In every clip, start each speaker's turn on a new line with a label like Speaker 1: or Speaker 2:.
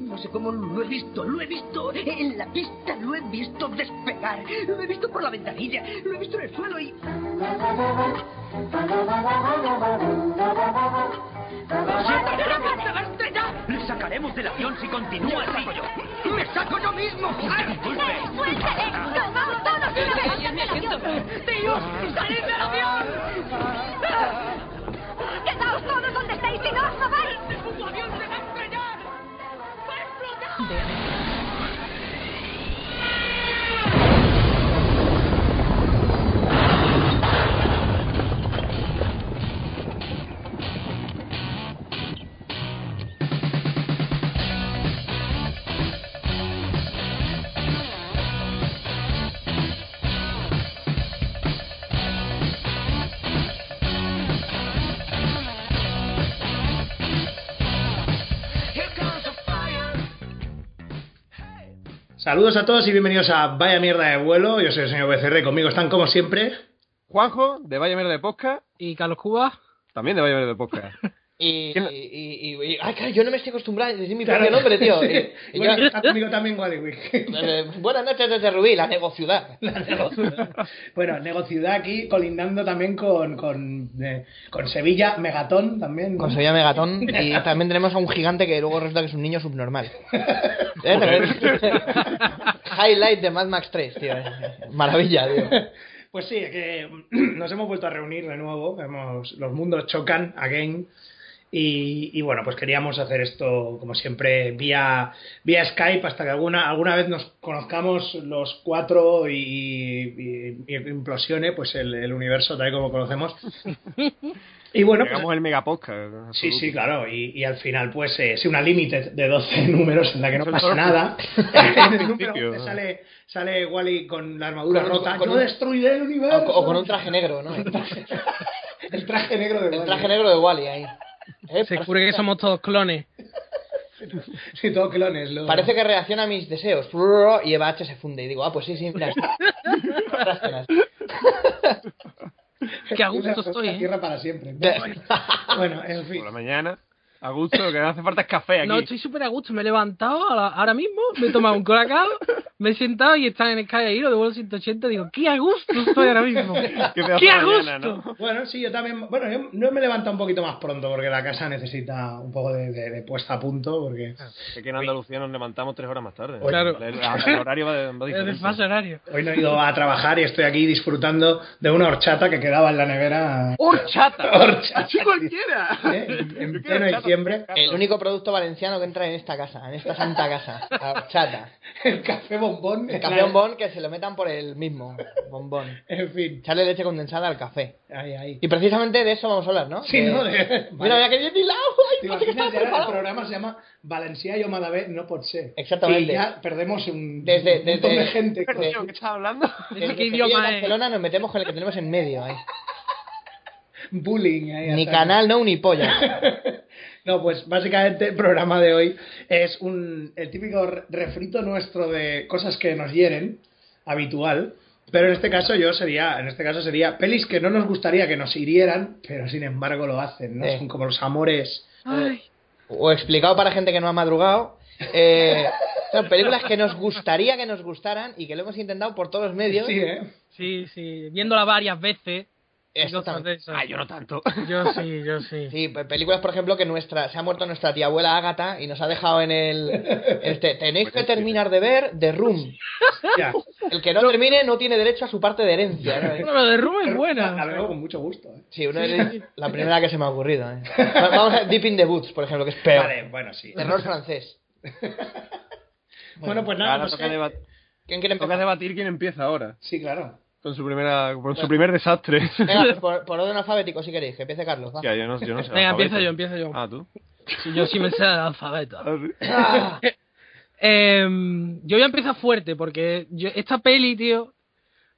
Speaker 1: No sé cómo lo he visto, lo he visto en la pista, lo he visto despegar, lo he visto por la ventanilla, lo he visto en el suelo y... ¡Rosita, rápido, se va a estrellar! ¡Le sacaremos del avión si continúa así! ¡Me saco yo mismo! ¡Ay,
Speaker 2: ¡Suéltale! ¡Nos vamos todos!
Speaker 1: ¡Tíos, salid del avión!
Speaker 2: ¡Quedaos todos donde estáis y no os mováis!
Speaker 1: ¡Tu avión se va a estrellar! ¡Va a explotar!
Speaker 3: Saludos a todos y bienvenidos a Vaya Mierda de Vuelo. Yo soy el señor BCR, conmigo están como siempre.
Speaker 4: Juanjo, de Valle Mierda de Posca,
Speaker 5: ¿Y Carlos Cuba?
Speaker 4: también de Valle Mierda de Posca.
Speaker 6: Y, y,
Speaker 4: ¿Quién-
Speaker 6: y- y- ay, claro, yo no me estoy acostumbrando a decir mi
Speaker 3: Claro.
Speaker 6: propio nombre, tío. Y- y
Speaker 3: Bueno,
Speaker 6: yo-
Speaker 3: está conmigo también Guadiwick.
Speaker 6: eh, buenas noches desde Rubí, la negociudad.
Speaker 3: bueno, Negociudad aquí, colindando también con, con, eh, con Sevilla, Megatón también. ¿no?
Speaker 6: Con Sevilla Megatón y también tenemos a un gigante que luego resulta que es un niño subnormal. Eh, pero- Highlight de Mad Max 3, tío. Maravilla, tío.
Speaker 3: Pues sí, que mm, nos hemos vuelto a reunir de nuevo, hemos- los mundos chocan again. Y, y bueno, pues queríamos hacer esto, como siempre, vía, vía Skype hasta que alguna, alguna vez nos conozcamos los cuatro y, y- y implosione pues el, el universo tal y como conocemos. Y bueno, pues,
Speaker 4: Llegamos el Mega Posca.
Speaker 3: sí, sí, claro. Y, y al final, pues, eh, sí, una límite de 12 números en la que no
Speaker 4: Eso
Speaker 3: pasa
Speaker 4: es
Speaker 3: nada. en el número
Speaker 4: principio.
Speaker 3: 11 sale, sale Wally con la armadura
Speaker 6: Con-
Speaker 3: rota.
Speaker 6: con
Speaker 3: Yo
Speaker 6: un-
Speaker 3: destruiré el
Speaker 6: O,
Speaker 3: universo.
Speaker 6: o con un traje negro, ¿no?
Speaker 3: El traje negro de
Speaker 6: El
Speaker 3: Wall-E.
Speaker 6: traje negro de Wally ahí. Eh,
Speaker 5: Se
Speaker 6: parece-
Speaker 5: descubre que somos todos clones.
Speaker 3: Sí, todo clones. Lo...
Speaker 6: Parece que reacciona a mis deseos. Frrrr, Y Eva H se funde. Y digo, ah, pues sí, sí, mira. Rasteras.
Speaker 5: Qué a gusto
Speaker 3: Una
Speaker 5: estoy, ¿eh?
Speaker 3: Tierra para siempre.
Speaker 6: De-
Speaker 3: Bueno, en fin.
Speaker 4: Por la mañana, a gusto, que no hace falta es café aquí.
Speaker 5: No, estoy súper a gusto. Me he levantado a la- ahora mismo, me he tomado un colacao, me he sentado y están en el calle de vuelo 180. Digo, qué a gusto estoy ahora mismo.
Speaker 4: Qué pedazo
Speaker 5: ¡Qué
Speaker 4: de
Speaker 5: a
Speaker 4: mañana,
Speaker 5: gusto!
Speaker 4: ¿no?
Speaker 3: Bueno, sí, yo también. Bueno, yo, yo me levanto un poquito más pronto porque la casa necesita un poco de, de- de puesta a punto. Porque
Speaker 5: Ah.
Speaker 4: Es que en Andalucía nos levantamos tres horas más tarde.
Speaker 5: Claro.
Speaker 4: El, el horario va, va
Speaker 5: Es
Speaker 4: diferente.
Speaker 5: de falso horario.
Speaker 3: hoy no he ido a trabajar y estoy aquí disfrutando de una horchata que quedaba en la nevera.
Speaker 4: ¡Horchata!
Speaker 3: ¡Horchata!
Speaker 4: ¡Sí, cualquiera!
Speaker 3: ¿eh? En- En pleno diciembre,
Speaker 6: El único producto valenciano que entra en esta casa, en esta santa casa, la horchata.
Speaker 3: el café bombón.
Speaker 6: El café bombón que se lo metan por el mismo bombón.
Speaker 3: En fin.
Speaker 6: Echarle leche condensada al café.
Speaker 3: Ahí, ahí.
Speaker 6: Y precisamente de eso vamos a hablar, ¿no?
Speaker 3: Sí,
Speaker 6: De-
Speaker 3: ¿no? De-
Speaker 6: Mira, mira que bien hilado.
Speaker 3: Te
Speaker 6: Ay, parece
Speaker 3: imaginas,
Speaker 6: que estaba
Speaker 3: ya el
Speaker 6: preparado.
Speaker 3: programa se llama Valencia y Omadabé no por ser.
Speaker 6: Exactamente.
Speaker 3: Y ya perdemos un,
Speaker 6: Desde-
Speaker 3: un montón
Speaker 6: desde-
Speaker 3: de gente.
Speaker 6: desde-
Speaker 4: ¿Qué estás hablando?
Speaker 5: Dice,
Speaker 6: Desde
Speaker 5: ¿Qué
Speaker 6: Sevilla a
Speaker 5: idioma es?
Speaker 6: Barcelona nos metemos con el que tenemos en medio ahí.
Speaker 3: Bullying. ahí
Speaker 6: Ni
Speaker 3: atrás.
Speaker 6: canal, no, ni polla.
Speaker 3: No, pues básicamente el programa de hoy es un, el típico re- refrito nuestro de cosas que nos hieren, habitual. Pero en este caso yo sería, en este caso sería pelis que no nos gustaría que nos hirieran, pero sin embargo lo hacen, ¿no?
Speaker 6: Sí.
Speaker 3: Son como los amores.
Speaker 4: Eh,
Speaker 5: Ay,
Speaker 6: O explicado para gente que no ha madrugado. Eh, son películas que nos gustaría que nos gustaran y que lo hemos intentado por todos los medios.
Speaker 3: Sí, ¿eh?
Speaker 5: sí, sí. Viéndola varias veces. y
Speaker 6: Esto
Speaker 5: cosas
Speaker 6: también.
Speaker 5: de esas.
Speaker 4: Ah, yo no tanto.
Speaker 5: Yo sí, yo sí.
Speaker 6: Sí, pe- películas, por ejemplo, que nuestra se ha muerto nuestra tía abuela Ágata y nos ha dejado en el... Este, tenéis que terminar de ver The Room.
Speaker 5: Ah,
Speaker 3: Ya.
Speaker 6: El que no termine no tiene derecho a su parte de herencia. ¿no?
Speaker 5: Bueno, lo de Rubén es
Speaker 3: La veo
Speaker 5: buena.
Speaker 3: con mucho gusto. ¿eh?
Speaker 6: Sí, una de la primera que se me ha ocurrido. ¿eh? Va- Vamos a Deep in the Boots, por ejemplo, que es peor.
Speaker 3: Vale, bueno, sí.
Speaker 6: Terror francés.
Speaker 3: Bueno, pues nada,
Speaker 4: Ahora
Speaker 3: no
Speaker 4: toca,
Speaker 3: sé.
Speaker 4: debat-
Speaker 6: ¿Quién quiere
Speaker 4: toca
Speaker 6: empezar?
Speaker 4: debatir quién empieza ahora.
Speaker 3: Sí, claro.
Speaker 4: Con su, primera, con su primer desastre.
Speaker 6: Venga, pues por, por orden alfabético, si queréis, que empiece Carlos. va.
Speaker 4: Ya, yo no, yo no sé.
Speaker 5: Venga, empiezo
Speaker 4: alfabeto.
Speaker 5: yo, empiezo yo.
Speaker 4: Ah, tú.
Speaker 5: Sí, Yo sí me sé el alfabeto.
Speaker 4: Ah, sí.
Speaker 5: Eh, yo voy a empezar fuerte porque yo- esta peli, tío,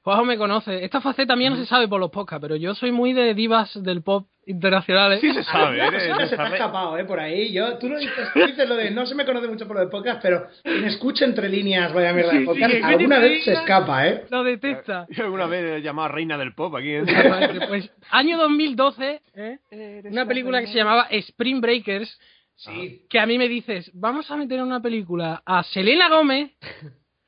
Speaker 5: Juanjo me conoce. Esta faceta mía no se sabe por los podcasts, pero yo soy muy de divas del pop ¿eh? internacionales.
Speaker 4: Sí se sabe,
Speaker 3: Alguna
Speaker 4: eres-
Speaker 3: cosita se te ha
Speaker 4: sabe-
Speaker 3: escapado, ¿eh? Por ahí. Yo, tú, no dices, tú dices lo de no se me conoce mucho por lo de podcast, pero me escucha entre líneas, vaya mierda de
Speaker 5: Sí, sí,
Speaker 3: podcast.
Speaker 5: que escucha
Speaker 3: alguna
Speaker 5: entre
Speaker 3: vez se
Speaker 5: líneas.
Speaker 3: escapa, ¿eh?
Speaker 5: Lo detesta.
Speaker 4: Yo alguna vez he llamado a reina del pop aquí. ¿eh?
Speaker 5: Pues año 2012, ¿eh? una película que se llamaba Spring Breakers,
Speaker 3: Sí.
Speaker 5: que a mí me dices, vamos a meter en una película a Selena Gómez,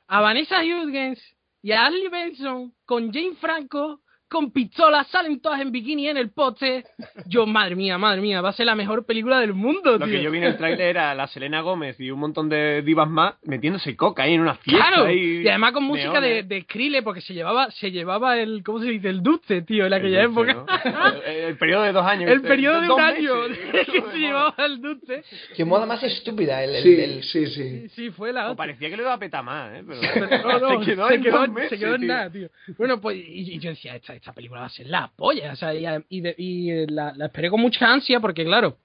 Speaker 5: a Vanessa Hudgens y a Ashley Benson con Jane Franco, con pistolas, salen todas en bikini en el poste. Yo, madre mía, madre mía, va a ser la mejor película del mundo,
Speaker 4: Lo
Speaker 5: tío.
Speaker 4: que yo vi en el tráiler era la Selena Gómez y un montón de divas más metiéndose coca ahí en una fiesta.
Speaker 5: Claro,
Speaker 4: ahí,
Speaker 5: y además con música de,
Speaker 4: neones.
Speaker 5: de Skrillex, porque se llevaba, se llevaba el, ¿cómo se dice? El dulce, tío, en aquella
Speaker 4: El dulce,
Speaker 5: época.
Speaker 4: ¿no? el, el periodo de dos años.
Speaker 5: El
Speaker 4: este,
Speaker 5: periodo de
Speaker 4: dos
Speaker 5: un año
Speaker 4: meses.
Speaker 5: que se llevaba el dulce.
Speaker 6: Qué moda más estúpida. El, el-
Speaker 3: Sí,
Speaker 6: el-
Speaker 3: sí, sí.
Speaker 5: Sí, fue la
Speaker 4: O
Speaker 5: otra.
Speaker 4: parecía que lo iba a petar más, ¿eh? Pero,
Speaker 5: No, no,
Speaker 4: se quedó, en dos meses,
Speaker 5: se quedó en
Speaker 4: tío.
Speaker 5: nada, tío. Bueno, pues y, y yo decía, esta, esta película va a ser la polla. O sea, y, y de- y, eh, la, la esperé con mucha ansia porque, claro,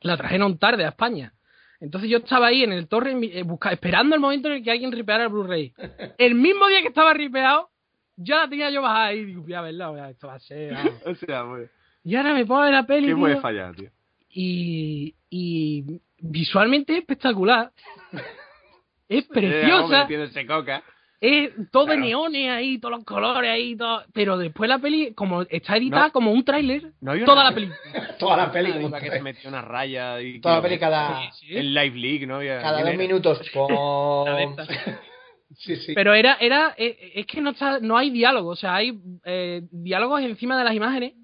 Speaker 5: la trajeron tarde a España. Entonces yo estaba ahí en el torre en mi- eh, busca- esperando el momento en el que alguien ripeara el Blu-ray. El mismo día que estaba ripeado, ya la tenía yo bajada ahí. Digo, voy a verla, voy a- esto va a ser... vamos".
Speaker 4: O sea, bueno,
Speaker 5: Y ahora me pongo a ver la peli,
Speaker 4: ¿qué
Speaker 5: tío,
Speaker 4: puede fallar, tío?
Speaker 5: y, y visualmente es espectacular. Es
Speaker 4: Selena Gómez
Speaker 5: preciosa
Speaker 4: metiéndose coca.
Speaker 5: es todo
Speaker 3: Claro.
Speaker 5: neones ahí, todos los colores ahí, todo... pero después la peli, como está editada
Speaker 4: No.
Speaker 5: como un tráiler,
Speaker 4: No hay una-
Speaker 5: toda la peli.
Speaker 3: Toda la
Speaker 4: Una
Speaker 3: peli.
Speaker 4: diva que se metió una raya y...
Speaker 6: toda la peli cada,
Speaker 5: Sí,
Speaker 4: El Live League, ¿no? Había-
Speaker 6: cada
Speaker 4: ¿quién
Speaker 6: dos
Speaker 4: era?
Speaker 6: minutos.
Speaker 5: la
Speaker 6: Con...
Speaker 5: neta.
Speaker 3: Sí, sí.
Speaker 5: Pero era, era, eh, es que no está, no hay diálogo, o sea, hay eh, diálogos encima de las imágenes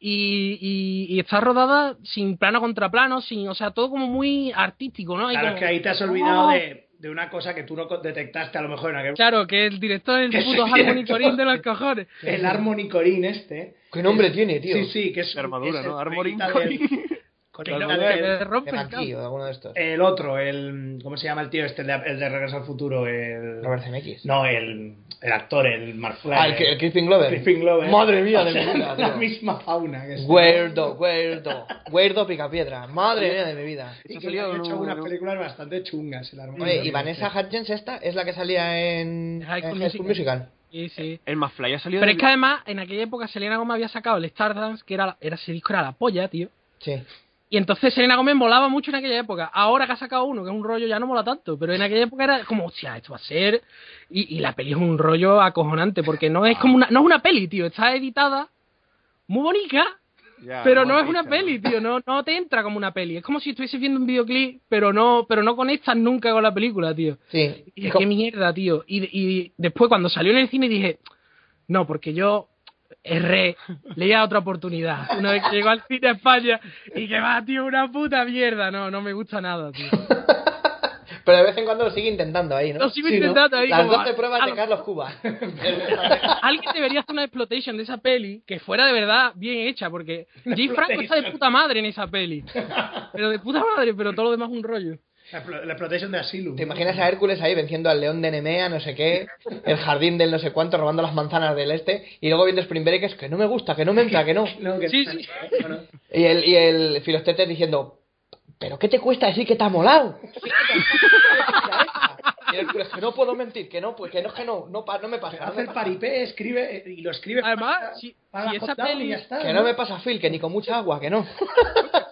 Speaker 5: y, y- y está rodada sin plano contra plano, sin, o sea, todo como muy artístico, ¿no? Hay
Speaker 3: Claro, es
Speaker 5: como-
Speaker 3: que ahí te has olvidado de, de una cosa que tú no co- detectaste a lo mejor en aquel...
Speaker 5: Claro, que el director es
Speaker 3: Que
Speaker 5: el puto
Speaker 3: sí,
Speaker 5: Harmony
Speaker 3: cierto.
Speaker 5: Corinne de los cojones.
Speaker 3: El Harmony Corinne este.
Speaker 6: ¿Qué nombre tiene, tío?
Speaker 3: Sí, sí, que es...
Speaker 4: De armadura,
Speaker 3: es el
Speaker 4: ¿no? Armoring
Speaker 3: corita del-
Speaker 4: Corin.
Speaker 3: corita
Speaker 5: Claro,
Speaker 3: del-
Speaker 5: que me rompe
Speaker 6: De
Speaker 5: el
Speaker 6: Maquis o
Speaker 5: cable.
Speaker 6: de alguno de estos.
Speaker 3: El otro, el... ¿Cómo se llama el tío este? El de, el de Regreso al Futuro. El...
Speaker 6: Robert Zemeckis.
Speaker 3: No, el, el actor, el Marfla.
Speaker 6: Ah, el, que- el Crispin Glover.
Speaker 3: Crispin Glover.
Speaker 6: Madre mía, de
Speaker 3: O sea,
Speaker 6: mi vida.
Speaker 3: La
Speaker 6: tío.
Speaker 3: misma fauna que es.
Speaker 6: Weirdo, weirdo. Weirdo picapiedra. Madre mía de mi vida.
Speaker 3: Y
Speaker 4: Eso
Speaker 3: que
Speaker 4: salió
Speaker 3: han
Speaker 4: en
Speaker 3: hecho
Speaker 4: un-
Speaker 3: unas películas bastante chungas. El Harmony
Speaker 6: Oye, y
Speaker 3: Corinne.
Speaker 6: Vanessa Hudgens esta es la que salía en,
Speaker 5: High School
Speaker 6: en High School
Speaker 5: Musical.
Speaker 6: Musical.
Speaker 5: Sí, sí.
Speaker 4: El McFly ha salido...
Speaker 5: Pero
Speaker 4: del-
Speaker 5: es que además, en aquella época Selena Gómez había sacado el Stardance, que era, la- era ese disco era la polla, tío.
Speaker 6: Sí.
Speaker 5: Y entonces Selena Gómez molaba mucho en aquella época. Ahora que ha sacado uno, que es un rollo, ya no mola tanto. Pero en aquella época era como, hostia, esto va a ser. Y, y la peli es un rollo acojonante, porque no es como una, no es una peli, tío. Está editada, muy bonita,
Speaker 4: Ya,
Speaker 5: pero
Speaker 4: como
Speaker 5: no es una
Speaker 4: artista, Ah, ¿no?
Speaker 5: peli, tío. No, no te entra como una peli. Es como si estuvieses viendo un videoclip, pero no, pero no conectas nunca con la película, tío.
Speaker 6: Sí.
Speaker 5: Y dije, qué mierda, tío. Y, y después cuando salió en el cine dije, no, porque yo erré, le di a otra oportunidad. Una vez que llegó al cine a España y que va, tío, una puta mierda. No, no me gusta nada, tío.
Speaker 6: Pero de vez en cuando lo sigue intentando ahí, ¿no?
Speaker 5: Lo sigo
Speaker 3: Sí, ¿no?
Speaker 5: intentando ahí.
Speaker 6: Las
Speaker 5: como,
Speaker 6: 12
Speaker 5: a-
Speaker 6: pruebas de Carlos Cuba.
Speaker 5: Alguien debería hacer una exploitation de esa peli que fuera de verdad bien hecha, porque Jim Franco está de
Speaker 3: exploitation.
Speaker 5: puta madre en esa peli. Pero de puta madre, pero todo lo demás es un rollo.
Speaker 3: La, pro- la protección de Asylum.
Speaker 6: ¿Te imaginas a Hércules ahí venciendo al león de Nemea, no sé qué, el jardín del no sé cuánto, robando las manzanas del este, y luego viendo Spring Breakers, que no me gusta, que no me entra, que no.
Speaker 3: No, que-
Speaker 5: Sí, sí.
Speaker 3: Bueno,
Speaker 6: Y el, y el Filostetes diciendo, ¿pero qué te cuesta decir que te ha molado? Sí, que te ha molado. Y Hércules, que no puedo mentir, que no, pues que no, que no, no, pa- no me pasa. no
Speaker 3: hace
Speaker 6: me
Speaker 3: el
Speaker 6: pasa.
Speaker 3: paripé, escribe eh, y lo escribe.
Speaker 5: Además,
Speaker 3: para-
Speaker 5: si-
Speaker 3: para
Speaker 5: si esa
Speaker 3: Hot Dog
Speaker 5: peli-
Speaker 3: y ya está,
Speaker 6: Que no me pasa, Phil, que ni con mucha agua, que no.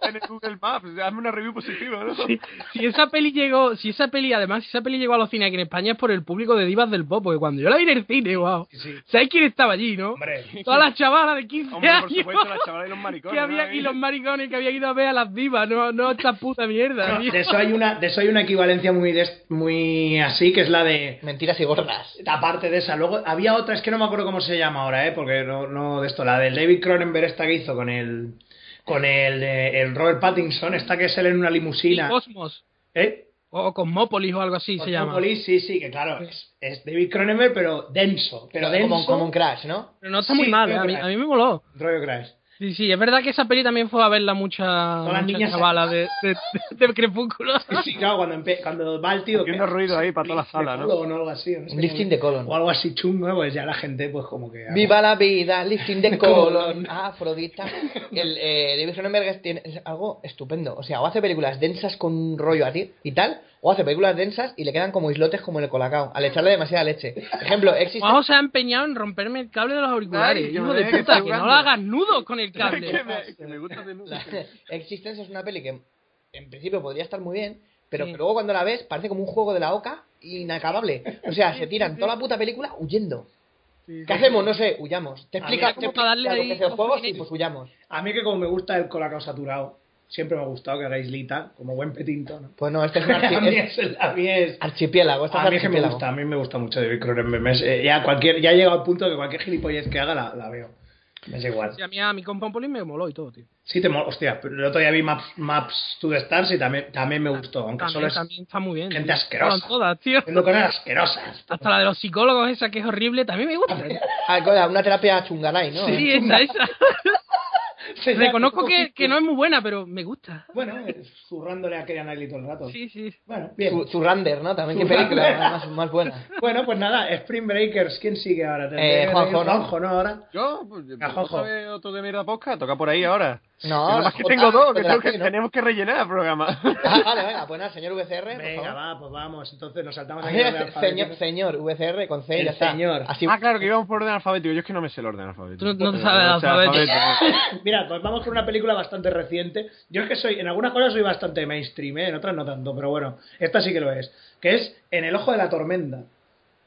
Speaker 4: en el Google Maps, hazme una review positiva, ¿no?
Speaker 5: si esa peli llegó, si esa peli, además, si esa peli llegó a los cines aquí en España es por el público de Divas del Pop, porque cuando yo la vi en el cine, wow.
Speaker 3: Sí, sí.
Speaker 5: ¿Sabéis quién estaba allí, no?
Speaker 3: Hombre,
Speaker 5: Todas las chavalas de 15
Speaker 4: Hombre, por
Speaker 5: años.
Speaker 4: supuesto, las chavalas y los maricones.
Speaker 5: que había,
Speaker 4: ¿no?
Speaker 5: y los maricones que habían ido a ver a las divas, no, no esta puta mierda. tío.
Speaker 3: de eso hay una, de eso hay una equivalencia muy, des- muy así, que es la de
Speaker 6: Mentiras y gordas.
Speaker 3: Aparte de esa, luego había otra, es que no me acuerdo cómo se llama ahora, ¿eh? porque no, no de esto, la del David Cronenberg esta que hizo con el con el, eh, el Robert Pattinson, esta que es él en una
Speaker 5: Y
Speaker 3: limusina.
Speaker 5: Cosmos,
Speaker 3: ¿Eh?
Speaker 5: o Cosmópolis o algo así se llama.
Speaker 3: Cosmopolis, sí, sí, que claro, es, es David Cronenberg, pero denso, pero denso.
Speaker 6: como, como un crash, ¿no?
Speaker 5: Pero no está
Speaker 3: Sí,
Speaker 5: muy mal,
Speaker 3: creo
Speaker 5: ¿eh? a
Speaker 3: que
Speaker 5: mí,
Speaker 3: era.
Speaker 5: a mí me moló.
Speaker 3: Rollo Crash.
Speaker 5: Sí, sí, es verdad que esa peli también fue a verla mucha,
Speaker 3: Todas las
Speaker 5: mucha
Speaker 3: niñas-
Speaker 5: chavala de, de, de Crepúsculo.
Speaker 3: Sí, claro, cuando, empe- cuando va el tío. que-
Speaker 4: Haciendo ruido ahí para toda la
Speaker 3: de
Speaker 4: sala, ¿no?
Speaker 3: colon o algo así. no sé
Speaker 6: Un lifting
Speaker 3: cómo-
Speaker 6: de colon.
Speaker 3: O algo así chungo, pues ya la gente, pues como que.
Speaker 6: Viva la vida, lifting de colon,
Speaker 3: Colon.
Speaker 6: afrodita. El eh, David Cronenberg tiene- es algo estupendo. O sea, o hace películas densas con un rollo a ti y tal, o hace películas densas y le quedan como islotes como en el colacao, al echarle demasiada leche. Ejemplo, existe...
Speaker 5: Juanjo se ha empeñado en romperme el cable de los auriculares.
Speaker 4: Ay, yo
Speaker 5: hijo
Speaker 4: me
Speaker 5: de
Speaker 4: veo que
Speaker 5: puta,
Speaker 4: estoy
Speaker 5: que no
Speaker 4: jugando.
Speaker 5: lo hagas nudo con el cable.
Speaker 4: que, me, que me gusta de nuevo.
Speaker 6: La- Existence es una peli que en principio podría estar muy bien, pero
Speaker 5: Sí.
Speaker 6: que luego cuando la ves parece como un juego de la oca inacabable. O sea, se tiran toda la puta película huyendo. ¿Qué hacemos? No sé, huyamos. Te
Speaker 3: Ah,
Speaker 6: explica,
Speaker 5: mira,
Speaker 6: te
Speaker 5: como para darle
Speaker 6: explica lo
Speaker 5: ahí
Speaker 6: que es el
Speaker 5: ojo
Speaker 6: juego
Speaker 5: y
Speaker 6: y pues huyamos.
Speaker 3: A mí que como me gusta el colacao saturado. Siempre me ha gustado que hagáis Lita, como buen petinto, ¿no?
Speaker 6: Pues no, este es un
Speaker 3: a mí
Speaker 6: archi-
Speaker 3: es, a mí es-
Speaker 6: es archipiélago. Esto es
Speaker 3: a mí es que me
Speaker 6: archipiélago.
Speaker 3: gusta, a mí me gusta mucho David Cronenberg. Es- eh, ya cualquier, ya he llegado al punto que cualquier gilipollez que haga la, la veo. Me es igual.
Speaker 5: Sí, a mí a mi compa Poli me moló y todo, tío.
Speaker 3: Sí, te mola. Hostia, pero el otro día vi Maps, Maps to the Stars y también, también me gustó, aunque
Speaker 5: también,
Speaker 3: solo es
Speaker 5: también está muy bien.
Speaker 3: gente
Speaker 5: tío.
Speaker 3: asquerosa.
Speaker 5: Estaban todas, tío.
Speaker 3: haciendo cosas asquerosas.
Speaker 5: Hasta la de los psicólogos esa que es horrible también me gusta. tío.
Speaker 6: Ah, coño, una terapia chungaray, ¿no?
Speaker 5: Sí, esa, esa.
Speaker 3: Se llama
Speaker 5: Reconozco
Speaker 3: un
Speaker 5: que,
Speaker 3: poquito.
Speaker 5: que no es muy buena, pero me gusta.
Speaker 3: Bueno, eh, zurrándole a Kerian Knightley todo el rato.
Speaker 5: Sí, sí.
Speaker 3: Bueno, bien.
Speaker 6: Su, Surrender, ¿no? También qué
Speaker 3: Surrender.
Speaker 6: película más, más buena.
Speaker 3: Bueno, pues nada, Spring Breakers, ¿quién sigue ahora? Tendré
Speaker 6: Eh,
Speaker 3: que reír-
Speaker 6: Juanjo, ¿no?
Speaker 3: Juanjo, ¿no? Ahora.
Speaker 4: Yo, pues,
Speaker 3: A Jojo.
Speaker 4: ¿sabes otro de mierda posca? Toca por ahí ahora.
Speaker 6: No,
Speaker 4: Nada
Speaker 6: la
Speaker 4: más que
Speaker 6: Jota,
Speaker 4: tengo dos, que,
Speaker 6: pero
Speaker 4: tengo
Speaker 6: la
Speaker 4: que-
Speaker 6: G, ¿no?
Speaker 4: tenemos que rellenar el programa.
Speaker 6: Ah, vale, venga, pues nada, señor VCR, por
Speaker 3: Venga, este
Speaker 6: favor.
Speaker 3: va, pues vamos. Entonces nos saltamos aquí.
Speaker 6: Señor-
Speaker 3: lo de alfabeto.
Speaker 6: señor, señor, VCR con C,
Speaker 3: El
Speaker 6: ya está.
Speaker 3: señor.
Speaker 6: Así,
Speaker 4: ah, claro, que íbamos por orden alfabético. Yo es que no me sé el orden alfabético.
Speaker 5: Tú no- no te
Speaker 4: Eh,
Speaker 5: sabes el
Speaker 4: no sé
Speaker 5: alfabeto.
Speaker 3: Mira, pues vamos con una película bastante reciente. Yo es que soy, en algunas cosas soy bastante mainstream, ¿eh? en otras no tanto, pero bueno, esta sí que lo es. Que es En el ojo de la tormenta.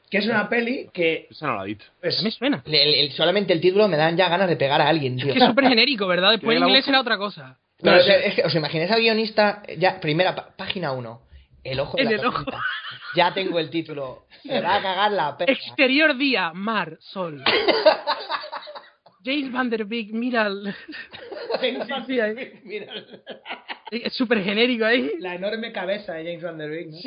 Speaker 3: Que es una peli que pues,
Speaker 4: Esa no la he visto.
Speaker 3: es,
Speaker 5: Me suena.
Speaker 6: el- el- el- solamente el título me dan ya ganas de pegar a alguien, tío.
Speaker 5: Es que es súper genérico, ¿verdad? Después
Speaker 4: Tiene
Speaker 5: en
Speaker 4: la
Speaker 5: inglés
Speaker 4: voz-
Speaker 5: era otra cosa.
Speaker 6: Pero,
Speaker 3: Pero
Speaker 6: es que, ¿os imagináis al guionista? eh, Ya, primera pá- página 1. El ojo de
Speaker 5: En
Speaker 6: la
Speaker 5: el ojo.
Speaker 6: tormenta. Ya tengo el título. Se va a cagar la perra.
Speaker 5: Exterior día, mar, sol. James Van Der Beek, mira. el- Sí, ahí.
Speaker 3: mira,
Speaker 5: Es súper genérico ahí.
Speaker 3: la enorme cabeza de James Van Der Beek, ¿no?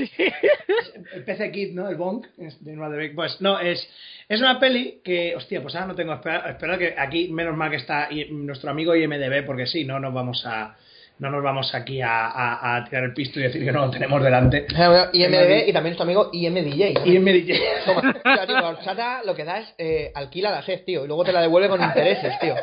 Speaker 3: El PC Kid, ¿no? El Bonk es de James Van Der Beek. Pues no, es, es una peli que, hostia, pues ahora no tengo espera, espera que aquí, menos mal que está i- nuestro amigo IMDB, porque sí, no nos vamos a... No nos vamos aquí a, a- a tirar el pisto y decir que no lo tenemos delante.
Speaker 6: Ah, bueno, IMDB y también tu amigo IMDJ.
Speaker 3: Y me dice,
Speaker 6: Toma, ya, tío, la horchata lo que da es eh, alquila la sed, tío, y luego te la devuelve con intereses, tío.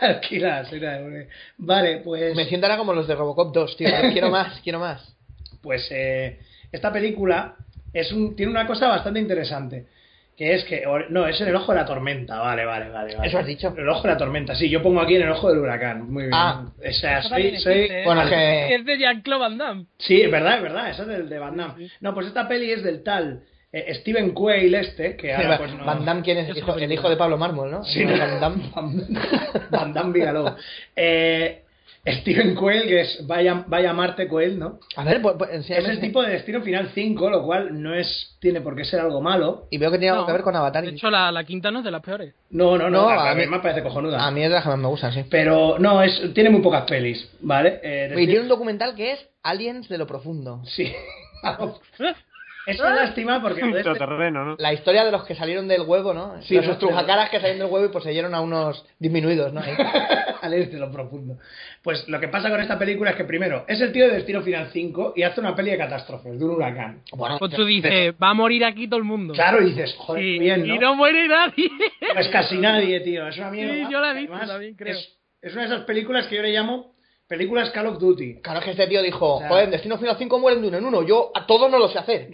Speaker 3: Alquila, será, porque- Vale, pues,
Speaker 6: Me siento ahora como los de Robocop 2, tío. Quiero más, quiero más.
Speaker 3: pues eh, esta película es un, tiene una cosa bastante interesante. Que es que. or- No, es en el ojo de la tormenta. Vale, vale, vale. vale.
Speaker 6: Eso has dicho.
Speaker 3: El ojo de la tormenta, sí. Yo pongo aquí en el ojo del huracán. Muy bien.
Speaker 6: Ah.
Speaker 3: o sea,
Speaker 5: Eso
Speaker 3: soy.
Speaker 5: también
Speaker 3: soy-
Speaker 5: existe, ¿eh?
Speaker 6: Bueno, es que
Speaker 5: Es de Jean-Claude Van Damme.
Speaker 3: Sí, es verdad, es verdad. Esa es del de Van Damme. No, pues esta peli es del tal eh, Steven Quayle, este. Que ahora, pues, no-
Speaker 6: Van Damme, ¿quién es? El hijo, el hijo de Pablo Mármol, ¿no?
Speaker 3: Sí,
Speaker 6: No,
Speaker 3: no.
Speaker 6: Van Damme.
Speaker 3: Van Damme Vigalow. Eh, Steven Quayle, que es Vaya, vaya Marte Quayle, ¿no?
Speaker 6: A ver, pues, pues,
Speaker 3: Es
Speaker 6: enséñame.
Speaker 3: el tipo de Destino Final 5, lo cual no es tiene por qué ser algo malo.
Speaker 6: Y veo que tiene algo
Speaker 5: No,
Speaker 6: que ver con Avatar.
Speaker 5: De hecho, la, la quinta no es de las peores.
Speaker 3: No, no, no,
Speaker 6: No,
Speaker 3: a,
Speaker 6: a
Speaker 3: mí
Speaker 6: mí-
Speaker 3: me parece cojonuda.
Speaker 6: A mí es de las que más me gustan, sí.
Speaker 3: Pero no, es tiene muy pocas pelis, ¿vale? Eh,
Speaker 6: Y tiene
Speaker 3: Destino-
Speaker 6: un documental que es Aliens de lo profundo.
Speaker 3: Sí.
Speaker 5: ¿Eh?
Speaker 3: es una lástima porque de este-
Speaker 4: Terreno, ¿no?
Speaker 6: La historia de los que salieron del huevo, ¿no?
Speaker 3: Sí,
Speaker 6: los
Speaker 3: no,
Speaker 6: estrujacaras que salieron del huevo y poseyeron a unos disminuidos, ¿no? Ahí.
Speaker 3: al este de lo profundo. Pues lo que pasa con esta película es que primero es el tío de Destino Final 5 y hace una peli de catástrofes, de un huracán.
Speaker 6: Bueno,
Speaker 5: Pues tú dices, va a morir aquí todo el mundo.
Speaker 3: Claro, y dices, joder,
Speaker 5: y,
Speaker 3: bien, ¿no?
Speaker 5: y no muere nadie.
Speaker 3: Pues casi nadie, tío. Es una mierda.
Speaker 5: Sí, yo la he visto
Speaker 3: Además,
Speaker 5: también, creo.
Speaker 3: Es, es una de esas películas que yo le llamo películas Call of Duty.
Speaker 6: Claro que este tío dijo,
Speaker 3: sea-
Speaker 6: joder, en Destino Final 5 mueren de uno en uno. Yo a todos no lo sé hacer.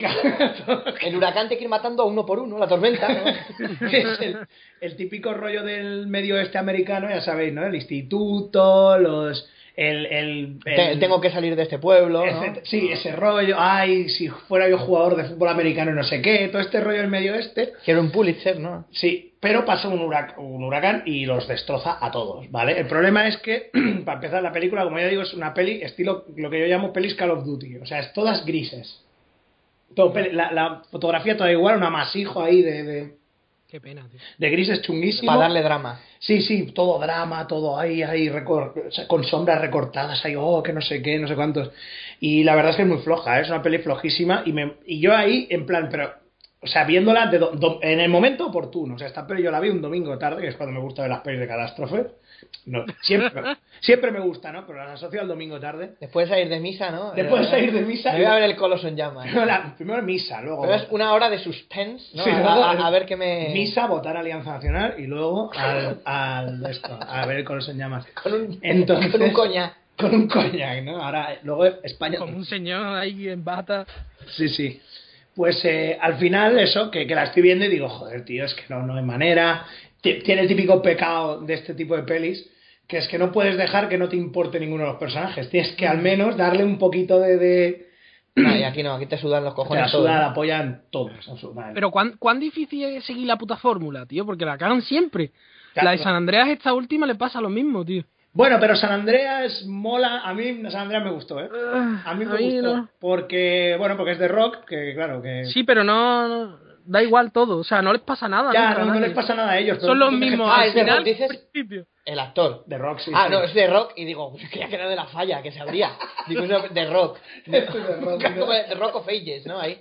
Speaker 6: El huracán te quiere ir matando a uno por uno, la tormenta. ¿no?
Speaker 3: es el, el típico rollo del medio este americano, ya sabéis, ¿no? El instituto, los. El, el,
Speaker 6: Te-
Speaker 3: el-
Speaker 6: Tengo que salir de este pueblo, ¿no?
Speaker 3: ese- sí, ese rollo. Ay, si fuera yo jugador de fútbol americano y no sé qué, todo este rollo del medio este.
Speaker 6: Quiero un Pulitzer, ¿no?
Speaker 3: Sí, pero pasa un, hurac- un huracán y los destroza a todos, ¿vale? El problema es que, para empezar, la película, como ya digo, es una peli estilo, lo que yo llamo pelis Call of Duty. O sea, es todas grises. Todo peli- la, la fotografía toda igual, un amasijo ahí de, de,
Speaker 5: Qué pena, tío.
Speaker 3: de grises chunguísimo.
Speaker 6: Para darle drama.
Speaker 3: Sí, sí, todo drama, todo ahí, ahí, recor- o sea, con sombras recortadas, ahí, oh, que no sé qué, no sé cuántos. Y la verdad es que es muy floja, ¿eh? es una peli flojísima. Y, me, y yo ahí, en plan, pero, o sea, viéndola de do- do- en el momento oportuno. O sea, esta peli yo la vi un domingo tarde, que es cuando me gusta ver las pelis de catástrofe. No, siempre, siempre me gusta, ¿no? Pero las asocio al domingo tarde.
Speaker 6: Después de salir de misa, ¿no? Eh,
Speaker 3: Después de salir de misa.
Speaker 6: Me voy a ver el Coloso en llamas.
Speaker 3: Primero, la- primero misa, luego.
Speaker 6: Pero es una hora de suspense, ¿no?
Speaker 3: Sí,
Speaker 6: a,
Speaker 3: luego
Speaker 6: a- a ver qué me...
Speaker 3: Misa, votar a Alianza Nacional y luego al, al esto, a ver el color en llamas.
Speaker 6: Con un,
Speaker 3: Entonces-
Speaker 6: con un coña.
Speaker 3: Con un coñac, ¿no? Ahora, luego España.
Speaker 5: Como un señor ahí en bata.
Speaker 3: Sí, sí. Pues eh, al final, eso, que, que la estoy viendo y digo, joder, tío, es que no, no hay manera. Ti- Tiene el típico pecado de este tipo de pelis, que es que no puedes dejar que no te importe ninguno de los personajes. Tienes que al menos darle un poquito de. de...
Speaker 6: No, y aquí no, aquí te sudan los
Speaker 3: Te la
Speaker 6: cojones todos.
Speaker 3: suda, la apoyan todos. a su madre.
Speaker 5: Pero ¿cuán, cuán difícil es seguir la puta fórmula, tío, porque la cagan siempre.
Speaker 3: Claro.
Speaker 5: La de San Andreas, esta última, le pasa lo mismo, tío.
Speaker 3: Bueno, pero San Andreas mola. A mí San Andreas me gustó, ¿eh? A mí me gustó.
Speaker 5: no.
Speaker 3: Porque, bueno, porque es de rock, que claro, que.
Speaker 5: Sí, pero no, no- Da igual todo. O sea, no les pasa nada.
Speaker 3: ya,
Speaker 5: nunca a
Speaker 3: no, no
Speaker 5: nadie.
Speaker 3: les pasa nada a ellos. pero
Speaker 5: Son los
Speaker 3: un montón de
Speaker 5: mismos.
Speaker 6: Ah,
Speaker 5: al
Speaker 6: es verdad,
Speaker 5: final,
Speaker 6: dices-
Speaker 5: principio.
Speaker 6: El actor.
Speaker 3: gente- De rock, sí.
Speaker 6: ah,
Speaker 3: sí.
Speaker 6: no, es de rock. Y digo, pues, creía que era de la falla, que sabría. Digo, es de rock.
Speaker 3: Esto es de rock, ¿no?
Speaker 6: Como de rock of ages, ¿no? Ahí.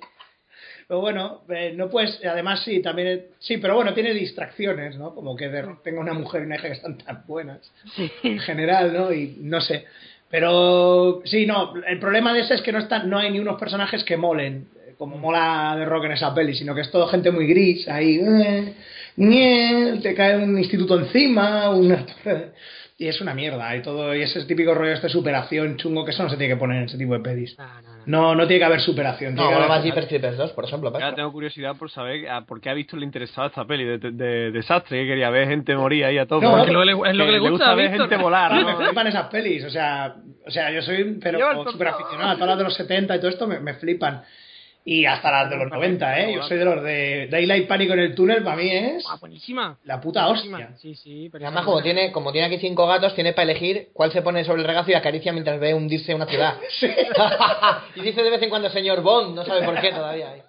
Speaker 3: Pero bueno, eh, no puedes. Además, sí, también. Sí, pero bueno, tiene distracciones, ¿no? Como que de- tenga una mujer y una hija que están tan buenas. En general, ¿no? Y no sé. Pero sí, no. El problema de ese es que no, están, no hay ni unos personajes que molen. eh, Como
Speaker 5: Mm.
Speaker 3: mola de rock en esa peli, sino que es todo gente muy gris. Ahí. eh, ñe, te cae un instituto encima. Una... Y es una mierda. Y todo. Y ese típico rollo de superación chungo, que eso no se tiene que poner en ese tipo de pelis.
Speaker 5: No, no, no.
Speaker 3: No, no tiene que haber superación.
Speaker 6: No,
Speaker 3: tiene que
Speaker 6: bueno,
Speaker 3: haber-
Speaker 6: más Jeepers Creepers 2, por ejemplo.
Speaker 4: Ahora
Speaker 6: Paco.
Speaker 4: tengo curiosidad por saber a por qué a Víctor le interesaba esta peli de, de- de desastre, que quería ver gente morir ahí a todo.
Speaker 3: No,
Speaker 5: porque lo que le- es lo que le gusta a
Speaker 4: ver
Speaker 5: Víctor.
Speaker 4: gente volar,
Speaker 3: Ah,
Speaker 4: ¿no?
Speaker 3: me flipan esas pelis, o sea, o sea, yo soy
Speaker 4: Lleva el
Speaker 3: pero
Speaker 4: top.
Speaker 3: súper aficionado, todas las de los 70 y todo esto me, me flipan. Y hasta las de los 90, ¿eh? Yo soy de los de Daylight Pánico en el túnel, para mí es
Speaker 5: Ah, buenísima.
Speaker 3: la puta hostia.
Speaker 5: Buenísima. Sí, sí. Pero
Speaker 6: Además, como tiene, como tiene aquí cinco gatos, tiene para elegir cuál se pone sobre el regazo y acaricia mientras ve hundirse una ciudad. y dice de vez en cuando señor Bond, no sabe por qué todavía. ¿eh?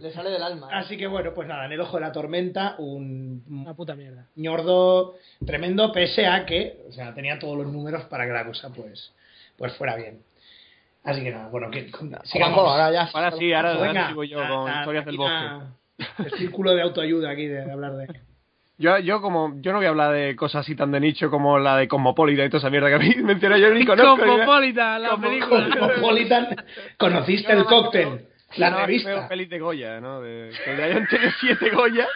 Speaker 6: Le sale del alma. ¿eh?
Speaker 3: Así que bueno, pues nada, en el ojo de la tormenta, un
Speaker 5: Una puta mierda.
Speaker 3: ñordo tremendo, pese a que, o sea, tenía todos los números para que la cosa pues, pues fuera bien. Así que nada, bueno, que
Speaker 6: Sigamos, ahora ya.
Speaker 4: Ahora sí, ahora, ahora sigo yo
Speaker 3: la-
Speaker 4: con
Speaker 3: la-
Speaker 4: historias del
Speaker 3: aquí
Speaker 4: bosque.
Speaker 3: la- El círculo de autoayuda aquí de, de hablar de.
Speaker 4: Yo, yo como yo no voy a hablar de cosas así tan de nicho como la de Cosmopolita y toda esa mierda que a mí menciona yo ni conozco. ni nada.
Speaker 5: Cosmopolita, la
Speaker 4: Como-
Speaker 5: película.
Speaker 3: Cosmopolitan, conociste el cóctel, la
Speaker 4: No,
Speaker 3: revista.
Speaker 4: Veo pelis de Goya, ¿no? De, que ya hayan tenido siete Goya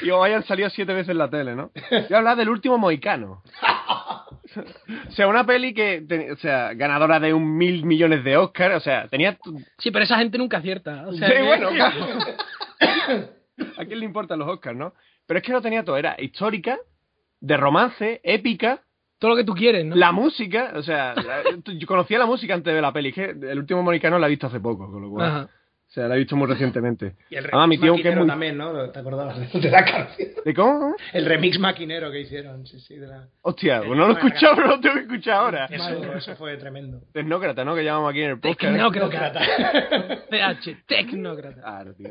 Speaker 4: y o hayan salido siete veces en la tele, ¿no? Voy a hablar del último Moicano. o sea, una peli que, te- o sea, ganadora de un mil millones de Oscar, o sea, tenía... tu-
Speaker 5: Sí, pero esa gente nunca acierta. O sea,
Speaker 4: Sí,
Speaker 5: que-
Speaker 4: bueno, claro. ¿A quién le importan los Oscars, no? Pero es que no tenía todo, era histórica, de romance, épica,
Speaker 5: Todo lo que tú quieres, ¿no?
Speaker 4: la música, o sea, la- yo conocía la música antes de ver la peli, que el último Moicano la he visto hace poco, con lo cual...
Speaker 5: Ajá.
Speaker 4: O sea, la he visto muy recientemente.
Speaker 3: Y el remix
Speaker 4: Además, Ah, mi tío, que es
Speaker 3: maquinero
Speaker 4: muy...
Speaker 3: también, ¿no? ¿Te acordabas de la canción?
Speaker 4: ¿De cómo?
Speaker 3: El remix maquinero que hicieron, sí, sí. De la...
Speaker 4: Hostia,
Speaker 3: Eh,
Speaker 4: pues no lo he
Speaker 3: bueno,
Speaker 4: escuchado, pero lo tengo que escuchar ahora.
Speaker 3: eso, eso fue tremendo.
Speaker 4: Tecnócrata, ¿no? Que llamamos aquí en el podcast.
Speaker 5: Tecnócrata.
Speaker 3: Tecnócrata.
Speaker 5: PH, tecnócrata.
Speaker 4: Claro, tío.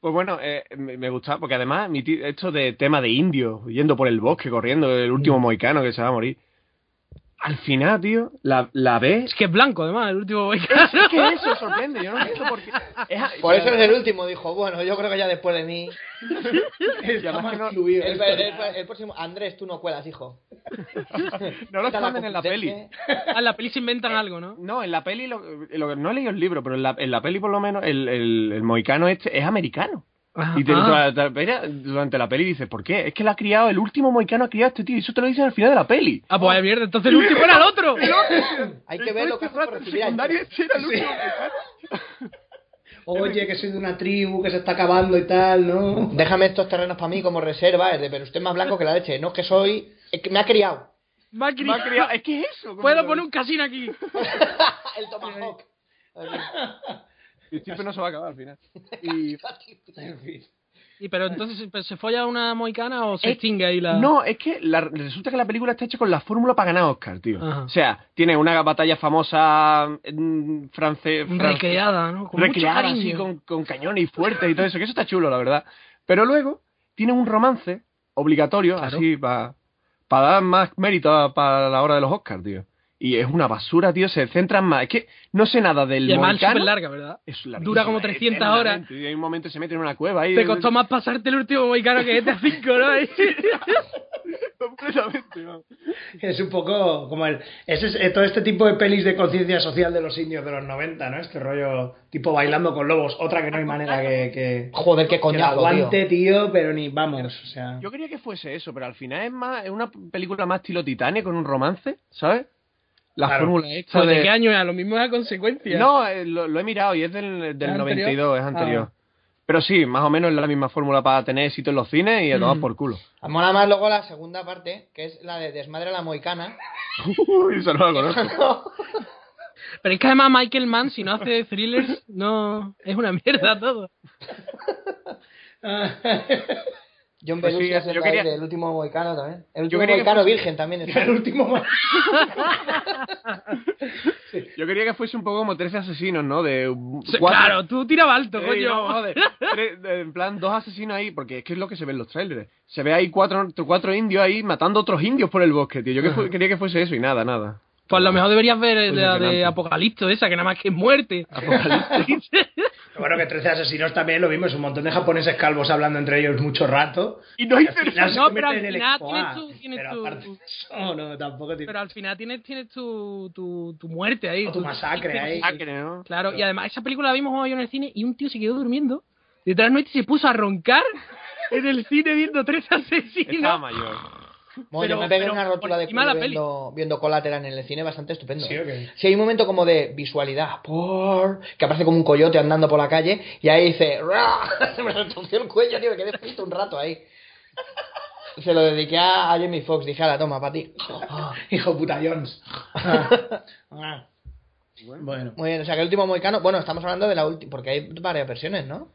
Speaker 4: Pues bueno, eh, me, me gustaba, porque además mi tío- esto de tema de indio, yendo por el bosque, corriendo, el último moicano que se va a morir. Al final, tío, la, la ves.
Speaker 5: Es que es blanco, además, el último boy.
Speaker 4: Es que eso sorprende, yo no entiendo por qué. Es-
Speaker 6: Por eso es el último, dijo. Bueno, yo creo que ya después de mí.
Speaker 3: Está
Speaker 4: además
Speaker 3: más
Speaker 4: que no-
Speaker 3: incluido.
Speaker 6: El, el- el- el próximo. Andrés, tú no cuelas, hijo.
Speaker 4: No lo
Speaker 6: Quita
Speaker 4: esconden en la peli.
Speaker 6: competencia.
Speaker 5: Ah, en la peli se inventan algo, ¿no?
Speaker 4: No, en la peli, lo, lo- no he leído el libro, pero en la, en la peli por lo menos el, el, el moicano este es americano. Y te-
Speaker 5: Ajá.
Speaker 4: durante, la peli- durante la peli dices, ¿por qué? Es que la ha criado, el último moicano ha criado a este tío. Y eso te lo dicen al final de la peli.
Speaker 5: Ah, pues mierda, entonces el último era el otro.
Speaker 6: Hay que ver lo que hace por recibir a-
Speaker 4: secundario este era el último
Speaker 3: Oye, que soy de una tribu que se está acabando y tal, ¿no?
Speaker 6: Déjame estos terrenos para mí como reserva. es de, pero usted es más blanco que la leche. No, es que soy. es que me ha criado.
Speaker 5: Macri,
Speaker 4: moicano. Me ha criado- Es que es eso. como
Speaker 5: puedo
Speaker 4: lo-
Speaker 5: poner un casino aquí.
Speaker 6: el tomahawk.
Speaker 4: El chip no se va a acabar al final. Y...
Speaker 3: En fin.
Speaker 5: Y pero entonces, pues, ¿se folla una moicana o se
Speaker 4: Eh,
Speaker 5: extingue ahí la...?
Speaker 4: No, es que la- resulta que la película está hecha con la fórmula para ganar Oscar, tío.
Speaker 5: Ajá.
Speaker 4: O sea, tiene una batalla famosa mm, francés.
Speaker 5: Recreada, ¿no? Con
Speaker 4: recreada
Speaker 5: mucho
Speaker 4: así
Speaker 5: cariño.
Speaker 4: con, con cañones y fuertes y todo eso, que eso está chulo, la verdad. Pero luego tiene un romance obligatorio,
Speaker 5: Claro.
Speaker 4: así, para dar más mérito a- para la hora de los Oscars, tío. Y es una basura, tío, se centran más. Es que no sé nada del
Speaker 5: Y además
Speaker 4: moicano.
Speaker 5: súper larga, ¿verdad?
Speaker 4: Es
Speaker 5: Dura como 300 horas.
Speaker 4: eternamente, Y hay un momento que se mete en una cueva ahí.
Speaker 5: Te costó más pasarte el último moicano que este a cinco, ¿no? Ahí.
Speaker 4: Completamente, vamos.
Speaker 3: Es un poco como el. ese es- eh, todo este tipo de pelis de conciencia social de los indios de los 90, ¿no? Este rollo tipo bailando con lobos. Otra que no hay manera que. que...
Speaker 6: Joder,
Speaker 3: que
Speaker 6: qué
Speaker 3: la
Speaker 6: coñazo, tío.
Speaker 3: aguante, tío. pero ni vamos, o sea.
Speaker 4: Yo quería que fuese eso, pero al final es más es una película más estilo Titanic con un romance, ¿sabes? La
Speaker 3: Claro.
Speaker 4: fórmula esta
Speaker 5: Pues, ¿De
Speaker 4: de-
Speaker 5: qué año era? Lo mismo era consecuencia.
Speaker 4: No, eh, lo, lo he mirado y es del, del
Speaker 5: ¿Es
Speaker 4: 92,
Speaker 5: anterior? Ah.
Speaker 4: es anterior. Pero sí, más o menos es la misma fórmula para tener éxito en los cines y a tomar
Speaker 5: Mm.
Speaker 4: por culo.
Speaker 6: Ah, Mola más luego la segunda parte, que es la de Desmadre a la Moicana.
Speaker 4: Uy, eso no lo conozco.
Speaker 5: Pero es que además Michael Mann, si no hace thrillers, no... Es una mierda todo.
Speaker 6: John
Speaker 4: Pues sí,
Speaker 6: Belushi hace
Speaker 4: yo
Speaker 6: el
Speaker 4: quería-
Speaker 6: papel del último moicano también. El
Speaker 4: Yo
Speaker 6: último
Speaker 4: quería que
Speaker 6: moicano
Speaker 4: fuese-
Speaker 6: virgen también. está.
Speaker 3: El último ma-
Speaker 4: Yo quería que fuese un poco como 13 asesinos, ¿no? De um,
Speaker 5: Sí,
Speaker 4: cuatro-
Speaker 5: Claro, tú tiraba alto,
Speaker 4: Ey,
Speaker 5: coño.
Speaker 4: no, joder. Tres- en plan, dos asesinos ahí, porque es que es lo que se ve en los trailers. Se ve ahí cuatro, cuatro indios ahí matando otros indios por el bosque, tío. Yo que fu- quería que fuese eso y nada, nada.
Speaker 5: Pues a lo mejor deberías ver
Speaker 4: Muy
Speaker 5: la de
Speaker 4: emocionante.
Speaker 5: Apocalipto esa, que nada más que es muerte.
Speaker 3: Ah, Bueno, que 13 asesinos también lo vimos, un montón de japoneses calvos hablando entre ellos mucho rato.
Speaker 4: Y no
Speaker 3: Y
Speaker 4: hay
Speaker 3: al final se
Speaker 5: No,
Speaker 3: convierten
Speaker 5: pero al
Speaker 3: en el
Speaker 5: final
Speaker 3: Expoa.
Speaker 5: tienes tú- tienes
Speaker 3: Pero
Speaker 5: tú-
Speaker 3: aparte de eso, no, tampoco tiene
Speaker 5: Pero al final tienes, tienes tu, tu, tu muerte ahí.
Speaker 3: O tu masacre ahí.
Speaker 4: masacre, ¿no?
Speaker 5: Claro, y además esa película la vimos hoy en el cine y un tío se quedó durmiendo. Detrás nuestra y se puso a roncar en el cine viendo tres
Speaker 4: Estaba
Speaker 5: asesinos.
Speaker 4: mayor.
Speaker 6: Bueno,
Speaker 5: Pero-
Speaker 6: yo me pegué
Speaker 5: pero
Speaker 6: una rótula
Speaker 5: por
Speaker 6: de
Speaker 5: encima
Speaker 6: culo
Speaker 5: la peli.
Speaker 6: viendo, viendo Collateral en el cine, bastante estupendo.
Speaker 3: Sí,
Speaker 6: ¿eh?
Speaker 3: ¿o qué?
Speaker 6: Sí, hay un momento como de visualidad, por... que aparece como un coyote andando por la calle y ahí dice, "Ra", se me retorció el cuello, tío, me quedé frito un rato ahí. Se lo dediqué a a Jamie Foxx, dije, a la toma, para ti.
Speaker 3: Hijo puta Jones. Ah. Ah. Bueno,
Speaker 6: Muy bien, o sea que el último moicano, bueno, estamos hablando de la última, porque hay varias versiones, ¿no?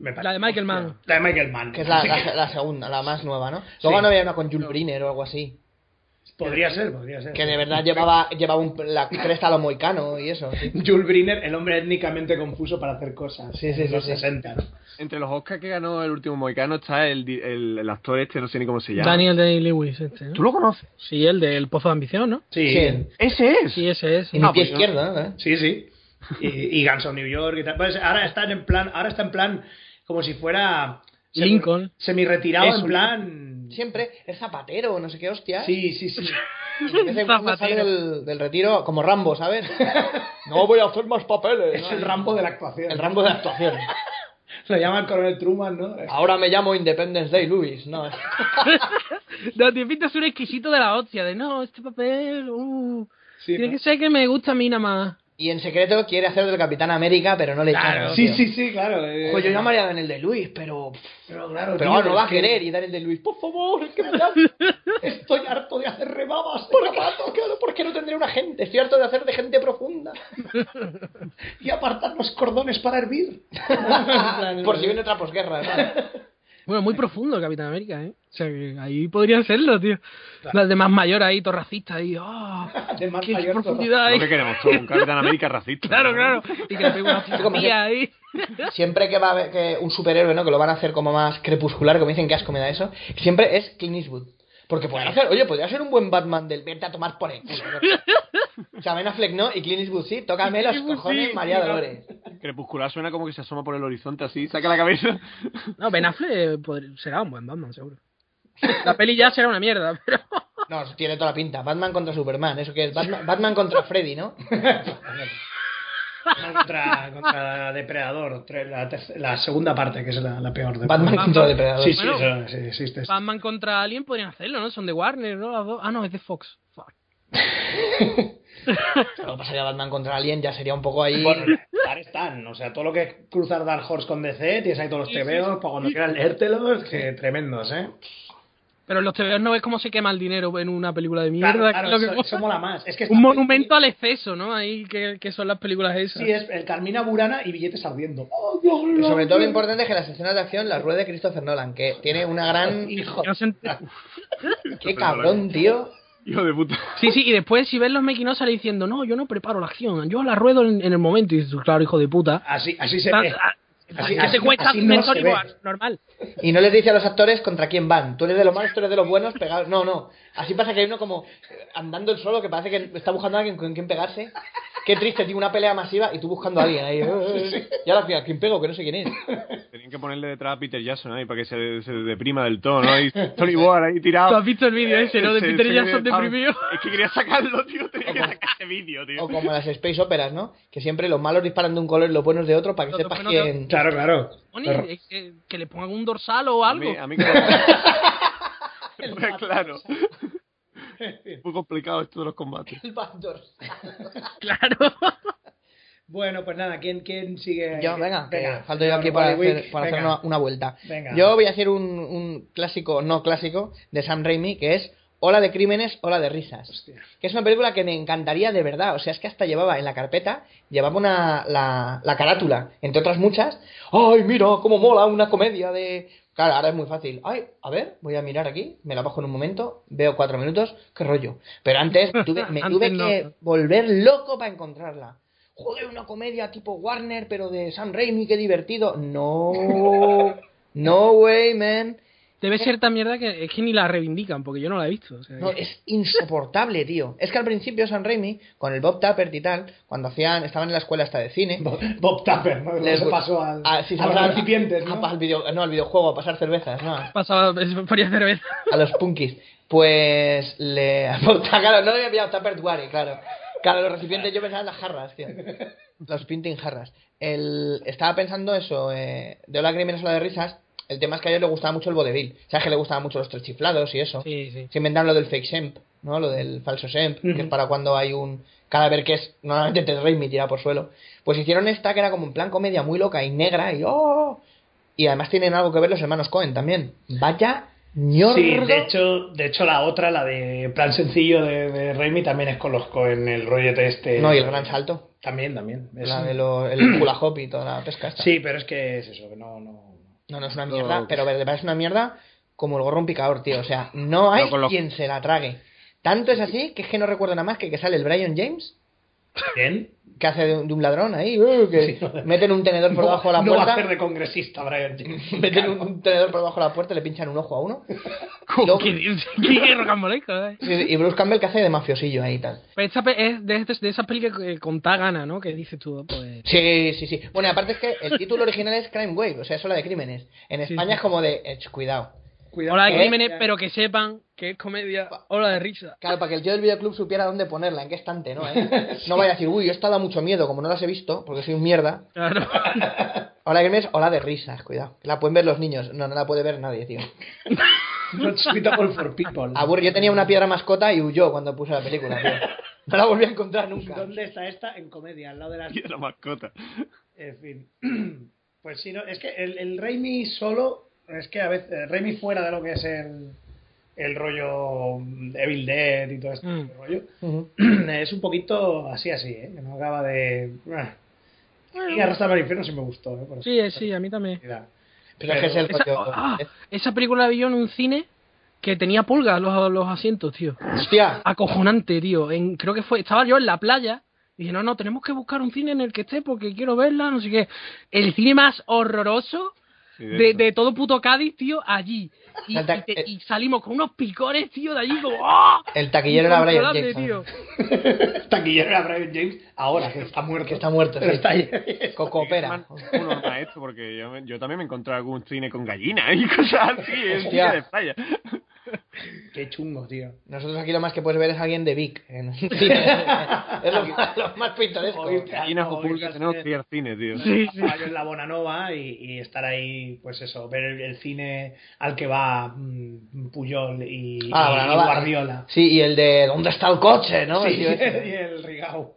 Speaker 3: me parece-
Speaker 5: La de Michael Mann.
Speaker 3: La de Michael Mann.
Speaker 6: Que es la,
Speaker 3: Sí,
Speaker 6: la- la segunda, la más nueva, ¿no? Luego
Speaker 3: Sí.
Speaker 6: no había una con Jules Briner o algo así,
Speaker 3: Podría ser, podría ser.
Speaker 6: que de verdad llevaba, llevaba un- la cresta a lo moicano y eso. sí.
Speaker 3: Jules Briner, el hombre étnicamente confuso para hacer cosas.
Speaker 6: Sí, sí,
Speaker 3: en
Speaker 6: sí,
Speaker 3: Los
Speaker 6: sí.
Speaker 3: 60. ¿no?
Speaker 4: Entre los Oscars que ganó el último Moicano está el, di- el, el actor este, no sé ni cómo se llama.
Speaker 5: Daniel Day-Lewis, este.
Speaker 4: ¿Tú
Speaker 5: ¿no?
Speaker 4: lo conoces?
Speaker 5: Sí, el del Pozo de Ambición, ¿no?
Speaker 3: Sí,
Speaker 6: Sí.
Speaker 4: Ese es.
Speaker 5: Sí, ese es.
Speaker 6: Y mi
Speaker 4: Ah,
Speaker 6: pie
Speaker 4: pues no.
Speaker 6: izquierdo, ¿eh? ¿no?
Speaker 3: sí, sí. Y, y Guns of New York y tal. Pues ahora están en plan, ahora está en plan como si fuera semi-
Speaker 5: Lincoln.
Speaker 3: Semi-retirado
Speaker 4: Eso.
Speaker 3: en plan.
Speaker 6: Siempre ¿eh? es zapatero, o no sé qué hostia.
Speaker 3: Sí, sí, sí.
Speaker 6: De vez en cuando sale
Speaker 5: Zapatero.
Speaker 6: del, del retiro como Rambo, ¿sabes? no voy a hacer más papeles.
Speaker 3: Es el Rambo de la actuación.
Speaker 6: El Rambo de actuación.
Speaker 3: Lo llaman Coronel Truman, ¿no?
Speaker 6: Ahora me llamo Independence Day Luis, ¿no? es-
Speaker 5: No, te pintas un exquisito de la hostia, de no, este papel, uh,
Speaker 3: Sí,
Speaker 5: tiene
Speaker 3: ¿no?
Speaker 5: que ser que me gusta a mí nada más.
Speaker 6: Y en secreto quiere hacer del Capitán América, pero no le
Speaker 5: Claro.
Speaker 6: echaron.
Speaker 3: Sí,
Speaker 6: tío.
Speaker 3: sí, sí, claro. eh.
Speaker 6: Ojo, yo llamaría en el de Luis, pero.
Speaker 3: Pero claro,
Speaker 6: Pero
Speaker 3: tío,
Speaker 6: ahora no va
Speaker 3: es
Speaker 6: a
Speaker 3: que
Speaker 6: querer y dar el de Luis. Por favor, es que me da- Estoy harto de hacer rebabas. ¿Por zapatos, claro, ¿por qué no tendré un agente? Estoy harto de hacer de gente profunda.
Speaker 3: Y apartar los cordones para hervir.
Speaker 6: Por si
Speaker 5: eh,
Speaker 6: viene otra posguerra, ¿no?
Speaker 5: Bueno, muy profundo Capitán América, ¿eh? O sea, que ahí podría serlo, tío. Las demás mayores ahí, torracistas ahí, ¡oh!
Speaker 3: De más
Speaker 5: ¡Qué
Speaker 3: mayor
Speaker 5: profundidad
Speaker 4: Lo
Speaker 5: hay!
Speaker 4: que queremos, todo, un Capitán América racista.
Speaker 5: Claro,
Speaker 4: ¿no?
Speaker 5: claro. Y que le pegue una cirugía ahí.
Speaker 6: Siempre que va a haber que un superhéroe, ¿no? Que lo van a hacer como más crepuscular, como dicen que asco me da eso. Siempre es Clint Eastwood. Porque podría hacer, oye, podría ser un buen Batman del vete a tomar por el culo. ¿no? O sea, Ben Affleck no y Clint Eastwood sí, tócame los
Speaker 5: Eastwood sí,
Speaker 6: cojones,
Speaker 5: sí,
Speaker 6: María
Speaker 5: no.
Speaker 6: Dolores.
Speaker 4: Crepuscular suena como que se asoma por el horizonte así, saca la cabeza.
Speaker 5: No, Ben Affleck eh, podr- será un buen Batman, seguro. La peli ya será una mierda, pero...
Speaker 6: No, tiene toda la pinta. Batman contra Superman, eso que es Batman, Batman contra Freddy, ¿no?
Speaker 3: contra, contra Depredador, tre- la, terc- la segunda parte, que es la, la peor de
Speaker 6: Batman contra Depredador.
Speaker 3: Sí, sí,
Speaker 5: Bueno.
Speaker 3: eso, sí, existe.
Speaker 5: Batman contra Alien podrían hacerlo, ¿no? Son de Warner, ¿no? Las dos. Ah, no, es de Fox. Fuck.
Speaker 6: Lo que pasaría Batman contra Alien ya sería un poco ahí.
Speaker 3: Bueno, Dark están, o sea, todo lo que cruzar Dark Horse con DC, tienes ahí todos los TVOs, para cuando quieras leértelos, que tremendos, ¿eh?
Speaker 5: Pero en los TVOs no ves cómo se quema el dinero en una película de mierda.
Speaker 3: Claro,
Speaker 5: que
Speaker 3: claro,
Speaker 5: es lo que
Speaker 3: eso,
Speaker 5: mola.
Speaker 3: eso mola más. Es que
Speaker 5: un
Speaker 3: esta-
Speaker 5: monumento al exceso, ¿no? Ahí que, que son las películas esas.
Speaker 3: Sí, es el Carmina Burana y billetes ardiendo. ¡Oh,
Speaker 6: Y sobre todo lo importante es que las escenas de acción las ruede Christopher Nolan, que tiene una gran.
Speaker 3: hijo!
Speaker 5: Que no se ent-
Speaker 6: ¡Qué cabrón, tío!
Speaker 4: Hijo de puta.
Speaker 5: Sí, sí, y después si ves los making of sale diciendo, no, yo no preparo la acción, yo la ruedo en, en el momento. Y dices, "Tú, claro, hijo de puta.
Speaker 3: Así, así se
Speaker 5: Tan-
Speaker 3: ve.
Speaker 5: ah,
Speaker 3: Así-
Speaker 5: que
Speaker 3: así-
Speaker 5: te cuesta
Speaker 3: así no
Speaker 5: mentor
Speaker 3: se
Speaker 5: y
Speaker 3: ve.
Speaker 5: boar, normal.
Speaker 6: Y no les dice a los actores contra quién van. Tú eres de los malos, tú eres de los buenos, pegados. No, no. Así pasa que hay uno como eh, andando el solo que parece que está buscando a alguien con quien pegarse. Qué triste, tío, una pelea masiva y tú buscando a alguien ahí. Y ahora, tío, ¿a quién pego? Que no sé quién es.
Speaker 4: Tenían que ponerle detrás a Peter Jackson ahí para que se, se deprima del todo, ¿no? Y Tony Boyd ahí tirado.
Speaker 5: Tú has visto el
Speaker 3: Eh,
Speaker 5: vídeo ese, ¿no? De
Speaker 4: Se-
Speaker 5: Peter
Speaker 4: se-
Speaker 5: Jackson
Speaker 4: ah,
Speaker 5: deprimido.
Speaker 4: Es que quería sacarlo, tío. Tenía que sacar ese vídeo, tío.
Speaker 6: O como las space operas, ¿no? Que siempre los malos disparan de un color y los buenos de otro para que
Speaker 5: Los
Speaker 6: sepas
Speaker 5: buenos de
Speaker 6: quién.
Speaker 3: Claro, claro.
Speaker 5: Oni, eh, que, que le pongan un dorsal o
Speaker 4: A
Speaker 5: algo.
Speaker 4: mí, a mí como- claro. Muy complicado esto de los combates.
Speaker 6: El Bandor.
Speaker 5: Claro.
Speaker 3: Bueno, pues nada, ¿quién, quién sigue?
Speaker 6: Yo, venga, que
Speaker 3: Venga,
Speaker 6: falto yo aquí
Speaker 3: señor
Speaker 6: para
Speaker 3: Wally
Speaker 6: hacer,
Speaker 3: Wick,
Speaker 6: para hacer
Speaker 3: venga.
Speaker 6: una, una vuelta.
Speaker 3: Venga.
Speaker 6: Yo voy a hacer un, un clásico, no clásico, de Sam Raimi, que es Ola de crímenes, ola de risas.
Speaker 3: Hostia.
Speaker 6: Que es una película que me encantaría de verdad. O sea, es que hasta llevaba en la carpeta, llevaba una, la, la carátula, entre otras muchas. ¡Ay, mira, cómo mola una comedia de... Claro, ahora es muy fácil. Ay, a ver, voy a mirar aquí, me la bajo en un momento, veo cuatro minutos, qué rollo. Pero antes tuve- me
Speaker 5: Antes
Speaker 6: tuve
Speaker 5: no.
Speaker 6: que volver loco para encontrarla. Joder, una comedia tipo Warner, pero de Sam Raimi, qué divertido. No, no way, man.
Speaker 5: Debe ser tan mierda que es que ni la reivindican, porque yo no la he visto. o sea,
Speaker 6: No,
Speaker 3: eh.
Speaker 5: que-
Speaker 6: es insoportable, tío. Es que al principio San Raimi, con el Bob Tappert y tal, cuando hacían, estaban en la escuela hasta de cine,
Speaker 3: Bob, Bob Tapper, ¿no?
Speaker 6: Les
Speaker 3: Les
Speaker 6: gu-
Speaker 3: pasó al,
Speaker 6: Ah, sí,
Speaker 3: a los
Speaker 6: a-
Speaker 3: incipientes,
Speaker 6: a-
Speaker 3: ¿no?
Speaker 6: al video- no, al videojuego, a pasar cervezas, ¿no?
Speaker 5: Pasaba es- faría cerveza.
Speaker 6: A los punkis. Pues le claro, no le había pillado Tupperware, claro. Claro, los recipientes yo pensaba en las jarras, tío. Los pinting jarras. El, estaba pensando eso, eh, de Ola Grimm en la de risas. El tema es que a ellos le gustaba mucho el vodevil. Sabes que le gustaban mucho los tres chiflados y eso.
Speaker 5: Sí, sí.
Speaker 6: Se inventaron lo del fake semp, ¿no? Lo del falso semp, que es
Speaker 3: Ujú.
Speaker 6: para cuando hay un cadáver que es normalmente Ted Raimi tirado por suelo. Pues hicieron esta que era como en plan comedia muy loca y negra y ¡oh! Y además tienen algo que ver los hermanos Cohen también. Vaya ñordo.
Speaker 3: Sí, de hecho, de hecho la otra, la de plan sencillo de, de Raimi, también es con los en el rollete este.
Speaker 6: No, y el gran salto.
Speaker 3: También, también. Es-
Speaker 6: La de lo- el hula hop y toda la pesca esta.
Speaker 3: Sí, pero es que es eso, que no, no.
Speaker 6: No, no es una
Speaker 4: No,
Speaker 6: mierda,
Speaker 4: no.
Speaker 6: pero de verdad es una mierda como el gorro un picador, tío. O sea, no hay
Speaker 4: Pero con los-
Speaker 6: quien se la trague. Tanto es así que es que no recuerdo nada más que que sale el Brian James
Speaker 3: Bien.
Speaker 6: que hace de un, de un ladrón ahí, eh, que
Speaker 3: Sí, no.
Speaker 6: meten un tenedor por
Speaker 3: No-
Speaker 6: debajo de la
Speaker 3: no va a
Speaker 6: puerta,
Speaker 3: ser de congresista, Brian. James.
Speaker 6: meten un, un tenedor por debajo de la puerta, le pinchan un ojo a uno.
Speaker 5: ¿Qué,
Speaker 6: Luego-
Speaker 5: qué- qué rocambolesco, eh.
Speaker 6: Sí, y Bruce Campbell que hace de mafiosillo ahí y tal.
Speaker 5: Pero Pues esta pe- es de, este, de- de esas películas que contá gana, ¿no? Que dices tú, pues.
Speaker 6: Sí, sí, sí. Bueno, aparte es que el título original es Crime Wave, o sea, es ola de crímenes. En
Speaker 5: Sí,
Speaker 6: España
Speaker 5: sí.
Speaker 6: es como de, "Ech, cuidado.
Speaker 3: Cuidado.
Speaker 5: Hola de
Speaker 6: ¿Eh?
Speaker 5: crímenes, pero que sepan que es comedia. Hola de risa.
Speaker 6: Claro, para que el tío del videoclub supiera dónde ponerla, en qué estante, ¿no? eh? No vaya a decir, uy, esta da mucho miedo, como no las he visto, porque soy un mierda.
Speaker 5: Claro.
Speaker 6: Ola de crímenes, ola de risas, cuidado. Que La pueden ver los niños, no, no la puede ver nadie, tío.
Speaker 3: Not suitable for people.
Speaker 6: Abur, Ah, yo tenía una piedra mascota y huyó cuando puse la película, tío. No la volví a encontrar nunca.
Speaker 3: ¿Dónde está esta? En comedia, al lado de las
Speaker 4: Y de la mascota.
Speaker 3: En fin. Pues sí, no, es que el, el Raimi solo, es que a veces, eh, Raimi fuera de lo que es el, el rollo mm, Evil Dead y todo este
Speaker 5: Mm.
Speaker 3: rollo,
Speaker 6: Ujú.
Speaker 3: es un poquito así, así, ¿eh? Que no acaba de. Ah. Y Arrastrar al infierno sí me gustó, ¿eh? Por
Speaker 5: Sí, eh, sí, a mí también.
Speaker 3: esa
Speaker 6: Pero es que es el
Speaker 5: Esa,
Speaker 6: rollo.
Speaker 5: ah, esa película la vi yo en un cine que tenía pulgas los, los asientos, tío.
Speaker 6: Hostia,
Speaker 5: Acojonante, tío. En, creo que fue. Estaba yo en la playa. Y dije, no, no, tenemos que buscar un cine en el que esté porque quiero verla, no sé qué. El cine más horroroso
Speaker 4: Sí,
Speaker 5: de,
Speaker 4: hecho.
Speaker 5: de todo puto Cádiz, tío, allí. Y, y
Speaker 6: Salta-
Speaker 5: te- y salimos con unos picores, tío, de allí como... ¡ah!
Speaker 6: el taquillero era Brian
Speaker 5: Incontrolable,
Speaker 6: James.
Speaker 5: tío.
Speaker 3: Taquillero era Brian James ahora, que está muerto.
Speaker 6: Que está muerto,
Speaker 3: Pero
Speaker 6: sí.
Speaker 3: está ahí.
Speaker 6: Co- Coopera.
Speaker 4: Un norma esto, porque yo, me- yo también me encontré algún cine con gallinas y cosas así, en
Speaker 6: Hostia.
Speaker 4: día de playa.
Speaker 3: Qué chungo, tío.
Speaker 6: Nosotros aquí lo más que puedes ver es alguien de Vic. en- sí, es lo más, lo más pintoresco.
Speaker 3: Oírte a-
Speaker 4: Gallinas o
Speaker 3: oírte
Speaker 4: pulgas,
Speaker 3: a-
Speaker 4: tenemos que ir al cine, tío.
Speaker 3: Sí, en la Bonanova y, y estar ahí, pues eso, ver el, el cine al que va mm, Puyol y, y-
Speaker 6: Ah, bueno,
Speaker 3: y
Speaker 6: va.
Speaker 3: Guardiola.
Speaker 6: Sí, y el de ¿dónde está el coche? ¿no? El
Speaker 3: Sí,
Speaker 6: tío este.
Speaker 3: y
Speaker 6: ese.
Speaker 3: el Rigau.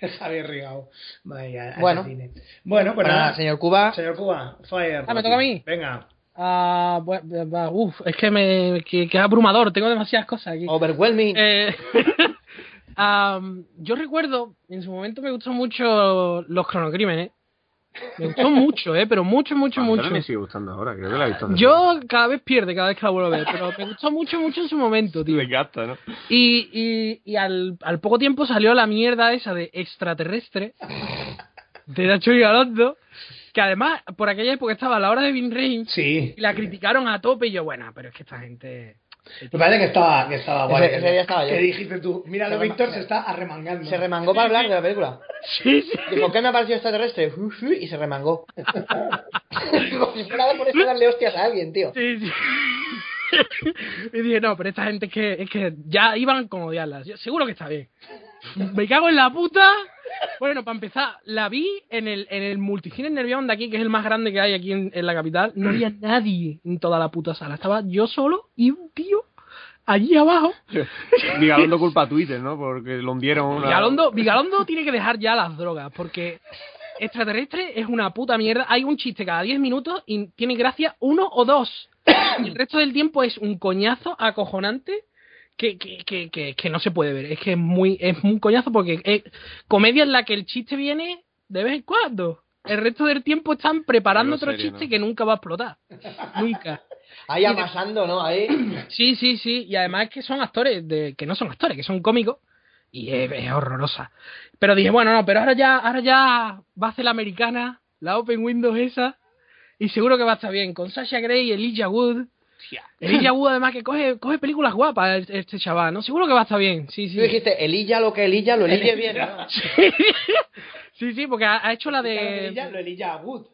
Speaker 3: El Javier Rigau. Vaya,
Speaker 6: Bueno.
Speaker 3: bueno. Cine. bueno, pues
Speaker 6: Bueno,
Speaker 3: nada,
Speaker 6: nada, señor Cuba.
Speaker 3: señor Cuba, fire.
Speaker 5: Ah, ¿me toca a mí?
Speaker 3: Venga.
Speaker 5: Ah, bu- bu- bu- uf, es que me que, que es abrumador, tengo demasiadas cosas aquí.
Speaker 6: Overwhelming.
Speaker 5: Eh, am, yo recuerdo, en su momento me gustó mucho los cronocrímenes. Me gustó mucho, eh, pero mucho, mucho, mucho.
Speaker 4: me sigue gustando ahora, creo que la he visto.
Speaker 5: Yo cada vez pierde, cada vez que la vuelvo a ver, pero me gustó mucho, mucho en su momento, tío.
Speaker 4: Le encanta, ¿no?
Speaker 5: Y, y, y al, al poco tiempo salió la mierda esa de extraterrestre de Nacho Vigalondo, que además por aquella época estaba a la hora de Vin Rames
Speaker 3: Sí.
Speaker 5: y la criticaron a tope y yo, bueno, pero es que esta gente...
Speaker 3: Me parece que estaba, que estaba guay.
Speaker 6: Ese- ese día estaba yo.
Speaker 3: Que dijiste tú, mira,
Speaker 6: Se
Speaker 3: Víctor
Speaker 6: rema-
Speaker 3: se está arremangando.
Speaker 6: Se remangó para hablar de la película.
Speaker 5: Sí, sí.
Speaker 6: Dijo, ¿qué me ha parecido extraterrestre? Uf, uf, Y se remangó. Como si fuera por eso darle hostias a alguien, tío.
Speaker 5: Sí, sí. y dije, no, pero esta gente es que, es que ya iban con odiarlas. Yo, seguro que está bien. Me cago en la puta. Bueno, para empezar, la vi en el, en el multicine Nervión de aquí, que es el más grande que hay aquí en, en la capital. No había nadie en toda la puta sala. Estaba yo solo y un tío allí abajo.
Speaker 4: Vigalondo culpa a Twitter, ¿no? Porque lo hundieron una...
Speaker 5: Vigalondo, Vigalondo tiene que dejar ya las drogas, porque extraterrestre es una puta mierda. Hay un chiste cada 10 minutos y tiene gracia uno o dos. el resto del tiempo es un coñazo acojonante que, que, que, que, que no se puede ver. Es que es muy, es un coñazo porque es comedia en la que el chiste viene de vez en cuando. El resto del tiempo están preparando
Speaker 4: Algo
Speaker 5: otro
Speaker 4: serio,
Speaker 5: chiste
Speaker 4: ¿no?
Speaker 5: que nunca va a explotar. Nunca.
Speaker 6: Ahí amasando, ¿no? Ahí.
Speaker 5: Sí, sí, sí. Y además que son actores, de, que no son actores, que son cómicos. Y es, es horrorosa. Pero dije, bueno, no, pero ahora ya, ahora ya va a hacer la americana, la Open Windows esa. Y seguro que va a estar bien. Con Sasha Gray y Elijah Wood.
Speaker 3: Hostia.
Speaker 5: Elijah Wood, además, que coge, coge películas guapas el- este chaval, ¿no? Seguro que va a estar bien. Sí, sí.
Speaker 6: Tú dijiste, elilla lo que elilla, lo elilla bien, ¿no?
Speaker 5: Sí, sí, porque ha, ha hecho la
Speaker 3: Claro que Elijah-
Speaker 5: de.
Speaker 3: Lo Elijah Wood.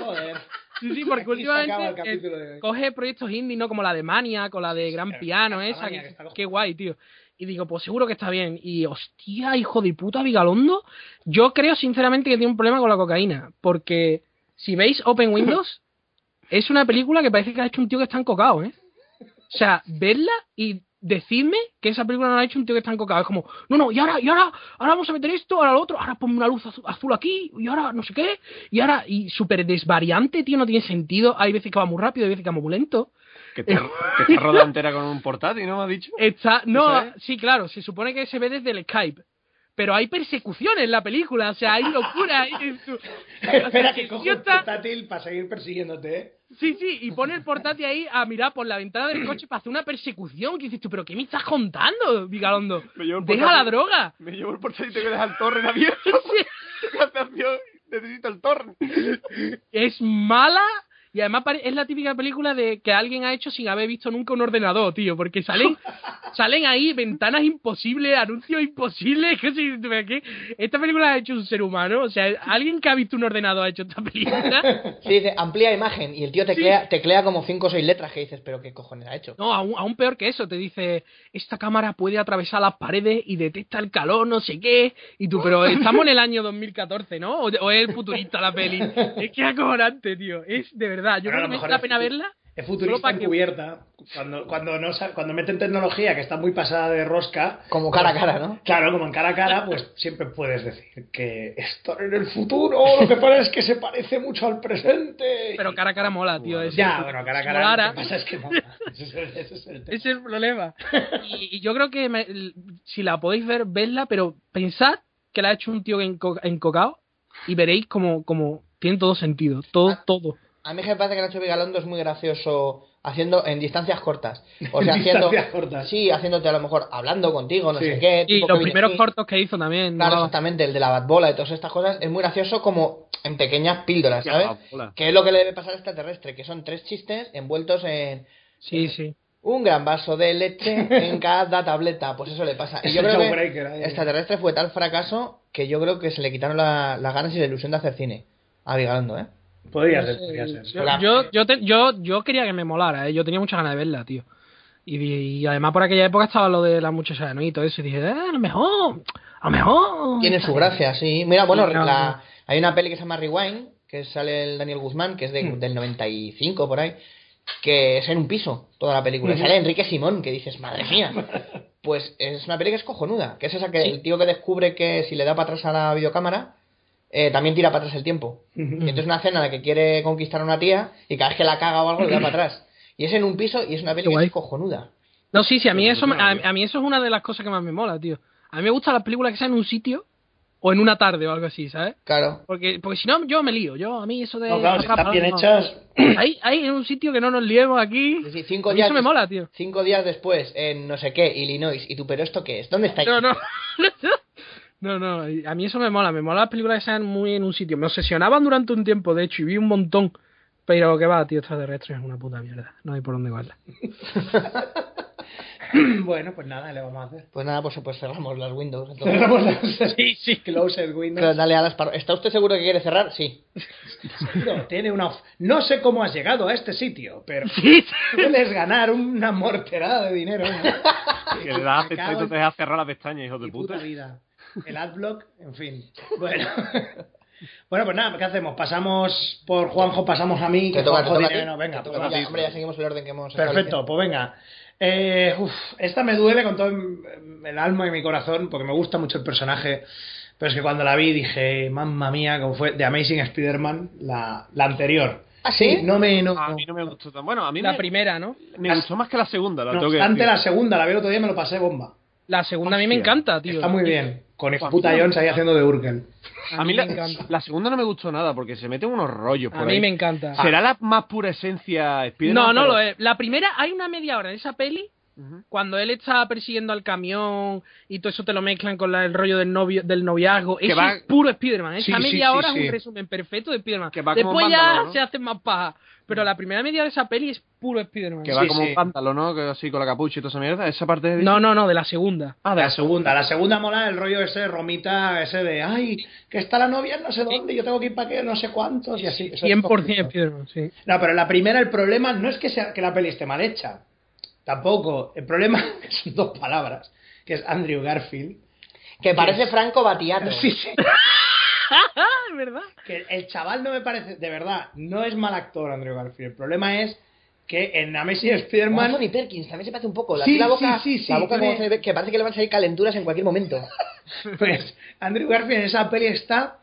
Speaker 3: Joder.
Speaker 5: Sí, sí, porque
Speaker 3: Aquí se acaba
Speaker 5: últimamente
Speaker 3: el
Speaker 5: eh,
Speaker 3: capítulo de hoy.
Speaker 5: coge proyectos indie, ¿no? Como la de Mania, con la de Gran
Speaker 3: claro,
Speaker 5: Piano,
Speaker 3: la
Speaker 5: esa.
Speaker 3: Maniac
Speaker 5: Que,
Speaker 3: está cojo.
Speaker 5: qué guay, tío. Y digo, pues seguro que está bien. Y hostia, hijo de puta, Vigalondo. Yo creo, sinceramente, que tiene un problema con la cocaína. Porque si veis Open Windows, es una película que parece que ha hecho un tío que está encocado, ¿eh? O sea, verla y decidme que esa película no la ha hecho un tío que está encocado. Es como, no, no, y ahora, y ahora, ahora vamos a meter esto, ahora lo otro, ahora ponme una luz azu- azul, aquí, y ahora no sé qué, y ahora, y súper desvariante, tío, no tiene sentido. Hay veces que va muy rápido, hay veces que va muy lento.
Speaker 4: Que te, que te roda entera con un portátil, ¿no me has dicho?
Speaker 5: Está, no,
Speaker 4: ¿Eso
Speaker 5: sí, claro, se supone que se ve desde el Skype. Pero hay persecuciones en la película, o sea, hay locura. hay- en su- o sea,
Speaker 3: Espera
Speaker 5: el
Speaker 3: que cojo
Speaker 5: tío
Speaker 3: el
Speaker 5: está-
Speaker 3: portátil para seguir persiguiéndote. ¿eh?
Speaker 5: Sí, sí, y pone el portátil ahí a mirar por la ventana del coche para hacer una persecución. Que dices tú, ¿pero qué me estás contando, Vigalondo?
Speaker 4: Me llevo el
Speaker 5: Deja
Speaker 4: portátil.
Speaker 5: la droga.
Speaker 4: Me llevo el portátil y te quedas al torre abierto. La estación, necesito el torre.
Speaker 5: Es mala y además pare- es la típica película de que alguien ha hecho sin haber visto nunca un ordenador, tío. Porque salen, salen ahí ventanas imposibles, anuncios imposibles. Que si- ¿pero qué? Esta película la ha hecho un ser humano. O sea, alguien que ha visto un ordenador ha hecho esta película.
Speaker 6: Sí, dice, amplía imagen. Y el tío teclea, teclea como cinco o seis letras que dices, pero ¿qué cojones ha hecho?
Speaker 5: No, aún, aún peor que eso. Te dice, esta cámara puede atravesar las paredes y detecta el calor, no sé qué. Y tú, pero estamos en el año 2014, ¿no? O, o es futurista la peli. Es que es acojonante, tío. Es de verdad. Yo
Speaker 3: Bueno, a
Speaker 5: creo
Speaker 3: lo
Speaker 5: que merece
Speaker 3: mejor
Speaker 5: la
Speaker 3: es
Speaker 5: pena
Speaker 3: futu-
Speaker 5: verla.
Speaker 3: Es
Speaker 5: Solo
Speaker 3: futurista
Speaker 5: para que-
Speaker 3: encubierta. Cuando, cuando, no, sa- cuando meten tecnología que está muy pasada de rosca, pues,
Speaker 6: Como cara a cara, ¿no?
Speaker 3: claro, como en cara a cara, pues siempre puedes decir que esto en el futuro, lo que pasa es que se parece mucho al presente.
Speaker 5: Pero cara a cara mola, tío. eso.
Speaker 3: ya, bueno, cara a
Speaker 5: Si
Speaker 3: cara,
Speaker 5: molara,
Speaker 3: lo que pasa es que mola. Ese es el- ese es el tema.
Speaker 5: Ese es el problema. Y, y yo creo que me- el- si la podéis ver, vedla, pero pensad que la ha hecho un tío que enco- encocado y veréis como, como tiene todo sentido.
Speaker 6: Ah.
Speaker 5: Todo, todo.
Speaker 6: A mí me parece que Nacho Vigalondo es muy gracioso haciendo en distancias cortas. O sea,
Speaker 3: En
Speaker 6: haciendo.
Speaker 3: distancias cortas.
Speaker 6: Sí, haciéndote a lo mejor hablando contigo, no
Speaker 3: Sí.
Speaker 6: sé qué.
Speaker 5: Y
Speaker 6: tipo
Speaker 5: los
Speaker 6: Kevin
Speaker 5: primeros
Speaker 6: Smith.
Speaker 5: cortos que hizo también.
Speaker 6: Claro,
Speaker 5: molaban.
Speaker 6: exactamente, el de la batbola y todas estas cosas. Es muy gracioso como en pequeñas píldoras,
Speaker 4: Ya,
Speaker 6: ¿sabes?
Speaker 4: batbola.
Speaker 6: Que es lo que le debe pasar al extraterrestre, que son tres chistes envueltos en
Speaker 5: Sí, sí.
Speaker 6: un gran vaso de leche en cada tableta. Pues eso le pasa. Y
Speaker 3: Es
Speaker 6: yo
Speaker 3: el eh.
Speaker 6: creo que
Speaker 3: showbreaker ahí.
Speaker 6: extraterrestre fue tal fracaso que yo creo que se le quitaron la- las ganas y la ilusión de hacer cine a Vigalondo, ¿eh?
Speaker 3: Podría
Speaker 5: No
Speaker 3: ser,
Speaker 5: sé,
Speaker 3: podría ser.
Speaker 5: yo-
Speaker 6: Hola.
Speaker 5: Yo, yo, te- yo, yo quería que me molara, ¿eh? yo tenía muchas ganas de verla, tío. Y, di- y además por aquella época estaba lo de la muchacha de Noí y todo eso. Y dije, eh, a lo mejor, a lo mejor.
Speaker 6: Tiene su gracia, sí. Mira, bueno,
Speaker 5: Sí, claro.
Speaker 6: la- hay una peli que se llama Rewind, que sale el Daniel Guzmán, que es de-
Speaker 5: Hmm.
Speaker 6: del 95 por ahí, que es en un piso toda la
Speaker 5: Hmm.
Speaker 6: película. Y Sale Enrique Simón, que dices, madre mía. Pues es una peli que es cojonuda, que es esa que el tío que descubre que si le da para atrás a la videocámara, eh, también tira para atrás el tiempo.
Speaker 5: Hmm.
Speaker 6: Y entonces es una escena en la que quiere conquistar a una tía y cada vez que la caga o algo le da para atrás. Y es en un piso y es una peli
Speaker 5: Qué
Speaker 6: que
Speaker 5: guay.
Speaker 6: es cojonuda.
Speaker 5: No, sí, sí, a mí,
Speaker 4: Pero
Speaker 5: eso, me- a,
Speaker 4: brutal, tío.
Speaker 5: a mí eso es una de las cosas que más me mola, tío. A mí me gustan las películas que sean en un sitio o en una tarde o algo así, ¿sabes?
Speaker 6: Claro.
Speaker 5: Porque, porque si no, yo me lío. Yo, a mí eso de...
Speaker 3: No, claro, si
Speaker 5: atrás,
Speaker 3: están bien
Speaker 5: no.
Speaker 3: hechas,
Speaker 5: Ahí, ahí, en un sitio que no nos liemos aquí.
Speaker 6: Sí, sí, cinco
Speaker 5: A mí eso
Speaker 6: días-
Speaker 5: me mola, tío.
Speaker 6: Cinco días después, en no sé qué, Illinois, y tú, pero ¿esto qué es? ¿Dónde estáis?
Speaker 5: No, no. No, no, a mí eso me mola, me mola las películas que sean muy en un sitio. Me obsesionaban durante un tiempo, de hecho, y vi un montón. Pero que va, tío, extraterrestre es una puta mierda. No hay por dónde guardarla.
Speaker 3: bueno, pues nada, le vamos a hacer.
Speaker 6: Pues nada, pues, pues cerramos las Windows. entonces.
Speaker 3: Cerramos las... Sí, sí. Closed Windows.
Speaker 6: Claro, dale a las par- ¿Está usted seguro que quiere cerrar? Sí.
Speaker 3: No, tiene una of- No sé cómo has llegado a este sitio, pero
Speaker 5: Sí,
Speaker 3: puedes ganar una morterada de dinero. ¿no?
Speaker 4: Que le das
Speaker 3: Me
Speaker 4: a
Speaker 3: cago
Speaker 4: y
Speaker 3: en
Speaker 4: te dejas cerrar la pestaña, hijo de
Speaker 3: mi puta
Speaker 4: puta.
Speaker 3: vida. El adblock, en fin. Bueno. Bueno, pues nada, ¿qué hacemos? Pasamos por Juanjo, pasamos a mí.
Speaker 6: Te
Speaker 3: que
Speaker 6: toca, te
Speaker 3: Juanjo
Speaker 6: toca a
Speaker 3: dice,
Speaker 6: ti.
Speaker 3: "No, venga,
Speaker 6: Te
Speaker 3: pues
Speaker 6: toca a
Speaker 3: va".
Speaker 6: ti. Ya, hombre, ya seguimos el orden que hemos
Speaker 3: Perfecto, pues venga. Eh, uf, esta me duele con todo mm, el alma y mi corazón porque me gusta mucho el personaje. Pero es que cuando la vi dije, mamma mía, como fue The Amazing Spider-Man, la, la anterior.
Speaker 6: ¿Ah, sí?
Speaker 3: No me. No,
Speaker 4: A
Speaker 3: no.
Speaker 4: mí no me gustó tan. Bueno, a mí
Speaker 5: La
Speaker 4: me,
Speaker 5: primera, ¿no?
Speaker 4: me gustó más que la segunda, la
Speaker 3: No
Speaker 4: tengo que
Speaker 3: obstante,
Speaker 4: decir.
Speaker 3: la segunda, la vi el otro día y me lo pasé bomba.
Speaker 5: La segunda a mí me
Speaker 4: Hostia,
Speaker 5: encanta, tío.
Speaker 3: Está muy bien. Con
Speaker 4: Juan,
Speaker 3: puta
Speaker 4: tío.
Speaker 3: Jones ahí haciendo de Urkel.
Speaker 5: A,
Speaker 4: A mí
Speaker 5: me encanta.
Speaker 4: la, la segunda no me gustó nada porque se meten unos rollos por
Speaker 5: A
Speaker 4: ahí.
Speaker 5: mí me encanta.
Speaker 4: ¿Será la más pura esencia Spider-Man?
Speaker 5: No, no
Speaker 4: Pero-
Speaker 5: lo es. La primera, hay una media hora en esa peli
Speaker 4: Ujú.
Speaker 5: cuando él está persiguiendo al camión y todo eso te lo mezclan con la- el rollo del novio del noviazgo.
Speaker 4: Que
Speaker 5: Eso
Speaker 4: va-
Speaker 5: es puro Spider-Man.
Speaker 3: Sí,
Speaker 5: Esa
Speaker 3: sí,
Speaker 5: media
Speaker 3: sí,
Speaker 5: hora
Speaker 3: sí.
Speaker 5: es un resumen perfecto de Spider-Man.
Speaker 4: Que va como
Speaker 5: Después ya
Speaker 4: vándalo, ¿no?
Speaker 5: se hacen más paja. Pero la primera media hora de esa peli es puro Spider-Man.
Speaker 4: Que va
Speaker 3: Sí,
Speaker 4: como
Speaker 3: sí.
Speaker 4: un pantalón, ¿no? Que así con la capucha y toda esa mierda. Esa parte de...
Speaker 5: No, no, no, de la segunda.
Speaker 4: Ah, de
Speaker 3: La segunda, la segunda mola el rollo ese romita, ese de, ay, que está la novia en no sé dónde, yo tengo que ir para que no sé cuántos y así. Eso es
Speaker 5: 100%
Speaker 3: cojonudo.
Speaker 5: Spider-Man, sí.
Speaker 3: No, pero la primera, el problema no es que, sea, que la peli esté mal hecha. Tampoco. El problema son dos palabras, que es Andrew Garfield.
Speaker 6: Que parece Franco Batiato.
Speaker 3: Sí, sí.
Speaker 5: Ah, es verdad.
Speaker 3: Que el chaval no me parece, de verdad, no es mal actor Andrew Garfield. El problema es que en Amazing
Speaker 6: Como
Speaker 3: Spider-Man
Speaker 6: Anthony Perkins también se parece un poco. La,
Speaker 3: Sí,
Speaker 6: la boca,
Speaker 3: sí, sí, sí,
Speaker 6: la boca como
Speaker 3: tiene-
Speaker 6: se ve, que parece que le van a salir calenturas en cualquier momento.
Speaker 3: Pues Andrew Garfield en esa peli está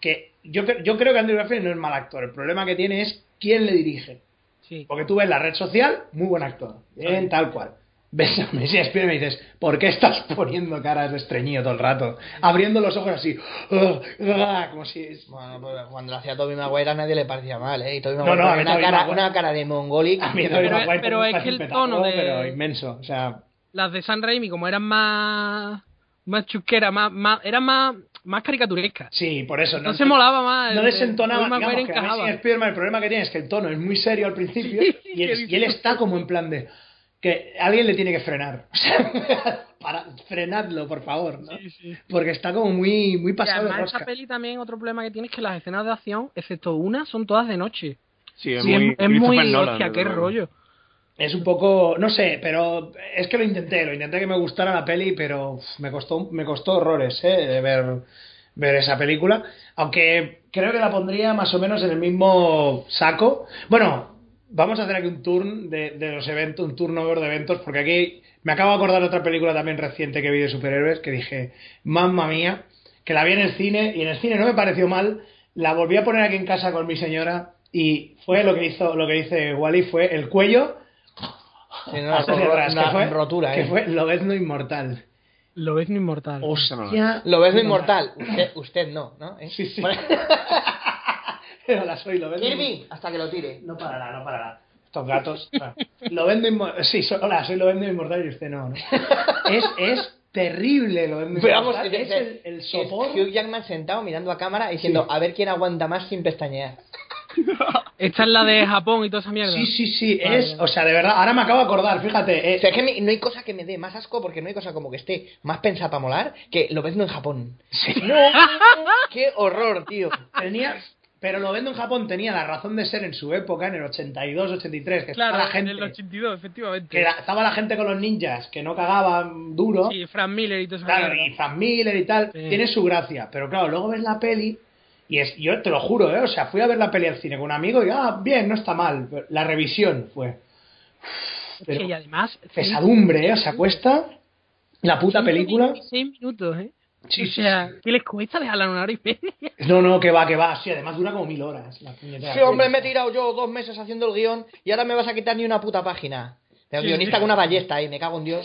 Speaker 3: que yo, cre- yo creo que Andrew Garfield no es mal actor. El problema que tiene es quién le dirige.
Speaker 5: Sí.
Speaker 3: Porque tú ves la red social, muy buen actor, bien, tal cual. Ves a Messi Spiderman y dices, ¿por qué estás poniendo caras de estreñido todo el rato? Abriendo los ojos así, ah, ah, como si... es-
Speaker 6: Bueno, pues cuando lo hacía Toby Maguire a nadie le parecía mal, ¿eh? Y Tobey
Speaker 3: No,
Speaker 6: Maguire
Speaker 3: no, a
Speaker 6: ponía
Speaker 3: mí
Speaker 6: una,
Speaker 3: Tobey
Speaker 6: cara,
Speaker 3: Maguire-
Speaker 6: una cara de mongólico.
Speaker 3: A mí me da
Speaker 5: Pero-
Speaker 3: igual,
Speaker 5: pero
Speaker 3: porque
Speaker 5: es
Speaker 3: parece
Speaker 5: que
Speaker 3: un
Speaker 5: el tono
Speaker 3: petaco,
Speaker 5: de-
Speaker 3: Pero inmenso, o sea...
Speaker 5: Las de San Raimi, como eran más. más chusqueras, más, más, eran más, más caricaturescas.
Speaker 3: Sí, por eso.
Speaker 5: No se molaba más.
Speaker 3: No
Speaker 5: el de-
Speaker 3: desentonaba.
Speaker 5: Tobey Maguire
Speaker 3: Digamos que a
Speaker 5: encajaba.
Speaker 3: Amazing Spider-Man el problema que tiene es que el tono es muy serio al principio
Speaker 5: Sí,
Speaker 3: y,
Speaker 5: que
Speaker 3: es-
Speaker 5: dices-
Speaker 3: y él está como en plan de que alguien le tiene que frenar. O sea, para, frenadlo, por favor. ¿no? Porque está como muy, muy
Speaker 5: Y
Speaker 3: pasado de
Speaker 5: además
Speaker 3: rosca.
Speaker 5: esa peli también otro problema que tiene es que las escenas de acción, excepto una, son todas de noche.
Speaker 4: Sí, es
Speaker 5: Sí,
Speaker 4: muy...
Speaker 5: es muy
Speaker 4: Christopher Nolan,
Speaker 5: hostia,
Speaker 4: desde
Speaker 5: qué
Speaker 4: luego.
Speaker 5: rollo.
Speaker 3: Es un poco, no sé, pero es que lo intenté, lo intenté que me gustara la peli, pero uf, me costó, me costó horrores eh, de ver, ver esa película. Aunque creo que la pondría más o menos en el mismo saco. Bueno, vamos a hacer aquí un turn de, de los eventos, un turno de eventos, porque aquí me acabo de acordar de otra película también reciente que vi de superhéroes que dije, mamma mía, que la vi en el cine y en el cine no me pareció mal, la volví a poner aquí en casa con mi señora y fue lo que hizo, lo que dice Wally fue el cuello
Speaker 6: Tiene una,
Speaker 3: hasta hacia
Speaker 6: ro-
Speaker 3: atrás,
Speaker 6: una
Speaker 3: que fue,
Speaker 6: pues rotura,
Speaker 3: que
Speaker 6: ¿eh?
Speaker 3: fue Lobezno Inmortal.
Speaker 5: Lo ves no inmortal.
Speaker 3: Hostia.
Speaker 6: Lo ves lo inmortal. Usted, usted no, ¿no? ¿Eh?
Speaker 3: Sí, sí.
Speaker 6: Bueno,
Speaker 3: Pero la soy, Lobezno.
Speaker 6: Kirby, hasta que lo tire.
Speaker 3: No parará, no parará. Estos gatos. ah. Lobezno Inmortal. Sí, so- hola, soy Lobezno Inmortal y usted no. ¿no? Es, es terrible Lobezno
Speaker 6: Pero vamos, eh,
Speaker 3: Inmortal. es el, el
Speaker 6: es
Speaker 3: sopor.
Speaker 6: Hugh Jackman sentado mirando a cámara diciendo
Speaker 3: Sí.
Speaker 6: a ver quién aguanta más sin pestañear.
Speaker 5: Esta es la de Japón y toda esa mierda.
Speaker 3: Sí, sí, sí.
Speaker 5: Vale,
Speaker 3: Es,
Speaker 5: vale.
Speaker 3: o sea, de verdad, ahora me acabo de acordar, fíjate. eh,
Speaker 6: O sea, es que me- no hay cosa que me dé más asco porque no hay cosa como que esté más pensada para molar que lo ves no en Japón. No, qué horror, tío.
Speaker 3: tenía. Pero lo vendo en Japón tenía la razón de ser en su época, en el 82, 83, que
Speaker 5: Claro,
Speaker 3: estaba la gente,
Speaker 5: en el 82, efectivamente.
Speaker 3: que la- estaba la gente con los ninjas, que no cagaban duro.
Speaker 5: Sí, Frank Miller y toda esa
Speaker 3: Claro,
Speaker 5: mierda.
Speaker 3: y Frank Miller y tal,
Speaker 5: Sí.
Speaker 3: tiene su gracia. Pero claro, luego ves la peli y es, yo te lo juro, ¿eh? O sea, fui a ver la peli al cine con un amigo y, ah, bien, no está mal. Pero La revisión fue.
Speaker 5: Es que,
Speaker 3: Pero
Speaker 5: y además...
Speaker 3: pesadumbre, ¿eh? O sea, cuesta la puta película.
Speaker 5: 6 minutos, ¿eh?
Speaker 3: Sí,
Speaker 5: o
Speaker 3: sí,
Speaker 5: sea, ¿qué les cuesta dejarla en una hora y media?
Speaker 3: No, no, que va, que va. Sí, además dura como mil horas. La puñetera
Speaker 6: Sí, hombre,
Speaker 3: peli.
Speaker 6: me he tirado yo dos meses haciendo el guión y ahora me vas a quitar ni una puta página. El
Speaker 5: Sí,
Speaker 6: guionista
Speaker 5: sí.
Speaker 6: con una ballesta ahí, me cago en Dios.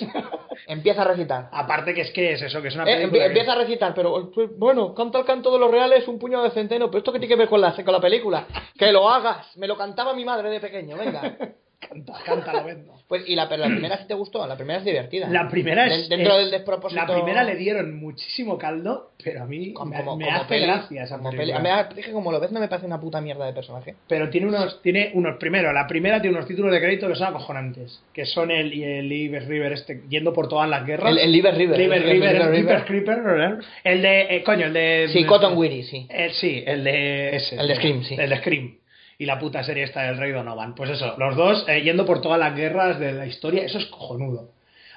Speaker 6: Empieza a recitar.
Speaker 3: Aparte que es que es eso, que es una
Speaker 6: Eh,
Speaker 3: película.
Speaker 6: empie-
Speaker 3: que-
Speaker 6: empieza a recitar, pero pues, bueno, canta el canto de los reales, un puñado de centeno, pero esto que tiene que ver con la, con la película. Que lo hagas, me lo cantaba mi madre de pequeño, venga.
Speaker 3: Canta, canta, lo vendo.
Speaker 6: Pues, y la, pero la primera sí te gustó, la primera es divertida.
Speaker 3: La primera es.
Speaker 6: Den- Dentro
Speaker 3: es-
Speaker 6: del despropósito.
Speaker 3: La primera le dieron muchísimo caldo, pero a mí me, me hace
Speaker 6: peli,
Speaker 3: gracia esa
Speaker 6: como
Speaker 3: película.
Speaker 6: peli. A mí, es que como lo ves, no me parece una puta mierda de personaje.
Speaker 3: Pero tiene unos, tiene unos primero, la primera tiene unos títulos de crédito que son acojonantes, que son el y el Ives River este yendo por todas las guerras.
Speaker 6: El, el Liber River.
Speaker 3: Ives River,
Speaker 6: Liber
Speaker 3: el Ives Creeper, ¿verdad? el de eh, coño, el de
Speaker 6: Sí, Cotton Weary, sí.
Speaker 3: El, Eh, sí, el de ese.
Speaker 6: El de Scream, sí.
Speaker 3: El de Scream. Y la puta serie esta del Rey Donovan. Pues eso, los dos eh, yendo por todas las guerras de la historia, eso es cojonudo.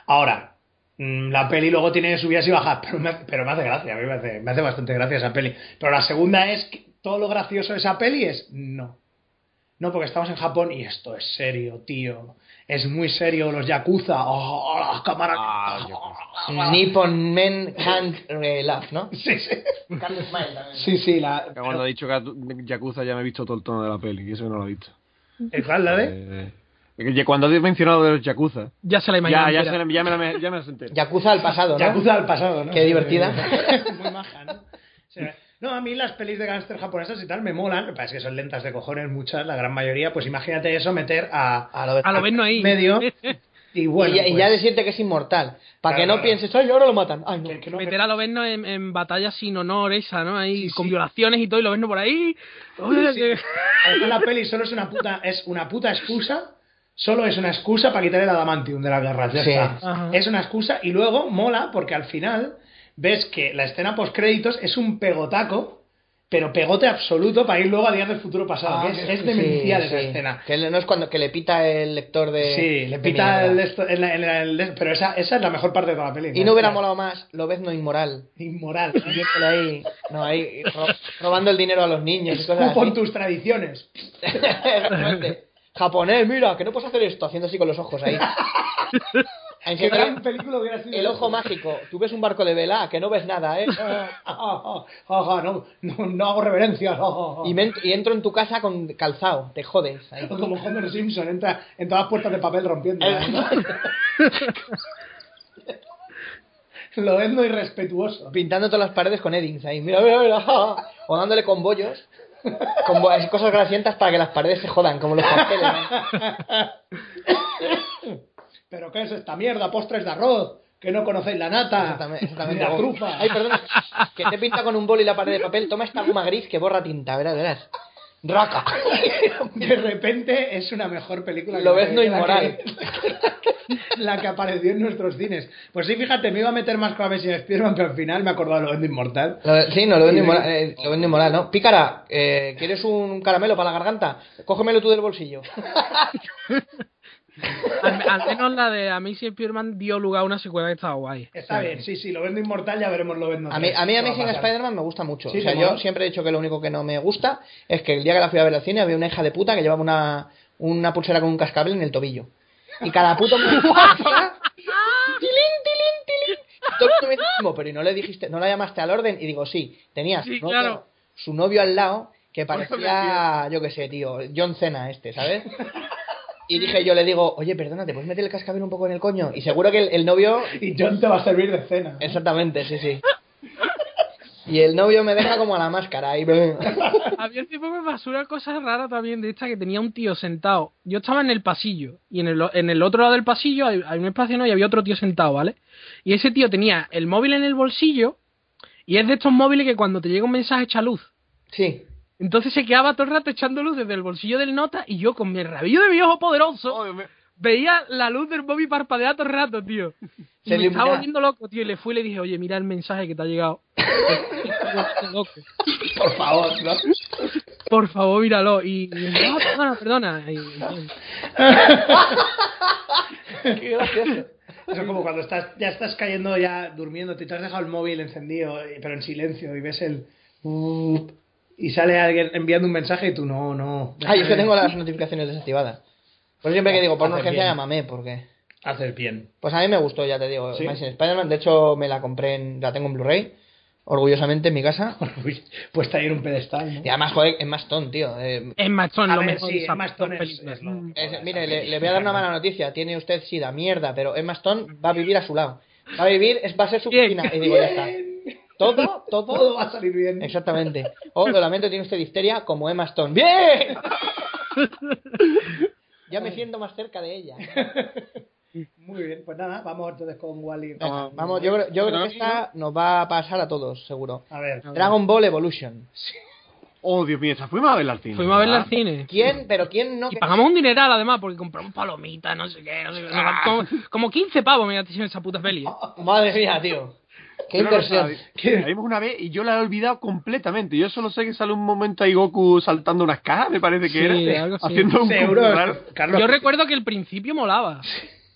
Speaker 3: Ahora, mm, la peli luego tiene subidas y bajas, pero me, pero me hace gracia, a mí me hace, me hace bastante gracia esa peli. Pero la segunda es, que todo lo gracioso de esa peli es no. No, porque estamos en Japón y esto es serio, tío. Es muy serio, los Yakuza. Oh, las cámaras.
Speaker 4: Ah, Yakuza.
Speaker 6: Nippon Men Can't eh, Laugh, ¿no?
Speaker 3: Sí, sí.
Speaker 6: Can't Smile también.
Speaker 3: Sí, sí, la.
Speaker 4: Que Cuando he dicho que Yakuza ya me he visto todo el tono de la peli, y eso no lo he visto.
Speaker 3: ¿El cual, la de?
Speaker 4: Eh, que cuando he mencionado de los Yakuza,
Speaker 5: Ya se la
Speaker 4: ya,
Speaker 5: imaginan.
Speaker 4: ya, se- ya me la ya me las entero.
Speaker 6: Yakuza al pasado, ¿no?
Speaker 3: Yakuza al pasado, ¿no?
Speaker 6: Qué divertida.
Speaker 3: Muy maja, ¿no? O sea, no, a mí las pelis de gángster japonesas y tal me molan. Me parece que son lentas de cojones, muchas, la gran mayoría. Pues imagínate eso, meter a,
Speaker 6: A lo de-
Speaker 5: A lo ven ahí.
Speaker 3: medio. Y bueno.
Speaker 6: y, ya, y ya
Speaker 3: pues,
Speaker 6: decirte que es inmortal.
Speaker 3: Claro,
Speaker 6: Para que no
Speaker 3: claro.
Speaker 6: pienses, ay, ahora lo matan. Ay, no.
Speaker 3: que- que no-
Speaker 5: Meter a Lobezno en, en batallas sin honor, esa, ¿no? Ahí,
Speaker 3: Sí,
Speaker 5: con
Speaker 3: sí.
Speaker 5: violaciones y todo, y Lobezno por ahí. Oye, que-
Speaker 3: Además, la peli solo es una puta, es una puta excusa. Solo es una excusa para quitar el adamantium de las garras. ya
Speaker 6: Sí.
Speaker 3: está.
Speaker 5: Ajá.
Speaker 3: Es una excusa y luego mola porque al final ves que la escena post créditos es un pegotaco, pero pegote absoluto para ir luego a días del futuro pasado. Ah,
Speaker 5: Ah,
Speaker 3: que es, es
Speaker 6: Ah, Sí,
Speaker 3: demencial esa
Speaker 6: sí.
Speaker 3: escena.
Speaker 6: Que le- no es cuando que le pita el lector de.
Speaker 3: Sí, le
Speaker 6: de
Speaker 3: pita el,
Speaker 6: mierda.
Speaker 3: esto- el- el- el- el- pero esa, esa es la mejor parte de toda la peli.
Speaker 6: Y no hubiera
Speaker 3: Esa-
Speaker 6: molado más, lo ves no inmoral.
Speaker 3: Inmoral.
Speaker 6: Viéndolo ahí, no, ahí ro- robando el dinero a los niños y cosas
Speaker 3: Escupo en
Speaker 6: así.
Speaker 3: tus tradiciones.
Speaker 6: Exactamente. Japonés, mira, que no puedes hacer esto haciendo así con los ojos ahí. En
Speaker 3: Qué
Speaker 6: que
Speaker 3: gran película hubiera sido.
Speaker 6: el ojo mágico, tú ves un barco de vela que no ves nada, ¿eh?
Speaker 3: Ah, ah, ah, ah, no, no, no hago reverencias. ah, ah, ah.
Speaker 6: Y, me ent- y entro en tu casa con calzado, te jodes. ahí.
Speaker 3: Como Homer Simpson entra en todas las puertas de papel rompiendo. ¿eh? Lo es no irrespetuoso.
Speaker 6: Pintando todas las paredes con Eddings ahí, mira, mira, mira. O dándole con bollos, con bo- así cosas grasientas para que las paredes se jodan, como los papeles.
Speaker 3: ¿Pero qué es esta mierda? Postres de arroz, que no conocéis la nata,
Speaker 6: Exactamente, exactamente.
Speaker 3: ni la
Speaker 6: O-
Speaker 3: trufa.
Speaker 6: Ay, perdona. Que te pinta con un boli la pared de papel. Toma esta goma gris que borra tinta, verás, verás. Raca.
Speaker 3: De repente es una mejor película. que
Speaker 6: Lo
Speaker 3: la
Speaker 6: ves
Speaker 3: que-
Speaker 6: no
Speaker 3: la que-
Speaker 6: inmoral.
Speaker 3: La que apareció en nuestros cines. Pues sí, fíjate, me iba a meter más con Amazing Spiderman, pero al final me he acordado de Lo Vendo Inmortal.
Speaker 6: Lo- sí, no, lo vende inmoral, eh, lo vende inmoral, ¿no? Pícara, eh, ¿quieres un caramelo para la garganta? Cógemelo tú del bolsillo.
Speaker 5: al, al menos la de Amazing Spider-Man dio lugar a una secuela que estaba guay.
Speaker 3: Está bien, sí, sí, Lo Vendo Inmortal, ya veremos Lo Vendo
Speaker 6: A mí, a mí
Speaker 3: ¿Qué va
Speaker 6: Amazing
Speaker 3: pasar?
Speaker 6: Spider-Man me gusta mucho.
Speaker 3: Sí,
Speaker 6: o sea,
Speaker 3: te
Speaker 6: yo
Speaker 3: mola.
Speaker 6: siempre he dicho que lo único que no me gusta es que el día que la fui a ver al cine había una hija de puta que llevaba una, una pulsera con un cascabel en el tobillo. Y cada puto me ¡Ah! ¡Tilín, tilín, tilín! Y todo el mundo me dice, "Timo, pero ¿y no le dijiste, no la llamaste al orden? Y digo, sí, tenías
Speaker 5: Sí,
Speaker 6: novio-
Speaker 5: claro.
Speaker 6: su novio al lado que
Speaker 4: Por eso me
Speaker 6: parecía, yo qué sé, tío, John Cena este, ¿sabes? Y dije, yo le digo, oye, perdona, ¿te puedes meter el cascabel un poco en el coño? Y seguro que el- el novio
Speaker 3: Y John te va a servir de cena.
Speaker 6: Exactamente, sí, sí. Y el novio me deja como a la máscara ahí.
Speaker 5: Había tiempo me pasó una cosa rara también de esta que tenía un tío sentado. Yo estaba en el pasillo y en el, o- en el otro lado del pasillo hay, hay un espacio ¿no? y había otro tío sentado, ¿vale? Y ese tío tenía el móvil en el bolsillo y es de estos móviles que cuando te llega un mensaje echa luz.
Speaker 6: Sí.
Speaker 5: Entonces se quedaba todo el rato echando luz desde el bolsillo del nota y yo con mi rabillo de mi ojo poderoso
Speaker 4: Joder, me-
Speaker 5: veía la luz del móvil parpadear todo el rato, tío. Y
Speaker 6: Se
Speaker 5: me estaba
Speaker 6: ilumina.
Speaker 5: volviendo loco, tío, y le fui y le dije, oye, mira el mensaje que te ha llegado. Loco.
Speaker 3: Por favor, ¿no?
Speaker 5: Por favor, míralo. Y. y- "No, perdona, perdona. Y- y-
Speaker 6: Qué gracioso.
Speaker 3: Eso es como cuando estás, ya estás cayendo, ya durmiendo, te te has dejado el móvil encendido, eh, pero en silencio, y ves el... Y sale alguien enviando un mensaje y tú, no, no.
Speaker 6: Ay, es que tengo las notificaciones desactivadas. Por eso siempre que digo, por una
Speaker 3: Haces
Speaker 6: urgencia
Speaker 3: bien.
Speaker 6: llámame, porque...
Speaker 3: Haces bien.
Speaker 6: Pues a mí me gustó, ya te digo,
Speaker 3: ¿Sí?
Speaker 6: Amazing Spider-Man. De hecho, me la compré, en- la tengo en Blu-ray, orgullosamente en mi casa.
Speaker 3: Uy, Pues está ahí en un pedestal, ¿no?
Speaker 6: Y además, joder, es Maston, tío. Eh,
Speaker 5: Es Maston,
Speaker 3: A
Speaker 5: lo
Speaker 3: ver,
Speaker 5: mejor
Speaker 3: sí,
Speaker 5: de esas
Speaker 3: Emma Stone
Speaker 5: dos
Speaker 3: es-
Speaker 5: películas.
Speaker 3: es lo-
Speaker 5: Mm.
Speaker 6: Es- mire, le, le voy a dar una mala noticia. Tiene usted sida, mierda, pero Emma Stone va a vivir a su lado. Va a vivir, es, va a ser su
Speaker 5: Bien.
Speaker 6: vecina. Y digo, ya está. Todo, todo,
Speaker 3: Todo va a salir bien.
Speaker 6: Exactamente. O lo lamento, tiene usted histeria como Emma Stone. ¡Bien! Ya me siento más cerca de ella.
Speaker 3: Muy bien, pues nada, vamos entonces con Wally.
Speaker 6: Venga, Vamos, yo, creo- yo creo que esta nos va a pasar a todos, seguro.
Speaker 3: A ver.
Speaker 6: Dragon Ball Evolution.
Speaker 4: Oh, Dios mío, esa fuimos a verla al cine.
Speaker 5: Fuimos a verla al
Speaker 3: Ah.
Speaker 4: ¿verdad?
Speaker 5: cine.
Speaker 6: ¿Quién? ¿Pero quién no?
Speaker 5: Y pagamos un dineral, además, porque compramos palomitas, no sé qué. no sé qué.
Speaker 3: Ah.
Speaker 5: como, como 15 pavos me gasté en esa puta peli. eh.
Speaker 6: Madre mía, tío. Qué
Speaker 4: Yo no lo
Speaker 6: inversión.
Speaker 4: sabía. La vimos una vez y yo la he olvidado completamente. Yo solo sé que sale un momento ahí Goku saltando unas cajas, me parece que
Speaker 5: Sí,
Speaker 4: era.
Speaker 5: algo así.
Speaker 4: Haciendo un
Speaker 3: Seguro,
Speaker 4: Kung Fu raro.
Speaker 3: Carlos.
Speaker 5: Yo recuerdo que el principio molaba.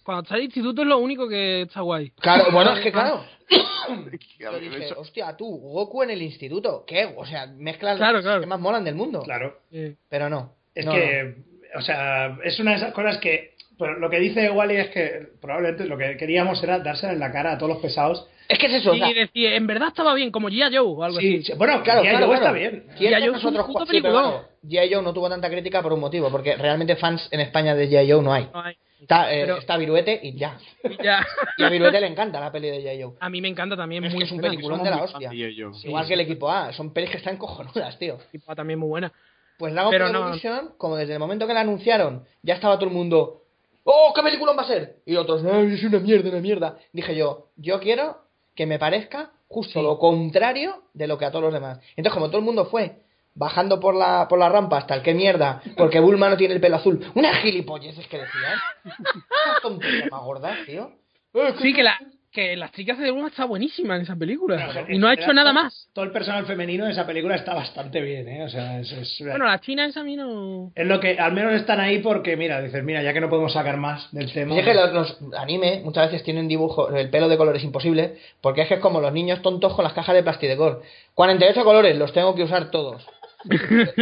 Speaker 5: Cuando está en el instituto es lo único que está guay.
Speaker 6: Claro, bueno, es que claro. Yo
Speaker 4: Yo dije,
Speaker 6: dije, hostia, tú, Goku en el instituto. ¿Qué? O sea, mezclas
Speaker 5: Claro,
Speaker 6: las
Speaker 5: claro.
Speaker 6: que más molan del mundo.
Speaker 3: Claro.
Speaker 5: Eh,
Speaker 6: Pero no.
Speaker 3: Es
Speaker 6: No,
Speaker 3: que, o sea, es una de esas cosas que. pero lo que dice Wally es que probablemente lo que queríamos era dársela en la cara a todos los pesados.
Speaker 6: Es que es eso, o sea,
Speaker 5: Y decir, en verdad estaba bien, como G.I. Joe o algo
Speaker 3: Sí,
Speaker 5: así.
Speaker 3: sí, bueno, claro, G.I. Joe está bien.
Speaker 6: ¿Quién
Speaker 5: G.I.
Speaker 6: de
Speaker 5: Joe es un
Speaker 6: nosotros
Speaker 5: puto
Speaker 6: ju- sí, pero
Speaker 5: peliculón.
Speaker 6: claro, G.I. Joe no tuvo tanta crítica por un motivo, porque realmente fans en España de G.I. Joe no hay.
Speaker 5: No hay.
Speaker 6: Está, eh,
Speaker 5: Pero-
Speaker 6: está Viruete y ya.
Speaker 5: Ya.
Speaker 6: Y a Viruete le encanta la peli de G.I. Joe.
Speaker 5: A mí me encanta también.
Speaker 6: Es
Speaker 5: muy
Speaker 6: que es un
Speaker 5: buena.
Speaker 6: peliculón
Speaker 4: Somos
Speaker 6: de la
Speaker 4: muy
Speaker 6: hostia.
Speaker 4: fan de G.I. Joe.
Speaker 6: Igual que el equipo A, son pelis que están cojonudas, tío.
Speaker 5: Y pa- también muy buena.
Speaker 6: Pues Dragon
Speaker 5: Pero
Speaker 6: Ball
Speaker 5: no.
Speaker 6: Evolution, como desde el momento que la anunciaron, ya estaba todo el mundo, ¡oh, qué película va a ser! Y otros, ¡ay, es una mierda, una mierda! Dije yo, yo quiero que me parezca justo lo contrario de lo que a todos los demás. Entonces, como todo el mundo fue bajando por la, por la rampa hasta el qué mierda, porque Bulma no tiene el pelo azul, unas gilipolleces que decían. Unas tonterías más gordas, tío. Eh, que-
Speaker 5: Sí, que la, que la actriz que hace de Bulma está buenísima en esa película.
Speaker 3: Pero,
Speaker 5: Y no ha
Speaker 3: en
Speaker 5: hecho
Speaker 3: general,
Speaker 5: nada
Speaker 3: todo-
Speaker 5: más.
Speaker 3: Todo el personal femenino de esa película está bastante bien, ¿eh? O sea, es, es-
Speaker 5: Bueno, la china esa a mí no...
Speaker 3: es lo que al menos están ahí porque, mira, dices, mira, ya que no podemos sacar más del tema.
Speaker 6: Y es que los, los anime muchas veces tienen dibujos, el pelo de colores imposible, porque es que es como los niños tontos con las cajas de plastidecor. 48 colores, los tengo que usar todos.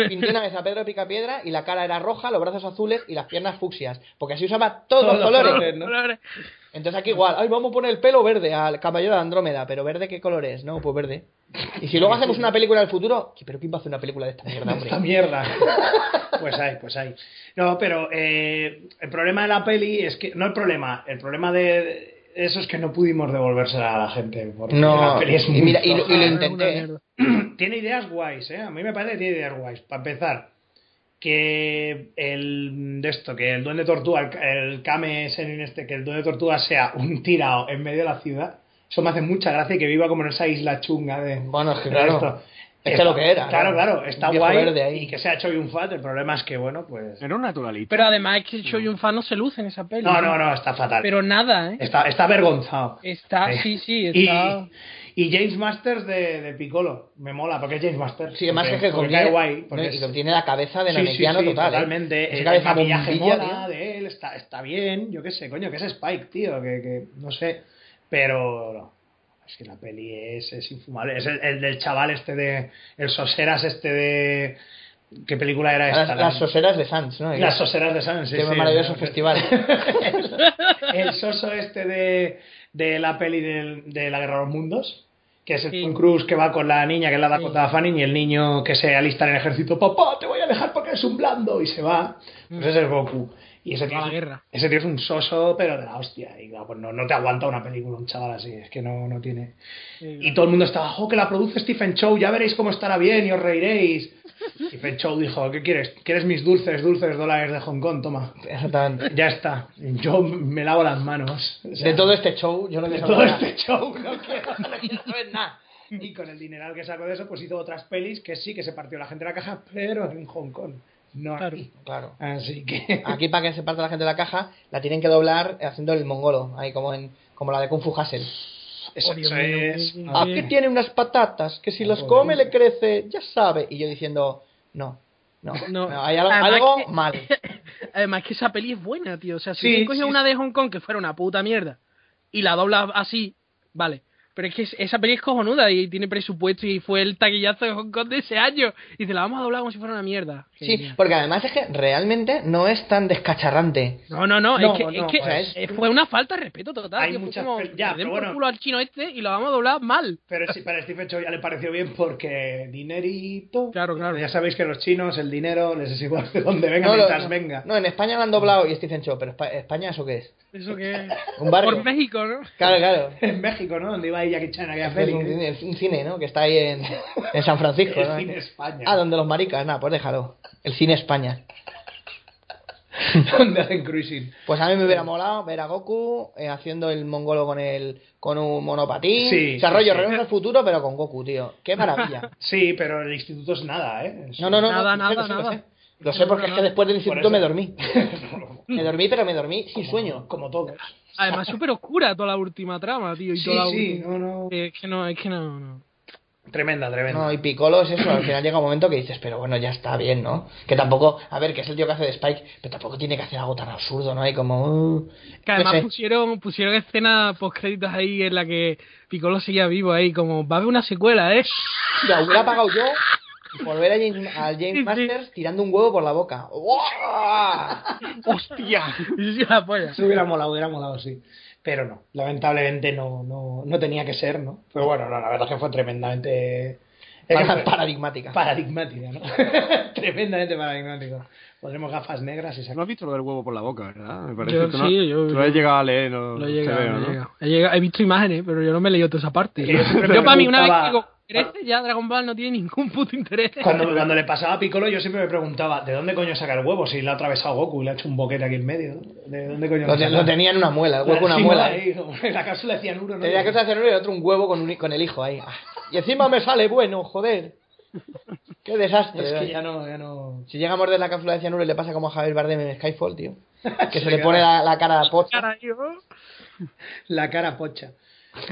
Speaker 6: Pinté una vez a Pedro Picapiedra y la cara era roja, los brazos azules y las piernas fucsias, porque así usaba todos,
Speaker 3: Todos
Speaker 6: los
Speaker 3: los
Speaker 6: colores.
Speaker 3: colores. ¿no?
Speaker 5: Colores.
Speaker 6: Entonces aquí igual, ay, vamos a poner el pelo verde al caballero de Andrómeda, pero verde, ¿qué color es? No, pues verde. Y si luego hacemos una película del futuro, ¿pero quién va a hacer una película de esta mierda, hombre?
Speaker 3: Esta mierda. Pues hay, pues hay. No, pero eh, el problema de la peli es que. No el problema, el problema de eso es que no pudimos devolvérsela a la gente. Porque la
Speaker 6: No,
Speaker 3: peli es muy
Speaker 6: y, mira, y, lo-
Speaker 3: floja.
Speaker 6: y lo
Speaker 5: Ah, una
Speaker 6: intenté.
Speaker 5: mierda.
Speaker 3: Tiene ideas guays, ¿eh? A mí me parece que tiene ideas guays. Para empezar, que el. De esto, que el duende tortuga, el, el Kame Senin este, que el duende tortuga sea un tirao en medio de la ciudad. Eso me hace mucha gracia y que viva como en esa isla chunga de.
Speaker 6: Bueno, es que
Speaker 3: de
Speaker 6: claro.
Speaker 3: esto.
Speaker 6: Es que
Speaker 3: Está-
Speaker 6: lo que era,
Speaker 3: Claro,
Speaker 6: ¿no?
Speaker 3: claro, está
Speaker 6: Un viejo
Speaker 3: guay
Speaker 6: verde ahí.
Speaker 3: y que se ha hecho un fat. El problema es que, bueno, pues.
Speaker 4: Era un naturalista.
Speaker 5: Pero además es que Choi Yun Fan no se luce en esa peli.
Speaker 3: No, no, no, está fatal.
Speaker 5: Pero nada, ¿eh?
Speaker 3: Está, está avergonzado.
Speaker 5: Está,
Speaker 3: Eh,
Speaker 5: sí, sí,
Speaker 3: Y,
Speaker 5: está...
Speaker 3: y James Masters de, de Piccolo. Me mola, porque es James Masters.
Speaker 6: Sí, además
Speaker 3: Porque-
Speaker 6: es que
Speaker 3: porque
Speaker 6: contiene,
Speaker 3: cae guay. porque
Speaker 6: no, y
Speaker 3: es-
Speaker 6: contiene la cabeza de
Speaker 3: Sí, sí,
Speaker 6: Namekiano
Speaker 3: sí,
Speaker 6: total. ¿eh?
Speaker 3: Totalmente.
Speaker 6: Esa
Speaker 3: El,
Speaker 6: cabeza
Speaker 3: el maquillaje
Speaker 6: bombilla,
Speaker 3: mola
Speaker 6: tío.
Speaker 3: de él, está, está bien. Yo qué sé, coño, que es Spike, tío. Que, que no sé. Pero no. Es que la peli es, es infumable. Es el, el del chaval este de. El Soseras este de. ¿Qué película era esta?
Speaker 6: Las, las soseras de Sans, ¿no?
Speaker 3: Las Soseras de San sí,
Speaker 6: Qué
Speaker 3: sí,
Speaker 6: maravilloso
Speaker 3: el-
Speaker 6: festival.
Speaker 3: el soso este de, de la peli del- de, la Guerra de los Mundos, que es el
Speaker 5: Sí.
Speaker 3: Tom Cruise que va con la niña, que es la Dakota Fanning, y el niño que se alista en el ejército, papá, te voy a dejar porque eres un blando, y se va. Pues ese es Goku. Y ese tío,
Speaker 5: Mm. Va a la
Speaker 3: es-
Speaker 5: guerra.
Speaker 3: ese tío es un soso, pero de la hostia. Y claro, pues no, no te aguanta una película un chaval así, es que no, no tiene. Y todo el mundo estaba, "Jo, que la produce Stephen Chow, ya veréis cómo estará bien y os reiréis. Stephen Chow dijo, ¿qué quieres? ¿Quieres mis dulces, dulces dólares de Hong Kong? Toma.
Speaker 6: Exactamente.
Speaker 3: Ya está. Yo me lavo las manos. O sea,
Speaker 6: De todo este show, yo no
Speaker 3: de
Speaker 6: quiero
Speaker 3: todo
Speaker 6: saber nada.
Speaker 3: este show. no quiero-
Speaker 6: No quiero saber nada.
Speaker 3: Y con el dineral que sacó de eso, pues hizo otras pelis que sí, que se partió la gente de la caja, pero en Hong Kong. No
Speaker 5: Claro.
Speaker 3: aquí.
Speaker 6: Claro.
Speaker 3: Así que.
Speaker 6: Aquí para que se parta la gente de la caja, la tienen que doblar haciendo el mongolo, ahí como en como la de Kung Fu Hassel.
Speaker 3: Eso,
Speaker 5: Oh,
Speaker 6: pues
Speaker 5: Dios
Speaker 3: eso
Speaker 5: mío,
Speaker 3: es.
Speaker 5: qué-
Speaker 3: Ah,
Speaker 6: Aquí tiene unas patatas que si las come le crece, ya sabe. Y yo diciendo, no, no,
Speaker 5: No.
Speaker 6: no, hay algo,
Speaker 5: Además
Speaker 6: algo
Speaker 5: que-
Speaker 6: mal.
Speaker 5: Además que esa peli es buena, tío. O sea, si
Speaker 3: Sí,
Speaker 5: hubiesen cogido
Speaker 3: sí,
Speaker 5: una de Hong Kong que fuera una puta mierda y la dobla así, vale. Pero es que es- esa peli es cojonuda y tiene presupuesto y fue el taquillazo de Hong Kong de ese año. Y te la vamos a doblar como si fuera una mierda.
Speaker 6: Sí,
Speaker 5: Genial.
Speaker 6: porque además es que realmente no es tan descacharrante.
Speaker 5: No, no, no,
Speaker 3: No,
Speaker 5: es que, es
Speaker 3: no,
Speaker 5: que
Speaker 6: pues.
Speaker 5: eh, fue una falta de respeto total.
Speaker 3: Hay
Speaker 5: tío, fue
Speaker 3: muchas
Speaker 5: como,
Speaker 3: pel- ya,
Speaker 5: le den
Speaker 3: pero
Speaker 5: por
Speaker 3: bueno.
Speaker 5: culo al chino este y lo vamos a doblar mal.
Speaker 3: Pero sí, para Stephen Chow ya le pareció bien porque dinerito.
Speaker 5: Claro, claro.
Speaker 3: Ya sabéis que los chinos, el dinero, les es igual de donde venga
Speaker 6: no, lo-
Speaker 3: mientras
Speaker 6: no,
Speaker 3: venga.
Speaker 6: no, en España la han doblado y Stephen Chow, pero Espa- España, ¿eso qué es?
Speaker 5: Eso que...
Speaker 6: Un barrio.
Speaker 5: Por México, ¿no?
Speaker 6: Claro, claro.
Speaker 3: En México, ¿no? Donde iba a Jackie Chan, aquella
Speaker 6: Es
Speaker 3: peli. ¿eh?
Speaker 6: un, cine- un cine, ¿no? Que está ahí en, en San Francisco,
Speaker 3: El
Speaker 6: ¿no?
Speaker 3: cine España.
Speaker 6: Ah, donde los maricas, nada, pues déjalo. El cine España.
Speaker 3: donde hacen cruising.
Speaker 6: Pues a mí me hubiera molado ver a Goku eh, haciendo el mongolo con el con un monopatín.
Speaker 3: Sí,
Speaker 6: o sea,
Speaker 3: sí,
Speaker 6: rollo,
Speaker 3: sí.
Speaker 6: Regreso al futuro, pero con Goku, tío. Qué maravilla.
Speaker 3: Sí, pero el instituto es nada, ¿eh? Es-
Speaker 6: No, no, no.
Speaker 5: Nada,
Speaker 6: no, lo sé,
Speaker 5: nada,
Speaker 6: lo sé,
Speaker 5: nada.
Speaker 6: Lo sé, lo sé porque es que después del
Speaker 3: Por
Speaker 6: instituto me
Speaker 3: eso.
Speaker 6: dormí. Me dormí, pero me dormí sin sueño.
Speaker 3: Como todos.
Speaker 5: Además, súper oscura toda la última trama, tío. Y
Speaker 3: Sí,
Speaker 5: toda la
Speaker 3: sí,
Speaker 5: última-
Speaker 3: no,
Speaker 5: Eh,
Speaker 3: no.
Speaker 5: Es que no, es que no, no.
Speaker 3: Tremenda, tremenda.
Speaker 6: No, y Piccolo es eso, al final llega un momento que dices, pero bueno, ya está bien, ¿no? Que tampoco, a ver, que es el tío que hace de Spike, pero tampoco tiene que hacer algo tan absurdo, ¿no? Hay como... uh,
Speaker 5: Que además
Speaker 6: no sé.
Speaker 5: pusieron, pusieron escenas postcréditos ahí en la que Piccolo seguía vivo ahí, como va a haber una secuela, ¿eh?
Speaker 6: Ya hubiera pagado yo Volver a James, al James
Speaker 5: Sí, sí.
Speaker 6: Masters tirando un huevo por la boca. ¡Uah!
Speaker 4: ¡Hostia!
Speaker 5: Sí, la polla.
Speaker 3: Se hubiera molado, hubiera molado, sí. Pero no, lamentablemente no, no, no tenía que ser, ¿no? Pero bueno, no, la verdad es que fue tremendamente es que
Speaker 6: pues.
Speaker 3: fue
Speaker 6: Paradigmática.
Speaker 3: paradigmática, ¿no? tremendamente paradigmático. Pondremos gafas negras y
Speaker 4: No
Speaker 3: sacar.
Speaker 4: has visto lo del huevo por la boca, ¿verdad? Me parece
Speaker 5: Yo
Speaker 4: que tú no-
Speaker 5: sí, yo-
Speaker 4: tú has llegado a leer, no,
Speaker 5: Lo he
Speaker 4: te
Speaker 5: llegado,
Speaker 4: veo,
Speaker 5: lo he
Speaker 4: ¿no?
Speaker 5: llegado. He llegado- he visto imágenes, pero yo no me he leído toda esa parte.
Speaker 3: Que yo siempre me
Speaker 5: Yo, para mí, una vez
Speaker 3: preguntaba-
Speaker 5: que digo, crece, ya Dragon Ball no tiene ningún puto interés.
Speaker 3: Cuando, cuando le pasaba a Piccolo, yo siempre me preguntaba, ¿de dónde coño saca el huevo? Si le ha atravesado Goku y le ha hecho un boquete aquí en medio. ¿no? ¿De dónde coño
Speaker 6: Lo, te- lo tenía en una muela, el huevo en una muela.
Speaker 3: En la cápsula de cianuro, ¿no?
Speaker 6: Tenía que hacer uno y el otro un huevo con, un, hi- con el hijo ahí. Ah, Y encima me sale bueno, joder. Qué desastre.
Speaker 3: Es que
Speaker 6: ¿verdad?
Speaker 3: ya no, ya no.
Speaker 6: Si llega a morder la cápsula de cianuro y le pasa como a Javier Bardem en Skyfall, tío. Que se
Speaker 3: Se
Speaker 6: le
Speaker 3: queda-
Speaker 6: pone la, la cara a pocha.
Speaker 5: Cara, yo.
Speaker 3: La cara pocha.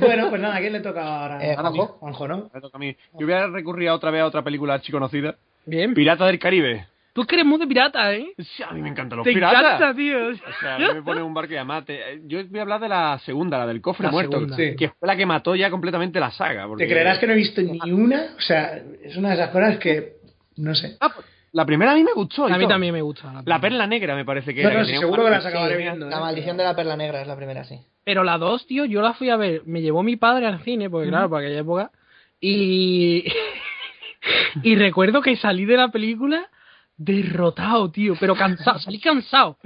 Speaker 3: Bueno, pues nada, ¿a quién le toca ahora?
Speaker 6: Eh, Juanjo.
Speaker 3: Juanjo, ¿no?
Speaker 4: Me toca a mí. Yo voy a recurrir otra vez a otra película archi conocida.
Speaker 5: Bien.
Speaker 4: Pirata del Caribe.
Speaker 5: Tú es que eres muy de pirata, ¿eh?
Speaker 4: Sí, a mí me encantan los
Speaker 5: Te
Speaker 4: piratas.
Speaker 5: encanta, tío.
Speaker 4: O sea, a mí me pone un barco y además te- Yo voy a hablar de la segunda, la del cofre
Speaker 5: La
Speaker 4: muerto,
Speaker 5: segunda.
Speaker 3: Sí.
Speaker 4: que fue la que mató ya completamente la saga. porque-
Speaker 3: ¿Te creerás que no he visto ni una? O sea, es una de esas cosas que. No sé.
Speaker 4: Ah, pues, la primera a mí me gustó. y
Speaker 5: A mí
Speaker 4: todo.
Speaker 5: también me gusta. La,
Speaker 4: La perla negra me parece que
Speaker 3: No,
Speaker 4: era.
Speaker 3: no, sí,
Speaker 4: que tenía un
Speaker 3: seguro que
Speaker 4: barco
Speaker 3: las acabaré viendo.
Speaker 6: La
Speaker 3: ¿eh?
Speaker 6: maldición de la perla negra es la primera, sí.
Speaker 5: Pero la 2, tío, yo la fui a ver. Me llevó mi padre al cine, porque claro, para aquella época. Y. y recuerdo que salí de la película derrotado, tío. Pero cansado. Salí cansado.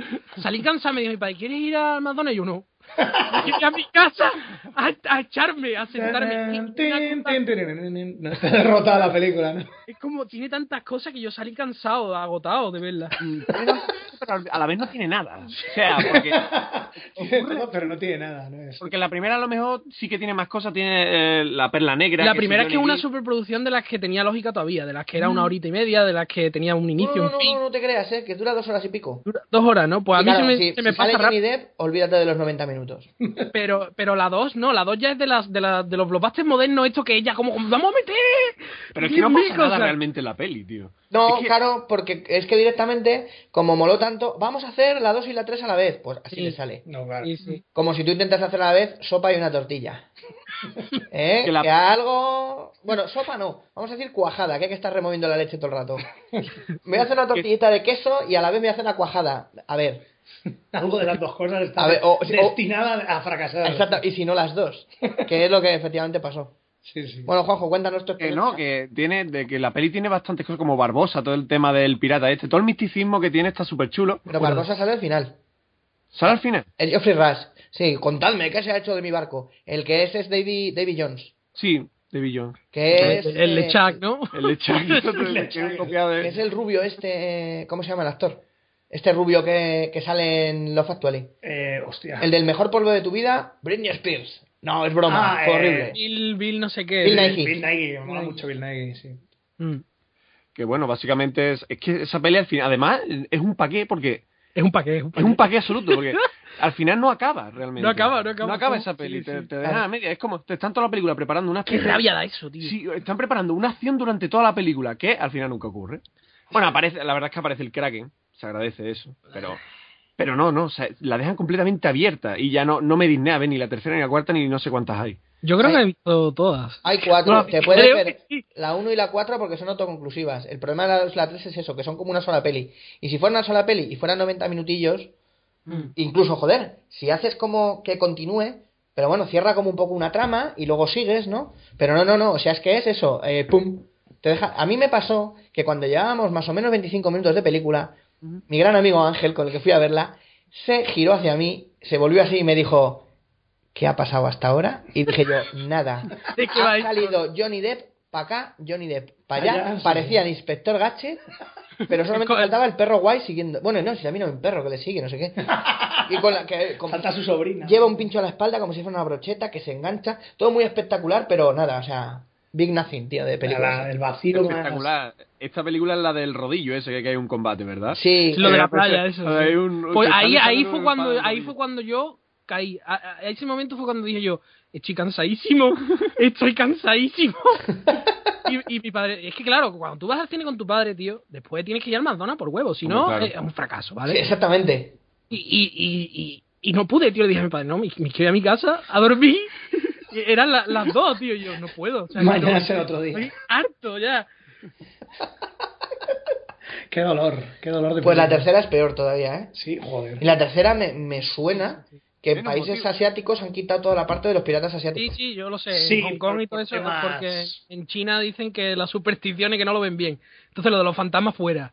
Speaker 5: Salí cansado. Me dijo mi padre, ¿quieres ir al McDonald's? Y yo no. Yo Quiero ir a mi casa a, a echarme, a sentarme. Y-
Speaker 3: Tin, tin, tin, tin, tin. No está derrotada la película, ¿no?
Speaker 5: Es como, tiene tantas cosas que yo salí cansado, agotado de verla.
Speaker 4: Pero- pero a la vez no tiene nada. O sea, porque,
Speaker 3: No, pero no tiene nada, ¿no? Es-
Speaker 4: porque la primera a lo mejor sí que tiene más cosas. Tiene eh, la perla negra.
Speaker 5: La
Speaker 4: si
Speaker 5: primera es que es
Speaker 4: Johnny
Speaker 5: una
Speaker 4: Depp-
Speaker 5: superproducción de las que tenía lógica todavía, de las que era una horita y media, de las que tenía un
Speaker 6: No,
Speaker 5: inicio,
Speaker 6: no,
Speaker 5: un
Speaker 6: no,
Speaker 5: fin.
Speaker 6: no, no te creas, eh, que dura dos horas y pico.
Speaker 5: Dura dos horas, ¿no? Pues a
Speaker 6: Y
Speaker 5: mí
Speaker 6: claro,
Speaker 5: se me,
Speaker 6: si,
Speaker 5: se me
Speaker 6: si sale
Speaker 5: pasa
Speaker 6: Johnny
Speaker 5: rápido.
Speaker 6: Depp, olvídate de los 90 minutos.
Speaker 5: Pero, pero la 2, no, la 2 ya es de las de, las de los blockbusters modernos, esto que ella como, vamos a meter.
Speaker 4: Pero es que
Speaker 5: mil,
Speaker 4: no
Speaker 5: mil
Speaker 4: pasa nada
Speaker 5: cosas.
Speaker 4: realmente en la peli, tío.
Speaker 6: No,
Speaker 4: Es que-
Speaker 6: claro, porque es que directamente, como moló tanto, vamos a hacer la 2 y la 3 a la vez. Pues así
Speaker 5: Sí.
Speaker 6: le sale.
Speaker 3: No, claro.
Speaker 5: Sí, sí.
Speaker 6: Como si tú intentas hacer a la vez sopa y una tortilla. ¿Eh?
Speaker 4: Que la-
Speaker 6: Que algo. Bueno, sopa no. Vamos a decir cuajada, que hay que estar removiendo la leche todo el rato. Me voy a hacer una tortillita de queso y a la vez me voy a hacer una cuajada. A ver.
Speaker 3: Algo de las dos cosas está
Speaker 6: A ver, o- o-
Speaker 3: destinada a fracasar.
Speaker 6: Exacto. Y si no las dos. Que es lo que efectivamente pasó.
Speaker 3: Sí, sí.
Speaker 6: Bueno, Juanjo, cuéntanos tu
Speaker 4: Que
Speaker 6: experiencia.
Speaker 4: no, que tiene, de que la peli tiene bastantes cosas como Barbosa, todo el tema del pirata este, todo el misticismo que tiene está súper chulo.
Speaker 6: Pero Barbosa sale al final.
Speaker 4: ¿Sale al final?
Speaker 6: El Geoffrey Rush. Sí, contadme, ¿qué se ha hecho de mi barco? El que es es Davy, Davy Jones.
Speaker 4: Sí, de Billón.
Speaker 6: Que es.
Speaker 5: El- el
Speaker 6: eh,
Speaker 5: LeChuck, ¿no?
Speaker 4: El lechazo
Speaker 3: El lechazo.
Speaker 4: copiado
Speaker 6: que es
Speaker 4: de...
Speaker 6: el rubio este. eh, ¿Cómo se llama el actor? Este rubio que, que sale en Love Actually.
Speaker 3: Eh, hostia.
Speaker 6: El del mejor polvo de tu vida, Britney Spears. No, es broma,
Speaker 3: Ah,
Speaker 6: fue
Speaker 3: eh,
Speaker 6: horrible.
Speaker 5: Bill, Bill, no sé qué.
Speaker 6: Bill Nighy.
Speaker 3: Bill Nighy, me mola mucho Bill Nighy, sí.
Speaker 5: Mm.
Speaker 4: Que bueno, básicamente es, es que esa peli al final, además, es un paqué porque
Speaker 5: Es un paquete. Es un
Speaker 4: es un paqué absoluto, porque al final no acaba realmente.
Speaker 5: No acaba, no acaba.
Speaker 4: esa peli,
Speaker 5: Sí,
Speaker 4: te,
Speaker 5: sí.
Speaker 4: te dejan a media. Es como, te están toda la película preparando una
Speaker 5: Qué
Speaker 4: acción.
Speaker 5: rabia da eso, tío.
Speaker 4: Sí, están preparando una acción durante toda la película, que al final nunca ocurre. Bueno, aparece, la verdad es que aparece el Kraken, se agradece eso, pero pero no, no, o sea, la dejan completamente abierta y ya no, no me disnea ver ni la tercera, ni la cuarta, ni no sé cuántas hay.
Speaker 5: Yo creo
Speaker 6: Sí.
Speaker 5: que he visto todas.
Speaker 6: Hay cuatro,
Speaker 5: No,
Speaker 6: te puedes
Speaker 5: creo
Speaker 6: ver
Speaker 5: que sí.
Speaker 6: la 1 y la 4 porque son autoconclusivas. El problema de las- la 3 es eso, que son como una sola peli. Y si fuera una sola peli y fueran 90 minutillos, incluso, joder, si haces como que continúe, pero bueno, cierra como un poco una trama y luego sigues, ¿no? Pero no, no, no, o sea, es que es eso, eh, pum. Te deja... A mí me pasó que cuando llevábamos más o menos 25 minutos de película, mi gran amigo Ángel, con el que fui a verla, se giró hacia mí, se volvió así y me dijo, ¿qué ha pasado hasta ahora? Y dije yo, nada.
Speaker 5: ¿De qué va
Speaker 6: Ha
Speaker 5: esto?
Speaker 6: salido Johnny Depp para acá, Johnny Depp para allá.
Speaker 3: Allá, sí.
Speaker 6: Parecía el inspector Gadget, pero solamente
Speaker 5: Con el-
Speaker 6: faltaba el perro guay siguiendo. Bueno, no, si a mí no me un perro que le sigue, no sé qué. Y con la que con-
Speaker 3: Falta su sobrina.
Speaker 6: lleva un pincho a la espalda como si fuera una brocheta que se engancha. Todo muy espectacular, pero nada, o sea, Big Nothing, tío, de película.
Speaker 3: La- el vacío más-
Speaker 4: Espectacular. Esta película es la del rodillo ese, que, que hay un combate, ¿verdad?
Speaker 6: Sí,
Speaker 5: Lo de la
Speaker 4: Eh, pues,
Speaker 5: playa, eso.
Speaker 4: hay
Speaker 5: sí.
Speaker 4: un-
Speaker 5: Pues
Speaker 4: que
Speaker 5: ahí,
Speaker 4: están
Speaker 5: ahí
Speaker 4: usando
Speaker 5: fue
Speaker 4: un
Speaker 5: cuando,
Speaker 4: espadón.
Speaker 5: ahí fue cuando yo caí. A, a- a ese momento fue cuando dije yo, estoy cansadísimo, estoy cansadísimo. Y, y mi padre, es que claro, cuando tú vas al cine con tu padre, tío, después tienes que ir al McDonald's por huevo, si
Speaker 4: Hombre,
Speaker 5: no,
Speaker 4: claro.
Speaker 5: eh, es un fracaso,
Speaker 6: sí,
Speaker 5: ¿vale?
Speaker 6: exactamente.
Speaker 5: Y, y, y, y, y no pude, tío, le dije a mi padre, no, me, me quiero ir a mi casa a dormir. Y eran la- las dos, tío, y yo no puedo. o sea,
Speaker 3: Mañana
Speaker 5: no-
Speaker 3: será otro día.
Speaker 5: Estoy harto ya.
Speaker 3: Qué dolor, qué dolor de
Speaker 6: Pues la
Speaker 3: película.
Speaker 6: tercera es peor todavía, ¿eh?
Speaker 3: Sí, joder.
Speaker 6: Y la tercera me, me suena que en
Speaker 4: Tiene un
Speaker 6: países
Speaker 4: motivo.
Speaker 6: asiáticos han quitado toda la parte de los piratas
Speaker 5: Sí,
Speaker 6: asiáticos.
Speaker 5: sí, yo lo sé.
Speaker 3: Sí,
Speaker 5: en Hong Kong y
Speaker 3: por- por
Speaker 5: todo eso,
Speaker 3: temas-
Speaker 5: porque en China dicen que las supersticiones que no lo ven bien. Entonces lo de los fantasmas fuera.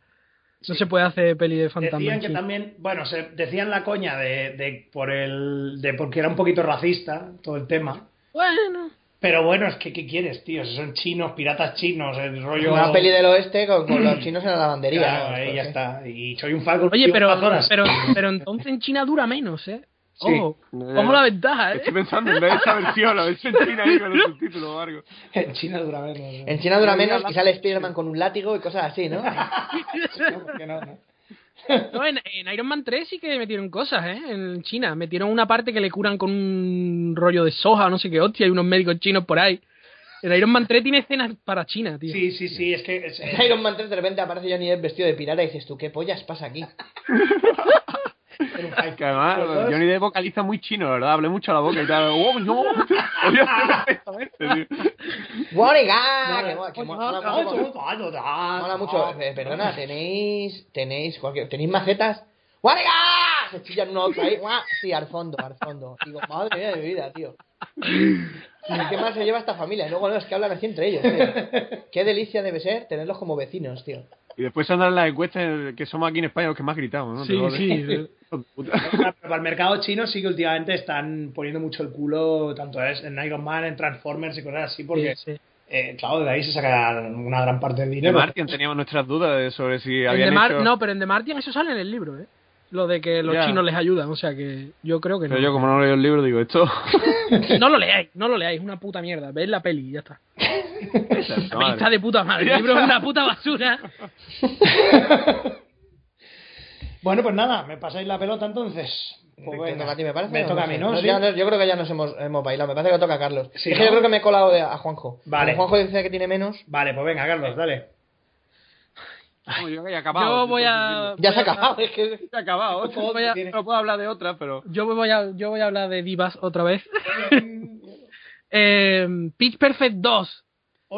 Speaker 5: No se puede hacer peli de fantasmas.
Speaker 3: Decían
Speaker 5: en
Speaker 3: que
Speaker 5: China.
Speaker 3: también, bueno, se decían la coña de, de por el de porque era un poquito racista todo el tema.
Speaker 5: Bueno.
Speaker 3: Pero bueno, es que ¿qué quieres, tío? Si son chinos, piratas chinos, el rollo
Speaker 6: Una peli del oeste con, con los chinos en la lavandería.
Speaker 3: Claro,
Speaker 6: ¿no?
Speaker 3: ahí
Speaker 6: Pues,
Speaker 3: ya
Speaker 6: sí.
Speaker 3: está. Y soy un falco.
Speaker 5: Oye,
Speaker 3: tío,
Speaker 5: pero,
Speaker 3: unas horas.
Speaker 5: pero, pero entonces en China dura menos, ¿eh?
Speaker 3: Sí.
Speaker 5: Ojo, ojo la ventaja, ¿eh?
Speaker 4: Estoy pensando en ver esta versión, a ver si en China ahí con el subtítulo o algo.
Speaker 3: En China dura menos. ¿no?
Speaker 6: En China dura menos y sale Spiderman con un látigo y cosas así, ¿no?
Speaker 3: No, ¿por qué no, no?
Speaker 5: No, en, en Iron Man 3 sí que metieron cosas, ¿eh? En China. Metieron una parte que le curan con un rollo de soja o no sé qué hostia. Hay unos médicos chinos por ahí. El Iron Man 3 tiene escenas para China, tío.
Speaker 3: Sí, sí, sí, es que... es-
Speaker 6: En Iron Man 3 de repente aparece Johnny Depp vestido de pirata y dices tú, ¿qué pollas pasa aquí?
Speaker 4: Que además, Johnny Depp vocaliza muy chino, ¿verdad? Hablé mucho a la boca y tal. ¡Oh, no! Podía hacer perfectamente, tío.
Speaker 6: ¡Woriga! Ah, Que mo- que mo- pues mola
Speaker 3: Ah,
Speaker 6: mucho. Mola
Speaker 3: Mola
Speaker 6: mucho. Eh, Perdona, tenéis. Tenéis cualquier- ¿Tenéis macetas? ¡Woriga! Se chillan uno a otro ahí. ¡guau! Sí, al fondo, al fondo. Digo, madre mía de mi vida, tío. ¿Y ¿Qué mal se lleva esta familia? Y Luego no, es que hablan así entre ellos, tío. Qué delicia debe ser tenerlos como vecinos, tío.
Speaker 4: Y después andan las encuestas en el que somos aquí en España los que más gritamos, ¿no?
Speaker 5: Sí,
Speaker 4: Te lo-
Speaker 5: sí. eh,
Speaker 4: Puta.
Speaker 3: Para el mercado chino sí que últimamente están poniendo mucho el culo, tanto es en Iron Man, en Transformers y cosas así, porque,
Speaker 5: Sí, sí.
Speaker 3: eh, claro, de ahí se saca una gran parte del
Speaker 4: De
Speaker 3: dinero.
Speaker 4: Martian teníamos nuestras dudas de- sobre si
Speaker 5: En
Speaker 4: habían
Speaker 5: The Mar-
Speaker 4: hecho...
Speaker 5: No, pero en The Martian eso sale en el libro, ¿eh? Lo de que los
Speaker 4: Ya.
Speaker 5: chinos les ayudan, o sea que yo creo que no.
Speaker 4: Pero yo como no leo el libro digo, esto...
Speaker 5: No lo leáis, no lo leáis, es una puta mierda. Veis la peli y ya está. La peli está de puta madre, el libro es una puta basura.
Speaker 3: Bueno, pues nada, me pasáis la pelota entonces. Pues
Speaker 6: Te
Speaker 3: venga.
Speaker 6: toca a ti, me parece.
Speaker 3: Me
Speaker 6: ¿o
Speaker 3: toca a mí, ¿no?
Speaker 6: sé?
Speaker 3: Sí.
Speaker 6: ya yo creo que ya nos hemos, hemos bailado. Me parece que toca a Carlos.
Speaker 3: Sí,
Speaker 6: es
Speaker 3: ¿no?
Speaker 6: que yo creo que me he colado de- a Juanjo.
Speaker 3: Vale.
Speaker 6: Como Juanjo dice que tiene menos.
Speaker 3: Vale, pues venga, Carlos, dale.
Speaker 4: No, yo que he acabado.
Speaker 5: Yo voy a.
Speaker 6: Ya se ha
Speaker 5: voy a-
Speaker 6: acabado. Es que...
Speaker 4: Ya he acabado.
Speaker 5: Yo voy a-
Speaker 4: No puedo hablar de otra, pero...
Speaker 5: Yo voy a, yo voy a hablar de divas otra vez. eh, Pitch Perfect 2.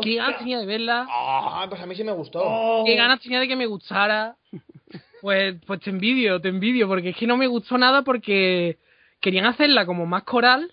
Speaker 5: Qué ganas tenía de verla.
Speaker 6: Ah, pues a mí sí me gustó.
Speaker 3: Oh.
Speaker 5: Qué ganas tenía de que me gustara. Pues, pues te envidio, te envidio, porque es que no me gustó nada porque querían hacerla como más coral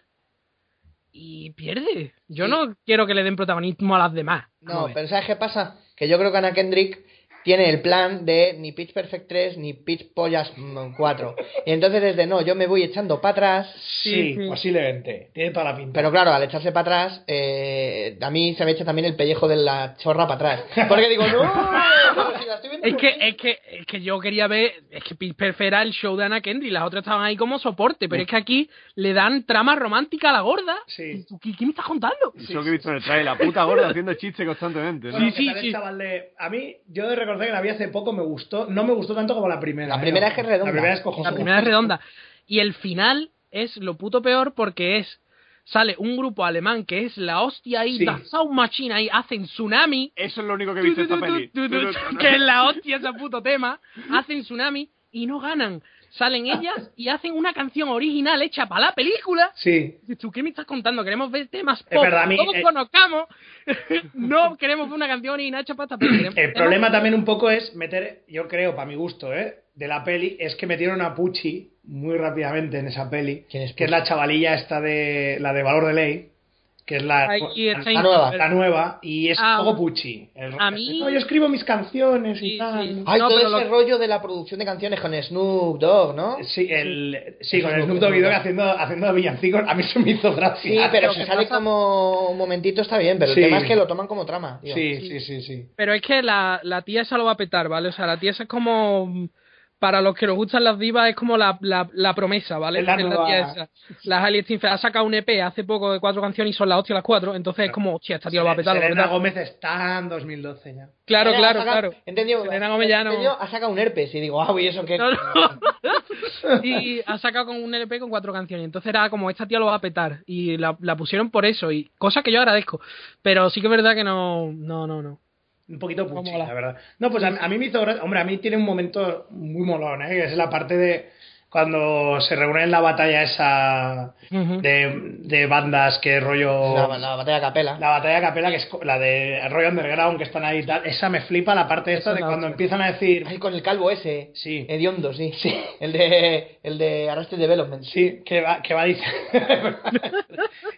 Speaker 5: y pierde. Yo
Speaker 6: Sí.
Speaker 5: no quiero que le den protagonismo a las demás.
Speaker 6: No, pero ¿sabes qué pasa? Que yo creo que Ana Kendrick tiene el plan de ni Pitch Perfect 3 ni Pitch Pollas mm, 4. Y entonces desde no, yo me voy echando para atrás.
Speaker 3: Sí,
Speaker 5: Sí, sí.
Speaker 3: posiblemente. Tiene toda la pinta.
Speaker 6: Pero claro, al echarse para atrás, eh, a mí se me echa también el pellejo de la chorra para atrás. Porque digo, no, pero si la estoy viendo
Speaker 5: Es
Speaker 6: por
Speaker 5: que,
Speaker 6: mí".
Speaker 5: es que, es que yo quería ver, es que Pitch Perfect era el show de Ana Kendrick, las otras estaban ahí como soporte, pero es que aquí le dan trama romántica a la gorda.
Speaker 3: Sí.
Speaker 5: ¿Tú ¿Qué, qué me estás contando?
Speaker 4: Eso que he visto en el trailer, la puta gorda haciendo chistes constantemente. ¿no?
Speaker 3: Bueno,
Speaker 5: Sí,
Speaker 3: ¿qué tal
Speaker 5: sí,
Speaker 3: el
Speaker 5: sí.
Speaker 3: chaval de- A mí, yo de recordar que la vi hace poco, me gustó. No me gustó tanto como la primera.
Speaker 6: La
Speaker 3: ¿eh?
Speaker 6: primera es que es redonda.
Speaker 3: La primera es cojonuda.
Speaker 5: La primera es redonda. Y el final es lo puto peor porque es. Sale un grupo alemán que es la hostia ahí,
Speaker 3: Sí.
Speaker 5: la Sound Machine ahí, hacen tsunami.
Speaker 4: Eso es lo único que he visto en esta peli.
Speaker 5: Tu, tu, tu, tu, tu, Que es la hostia ese puto tema. Hacen tsunami y no ganan. Salen ellas y hacen una canción original hecha para la película.
Speaker 3: Sí.
Speaker 5: Dices ¿Tú qué me estás contando? Queremos ver temas pop.
Speaker 3: Es verdad, a mí,
Speaker 5: todos
Speaker 3: eh,
Speaker 5: conozcamos. no queremos ver una canción original hecha para esta peli. queremos
Speaker 3: El
Speaker 5: temas-
Speaker 3: problema también un poco es meter, yo creo, para mi gusto, ¿eh? de la peli, es que metieron a Pucci muy rápidamente en esa peli,
Speaker 6: ¿Quién es
Speaker 3: que es la chavalilla esta de la de Valor de Ley, que es la,
Speaker 5: Aquí está
Speaker 3: la-
Speaker 6: nueva.
Speaker 3: la nueva, y es
Speaker 5: Ah,
Speaker 3: poco Pucci. El-
Speaker 5: a mí-
Speaker 3: No, yo escribo mis canciones y
Speaker 5: Sí,
Speaker 3: tal.
Speaker 5: sí.
Speaker 3: ¿no?
Speaker 6: Hay
Speaker 5: No,
Speaker 6: todo
Speaker 5: pero
Speaker 6: ese
Speaker 5: lo-
Speaker 6: rollo de la producción de canciones con Snoop Dogg, ¿no?
Speaker 3: Ah, Sí, el, sí,
Speaker 6: Eso
Speaker 3: con
Speaker 6: es
Speaker 3: el
Speaker 6: lo
Speaker 3: Snoop
Speaker 6: que
Speaker 3: Dogg y Dogg
Speaker 6: mola.
Speaker 3: haciendo, haciendo villancicos, a mí se me hizo gracia.
Speaker 6: Sí, pero
Speaker 5: que
Speaker 6: si sale
Speaker 5: pasa-
Speaker 6: como un momentito está bien, pero
Speaker 3: Sí.
Speaker 6: el tema es que lo toman como trama, tío.
Speaker 3: Sí, sí, sí, sí.
Speaker 5: Pero es que la, la tía esa lo va a petar, ¿vale? O sea, la tía esa es como. Para los que nos gustan las divas, es como la, la, la promesa, ¿vale?
Speaker 3: Es la nueva-
Speaker 5: tía esa. Las Alice Tinfer ha sacado un EP hace poco de cuatro canciones y son las hostia las cuatro. Entonces es como, hostia, esta tía lo va a petar. lo va a
Speaker 3: Selena
Speaker 5: petar.
Speaker 3: Gómez está en 2012 ya.
Speaker 5: Claro,
Speaker 6: Era,
Speaker 5: claro,
Speaker 6: ha sacado-
Speaker 5: claro.
Speaker 6: Entendido.
Speaker 5: Selena Gómez ya no-
Speaker 6: entendido, Ha sacado un herpes y digo, ah, uy, eso que.
Speaker 5: No, no. y ha sacado con un LP con cuatro canciones. Entonces era como, esta tía lo va a petar. Y la, la pusieron por eso. y Cosa que yo agradezco. Pero sí que es verdad que no. No, no, no.
Speaker 3: Un poquito
Speaker 5: No
Speaker 3: puchi,
Speaker 5: mola.
Speaker 3: la verdad. No, pues a, a mí me hizo gracia. Hombre, a mí tiene un momento muy molón, ¿eh? Que es la parte de. cuando se reúnen en la batalla esa
Speaker 5: Ujú.
Speaker 3: de, de bandas que rollo...
Speaker 6: La, la batalla a capela.
Speaker 3: La batalla de capela, que es co- la de rollo underground, que están ahí y tal, esa me flipa la parte esta
Speaker 5: Esa
Speaker 3: de
Speaker 5: la
Speaker 3: cuando
Speaker 5: otra.
Speaker 3: empiezan a decir,
Speaker 6: Ay, con el calvo ese.
Speaker 3: Sí.
Speaker 6: Hediondo, sí. El de, el de Arrested Development.
Speaker 3: sí, que va, que va diciendo,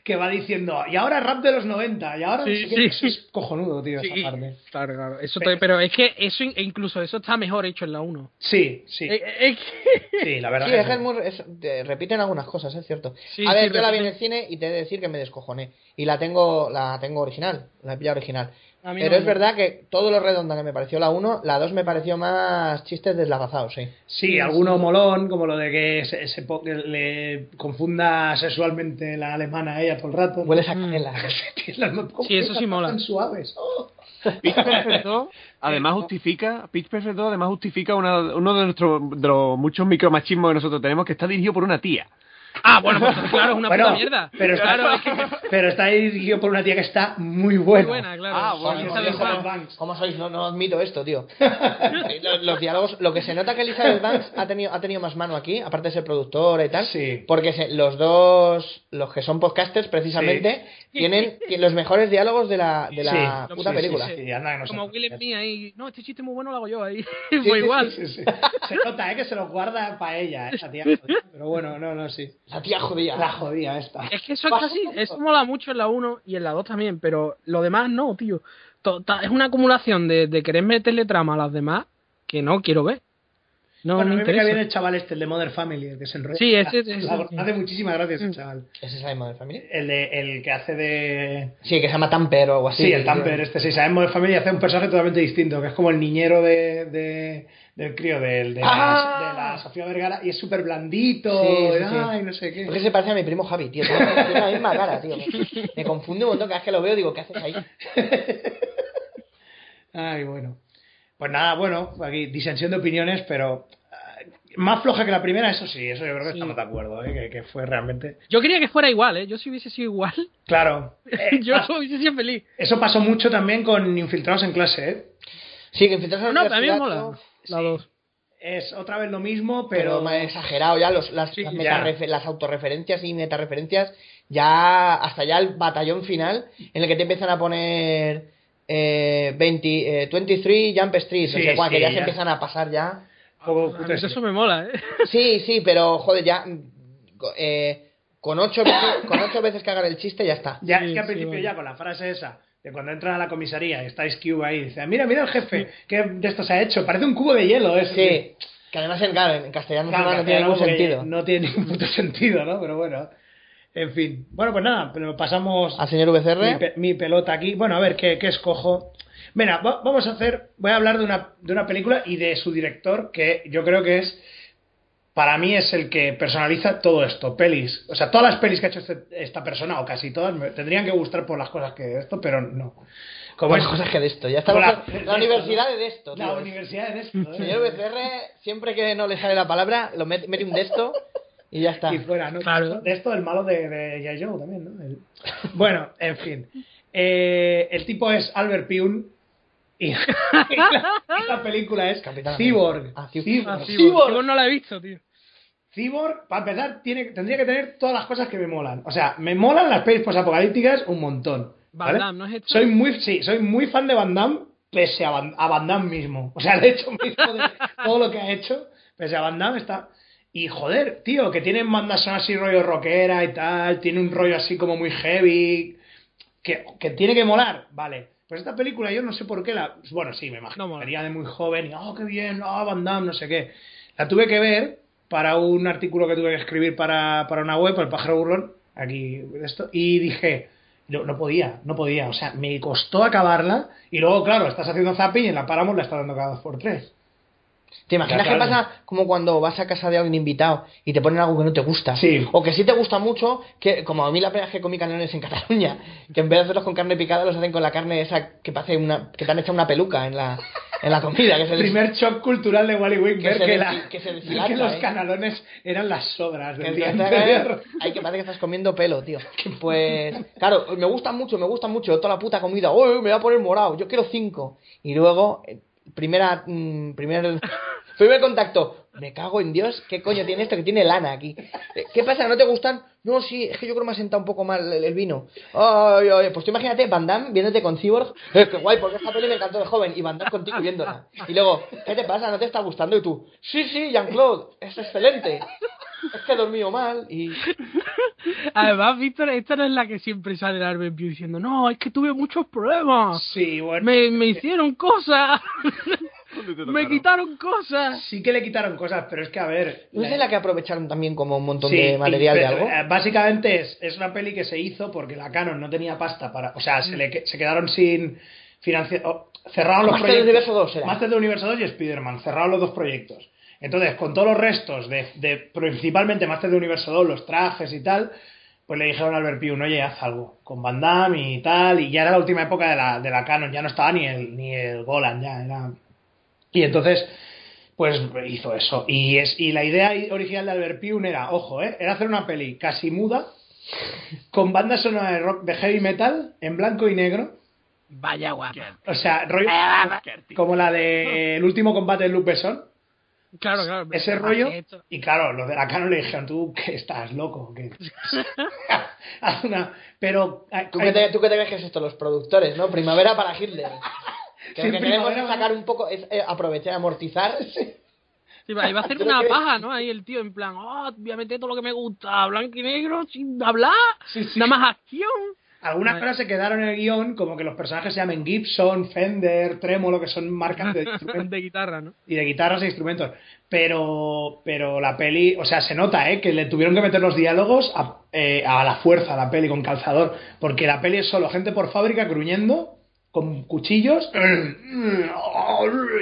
Speaker 3: que va diciendo, y ahora rap de los 90, y ahora no sé
Speaker 5: Sí,
Speaker 3: qué".
Speaker 5: sí.
Speaker 3: Eso es cojonudo, tío,
Speaker 5: Sí,
Speaker 3: esa parte.
Speaker 5: claro, claro. Eso te- pero es que eso in- e incluso eso está mejor hecho en la 1.
Speaker 3: Sí, sí,
Speaker 5: Es que-
Speaker 3: sí, la verdad
Speaker 6: Sí,
Speaker 3: que
Speaker 6: es que
Speaker 3: sí.
Speaker 6: es muy- es- te repiten algunas cosas, es cierto.
Speaker 5: Sí,
Speaker 6: a ver,
Speaker 5: sí,
Speaker 6: yo la vi en
Speaker 5: repiten.
Speaker 6: el cine y te he de decir que me descojoné. Y la tengo, la tengo original, la he pillado original.
Speaker 5: A mí no
Speaker 6: Pero
Speaker 5: me
Speaker 6: es verdad que todo lo redonda que me pareció la 1, la 2 me pareció más chistes deslavazados, sí.
Speaker 3: Sí, alguno molón, como lo de que se, se po- que le confunda sexualmente la alemana a ella todo el rato.
Speaker 6: Hueles a
Speaker 5: Mm.
Speaker 6: canela.
Speaker 5: Sí, eso sí mola.
Speaker 3: Tan suaves. Oh.
Speaker 4: Pitch Perfect 2 además justifica Pitch Perfect 2 además justifica una- uno de nuestros de los muchos micromachismos que nosotros tenemos que está dirigido por una tía
Speaker 5: Ah, bueno, pues claro, es una
Speaker 3: Bueno,
Speaker 5: puta mierda.
Speaker 3: Pero está,
Speaker 5: claro, es que
Speaker 3: pero está ahí dirigido por una tía que está muy
Speaker 5: muy
Speaker 3: buena.
Speaker 5: buena, claro.
Speaker 4: Ah, bueno,
Speaker 5: Sí,
Speaker 3: Como
Speaker 5: esa de
Speaker 3: Elizabeth
Speaker 5: Juan.
Speaker 3: Banks.
Speaker 6: ¿Cómo sois? No, no admito esto, tío. Eh, los, los diálogos, lo que se nota que Elizabeth Banks ha tenido, ha tenido más mano aquí, aparte de ser productora y tal,
Speaker 3: Sí.
Speaker 6: porque se- los dos, los que son podcasters precisamente, tienen ti- los mejores diálogos de la, de la
Speaker 3: Sí,
Speaker 6: puta
Speaker 3: sí,
Speaker 6: película.
Speaker 3: Sí, sí, anda que no se
Speaker 5: Como
Speaker 3: nota.
Speaker 5: Will Smith ahí. No, este chiste muy bueno lo hago yo ahí.
Speaker 6: sí,
Speaker 5: Fue igual.
Speaker 3: Sí, sí. Se nota, ¿eh? Que se los guarda para ella, ¿eh? esa tía. jodida. Pero bueno, no, no, sí.
Speaker 6: La tía judía.
Speaker 3: La jodía esta.
Speaker 5: Es que eso es casi, eso mola mucho en la 1 y en la 2 también, pero lo demás no, tío. To- ta- es una acumulación de, de querer meterle trama a las demás que no quiero ver. No
Speaker 3: bueno, a
Speaker 5: me
Speaker 3: mí me cae bien
Speaker 5: interesa.
Speaker 3: el chaval este, el de Mother Family, el que se enrolla.
Speaker 5: Sí, Mm. ese- ese-
Speaker 3: La- la- Hace muchísimas gracias el chaval.
Speaker 6: ¿Ese es el mismo de familia?
Speaker 3: El, de, el que hace de...
Speaker 6: Sí, que se llama Tamper o algo así.
Speaker 3: Sí, el Tamper este, sí, sabemos de familia, hace un personaje totalmente distinto, que es como el niñero de, de- del crío, del, de,
Speaker 6: ¡Ah!
Speaker 3: la, de la Sofía Vergara, y es súper blandito,
Speaker 6: Sí, sí,
Speaker 3: y,
Speaker 6: sí.
Speaker 3: ay, no sé
Speaker 6: Es que
Speaker 3: qué.
Speaker 6: se parece a mi primo Javi, tío. Tiene tiene la misma cara, tío. Me, me confunde un montón. Cada vez que lo veo digo, ¿qué haces ahí?
Speaker 3: Ay, bueno. Pues nada, bueno, aquí disensión de opiniones, pero ah, más floja que la primera, eso sí, eso yo creo que
Speaker 5: Sí.
Speaker 3: estamos de acuerdo, ¿eh? que, que fue realmente...
Speaker 5: Yo quería que fuera igual, ¿eh? Yo si hubiese sido igual,
Speaker 3: Claro, eh,
Speaker 5: yo
Speaker 3: ah,
Speaker 5: hubiese sido feliz.
Speaker 3: eso pasó mucho también con Infiltrados en clase, ¿eh?
Speaker 6: Sí, que infiltrarse en la
Speaker 5: No, también
Speaker 6: universidad,
Speaker 5: mola.
Speaker 6: tío,
Speaker 5: La 2.
Speaker 3: Es otra vez lo mismo,
Speaker 6: Pero
Speaker 3: pero...
Speaker 6: más exagerado ya, los, las,
Speaker 3: Sí,
Speaker 6: las,
Speaker 3: ya.
Speaker 6: metarrefe- las autorreferencias y metareferencias, ya hasta ya el batallón final en el que te empiezan a poner eh, 20, eh, 23 Jump Street,
Speaker 3: Sí,
Speaker 6: o sea, guau, que
Speaker 3: sí,
Speaker 6: ya, se
Speaker 3: ya.
Speaker 6: empiezan a pasar ya.
Speaker 3: poco
Speaker 5: A mí
Speaker 3: cutre.
Speaker 5: Eso me mola, ¿eh?
Speaker 6: Sí, sí, pero joder, ya mm, co- eh, con, ocho veces, con ocho veces cagar el chiste ya está.
Speaker 3: Ya,
Speaker 5: Sí,
Speaker 3: es que al
Speaker 5: sí,
Speaker 3: principio
Speaker 5: vale.
Speaker 3: ya con la frase esa, de cuando entran a la comisaría y está Ice Cube ahí, dice, mira, mira el jefe, que de esto se ha hecho, parece un cubo de hielo eso.
Speaker 6: Sí, que además en, claro, en castellano
Speaker 3: Claro,
Speaker 6: no tiene
Speaker 3: claro,
Speaker 6: ningún
Speaker 3: porque
Speaker 6: sentido.
Speaker 3: No tiene ningún puto sentido, ¿no? Pero bueno, en fin. Bueno, pues nada, pero pasamos
Speaker 6: Al señor VCR.
Speaker 3: mi, pe- mi pelota aquí. Bueno, a ver, ¿qué, qué escojo? Mira, va- vamos a hacer, voy a hablar de una, de una película y de su director, que yo creo que es, para mí es el que personaliza todo esto, pelis. O sea, todas las pelis que ha hecho este- esta persona, o casi todas, me tendrían que gustar por las cosas que esto, pero no. Como
Speaker 6: Bueno,
Speaker 3: es
Speaker 6: cosas que de esto, ya estamos.
Speaker 3: Hola.
Speaker 6: La, universidad de esto,
Speaker 3: la
Speaker 6: tío.
Speaker 3: universidad en esto, ¿eh?
Speaker 6: Señor BCR, siempre que no le sale la palabra, lo mete, mete un de esto y ya está.
Speaker 3: y fuera, ¿no?
Speaker 5: Claro.
Speaker 3: De esto, el malo de, de G.I. Joe también, ¿no? El- Bueno, en fin. Eh, el tipo es Albert Pyun y, y la, y la película es
Speaker 6: Capitán
Speaker 3: Cyborg.
Speaker 6: América. Ah, Cyborg.
Speaker 5: Ah,
Speaker 3: Cyborg.
Speaker 5: sí,
Speaker 3: Cyborg.
Speaker 5: yo no la he visto, tío.
Speaker 3: Cyborg, para empezar, tiene, tendría que tener todas las cosas que me molan. O sea, me molan las pelis posapocalípticas un montón.
Speaker 5: Van
Speaker 3: ¿vale?
Speaker 5: Damme, ¿no es esto?
Speaker 3: Soy muy, sí, soy muy fan de Van Damme, pese a Van, a Van Damme mismo. O sea, el hecho mismo de todo lo que ha hecho, pese a Van Damme está... Y joder, tío, que tienen bandas sonoras así rollo rockera y tal, tiene un rollo así como muy heavy, que, que tiene que molar, vale. Pues esta película yo no sé por qué la... Bueno, sí, me imagino.
Speaker 5: No mola.
Speaker 3: Sería de muy joven y, oh, qué bien, oh, Van Damme, no sé qué. La tuve que ver para un artículo que tuve que escribir para, para una web, para el pájaro burlón, aquí esto, y dije, no, no podía, no podía, o sea, me costó acabarla y luego, claro, estás haciendo zapping y en la Paramount la está dando cada dos por tres.
Speaker 6: ¿Te imaginas
Speaker 3: Ya,
Speaker 6: qué
Speaker 3: claro.
Speaker 6: pasa como cuando vas a casa de alguien invitado y te ponen algo que no te gusta?
Speaker 3: Sí.
Speaker 6: O que sí te gusta mucho, que como a mí la primera vez que comí canelones en Cataluña, que en vez de hacerlos con carne picada, los hacen con la carne esa que, parece una, que te han heechado una peluca en la, en la comida. Que se
Speaker 3: El
Speaker 6: les-
Speaker 3: primer shock cultural de Wally Winkler
Speaker 6: Que se
Speaker 3: que,
Speaker 6: des-
Speaker 3: la-
Speaker 6: que se deslata,
Speaker 3: que los
Speaker 6: ¿eh?
Speaker 3: canalones eran las sobras
Speaker 6: Que
Speaker 3: del día
Speaker 6: te-
Speaker 3: anterior.
Speaker 6: Ay, que parece que estás comiendo pelo, tío. Pues, claro, me gusta mucho, me gusta mucho toda la puta comida. Uy, me voy a poner morado, yo quiero cinco. Y luego, eh, primera, mm, primer, primer contacto. me cago en Dios, ¿qué coño tiene esto que tiene lana aquí? Eh, ¿Qué pasa? ¿No te gustan? No, sí, es que yo creo que me ha sentado un poco mal el, el vino. Ay, ay, pues tú imagínate Van Damme viéndote con Cyborg. Es que guay, porque esta peli me encantó de joven y Van Damme contigo viéndola. Y luego, ¿qué te pasa? ¿No te está gustando? Y tú, sí, sí, Jean-Claude, es excelente. Es que he dormido mal y...
Speaker 5: Además, Víctor, esta no es la que siempre sale la Arben View diciendo, no, es que tuve muchos problemas.
Speaker 3: Sí, bueno.
Speaker 5: Me, me hicieron cosas.
Speaker 4: ¿Dónde te
Speaker 5: me
Speaker 4: tocaron?
Speaker 5: quitaron cosas.
Speaker 3: Sí que le quitaron cosas, pero es que a ver.
Speaker 6: ¿No es de la que aprovecharon también como un montón
Speaker 3: Sí,
Speaker 6: de material
Speaker 3: y-
Speaker 6: de
Speaker 3: pero,
Speaker 6: algo?
Speaker 3: eh, Básicamente es, es una peli que se hizo porque la Canon no tenía pasta para. O sea,
Speaker 6: Mm.
Speaker 3: se, le, que- se quedaron sin financiación. cerraron los
Speaker 6: Master del
Speaker 3: proyectos.
Speaker 6: Universo 2 era.
Speaker 3: Master del Universo 2 y Spider-Man. Cerraron los dos proyectos. Entonces, con todos los restos de, de principalmente Master del Universo 2, los trajes y tal, pues le dijeron a Albert Piun, oye, haz algo con Van Damme y tal. Y ya era la última época de la, de la Canon, ya no estaba ni el, ni el Golan, ya era. Y entonces pues hizo eso. Y, es, y la idea original de Albert Pyun era, ojo, ¿eh? era hacer una peli casi muda, con banda sonora de rock de heavy metal, en blanco y negro.
Speaker 5: Vaya guapa.
Speaker 3: O sea, rollo como la de El último combate de Luke Besson.
Speaker 5: Claro, claro.
Speaker 3: Ese
Speaker 5: hace
Speaker 3: rollo.
Speaker 5: Ah, esto.
Speaker 3: Y claro, los de la Canon le dijeron, tú que estás loco. Que... Haz una... Pero... eh,
Speaker 6: ¿Tú qué, te, ¿Tú qué te crees que es esto? Los productores, ¿no? Primavera para Hitler. Que
Speaker 3: Sí,
Speaker 6: lo que queremos
Speaker 3: primavera.
Speaker 6: es sacar un poco, es eh, aprovechar, amortizar.
Speaker 5: Sí, va, iba a hacer una paja, ¿no? Ahí el tío en plan, oh, voy a meter todo lo que me gusta, blanco y negro, sin hablar,
Speaker 3: Sí, sí.
Speaker 5: nada más acción.
Speaker 3: Algunas
Speaker 5: Vale.
Speaker 3: cosas se quedaron en el guión, como que los personajes se llamen Gibson, Fender, Tremolo, que son marcas de instrumentos.
Speaker 5: de guitarra, ¿no?
Speaker 3: y de guitarras e instrumentos. Pero, pero la peli, o sea, se nota, ¿eh? Que le tuvieron que meter los diálogos a, eh, a la fuerza, a la peli, con calzador. Porque la peli es solo gente por fábrica gruñendo, con cuchillos,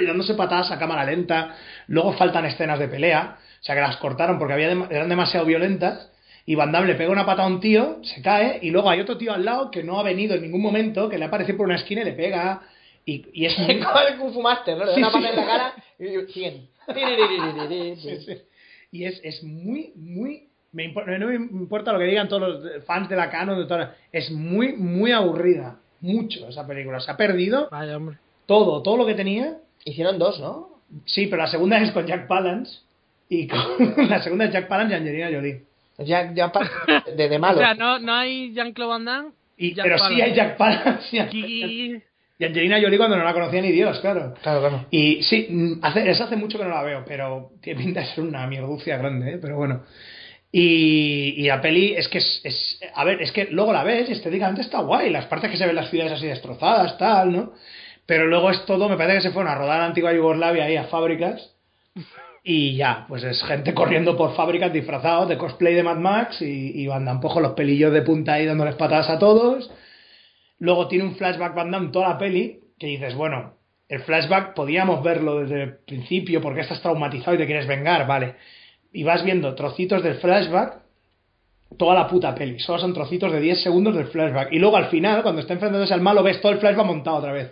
Speaker 3: y dándose patadas a cámara lenta. Luego faltan escenas de pelea, o sea, que las cortaron porque había dem- eran demasiado violentas. Y Van Damme le pega una pata a un tío, se cae, y luego hay otro tío al lado que no ha venido en ningún momento, que le aparece por una esquina y le pega. Y, y es muy-
Speaker 6: Como el Kung Fu Master, ¿no? Le da
Speaker 3: Sí,
Speaker 6: una
Speaker 3: sí.
Speaker 6: pata en la cara y y siguen.
Speaker 3: Sí, sí. Y es, es muy, muy. Me impo- no me importa lo que digan todos los fans de la Canon. de todas las- es muy, muy aburrida. Mucho esa película. Se ha perdido
Speaker 5: Vaya, hombre.
Speaker 3: todo, todo lo que tenía.
Speaker 6: Hicieron dos, ¿no?
Speaker 3: Sí, pero la segunda es con Jack Palance. Y con la segunda es Jack Palance y Angelina Jolie.
Speaker 6: Ya, ya pa- de, de malo.
Speaker 5: O sea, no, no hay Jean-Claude Van Damme.
Speaker 3: Y,
Speaker 5: Jack
Speaker 3: pero sí
Speaker 5: Palance.
Speaker 3: hay Jack Palance y Angelina-
Speaker 5: Qui-
Speaker 3: y Angelina Jolie cuando no la conocía ni Dios, claro.
Speaker 6: Claro, claro.
Speaker 3: Y sí, mm, hace, es hace mucho que no la veo, pero tiene pinta de ser una mierducia grande, ¿eh? pero bueno. Y, y la peli es que es, es- A ver, es que luego la ves y estéticamente está guay. Las partes que se ven las ciudades así destrozadas, tal, ¿no? Pero luego es todo, me parece que se fueron a rodar a la antigua Yugoslavia ahí a fábricas. Y ya, pues es gente corriendo por fábricas disfrazados de cosplay de Mad Max y, y Van Damme, pues, con los pelillos de punta ahí dándoles patadas a todos. Luego tiene un flashback Van Damme toda la peli que dices, bueno, el flashback podíamos verlo desde el principio porque estás traumatizado y te quieres vengar, vale. Y vas viendo trocitos del flashback toda la puta peli. Solo son trocitos de 10 segundos del flashback. Y luego al final, cuando está enfrentándose al malo, ves todo el flashback montado otra vez.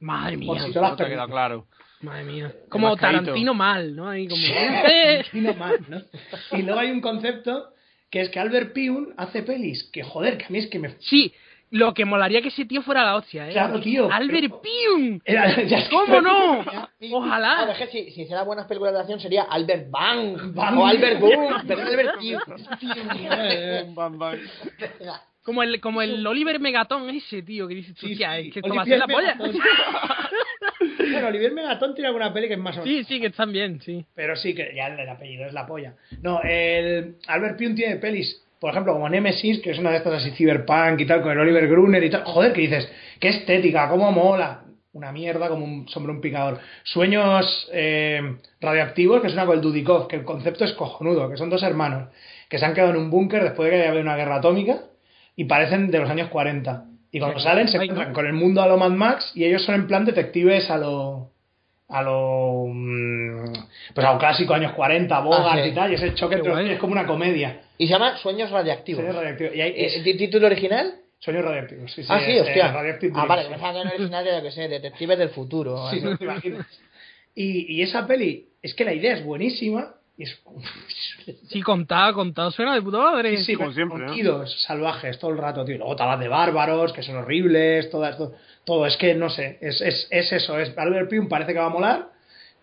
Speaker 5: Madre
Speaker 3: Por
Speaker 5: mía,
Speaker 3: si te lo
Speaker 4: No
Speaker 3: has
Speaker 4: te ha quedado
Speaker 3: perdido.
Speaker 4: claro.
Speaker 5: madre mía. Como
Speaker 4: Mascaíto.
Speaker 5: Tarantino mal, ¿no? Ahí como... ¡Eh!
Speaker 3: Y, no más, ¿no? y luego hay un concepto que es que Albert Piun hace pelis que, joder, que a mí es que me...
Speaker 5: Sí, lo que molaría que ese tío fuera la hostia, ¿eh?
Speaker 3: Claro, tío,
Speaker 5: Albert
Speaker 3: pero-
Speaker 5: Pium.
Speaker 3: Era- ya es que-
Speaker 5: ¿Cómo no?
Speaker 6: Claro, es
Speaker 5: Ojalá.
Speaker 6: que si, si hiciera buenas películas de acción sería Albert Bang,
Speaker 3: Bang.
Speaker 6: o Albert Boom, pero no Albert King.
Speaker 4: Bum, Eh, bam, bam.
Speaker 5: Como el, como el Oliver Megatón ese, tío, que dice,
Speaker 3: Sí,
Speaker 5: hostia,
Speaker 3: sí.
Speaker 5: es que esto va a ser
Speaker 3: Olivier
Speaker 5: la polla.
Speaker 3: Megatón. Bueno, Olivier Megatón tiene alguna peli que es más o menos...
Speaker 5: Sí, sí, que están bien, sí.
Speaker 3: Pero sí, que ya el apellido es la polla. No, el Albert Pyun tiene pelis, por ejemplo, como Nemesis, que es una de estas así cyberpunk y tal, con el Oliver Gruner y tal. Joder, que dices, qué estética, cómo mola. Una mierda como un sobre un picador. Sueños eh, radioactivos, que es una con el Dudikov, que el concepto es cojonudo, que son dos hermanos que se han quedado en un búnker después de que haya habido una guerra atómica y parecen de los años 40. Y cuando salen se
Speaker 5: Ay,
Speaker 3: encuentran
Speaker 5: no.
Speaker 3: con el mundo a lo Mad Max y ellos son en plan detectives a lo a lo mm, pues a lo clásico años 40 Bogart
Speaker 6: Ah, sí.
Speaker 3: y tal y ese choque
Speaker 5: Qué
Speaker 3: entre los
Speaker 5: guay.
Speaker 3: tíos es como una comedia
Speaker 6: Y se llama Sueños Radiactivos.
Speaker 3: Sueños radioactivos y hay,
Speaker 6: Eh,
Speaker 3: es-
Speaker 6: ¿t- ¿Título original?
Speaker 3: sueños radioactivos sí, sí,
Speaker 6: ah, sí,
Speaker 3: es, eh,
Speaker 6: hostia.
Speaker 3: Radioactive
Speaker 6: Ah, vale,
Speaker 3: Dreams.
Speaker 6: pensaba que era un original de, yo que sé, Detectives del Futuro. o
Speaker 3: Sí,
Speaker 6: algo.
Speaker 3: no te imaginas. y, y esa peli es que la idea es buenísima y es
Speaker 5: Sí, contado, contado, suena de puta madre.
Speaker 3: Sí,
Speaker 4: como
Speaker 3: con-
Speaker 4: siempre,
Speaker 3: con
Speaker 4: ¿no?
Speaker 3: tiros salvajes todo el rato, tío. Luego te hablas de bárbaros, que son horribles, todo, todo, todo. Es que, no sé, es, es, es eso. Es, Albert Pyun parece que va a molar,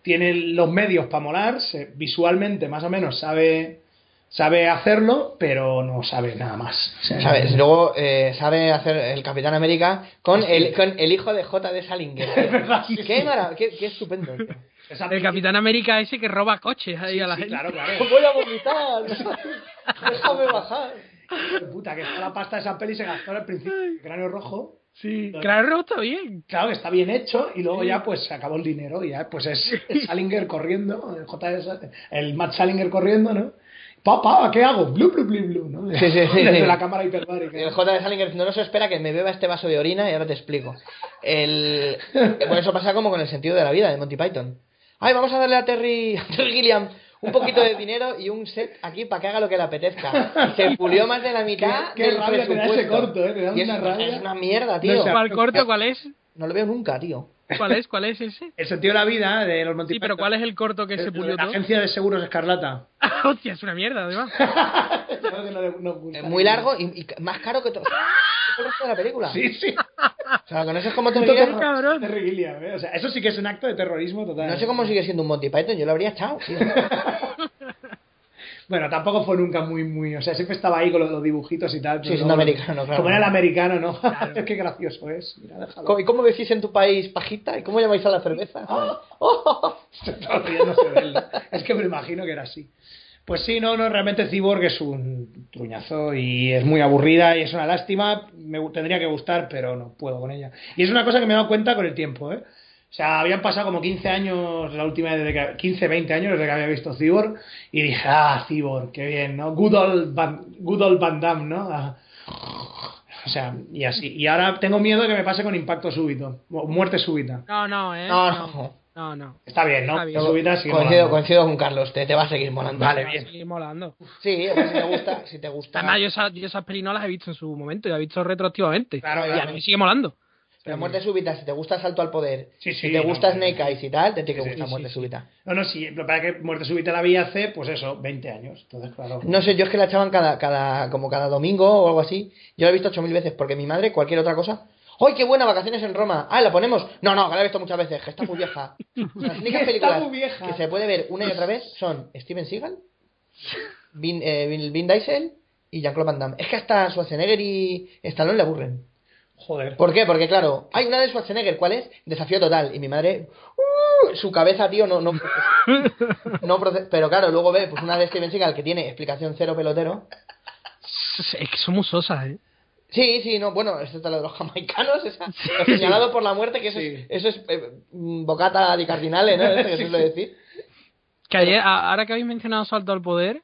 Speaker 3: tiene los medios para molar, se- visualmente más o menos sabe, sabe hacerlo, pero no sabe nada más. O sea,
Speaker 6: ¿Sabes? Luego eh, sabe hacer el Capitán América con el, con el hijo de J de Salinger.
Speaker 3: Es verdad, sí,
Speaker 6: qué
Speaker 3: sí.
Speaker 6: maravilla, qué, qué estupendo. tío.
Speaker 3: esa
Speaker 5: El
Speaker 3: peli-
Speaker 5: Capitán América ese que roba coches ahí
Speaker 3: Sí,
Speaker 5: a la
Speaker 3: sí,
Speaker 5: gente.
Speaker 3: claro, claro.
Speaker 6: Voy a vomitar. Déjame bajar.
Speaker 3: Puta, que toda la pasta de esa peli se gastó al principio. El cráneo rojo.
Speaker 4: Sí.
Speaker 5: Claro, está bien.
Speaker 3: Claro que está bien hecho y luego ya pues se acabó el dinero y ya pues es Salinger corriendo, el, J. S. el Matt Salinger corriendo, ¿no? Papá, ¿qué hago? Blu, blu, blu, blu, ¿no?
Speaker 6: Sí, sí, sí,
Speaker 3: Desde
Speaker 6: sí.
Speaker 3: la cámara hiperbárica.
Speaker 6: El J de Salinger no, no se espera que me beba este vaso de orina y ahora te explico. El... Bueno, eso pasa como con el sentido de la vida de Monty Python. Ay, vamos a darle a Terry, a Terry Gilliam un poquito de dinero y un set aquí para que haga lo que le apetezca. Se pulió más de la mitad
Speaker 3: Qué- qué
Speaker 6: del
Speaker 3: rabia te da ese
Speaker 6: presupuesto.
Speaker 3: corto, ¿eh? Te da
Speaker 6: Y es,
Speaker 3: una rabia.
Speaker 6: es una mierda,
Speaker 3: No,
Speaker 6: tío.
Speaker 3: o sea,
Speaker 5: ¿Cuál corto? ¿Cuál es?
Speaker 6: No lo veo nunca, tío.
Speaker 5: ¿Cuál es? ¿Cuál es ese?
Speaker 3: El sentido de la vida eh, de los Monty
Speaker 5: Sí, pero
Speaker 3: Python.
Speaker 5: ¿cuál es el corto que se
Speaker 3: El-
Speaker 5: pulió
Speaker 3: La
Speaker 5: todo?
Speaker 3: agencia de seguros escarlata.
Speaker 5: Hostia, es una mierda, además.
Speaker 3: Creo que no le- no gusta.
Speaker 6: Es muy largo y, y más caro que todo. el resto de la película.
Speaker 3: Sí, sí.
Speaker 6: O sea, que no sé cómo te
Speaker 5: Total,
Speaker 6: diría-
Speaker 5: cabrón.
Speaker 3: Terry Gilliam, ¿eh? O sea, eso sí que es un acto de terrorismo total.
Speaker 6: No sé cómo sigue siendo un Monty Python, yo lo habría echado. tío.
Speaker 3: Bueno, tampoco fue nunca muy, muy. O sea, siempre estaba ahí con los, los dibujitos y tal. pero
Speaker 6: Sí, siendo americano, claro.
Speaker 3: Como era el americano, ¿no? Qué gracioso es. Mira, déjalo.
Speaker 6: ¿Cómo- ¿Y cómo decís en tu país pajita? ¿Y cómo llamáis a la cerveza?
Speaker 3: Ah, Se está riéndose de él, ¿no? Es que me imagino que era así. Pues sí, no, no, realmente Cyborg es un truñazo y es muy aburrida y es una lástima. Me gu- tendría que gustar, pero no puedo con ella. Y es una cosa que me he dado cuenta con el tiempo, ¿eh? O sea, habían pasado como 15 años, la última desde que, 15, 20 años desde que había visto Cyborg y dije, ah, Cyborg, qué bien, ¿no? Good old Van, good old Van Damme, ¿no? Ah. o sea, y así. Y ahora tengo miedo de que me pase con impacto súbito, mu- muerte súbita.
Speaker 5: No, no, ¿eh?
Speaker 6: No, no.
Speaker 5: No, no.
Speaker 3: Está bien, ¿no?
Speaker 5: Está bien.
Speaker 3: Súbita sigue
Speaker 6: Coincido,
Speaker 3: molando.
Speaker 6: coincido con Carlos, te, te va a seguir molando.
Speaker 3: Vale,
Speaker 5: Va a
Speaker 3: bien.
Speaker 5: seguir molando.
Speaker 6: Sí, o sea, si te gusta, si te gusta.
Speaker 5: Además, yo esas, yo esas pelis no las he visto en su momento, yo las he visto retroactivamente.
Speaker 3: Claro,
Speaker 5: y a
Speaker 3: claro.
Speaker 5: mí me sigue molando.
Speaker 6: Pero muerte súbita, si te gusta Salto al Poder,
Speaker 3: Sí, sí,
Speaker 6: si te gusta
Speaker 3: no.
Speaker 6: Snake Eyes y tal, te tiene
Speaker 3: Sí,
Speaker 6: que
Speaker 3: sí,
Speaker 6: gustar
Speaker 3: sí,
Speaker 6: muerte
Speaker 3: sí.
Speaker 6: súbita.
Speaker 3: No, no, sí, lo que pasa es que Muerte Súbita la vi hace, pues eso, 20 años. Entonces, claro.
Speaker 6: No sé, yo es que la echaban cada, cada, como cada domingo o algo así. Yo la he visto ocho mil veces porque mi madre, cualquier otra cosa. ¡Ay, qué buena! Vacaciones en Roma. Ah, la ponemos. No, no, que la he visto muchas veces, que está muy vieja. Las únicas
Speaker 3: Está
Speaker 6: películas
Speaker 3: muy vieja.
Speaker 6: que se puede ver una y otra vez son Steven Seagal, Vin, eh, Vin, Vin Diesel y Jean-Claude Van Damme. Es que hasta Schwarzenegger y Stallone le aburren.
Speaker 3: Joder.
Speaker 6: ¿Por qué? Porque claro, hay una de Schwarzenegger, ¿cuál es? Desafío total. Y mi madre, ¡uh! su cabeza, tío, no, no, no proce- Pero claro, luego ve pues una de Steven Seagal que tiene explicación cero pelotero.
Speaker 5: Es que somos sosas, ¿eh?
Speaker 6: Sí, sí, no, bueno, excepto la de los jamaicanos, esa, lo señalado por la muerte, que eso es, eso es eh, mm, bocata di cardinale, ¿no? Eso que suele decir.
Speaker 5: Que ayer, a- ahora que habéis mencionado Salto al Poder,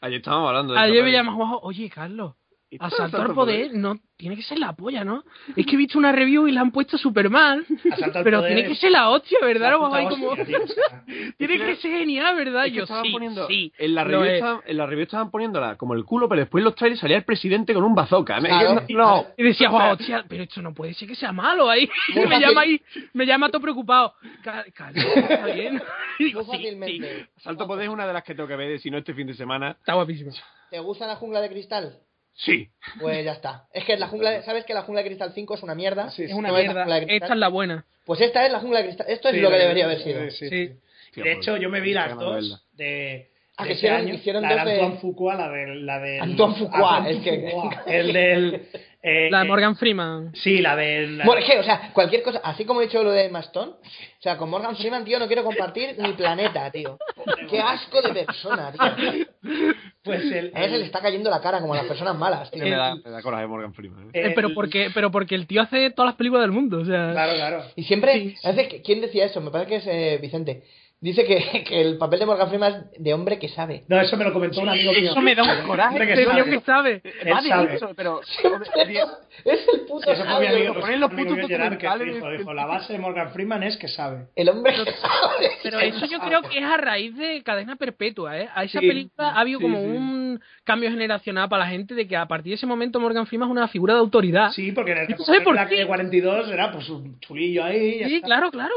Speaker 4: Ayer estábamos hablando de
Speaker 5: ayer
Speaker 4: esa
Speaker 5: me
Speaker 4: peli.
Speaker 5: llamas abajo, oye, Carlos,
Speaker 4: ¿Y
Speaker 5: a
Speaker 4: tú,
Speaker 5: Salto al Poder no tiene que ser la polla, ¿no? Es que he visto una review y la han puesto Superman,
Speaker 3: Asalto al
Speaker 5: pero
Speaker 3: poder
Speaker 5: tiene que
Speaker 3: es
Speaker 5: ser la hostia, ¿verdad?
Speaker 3: la
Speaker 5: Abajo
Speaker 3: puta
Speaker 5: ahí como-
Speaker 3: hostia, tío, o sea.
Speaker 5: tiene que ser genial, ¿verdad?
Speaker 4: Es que
Speaker 5: Yo
Speaker 4: estaban
Speaker 5: sí,
Speaker 4: poniendo,
Speaker 5: sí.
Speaker 4: en, la
Speaker 5: lo
Speaker 4: review
Speaker 5: es.
Speaker 4: estaban, en la review estaban poniéndola como el culo, pero después en los trailers salía el presidente con un bazooka. Me-
Speaker 6: Claro.
Speaker 4: No,
Speaker 5: Y decía, guau, hostia, pero esto no puede ser que sea malo ahí.
Speaker 6: Muy
Speaker 5: me
Speaker 6: fácil.
Speaker 5: llama ahí, me llama todo preocupado. Car- Carlos, está bien. Y digo,
Speaker 6: Muy
Speaker 5: sí,
Speaker 6: fácilmente.
Speaker 5: sí.
Speaker 4: Salto Poder es una de las que tengo que ver, si no este fin de semana.
Speaker 5: Está guapísimo.
Speaker 6: ¿Te gusta la jungla de cristal?
Speaker 4: Sí.
Speaker 6: Pues ya está. Es que la jungla, de- ¿sabes que la jungla de cristal 5 es una mierda?
Speaker 3: Sí, sí.
Speaker 5: Es una
Speaker 6: No es la
Speaker 5: mierda.
Speaker 6: jungla de cristal.
Speaker 5: Esta es la buena.
Speaker 6: Pues esta es la jungla de cristal. Esto es
Speaker 3: Sí,
Speaker 6: lo que
Speaker 3: la-
Speaker 6: debería haber sido.
Speaker 3: sí, sí,
Speaker 5: Sí.
Speaker 3: sí.
Speaker 4: Tío,
Speaker 3: De
Speaker 4: pues,
Speaker 3: hecho, yo me vi
Speaker 4: tengo
Speaker 3: las
Speaker 4: ganas de verla.
Speaker 3: dos de.
Speaker 6: Ah,
Speaker 3: de
Speaker 6: que
Speaker 3: ese
Speaker 6: hicieron-
Speaker 3: año,
Speaker 6: hicieron
Speaker 3: la de
Speaker 6: dos de-
Speaker 3: Antoine Fuqua, la del. La del
Speaker 6: Antoine Fuqua,
Speaker 3: Antoine
Speaker 6: es que-
Speaker 3: Fuqua, El del. eh,
Speaker 5: La de
Speaker 3: eh,
Speaker 5: Morgan Freeman.
Speaker 3: Sí, la del.
Speaker 6: Bueno, es que, o sea, cualquier cosa, así como he dicho lo de Mastón, o sea, con Morgan Freeman, tío, no quiero compartir mi planeta, tío. Qué asco de persona, tío.
Speaker 3: Pues el.
Speaker 6: A veces
Speaker 3: el-
Speaker 6: le está cayendo la cara como a las personas malas, tío.
Speaker 4: Me da, me da coraje Morgan Freeman. ¿eh?
Speaker 5: Eh, pero,
Speaker 3: el-
Speaker 5: porque, pero porque el tío hace todas las películas del mundo. O sea,
Speaker 3: Claro, claro.
Speaker 6: Y siempre, a veces, que- ¿quién decía eso? Me parece que es eh, Vicente. Dice que, que el papel de Morgan Freeman es de hombre que sabe.
Speaker 3: No, eso me lo comentó un amigo mío.
Speaker 4: Eso me da un
Speaker 3: Hombre,
Speaker 4: coraje,
Speaker 3: que
Speaker 5: este
Speaker 3: sabe.
Speaker 5: tío que sabe.
Speaker 3: Él
Speaker 4: Va de
Speaker 3: sabe.
Speaker 4: eso, pero...
Speaker 6: Es el puto
Speaker 3: Eso fue mi
Speaker 6: sabio.
Speaker 3: amigo.
Speaker 4: Lo ponen los
Speaker 3: amigo
Speaker 4: putos
Speaker 3: mío Gerard, que
Speaker 4: documentales.
Speaker 3: dijo, dijo, la base de Morgan Freeman es que sabe.
Speaker 6: El hombre que sabe.
Speaker 5: Pero eso yo creo que es a raíz de Cadena Perpetua, ¿eh? A esa
Speaker 3: Sí,
Speaker 5: película ha habido
Speaker 4: sí,
Speaker 5: como
Speaker 4: sí.
Speaker 5: un cambio generacional para la gente de que a partir de ese momento Morgan Freeman es una figura de autoridad. Sí,
Speaker 3: Sí, porque en el
Speaker 5: ¿Y tú sabes por
Speaker 3: Black
Speaker 5: qué?
Speaker 3: 42 era pues un chulillo ahí. y ya está.
Speaker 5: claro, claro.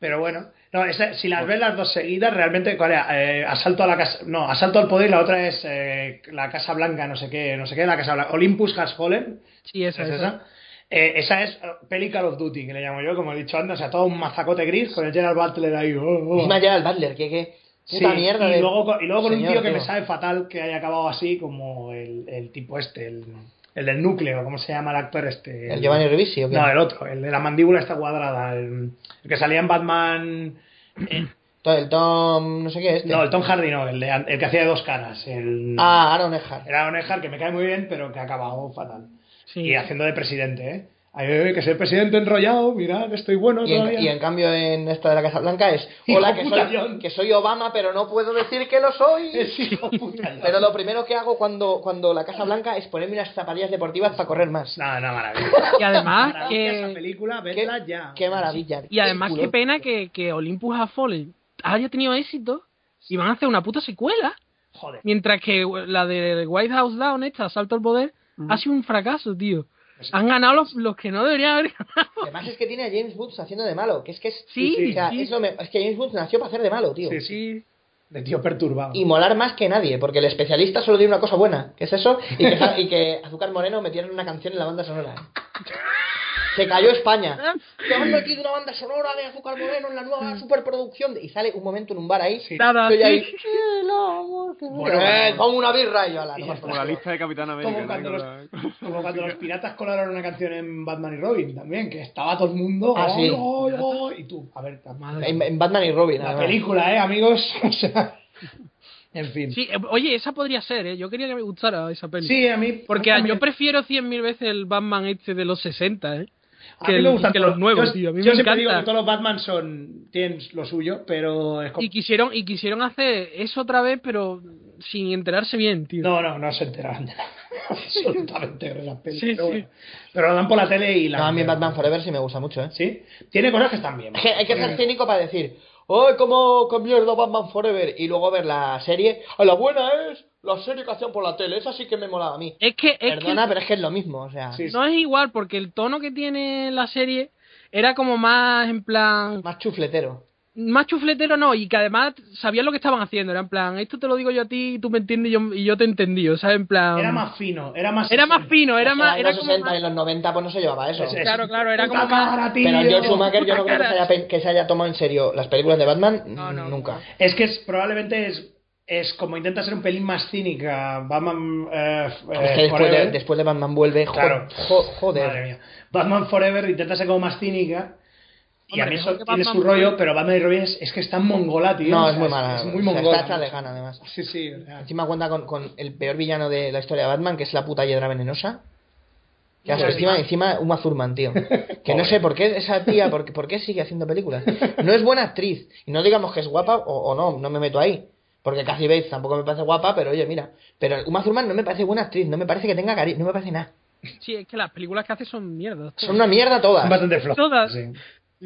Speaker 3: Pero bueno, no, esa- si
Speaker 6: Pues
Speaker 3: las ves las dos seguidas, realmente, ¿cuál era? Eh, asalto a la casa, no, asalto al poder y la otra es eh, la Casa Blanca, no sé qué, no sé qué, la Casa Blanca, Olympus Has Fallen,
Speaker 5: Sí, esa,
Speaker 3: ¿es
Speaker 5: esa.
Speaker 3: esa? Eh, esa es eh, peli Call of Duty, que le llamo yo, como he dicho antes, o sea, todo un mazacote gris con el Gerald Butler ahí. oh, oh.
Speaker 6: Encima ya el Butler, que que puta
Speaker 3: Sí,
Speaker 6: mierda
Speaker 3: y,
Speaker 6: de-
Speaker 3: luego, con- y luego con
Speaker 6: Señor,
Speaker 3: un tío que
Speaker 6: tío.
Speaker 3: me sabe fatal que haya acabado así, como el, el tipo este, el, el del núcleo, ¿cómo se llama el actor este?
Speaker 6: El Giovanni Ribisi, ¿o qué?
Speaker 3: No, el otro, el de la mandíbula está cuadrada, el, el que salía en Batman.
Speaker 6: To- el Tom, no sé qué, este.
Speaker 3: No, el Tom Hardy no, el, de an- el que hacía de dos caras. El,
Speaker 6: Ah, Aaron Eckhart.
Speaker 3: Era un Eckhart que me cae muy bien, pero que ha acabado fatal.
Speaker 5: Sí.
Speaker 3: Y haciendo de presidente, ¿eh? Ay, ay, que soy presidente enrollado, mirad, estoy bueno
Speaker 6: Y
Speaker 3: Ah,
Speaker 6: en,
Speaker 3: todavía.
Speaker 6: y en cambio en esta de la Casa Blanca es
Speaker 3: Hijo
Speaker 6: Hola, que
Speaker 3: puta,
Speaker 6: soy,
Speaker 3: John.
Speaker 6: que soy Obama, pero no puedo decir que lo soy.
Speaker 3: Es hijo puta.
Speaker 6: Pero lo primero que hago cuando, cuando la Casa Blanca es ponerme unas zapatillas deportivas para correr más.
Speaker 3: Nada, nada, maravilla.
Speaker 5: Y además
Speaker 3: Maravilla esa
Speaker 5: que
Speaker 3: película,
Speaker 6: Qué,
Speaker 3: vedla ya.
Speaker 6: qué maravilla.
Speaker 5: y además qué
Speaker 6: Culo.
Speaker 5: pena que, que Olympus Has Fallen haya tenido éxito y van a hacer una puta secuela.
Speaker 3: Joder.
Speaker 5: Mientras que la de White House Down, esta, Asalto al Poder, ha sido un fracaso, tío. Han ganado los, los que no deberían haber ganado.
Speaker 6: Además es que tiene a James Woods haciendo de malo, que es que es...
Speaker 5: Sí,
Speaker 6: o sea,
Speaker 5: sí.
Speaker 6: es, lo me- es que James Woods nació para hacer de malo, tío.
Speaker 3: Sí, sí. De tío perturbado.
Speaker 6: Y molar más que nadie, porque el especialista solo tiene una cosa buena, que es eso, y que, y que Azúcar Moreno metieron una canción en la banda sonora. Se cayó España. Te han metido una banda sonora de Azúcar Moreno en la nueva superproducción. Y sale un momento en un bar ahí.
Speaker 3: Sí.
Speaker 5: Nada,
Speaker 6: Estoy ahí,
Speaker 5: sí.
Speaker 6: "El amor que-".
Speaker 3: Bueno,
Speaker 6: Eh,
Speaker 3: bueno.
Speaker 6: toma una birra y yo
Speaker 3: Y ya
Speaker 4: Como la lista de Capitán América.
Speaker 3: Como
Speaker 4: ¿no?
Speaker 3: cuando,
Speaker 4: Con la-
Speaker 3: los, como cuando los piratas colaron una canción en Batman y Robin también, que estaba todo el mundo.
Speaker 6: Ah, sí.
Speaker 3: "Ay, ay, ay", y tú, a ver,
Speaker 5: Madre
Speaker 6: En, en Batman y Robin.
Speaker 3: la
Speaker 6: además.
Speaker 3: película, ¿eh, amigos? O sea, en fin.
Speaker 5: Sí, eh, oye, esa podría ser, ¿eh? Yo quería que me gustara esa peli.
Speaker 3: Sí, a mí.
Speaker 5: Porque
Speaker 3: a
Speaker 5: yo
Speaker 3: mí-
Speaker 5: prefiero 100.000 veces el Batman este de los 60, ¿eh?
Speaker 3: a
Speaker 5: que
Speaker 3: mí
Speaker 5: el-
Speaker 3: me gustan
Speaker 5: que los
Speaker 3: todos.
Speaker 5: nuevos,
Speaker 3: yo,
Speaker 5: tío, a mí
Speaker 3: yo
Speaker 5: me
Speaker 3: siempre
Speaker 5: encanta.
Speaker 3: digo que todos los Batman son, tienen lo suyo, pero es como-
Speaker 5: Y quisieron, y quisieron hacer eso otra vez, pero sin enterarse bien, tío.
Speaker 3: No, no, no se enteraban de nada. Absolutamente de las pelis.
Speaker 5: Sí,
Speaker 3: pero,
Speaker 5: sí.
Speaker 3: bueno. Pero lo dan por la tele y la.
Speaker 6: No, a mí Batman Forever sí me gusta mucho, ¿eh?
Speaker 3: Sí. Tiene cosas que están bien.
Speaker 6: Es que hay que ser cínico para decir, ¡ay, cómo qué mierda Batman Forever! Y luego ver la serie, ¡ay, la buena es! La serie que hacían por la tele, esa sí que me molaba a mí.
Speaker 5: Es que, es que
Speaker 6: Perdona, pero es que es lo mismo, o sea,
Speaker 3: Sí, sí.
Speaker 5: no es igual, porque el tono que tiene la serie era como más en plan.
Speaker 6: más chufletero.
Speaker 5: Más chufletero no, y que además sabían lo que estaban haciendo. Era en plan, esto te lo digo yo a ti, y tú me entiendes y yo, y yo te entendí. O sea, en plan.
Speaker 3: Era más fino, era más.
Speaker 5: era más fino, era
Speaker 6: O sea,
Speaker 5: más.
Speaker 6: en
Speaker 5: Era
Speaker 6: los
Speaker 5: como
Speaker 6: 60 y
Speaker 5: más-
Speaker 6: en los 90 pues no se llevaba eso.
Speaker 3: Es- es-
Speaker 5: Claro, claro, era
Speaker 3: Puta
Speaker 5: como más-
Speaker 3: cara, tío.
Speaker 6: Pero George Schumacher yo no creo que
Speaker 5: Cara.
Speaker 6: se, haya, pe- que se haya tomado en serio las películas de Batman,
Speaker 5: No, no,
Speaker 6: nunca.
Speaker 3: Es que es, probablemente es, es como intenta ser un pelín más cínica. Batman. eh, eh,
Speaker 6: Es que después de,
Speaker 3: Forever.
Speaker 6: después de Batman vuelve, jo-
Speaker 3: Claro.
Speaker 6: jo-
Speaker 3: Madre
Speaker 6: joder.
Speaker 3: mía. Batman Forever intenta ser como más cínica. y a
Speaker 5: Hombre,
Speaker 3: mí
Speaker 5: mejor
Speaker 3: eso
Speaker 5: que
Speaker 3: tiene
Speaker 5: Batman
Speaker 3: su rollo, pero Batman y Robin es, es que es tan mongola, tío. O
Speaker 6: No, es
Speaker 3: sea,
Speaker 6: muy mala.
Speaker 3: Es muy
Speaker 6: o sea,
Speaker 3: mongola.
Speaker 6: está hecha de gana, además.
Speaker 3: Sí, sí. o sea,
Speaker 6: Encima cuenta con, con el peor villano de la historia de Batman, que es la puta hiedra venenosa. Que hace
Speaker 5: Madre
Speaker 6: encima,
Speaker 5: mía.
Speaker 6: encima Uma Thurman, tío. Que no
Speaker 3: Pobre.
Speaker 6: sé por qué esa tía, por, qué- por qué sigue haciendo películas. No es buena actriz. Y no digamos que es guapa o, o no, no me meto ahí. Porque Kathy Bates tampoco me parece guapa, pero oye, mira. Pero Uma Thurman no me parece buena actriz, no me parece que tenga cariño, no me parece nada.
Speaker 5: Sí, es que las películas que hace son mierdas.
Speaker 6: Son una mierda todas.
Speaker 3: son bastante flojas.
Speaker 5: Todas.
Speaker 3: sí.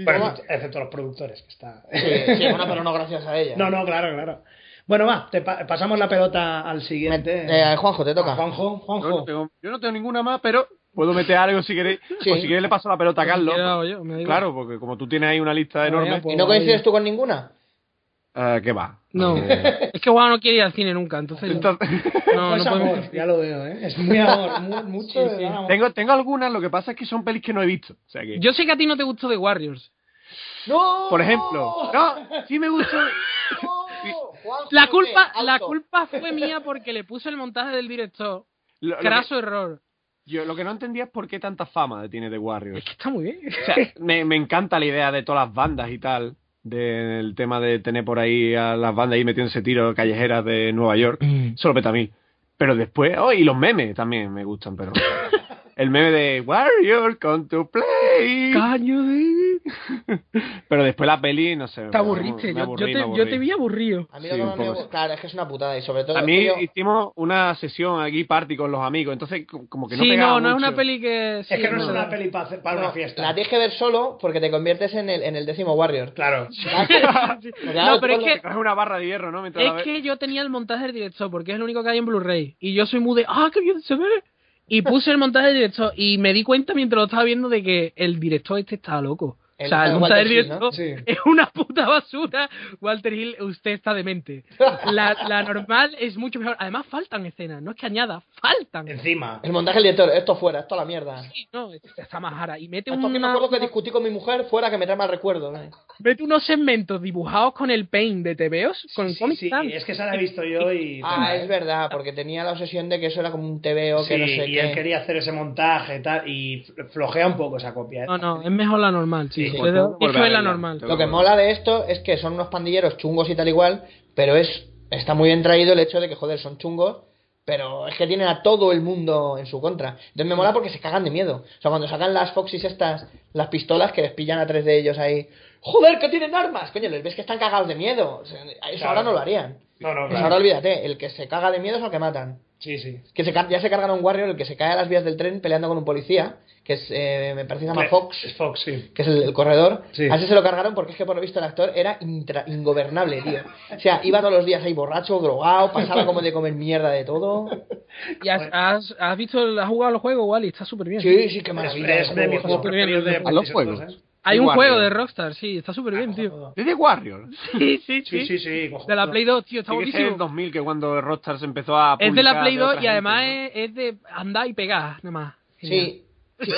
Speaker 3: Bueno,
Speaker 6: Toma.
Speaker 3: excepto- excepto los productores, que está.
Speaker 6: Sí, sí, bueno, pero no gracias a ella.
Speaker 3: No, no, claro, claro. Bueno, va, te pa- pasamos la pelota al
Speaker 6: Me-
Speaker 3: siguiente.
Speaker 6: eh, Juanjo, te
Speaker 3: A
Speaker 6: toca.
Speaker 3: Juanjo,
Speaker 4: Yo no,
Speaker 3: Juanjo.
Speaker 4: tengo, yo no tengo ninguna más, pero puedo meter algo si queréis.
Speaker 6: Sí.
Speaker 4: O si queréis le paso la pelota a Carlos.
Speaker 5: Yo lo hago yo, me da igual.
Speaker 4: Claro, porque como tú tienes ahí una lista
Speaker 5: Ah,
Speaker 4: enorme.
Speaker 5: ya, pues.
Speaker 6: ¿Y no coincides tú con ninguna?
Speaker 4: Ah, ¿Qué va?
Speaker 5: No,
Speaker 4: Eh,
Speaker 5: es que Juan no quiere ir al cine nunca, entonces.
Speaker 4: entonces-
Speaker 5: no,
Speaker 3: es
Speaker 5: no podemos-
Speaker 3: amor, ya lo veo, ¿eh? Es muy amor, mu- mucho
Speaker 5: Sí,
Speaker 3: de
Speaker 5: sí.
Speaker 3: dar amor.
Speaker 4: tengo, tengo algunas, lo que pasa es que son pelis que no he visto. O sea que,
Speaker 5: Yo sé que a ti no te gustó The Warriors.
Speaker 6: ¡No!
Speaker 4: por ejemplo, no, sí me gustó.
Speaker 6: ¡No! Juanjo,
Speaker 5: La
Speaker 6: ¿qué?
Speaker 5: culpa, la
Speaker 6: Auto.
Speaker 5: culpa fue mía porque le puse el montaje del director.
Speaker 4: Lo, lo que,
Speaker 5: Craso error.
Speaker 4: yo lo que no entendía es por qué tanta fama tiene The Warriors.
Speaker 5: Es que está muy bien.
Speaker 4: O sea, me, me encanta la idea de todas las bandas y tal. Del tema de tener por ahí a las bandas ahí metiéndose tiros callejeras de Nueva York.
Speaker 5: Mm.
Speaker 4: Solo petamil. Pero después, oh, y los memes también me gustan, pero. El meme de Warrior con tu play.
Speaker 5: Caño de...
Speaker 4: Pero después la peli, no sé.
Speaker 5: Te aburriste.
Speaker 4: me
Speaker 5: Yo,
Speaker 4: aburrí,
Speaker 5: yo
Speaker 4: me
Speaker 5: te,
Speaker 4: aburrí.
Speaker 5: yo te vi aburrido.
Speaker 6: A mí lo
Speaker 4: Sí,
Speaker 6: que
Speaker 4: un
Speaker 6: más me
Speaker 4: poco
Speaker 6: gu-
Speaker 4: sí.
Speaker 6: Claro, es que es una putada y sobre todo.
Speaker 4: A mí
Speaker 6: tío,
Speaker 4: hicimos una sesión aquí, party con los amigos, entonces co- como que no
Speaker 5: sí,
Speaker 4: pegaba
Speaker 5: no, no es
Speaker 4: mucho.
Speaker 5: una peli que. sí,
Speaker 3: es que no es una
Speaker 5: verdad.
Speaker 3: peli para para una fiesta.
Speaker 6: La tienes que ver solo porque te conviertes en el, en el décimo Warrior.
Speaker 3: Claro.
Speaker 5: No, pero es que.
Speaker 4: Te coges una barra de hierro, ¿no? Mientras la
Speaker 5: Es
Speaker 4: ves.
Speaker 5: que yo tenía el montaje del director porque es el único que hay en Blu-ray. Y yo soy muy de. ¡Ah, qué bien se ve! Y puse el montaje del director y me di cuenta mientras lo estaba viendo de que el director este estaba loco.
Speaker 6: El-
Speaker 5: o sea, el
Speaker 6: Walter
Speaker 5: Walter Hill
Speaker 6: Hill, ¿no?
Speaker 5: esto
Speaker 3: Sí.
Speaker 5: es una puta basura. Walter Hill, usted está demente. La, la normal es mucho mejor. Además, faltan escenas. No es que añada, faltan.
Speaker 3: Encima.
Speaker 6: El montaje del director, esto fuera, esto a la mierda.
Speaker 5: Sí, no, está más jara. Y mete,
Speaker 6: Esto que me
Speaker 5: una-
Speaker 6: acuerdo que discutí con mi mujer fuera que me trae mal recuerdo. ¿no?
Speaker 5: mete unos segmentos dibujados con el paint de TVOs, con
Speaker 3: Sí,
Speaker 5: Comic
Speaker 3: sí,
Speaker 5: Sans.
Speaker 3: es que esa la he visto yo y.
Speaker 6: Ah, es verdad, porque tenía la obsesión de que eso era como un TVO
Speaker 3: Sí,
Speaker 6: que no sé
Speaker 3: y
Speaker 6: qué.
Speaker 3: él quería hacer ese montaje y tal, y flojea un poco esa copia. ¿eh?
Speaker 5: No, no, es mejor la normal, sí.
Speaker 3: Sí,
Speaker 5: sí.
Speaker 4: pues
Speaker 5: Eso-
Speaker 4: tengo que volver
Speaker 5: eso
Speaker 4: a
Speaker 5: es la
Speaker 4: verla.
Speaker 5: normal.
Speaker 4: Tengo
Speaker 6: Lo que mola de esto es que son unos pandilleros chungos y tal igual, pero es está muy bien traído el hecho de que, joder, son chungos, pero es que tienen a todo el mundo en su contra. Entonces me mola porque se cagan de miedo. O sea, cuando sacan las Foxys estas, las pistolas que les pillan a tres de ellos ahí, joder, que tienen armas, coño, les ves que están cagados de miedo. O sea, eso
Speaker 3: Claro.
Speaker 6: ahora no lo harían.
Speaker 3: no, no,
Speaker 6: Pues
Speaker 3: claro.
Speaker 6: ahora olvídate, el que se caga de miedo es al que matan.
Speaker 3: Sí, sí.
Speaker 6: Que se, ca- ya se cargan a un Warrior, el que se cae a las vías del tren peleando con un policía, que es, eh, me parece que se llama
Speaker 3: Cle-
Speaker 6: Fox
Speaker 3: Es Fox, sí.
Speaker 6: que es el, el corredor,
Speaker 3: Sí.
Speaker 6: a ese se lo cargaron porque es que por lo visto el actor era intra- ingobernable, tío. O sea, iba todos los días ahí borracho, drogado, pasaba como de comer mierda de todo.
Speaker 5: ¿Y has, has- has visto, has jugado los juegos, Wally? Está súper bien.
Speaker 6: Sí, sí, qué maravilla.
Speaker 3: Es, es de mis
Speaker 6: juego,
Speaker 3: juegos
Speaker 6: tío.
Speaker 3: preferidos de
Speaker 4: A los
Speaker 3: PlayStation
Speaker 4: juegos.
Speaker 3: 2, ¿eh?
Speaker 5: Hay un
Speaker 4: Warrior.
Speaker 5: juego de Rockstar, sí, está súper bien, tío.
Speaker 4: Desde Warrior.
Speaker 5: Sí, sí,
Speaker 3: Sí, sí, sí.
Speaker 5: De la Play 2, tío, está
Speaker 4: Tiene que ser en
Speaker 5: buenísimo.
Speaker 4: 2000 que cuando Rockstar se empezó a
Speaker 5: Es de la
Speaker 4: publicar
Speaker 5: Play 2
Speaker 4: otra
Speaker 5: y
Speaker 4: gente,
Speaker 5: además
Speaker 4: ¿no?
Speaker 5: es, es de andar y pegar, nada más. Genial.
Speaker 6: Sí. sí.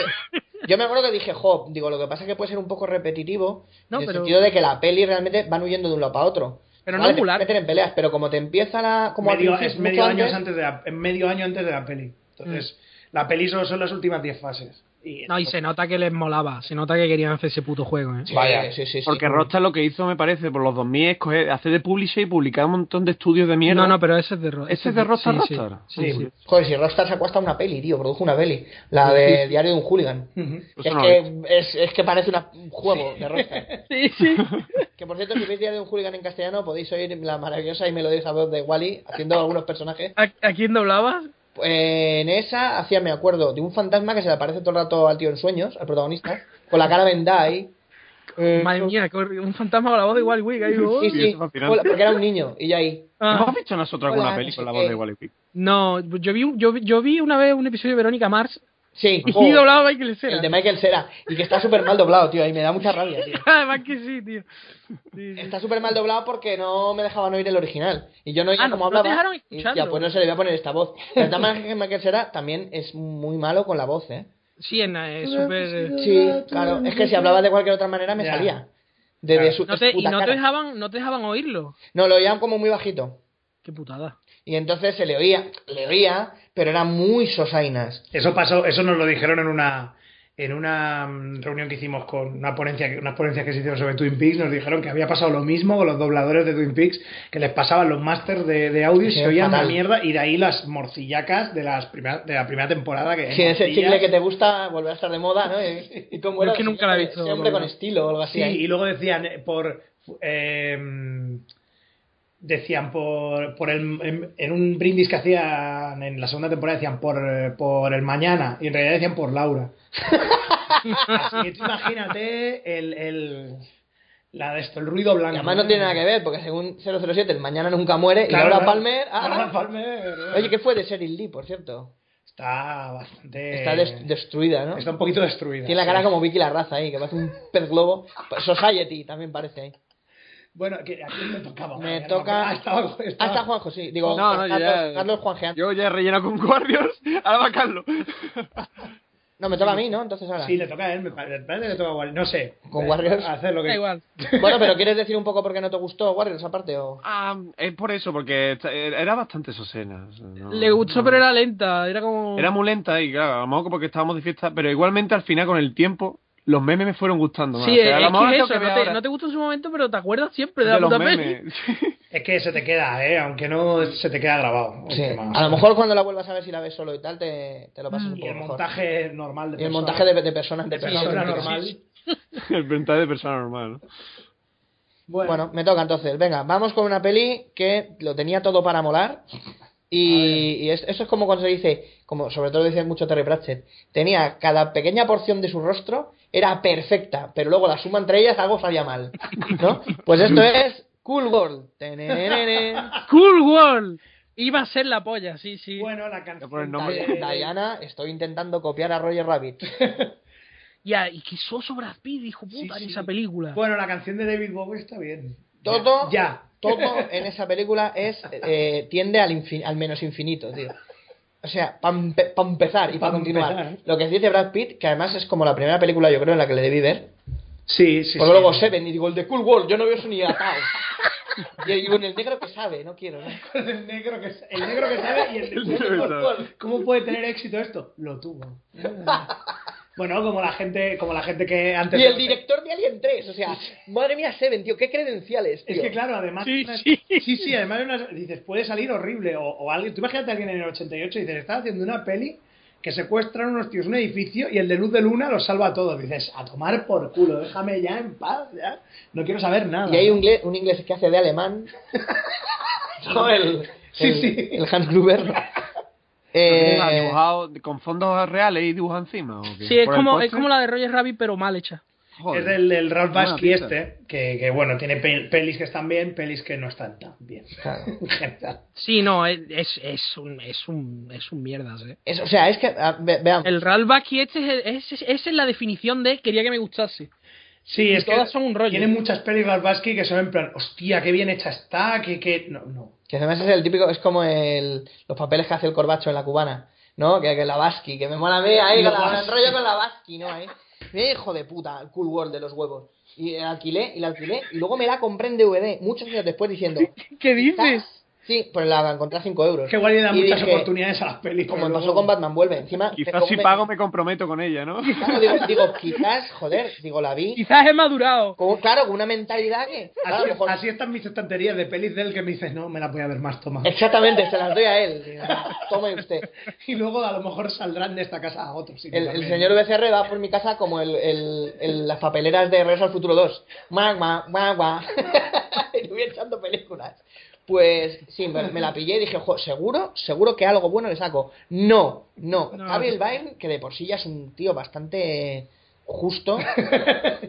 Speaker 6: Yo me acuerdo que dije, jo, digo, lo que pasa es que puede ser un poco repetitivo,
Speaker 5: No,
Speaker 6: en el
Speaker 5: pero-
Speaker 6: sentido de que la peli realmente van huyendo de un lado para otro.
Speaker 5: Pero no
Speaker 6: Vale, te
Speaker 5: angular.
Speaker 6: meten en peleas, pero como te empieza la... Como al
Speaker 3: Medio,
Speaker 6: principio,
Speaker 3: es
Speaker 6: mucho
Speaker 3: medio, años
Speaker 6: antes,
Speaker 3: antes de la, en medio año antes de la peli. Entonces, la peli solo son las últimas 10 fases. Y
Speaker 5: Mm. No, y se nota que les molaba, se nota que querían hacer ese puto juego, ¿eh?
Speaker 6: Sí,
Speaker 3: Vaya.
Speaker 6: sí, sí, sí.
Speaker 4: Porque Rockstar lo que hizo, me parece, por los 2000 es coger, hacer de publisher y publicar un montón de estudios de mierda.
Speaker 5: No, no, pero ese es de Rockstar.
Speaker 4: ¿Ese es de Rockstar,
Speaker 5: sí, sí,
Speaker 4: Rockstar?
Speaker 5: Sí, sí.
Speaker 3: Sí.
Speaker 6: Joder, si Rockstar sacó hasta una peli, tío, produjo una peli. La de Diario de un Hooligan.
Speaker 3: Ujú.
Speaker 4: Pues Eso
Speaker 6: Es
Speaker 4: no lo he visto.
Speaker 6: que, es, es que parece una- un juego de Rockstar.
Speaker 5: Sí, sí.
Speaker 6: Que por cierto, si veis Diario de un Hooligan en castellano, podéis oír la maravillosa y melodiosa voz de Wally haciendo algunos personajes.
Speaker 5: ¿A, a quién doblabas?
Speaker 6: En esa hacía, me acuerdo, de un fantasma que se le aparece todo el rato al tío en sueños, al protagonista, con la cara vendada ahí. Eh,
Speaker 5: Madre mía, qué horrible, un fantasma con la voz de Wally Wick. ahí, oh.
Speaker 6: Sí,
Speaker 4: Sí,
Speaker 6: sí,
Speaker 4: es fascinante.
Speaker 6: hola, porque era un niño, y yo ahí.
Speaker 5: Ah,
Speaker 4: ¿Hemos visto nosotros alguna
Speaker 6: Hola,
Speaker 4: peli
Speaker 6: no sé
Speaker 4: con la voz
Speaker 6: qué.
Speaker 4: de Wally Pick?
Speaker 5: no, yo vi, un- yo, vi- yo vi una vez un episodio de Verónica Mars
Speaker 6: Sí,
Speaker 5: y
Speaker 6: oh,
Speaker 5: doblaba a Michael Cera.
Speaker 6: el de Michael Cera, y que está súper mal doblado, tío, y me da mucha rabia, tío.
Speaker 5: Además que sí, tío. Sí, sí.
Speaker 6: Está súper mal doblado porque no me dejaban oír el original. Y yo no oía
Speaker 5: Ah, no,
Speaker 6: cómo
Speaker 5: no te
Speaker 6: hablaba.
Speaker 5: dejaron
Speaker 6: y
Speaker 5: escucharlo.
Speaker 6: ya, pues no se le voy a poner esta voz. Pero de manera que Michael Cera también es muy malo con la voz, ¿eh?
Speaker 5: Sí, en, eh, súper... eh,
Speaker 6: Sí, claro. Es que si hablaba de cualquier otra manera me
Speaker 3: Ya.
Speaker 6: salía. De, de
Speaker 3: Claro.
Speaker 6: su,
Speaker 5: No
Speaker 6: de
Speaker 5: te,
Speaker 6: su
Speaker 5: y
Speaker 6: puta
Speaker 5: no te,
Speaker 6: cara.
Speaker 5: dejaban, no te dejaban oírlo.
Speaker 6: No, lo oían como muy bajito.
Speaker 5: Qué putada.
Speaker 6: Y entonces se le oía, le oía, pero eran muy sosainas.
Speaker 3: Eso pasó, eso nos lo dijeron en una en una mm, reunión que hicimos con una ponencia, unas ponencias que se hicieron sobre Twin Peaks, nos dijeron que había pasado lo mismo con los dobladores de Twin Peaks, que les pasaban los másters de, de audio y
Speaker 6: Sí,
Speaker 3: se oían una
Speaker 6: fatal.
Speaker 3: mierda, y de ahí las morcillacas de las primera- de la primera temporada que
Speaker 6: Si ese
Speaker 3: morcillas.
Speaker 6: chicle que te gusta volver a estar de moda, ¿no? Y, y cómo
Speaker 5: Yo es
Speaker 6: era
Speaker 5: que
Speaker 6: ese
Speaker 5: nunca la he
Speaker 6: hombre-
Speaker 5: visto,
Speaker 6: ese hombre con
Speaker 5: Lola.
Speaker 6: estilo o algo así.
Speaker 3: Sí,
Speaker 6: ahí.
Speaker 3: y luego decían eh, por em, decían por, por el en, en un brindis que hacían en la segunda temporada decían por, eh, por el mañana y en realidad decían por Laura. Así que tú imagínate el, el la de esto, el ruido
Speaker 6: Y
Speaker 3: blanco.
Speaker 6: además no tiene nada que ver, porque según 007, el mañana nunca muere.
Speaker 3: Claro,
Speaker 6: y Laura
Speaker 3: claro.
Speaker 6: Palmer. ah,
Speaker 3: Laura Palmer. eh,
Speaker 6: Oye, ¿qué fue de Sheryl Lee, por cierto?
Speaker 3: Está bastante
Speaker 6: Está des- destruida, ¿no?
Speaker 3: está un poquito destruida.
Speaker 6: Tiene la cara
Speaker 3: Eh, sí.
Speaker 6: como Vicky la raza ahí, que parece un pez globo. Pues Society también parece ahí.
Speaker 3: Bueno, que a quién me tocaba. Ya
Speaker 6: Me
Speaker 3: no
Speaker 6: toca-
Speaker 3: acuerdo. Ah, estaba-
Speaker 6: Ah,
Speaker 3: estaba-
Speaker 6: está Juanjo, sí. Digo,
Speaker 4: No, no, yo
Speaker 6: Carlos,
Speaker 4: ya-
Speaker 6: Carlos Juanjean.
Speaker 4: Yo ya he rellenado con Warriors, ahora va Carlos.
Speaker 6: No, me toca a mí, ¿no? Entonces ahora.
Speaker 3: Sí, le toca a él, me parece, me parece que le toca a Warriors, no sé. Eh,
Speaker 6: Con Warriors.
Speaker 3: Hacer lo que
Speaker 5: Da igual.
Speaker 6: Bueno, pero ¿quieres decir un poco por qué no te gustó Warriors aparte? O...
Speaker 4: Ah, es por eso, porque esta- era bastante sosena. o sea, no-
Speaker 5: Le gustó,
Speaker 4: no.
Speaker 5: pero era lenta. Era como...
Speaker 4: Era muy lenta y claro, a lo mejor porque estábamos de fiesta, pero igualmente al final con el tiempo los memes me fueron gustando más.
Speaker 5: Sí,
Speaker 4: O sea, a lo
Speaker 5: es,
Speaker 4: mejor
Speaker 5: que es
Speaker 4: esto
Speaker 5: eso,
Speaker 4: que veo
Speaker 5: no, te,
Speaker 4: ahora
Speaker 5: no te gustó en su momento, pero te acuerdas siempre de,
Speaker 4: de
Speaker 5: la puta
Speaker 4: los
Speaker 5: peli.
Speaker 4: memes.
Speaker 3: Es que se te queda, ¿eh? Aunque no se te queda grabado. el
Speaker 6: Sí.
Speaker 3: tema.
Speaker 6: A lo mejor cuando la vuelvas a ver si la ves solo y tal, te, te lo pasas un
Speaker 3: Mm. Y
Speaker 6: poco
Speaker 3: el
Speaker 6: mejor.
Speaker 3: montaje normal de
Speaker 6: Y el
Speaker 3: persona.
Speaker 6: montaje de, de personas.
Speaker 3: de
Speaker 6: personas
Speaker 3: persona
Speaker 6: auténticas.
Speaker 3: normal.
Speaker 4: el mental de persona normal. ¿no?
Speaker 3: Bueno,
Speaker 6: Bueno, me toca entonces. Venga, vamos con una peli que lo tenía todo para molar. Y, y es- eso es como cuando se dice, como sobre todo dice mucho Terry Pratchett, tenía cada pequeña porción de su rostro era perfecta, pero luego la suma entre ellas algo salía mal, ¿no? Pues esto es Cool World. Tenenene.
Speaker 5: Cool World. Iba a ser la polla, sí, sí.
Speaker 3: bueno, la
Speaker 4: por
Speaker 3: canción.
Speaker 4: el nombre.
Speaker 3: de-
Speaker 6: Diana, estoy intentando copiar a Roger Rabbit.
Speaker 5: y, a, y que soso Brad Pitt, hijo puta, en
Speaker 3: sí.
Speaker 5: esa película.
Speaker 3: Bueno, la canción de David Bowie está bien.
Speaker 6: Todo,
Speaker 3: Ya.
Speaker 6: todo en esa película es eh, tiende al, infin- al menos infinito, tío. O sea, para empezar y para
Speaker 3: Pa'
Speaker 6: continuar.
Speaker 3: empezar. ¿eh?
Speaker 6: Lo que dice Brad Pitt, que además es como la primera película, yo creo, en la que le debí ver.
Speaker 3: Sí, sí.
Speaker 6: Porque
Speaker 3: sí.
Speaker 6: Pues luego Seven y digo, el de Cool World, yo no veo eso ni atado. y digo, el negro que sabe, no quiero. ¿no?
Speaker 3: el negro que, el negro que sabe y el,
Speaker 4: El negro que sabe.
Speaker 3: ¿Cómo puede tener éxito esto? Lo tuvo. Bueno, como la gente, como la gente que antes
Speaker 6: Y el
Speaker 3: de-
Speaker 6: director de Alien 3, o sea, madre mía, Seven, tío, qué credenciales, tío.
Speaker 3: Es que claro, además
Speaker 5: Sí,
Speaker 3: una-
Speaker 5: sí.
Speaker 3: sí, sí, además una- dices, puede salir horrible o, o alguien, tú imagínate a alguien en el 88 y dices, está haciendo una peli que secuestran unos tíos en un edificio y el de luz de luna los salva a todos. Dices, a tomar por culo, déjame ya en paz, ya. No quiero saber nada.
Speaker 6: Y hay un, gle- un inglés que hace de alemán. no, el,
Speaker 3: Sí,
Speaker 6: el-
Speaker 3: sí.
Speaker 6: el Hans Gruber. ¿no?
Speaker 4: ¿Lo ha
Speaker 6: Eh,
Speaker 4: dibujado con fondos reales y dibuja encima? ¿o qué?
Speaker 5: Sí, es
Speaker 4: ¿Por el
Speaker 5: como, es
Speaker 4: postre?
Speaker 5: como la de Roger Rabbit, pero mal hecha.
Speaker 4: Joder.
Speaker 3: Es del, del Ralph
Speaker 4: Buena
Speaker 3: Basky
Speaker 4: pizza.
Speaker 3: este, que, que, bueno, tiene pel- pelis que están bien, pelis que no están tan bien.
Speaker 6: claro.
Speaker 5: Sí, no, es, es, es un, es, un, es un mierdas, eh.
Speaker 6: Es- o sea, es que, a- ve- veamos,
Speaker 5: El Ralback y este es, es, es- es la definición de quería que me gustase.
Speaker 3: Sí, es que
Speaker 5: todas son un rollo.
Speaker 3: Tiene muchas pelis Ralph Basky que son en plan, hostia, qué bien hecha está, que... que... No, no.
Speaker 6: que además es el típico, es como el, los papeles que hace el corbacho en la cubana, ¿no? Que, que la Basqui, que me mola a mí ahí,
Speaker 3: La
Speaker 6: con la, me
Speaker 3: Basqui.
Speaker 6: enrollo con la Basqui, ¿no? Ahí. Mira, hijo de puta, el cool world de los huevos. Y la alquilé, y la alquilé, y luego me la compré en DVD, muchos años después diciendo,
Speaker 5: ¿Qué
Speaker 6: "Estás-". Sí, pues la encontré a 5 euros.
Speaker 3: Es que igual le dan
Speaker 6: Y
Speaker 3: muchas
Speaker 6: dije,
Speaker 3: oportunidades a las pelis.
Speaker 6: Como
Speaker 3: pero
Speaker 6: me pasó
Speaker 3: luego-
Speaker 6: con Batman Vuelve, encima...
Speaker 4: Quizás
Speaker 6: como
Speaker 4: si
Speaker 6: me-
Speaker 4: pago me comprometo con ella, ¿no?
Speaker 6: Claro, digo, digo, quizás, joder, digo, la vi.
Speaker 5: Quizás he madurado.
Speaker 6: Como, claro, con una mentalidad que. claro, a
Speaker 3: Así,
Speaker 6: lo mejor-
Speaker 3: así están mis estanterías de pelis de él que me dices, no, me la voy a ver más, toma.
Speaker 6: exactamente, se las doy a él. digo, Tome usted.
Speaker 3: Y luego a lo mejor saldrán de esta casa a otros. sitio
Speaker 6: El, el
Speaker 3: también.
Speaker 6: señor BCR va por mi casa como el, el- el- las papeleras de Regreso al Futuro 2. Magma, magma. y le voy echando películas. Pues sí, me, me la pillé y dije, "Jo, seguro, seguro que algo bueno le saco. No, no.
Speaker 5: No.
Speaker 6: Gabriel Byrne, que de por sí ya es un tío bastante justo,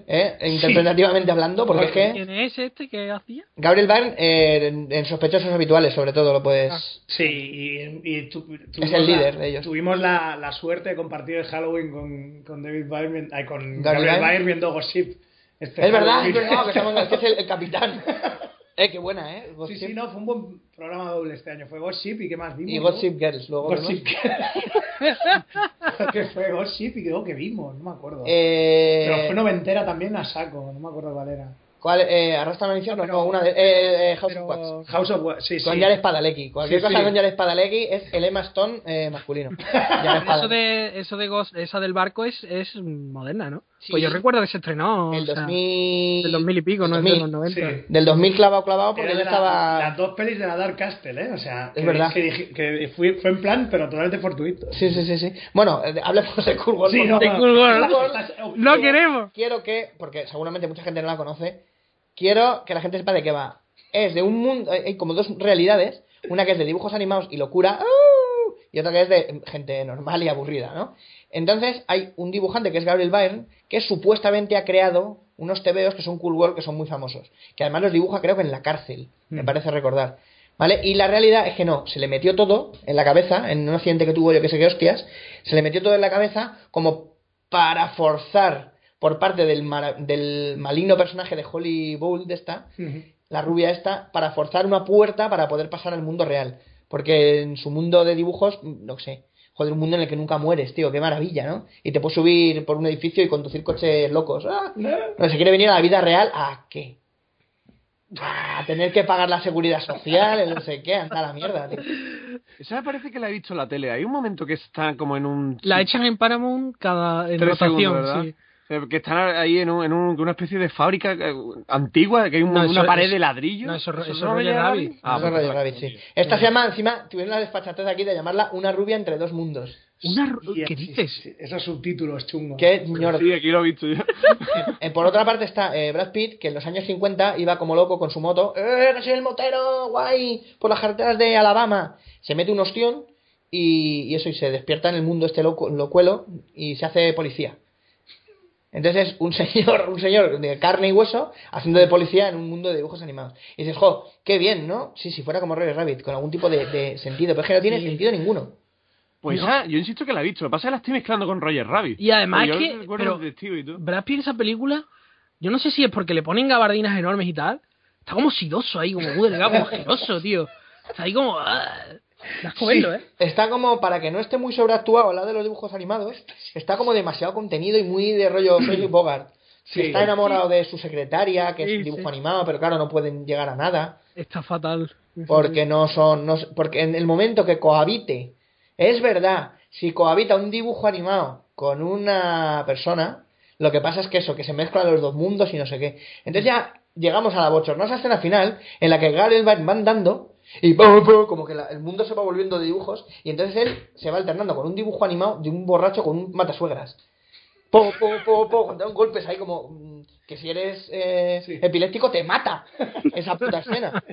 Speaker 6: ¿eh? interpretativamente hablando, porque es que.
Speaker 5: ¿Quién es este que hacía?
Speaker 6: Gabriel Byrne eh, en, en sospechosos habituales, sobre todo, lo puedes.
Speaker 3: Sí, y, y tu- tuvimos
Speaker 6: el
Speaker 3: la-
Speaker 6: líder de ellos.
Speaker 3: Tuvimos la, la suerte de compartir el Halloween con, con David Byrne, ay, con
Speaker 6: Gabriel
Speaker 3: Gabriel
Speaker 6: Byrne.
Speaker 3: Byrne viendo Gossip. Este
Speaker 6: es verdad,
Speaker 3: Halloween.
Speaker 6: es verdad, que estamos que es el, el capitán. Eh, qué buena, ¿eh?
Speaker 3: Sí,
Speaker 6: Gossip.
Speaker 3: sí, no, fue un buen programa doble este año. Fue Gossip y qué más vimos.
Speaker 6: Y
Speaker 3: ¿no?
Speaker 6: Gossip Girls, luego. vemos.
Speaker 3: Gossip. que fue Gossip y creo que vimos, no me acuerdo.
Speaker 6: Eh,
Speaker 3: Pero fue noventera también a saco, no me acuerdo cuál era.
Speaker 6: ¿Cuál? Eh, ¿Arrastra al infierno? No, una de. eh, eh, House of Wax.
Speaker 5: Pero...
Speaker 3: House of Wa- sí,
Speaker 6: Con
Speaker 3: sí.
Speaker 6: Jared Padalecki. Cualquier
Speaker 3: Sí,
Speaker 6: cosa
Speaker 3: sí.
Speaker 6: con Jared Padalecki es el Emma Stone eh, masculino. Jared
Speaker 5: Eso
Speaker 6: Padalecki.
Speaker 5: de, eso de Ghost- esa del barco es, es moderna, ¿no?
Speaker 6: Sí.
Speaker 5: Pues yo recuerdo que se estrenó.
Speaker 6: El
Speaker 5: o sea,
Speaker 6: 2000.
Speaker 5: del 2000 y pico, no es de
Speaker 6: 2000.
Speaker 5: los 90.
Speaker 3: Sí.
Speaker 6: Del 2000 clavado, clavado,
Speaker 3: Era
Speaker 6: porque yo
Speaker 3: de la-
Speaker 6: estaba.
Speaker 3: Las dos pelis de la Dark Castle, ¿eh? O sea,
Speaker 6: Es
Speaker 3: que-
Speaker 6: verdad.
Speaker 3: que, dije- que fui- fue en plan, pero totalmente fortuito.
Speaker 6: Sí, sí, sí, sí. Bueno, eh, hablemos de Cool World,
Speaker 3: Sí,
Speaker 6: por
Speaker 3: no,
Speaker 5: De Cool World.
Speaker 3: Estás-
Speaker 5: No queremos.
Speaker 6: quiero que, porque seguramente mucha gente no la conoce, quiero que la gente sepa de qué va. Es de un mundo, hay como dos realidades, una que es de dibujos animados y locura, ¡au! y otra que es de gente normal y aburrida, ¿no? Entonces hay un dibujante que es Gabriel Byrne, que supuestamente ha creado unos tebeos que son Cool World, que son muy famosos, que además los dibuja creo que en la cárcel, me
Speaker 3: Mm.
Speaker 6: parece recordar. ¿Vale? Y la realidad es que no, se le metió todo en la cabeza, en un accidente que tuvo yo que sé qué hostias, se le metió todo en la cabeza como para forzar por parte del, mara- del maligno personaje de Holly Bowl, de esta,
Speaker 3: Ujú.
Speaker 6: la rubia esta, para forzar una puerta para poder pasar al mundo real. Porque en su mundo de dibujos, mm, no sé, joder, un mundo en el que nunca mueres, tío, qué maravilla, ¿no? Y te puedes subir por un edificio y conducir coches locos. ¡Ah! No, se quiere venir a la vida real, ¿a qué? A tener que pagar la seguridad social, el no sé qué, anda a la mierda, tío.
Speaker 4: Esa me parece que la he visto en la tele. Hay un momento que está como en un...
Speaker 5: La echan en Paramount cada en
Speaker 4: Tres segundos,
Speaker 5: rotación,
Speaker 4: ¿verdad?
Speaker 5: sí.
Speaker 4: Eh, Que están ahí en, un- en un- una especie de fábrica eh, antigua, que hay un-
Speaker 5: No, eso-
Speaker 4: una pared
Speaker 5: eso-
Speaker 4: de ladrillo.
Speaker 5: no, eso- eso es
Speaker 4: no
Speaker 5: Roger
Speaker 4: llega a
Speaker 5: Rabbit.
Speaker 4: Rabbit?
Speaker 6: Eso
Speaker 4: Ah,
Speaker 6: es
Speaker 4: pues,
Speaker 6: Radio Rabbit, sí. Esta se llama, encima, tuvieron la desfachatez aquí de llamarla Una rubia entre dos mundos.
Speaker 5: Una ru-
Speaker 3: Y-
Speaker 5: ¿Qué
Speaker 3: sí,
Speaker 5: dices?
Speaker 3: sí, Esos subtítulos chungos.
Speaker 6: Qué ñor-
Speaker 4: Sí, aquí lo he visto yo.
Speaker 6: Eh, por otra parte está eh, Brad Pitt, que en los años 50 iba como loco con su moto, ¡eh, que soy el motero, guay! Por las carreteras de Alabama. Se mete un ostión y, y eso, y se despierta en el mundo este loco, locuelo y se hace policía. Entonces es un señor, un señor de carne y hueso haciendo de policía en un mundo de dibujos animados. Y dices, jo, qué bien, ¿no? Sí, si fuera como Roger Rabbit, con algún tipo de, de sentido, pero es que no tiene sentido ninguno.
Speaker 4: Pues
Speaker 5: No.
Speaker 4: ah, yo insisto que la he visto. Lo que pasa es que la estoy mezclando con Roger Rabbit.
Speaker 5: Y además
Speaker 4: Pero yo
Speaker 5: que-
Speaker 4: recuerdo
Speaker 5: pero-
Speaker 4: el detective y todo.
Speaker 5: Brad Pitt en esa película, yo no sé si es porque le ponen gabardinas enormes y tal, está como sidoso ahí, como muy delgado, como asqueroso, tío. Está ahí como... ah, da asco verlo, ¿eh?
Speaker 6: Está como, para que no esté muy sobreactuado al lado de los dibujos animados, está como demasiado contenido y muy de rollo Philip Bogart.
Speaker 3: Sí.
Speaker 6: Que está enamorado de su secretaria, que es
Speaker 5: Sí,
Speaker 6: un dibujo
Speaker 5: sí.
Speaker 6: animado, pero claro, no pueden llegar a nada.
Speaker 5: Está fatal.
Speaker 6: Porque no son. No, s- porque en el momento que cohabite, es verdad, si cohabita un dibujo animado con una persona, lo que pasa es que eso, que se mezclan los dos mundos y no sé qué. Entonces ya llegamos a la bochornosa escena final en la que Gareth va mandando y ¡pum, pum! como que la- el mundo se va volviendo de dibujos y entonces él se va alternando con un dibujo animado de un borracho con un matasuegras. Po, po, po, po, con golpes ahí como mm, que si eres eh,
Speaker 3: Sí.
Speaker 6: epiléptico te mata esa puta escena.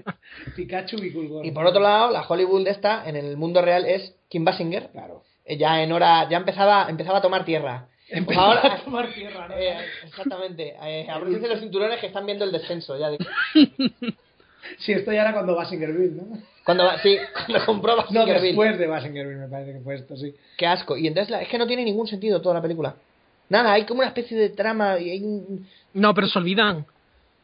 Speaker 3: Pikachu y Gulgor.
Speaker 6: Y por otro lado, la Hollywood esta en el mundo real es Kim Basinger.
Speaker 3: Claro.
Speaker 6: Eh, Ya en hora, ya empezaba, empezaba a tomar tierra. Pues
Speaker 3: Empezaba
Speaker 6: ahora,
Speaker 3: a tomar tierra, ¿no?
Speaker 6: eh, exactamente. Eh, abróchense los cinturones que están viendo el descenso ya. de-
Speaker 3: Sí, esto ya era cuando Basingerville, ¿no?
Speaker 6: Cuando va- sí, cuando compró
Speaker 3: No,
Speaker 6: Basinger Bill.
Speaker 3: después de Basingerville me parece que fue esto, sí.
Speaker 6: Qué asco. Y entonces la- es que no tiene ningún sentido toda la película. Nada, hay como una especie de trama y hay un-
Speaker 5: No, pero se olvidan.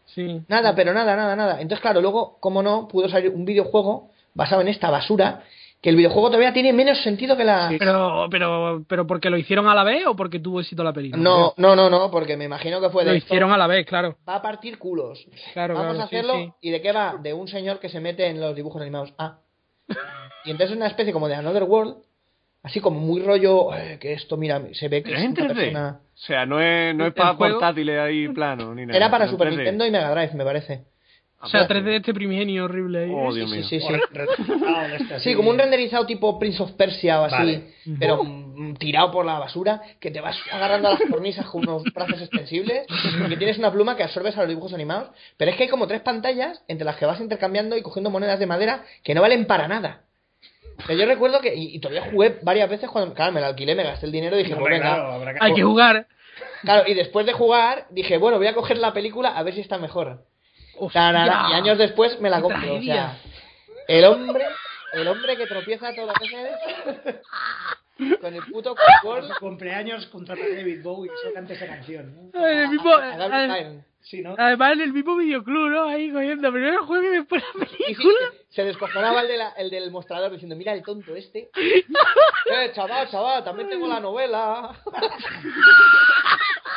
Speaker 5: Sí.
Speaker 6: nada, pero nada, nada, nada. Entonces claro, luego como no pudo salir un videojuego basado en esta basura que el videojuego todavía tiene menos sentido que la
Speaker 5: Pero, pero, pero porque lo hicieron a la vez o porque tuvo éxito la película.
Speaker 6: No, no, no, no, porque me imagino que fue de
Speaker 5: Lo
Speaker 6: esto-
Speaker 5: hicieron a la vez, claro.
Speaker 6: va a partir culos.
Speaker 5: Claro,
Speaker 6: Vamos
Speaker 5: claro,
Speaker 6: a
Speaker 5: sí,
Speaker 6: hacerlo.
Speaker 5: sí.
Speaker 6: ¿Y de qué va? De un señor que se mete en los dibujos animados. Ah. Y entonces es una especie como de Another World, así como muy rollo, eh, que esto, mira, se ve que
Speaker 4: Pero es
Speaker 6: es
Speaker 4: en
Speaker 6: una
Speaker 4: 3D.
Speaker 6: persona...
Speaker 4: O sea, no es, no es
Speaker 5: El
Speaker 4: para
Speaker 5: juego-
Speaker 4: portátiles ahí plano ni nada.
Speaker 6: Era para
Speaker 4: sino
Speaker 6: Super
Speaker 4: 3D.
Speaker 6: Nintendo y Mega Drive, me parece.
Speaker 5: O sea, 3D este primigenio horrible ahí.
Speaker 4: Oh,
Speaker 6: Sí,
Speaker 4: Dios mío.
Speaker 6: sí, sí, sí.
Speaker 3: O renderizado de este,
Speaker 6: Sí,
Speaker 3: así.
Speaker 6: como un renderizado tipo Prince of Persia o así,
Speaker 3: Vale.
Speaker 6: pero mm, tirado por la basura, que te vas agarrando a las cornisas con unos brazos extensibles, que tienes una pluma que absorbes a los dibujos animados, pero es que hay como tres pantallas entre las que vas intercambiando y cogiendo monedas de madera que no valen para nada. Pero yo recuerdo que, y, y todavía jugué varias veces cuando, claro, me la alquilé, me gasté el dinero y dije,
Speaker 3: Hombre,
Speaker 6: pues venga.
Speaker 3: claro, habrá
Speaker 5: Hay que jugar.
Speaker 6: Claro, y después de jugar, dije, bueno, voy a coger la película a ver si está mejor.
Speaker 5: Hostia.
Speaker 6: Tarara, y años después me la
Speaker 5: ¡Qué
Speaker 6: compro. O sea,
Speaker 5: tragedia!
Speaker 6: el hombre, el hombre que tropieza todas las veces con el puto Quickball
Speaker 3: Por su cumpleaños contratar a David Bowie que cante esa canción, ¿no?
Speaker 5: En Eh, el mismo-
Speaker 6: Ah, a Gabriel
Speaker 5: al-
Speaker 6: Byrne.
Speaker 3: Sí,
Speaker 6: Ah,
Speaker 3: ¿no?
Speaker 5: además, en el mismo videoclub, ¿no? Ahí cogiendo primero el juego y después la
Speaker 6: Y sí,
Speaker 5: película.
Speaker 6: se descojonaba el, de la- el del mostrador diciendo, mira el tonto este. Eh, chaval, chaval, también tengo la novela.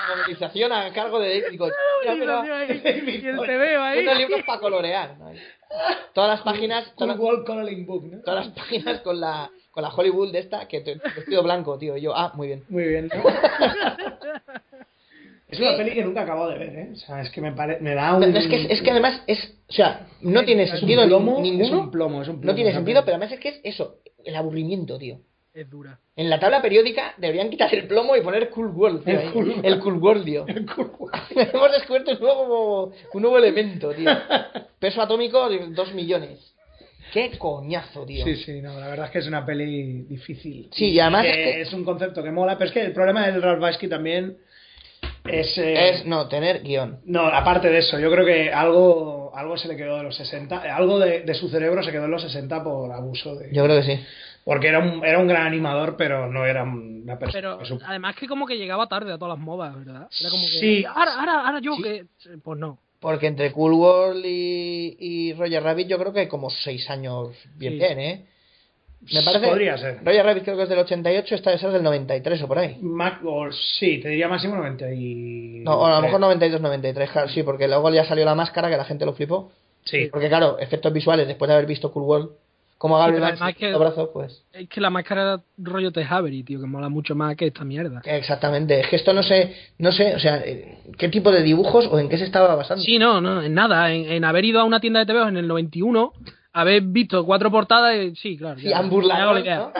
Speaker 6: Novelización a cargo de... Digo, mira, mira,
Speaker 5: Y el TVO ahí.
Speaker 6: unos libros para colorear. ¿no? Todas las páginas...
Speaker 3: Cool
Speaker 6: todas-
Speaker 3: World Coloring Book, ¿no?
Speaker 6: todas las páginas con la, con la Hollywood de esta, que te- vestido blanco, tío. Y yo, ah, muy bien.
Speaker 3: Muy bien. ¿no? es una peli que nunca acabo de ver, ¿eh? O sea, es que me, pare- me da un...
Speaker 6: Pero es, que, es que además es, o sea, no tiene
Speaker 3: es un
Speaker 6: sentido
Speaker 3: plomo,
Speaker 6: ninguno.
Speaker 3: es un plomo, es un plomo,
Speaker 6: no tiene
Speaker 3: esa
Speaker 6: sentido,
Speaker 3: peli.
Speaker 6: pero además es que es eso, el aburrimiento, tío.
Speaker 5: Es dura.
Speaker 6: En la tabla periódica deberían quitar el plomo y poner Cool World, tío.
Speaker 3: El
Speaker 6: ahí.
Speaker 3: Cool World.
Speaker 6: El Cool World, tío. Hemos descubierto un nuevo, un nuevo elemento, tío. Peso atómico de 2 millones. Qué coñazo, tío.
Speaker 3: Sí, sí, no, la verdad es que es una peli difícil.
Speaker 6: Sí, y además
Speaker 3: Que
Speaker 6: es que-
Speaker 3: es un concepto que mola, pero es que el problema del Ralph Bakshi también es... eh,
Speaker 6: Es no tener guión.
Speaker 3: No, aparte de eso, yo creo que algo, algo se le quedó de los 60, eh, algo de, de su cerebro se quedó en los 60 por abuso de...
Speaker 6: Yo creo que sí.
Speaker 3: Porque era un, era un gran animador, pero no era una persona...
Speaker 5: Pero
Speaker 3: que su-
Speaker 5: además que como que llegaba tarde a todas las modas, ¿verdad? Era como que... "Ah,
Speaker 3: Sí.
Speaker 5: Ahora, ahora, ahora yo
Speaker 3: Sí.
Speaker 5: que... Pues no.
Speaker 6: Porque entre Cool World y, y Roger Rabbit yo creo que hay como seis años bien
Speaker 5: Sí.
Speaker 6: bien, ¿eh? Me parece...
Speaker 3: Podría ser.
Speaker 6: Roger Rabbit creo que es del 88, esta debe ser del 93 o por ahí.
Speaker 3: Mac, o, sí, te diría máximo 90 y...
Speaker 6: No, o a lo mejor 92, 93, claro, sí, porque luego ya salió la máscara que la gente lo flipó.
Speaker 3: Sí,
Speaker 6: Porque claro, efectos visuales después de haber visto Cool World, como Gabriel
Speaker 5: pero
Speaker 6: Byrne
Speaker 5: además que-
Speaker 6: los brazos, pues...
Speaker 5: Es que la máscara era rollo de Havery, tío, que mola mucho más que esta mierda.
Speaker 6: Exactamente, es que esto no sé, no sé, o sea, eh, qué tipo de dibujos o en qué se estaba basando.
Speaker 5: Sí, no, no, en nada. En, en haber ido a una tienda de TVOs en el 91, haber visto cuatro portadas y... Sí, claro.
Speaker 6: Sí,
Speaker 5: ya,
Speaker 6: Ann
Speaker 5: me hago la
Speaker 6: Burladrón,
Speaker 5: idea.
Speaker 6: ¿no?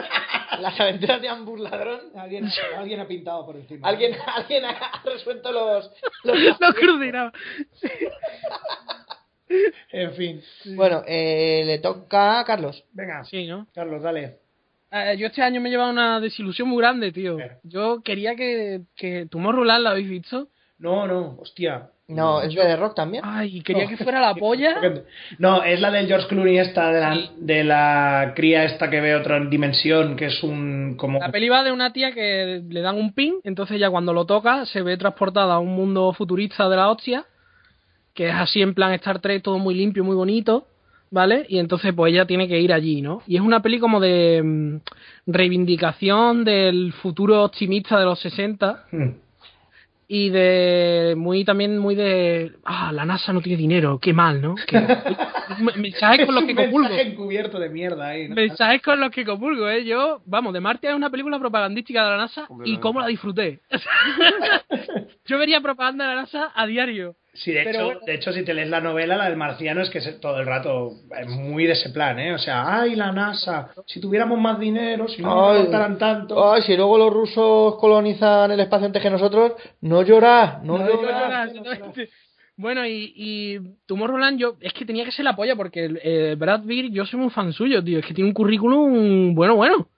Speaker 6: Las aventuras de Ambur Ladrón.
Speaker 3: Alguien, alguien ha pintado por encima.
Speaker 6: Alguien, alguien ha ha resuelto los, los
Speaker 5: Los crucinados.
Speaker 3: En fin.
Speaker 6: Bueno, eh, le toca a Carlos.
Speaker 3: Venga,
Speaker 5: Sí, ¿no?
Speaker 3: Carlos, dale.
Speaker 5: Eh, yo este año me he llevado una desilusión muy grande, tío.
Speaker 3: Pero-
Speaker 5: Yo quería que, que Tomorrowland la habéis visto.
Speaker 3: No, no, hostia.
Speaker 6: No, es de The Rock también.
Speaker 5: Ay, quería que fuera la polla.
Speaker 3: No, es la del George Clooney, esta de la, de la cría esta que ve otra dimensión, que es un como
Speaker 5: La peli va de una tía que le dan un pin, entonces ya cuando lo toca se ve transportada a un mundo futurista de la hostia, que es así en plan Star Trek, todo muy limpio, muy bonito, ¿vale? Y entonces pues ella tiene que ir allí, ¿no? Y es una peli como de mm, reivindicación del futuro optimista de los 60
Speaker 3: Mm.
Speaker 5: y de muy también muy de ah la NASA no tiene dinero qué mal no que, me- mensajes con los
Speaker 3: Es
Speaker 5: que
Speaker 3: un
Speaker 5: comulgo
Speaker 3: mensaje encubierto de mierda ahí. ¿no?
Speaker 5: Mensajes con los que comulgo, ¿eh? Yo, vamos, de Marte es una película propagandística de la NASA
Speaker 4: Hombre,
Speaker 5: y
Speaker 4: la
Speaker 5: cómo la disfruté. Yo vería propaganda de la NASA a diario.
Speaker 3: Sí, de
Speaker 5: Pero
Speaker 3: hecho,
Speaker 5: bueno.
Speaker 3: de hecho, si te lees la novela, la del marciano, es que es todo el rato es muy de ese plan, ¿eh? O sea, ¡ay, la NASA! Si tuviéramos más dinero, si no nos cortaran tanto...
Speaker 6: ay, si luego los rusos colonizan el espacio antes que nosotros, no llorar, no,
Speaker 3: No
Speaker 6: llorar.
Speaker 3: llorar.
Speaker 5: Bueno, y, y Tomorrowland, yo, es que tenía que ser la polla porque eh, Brad Beer, yo soy muy fan suyo, tío. Es que tiene un currículum bueno, bueno. O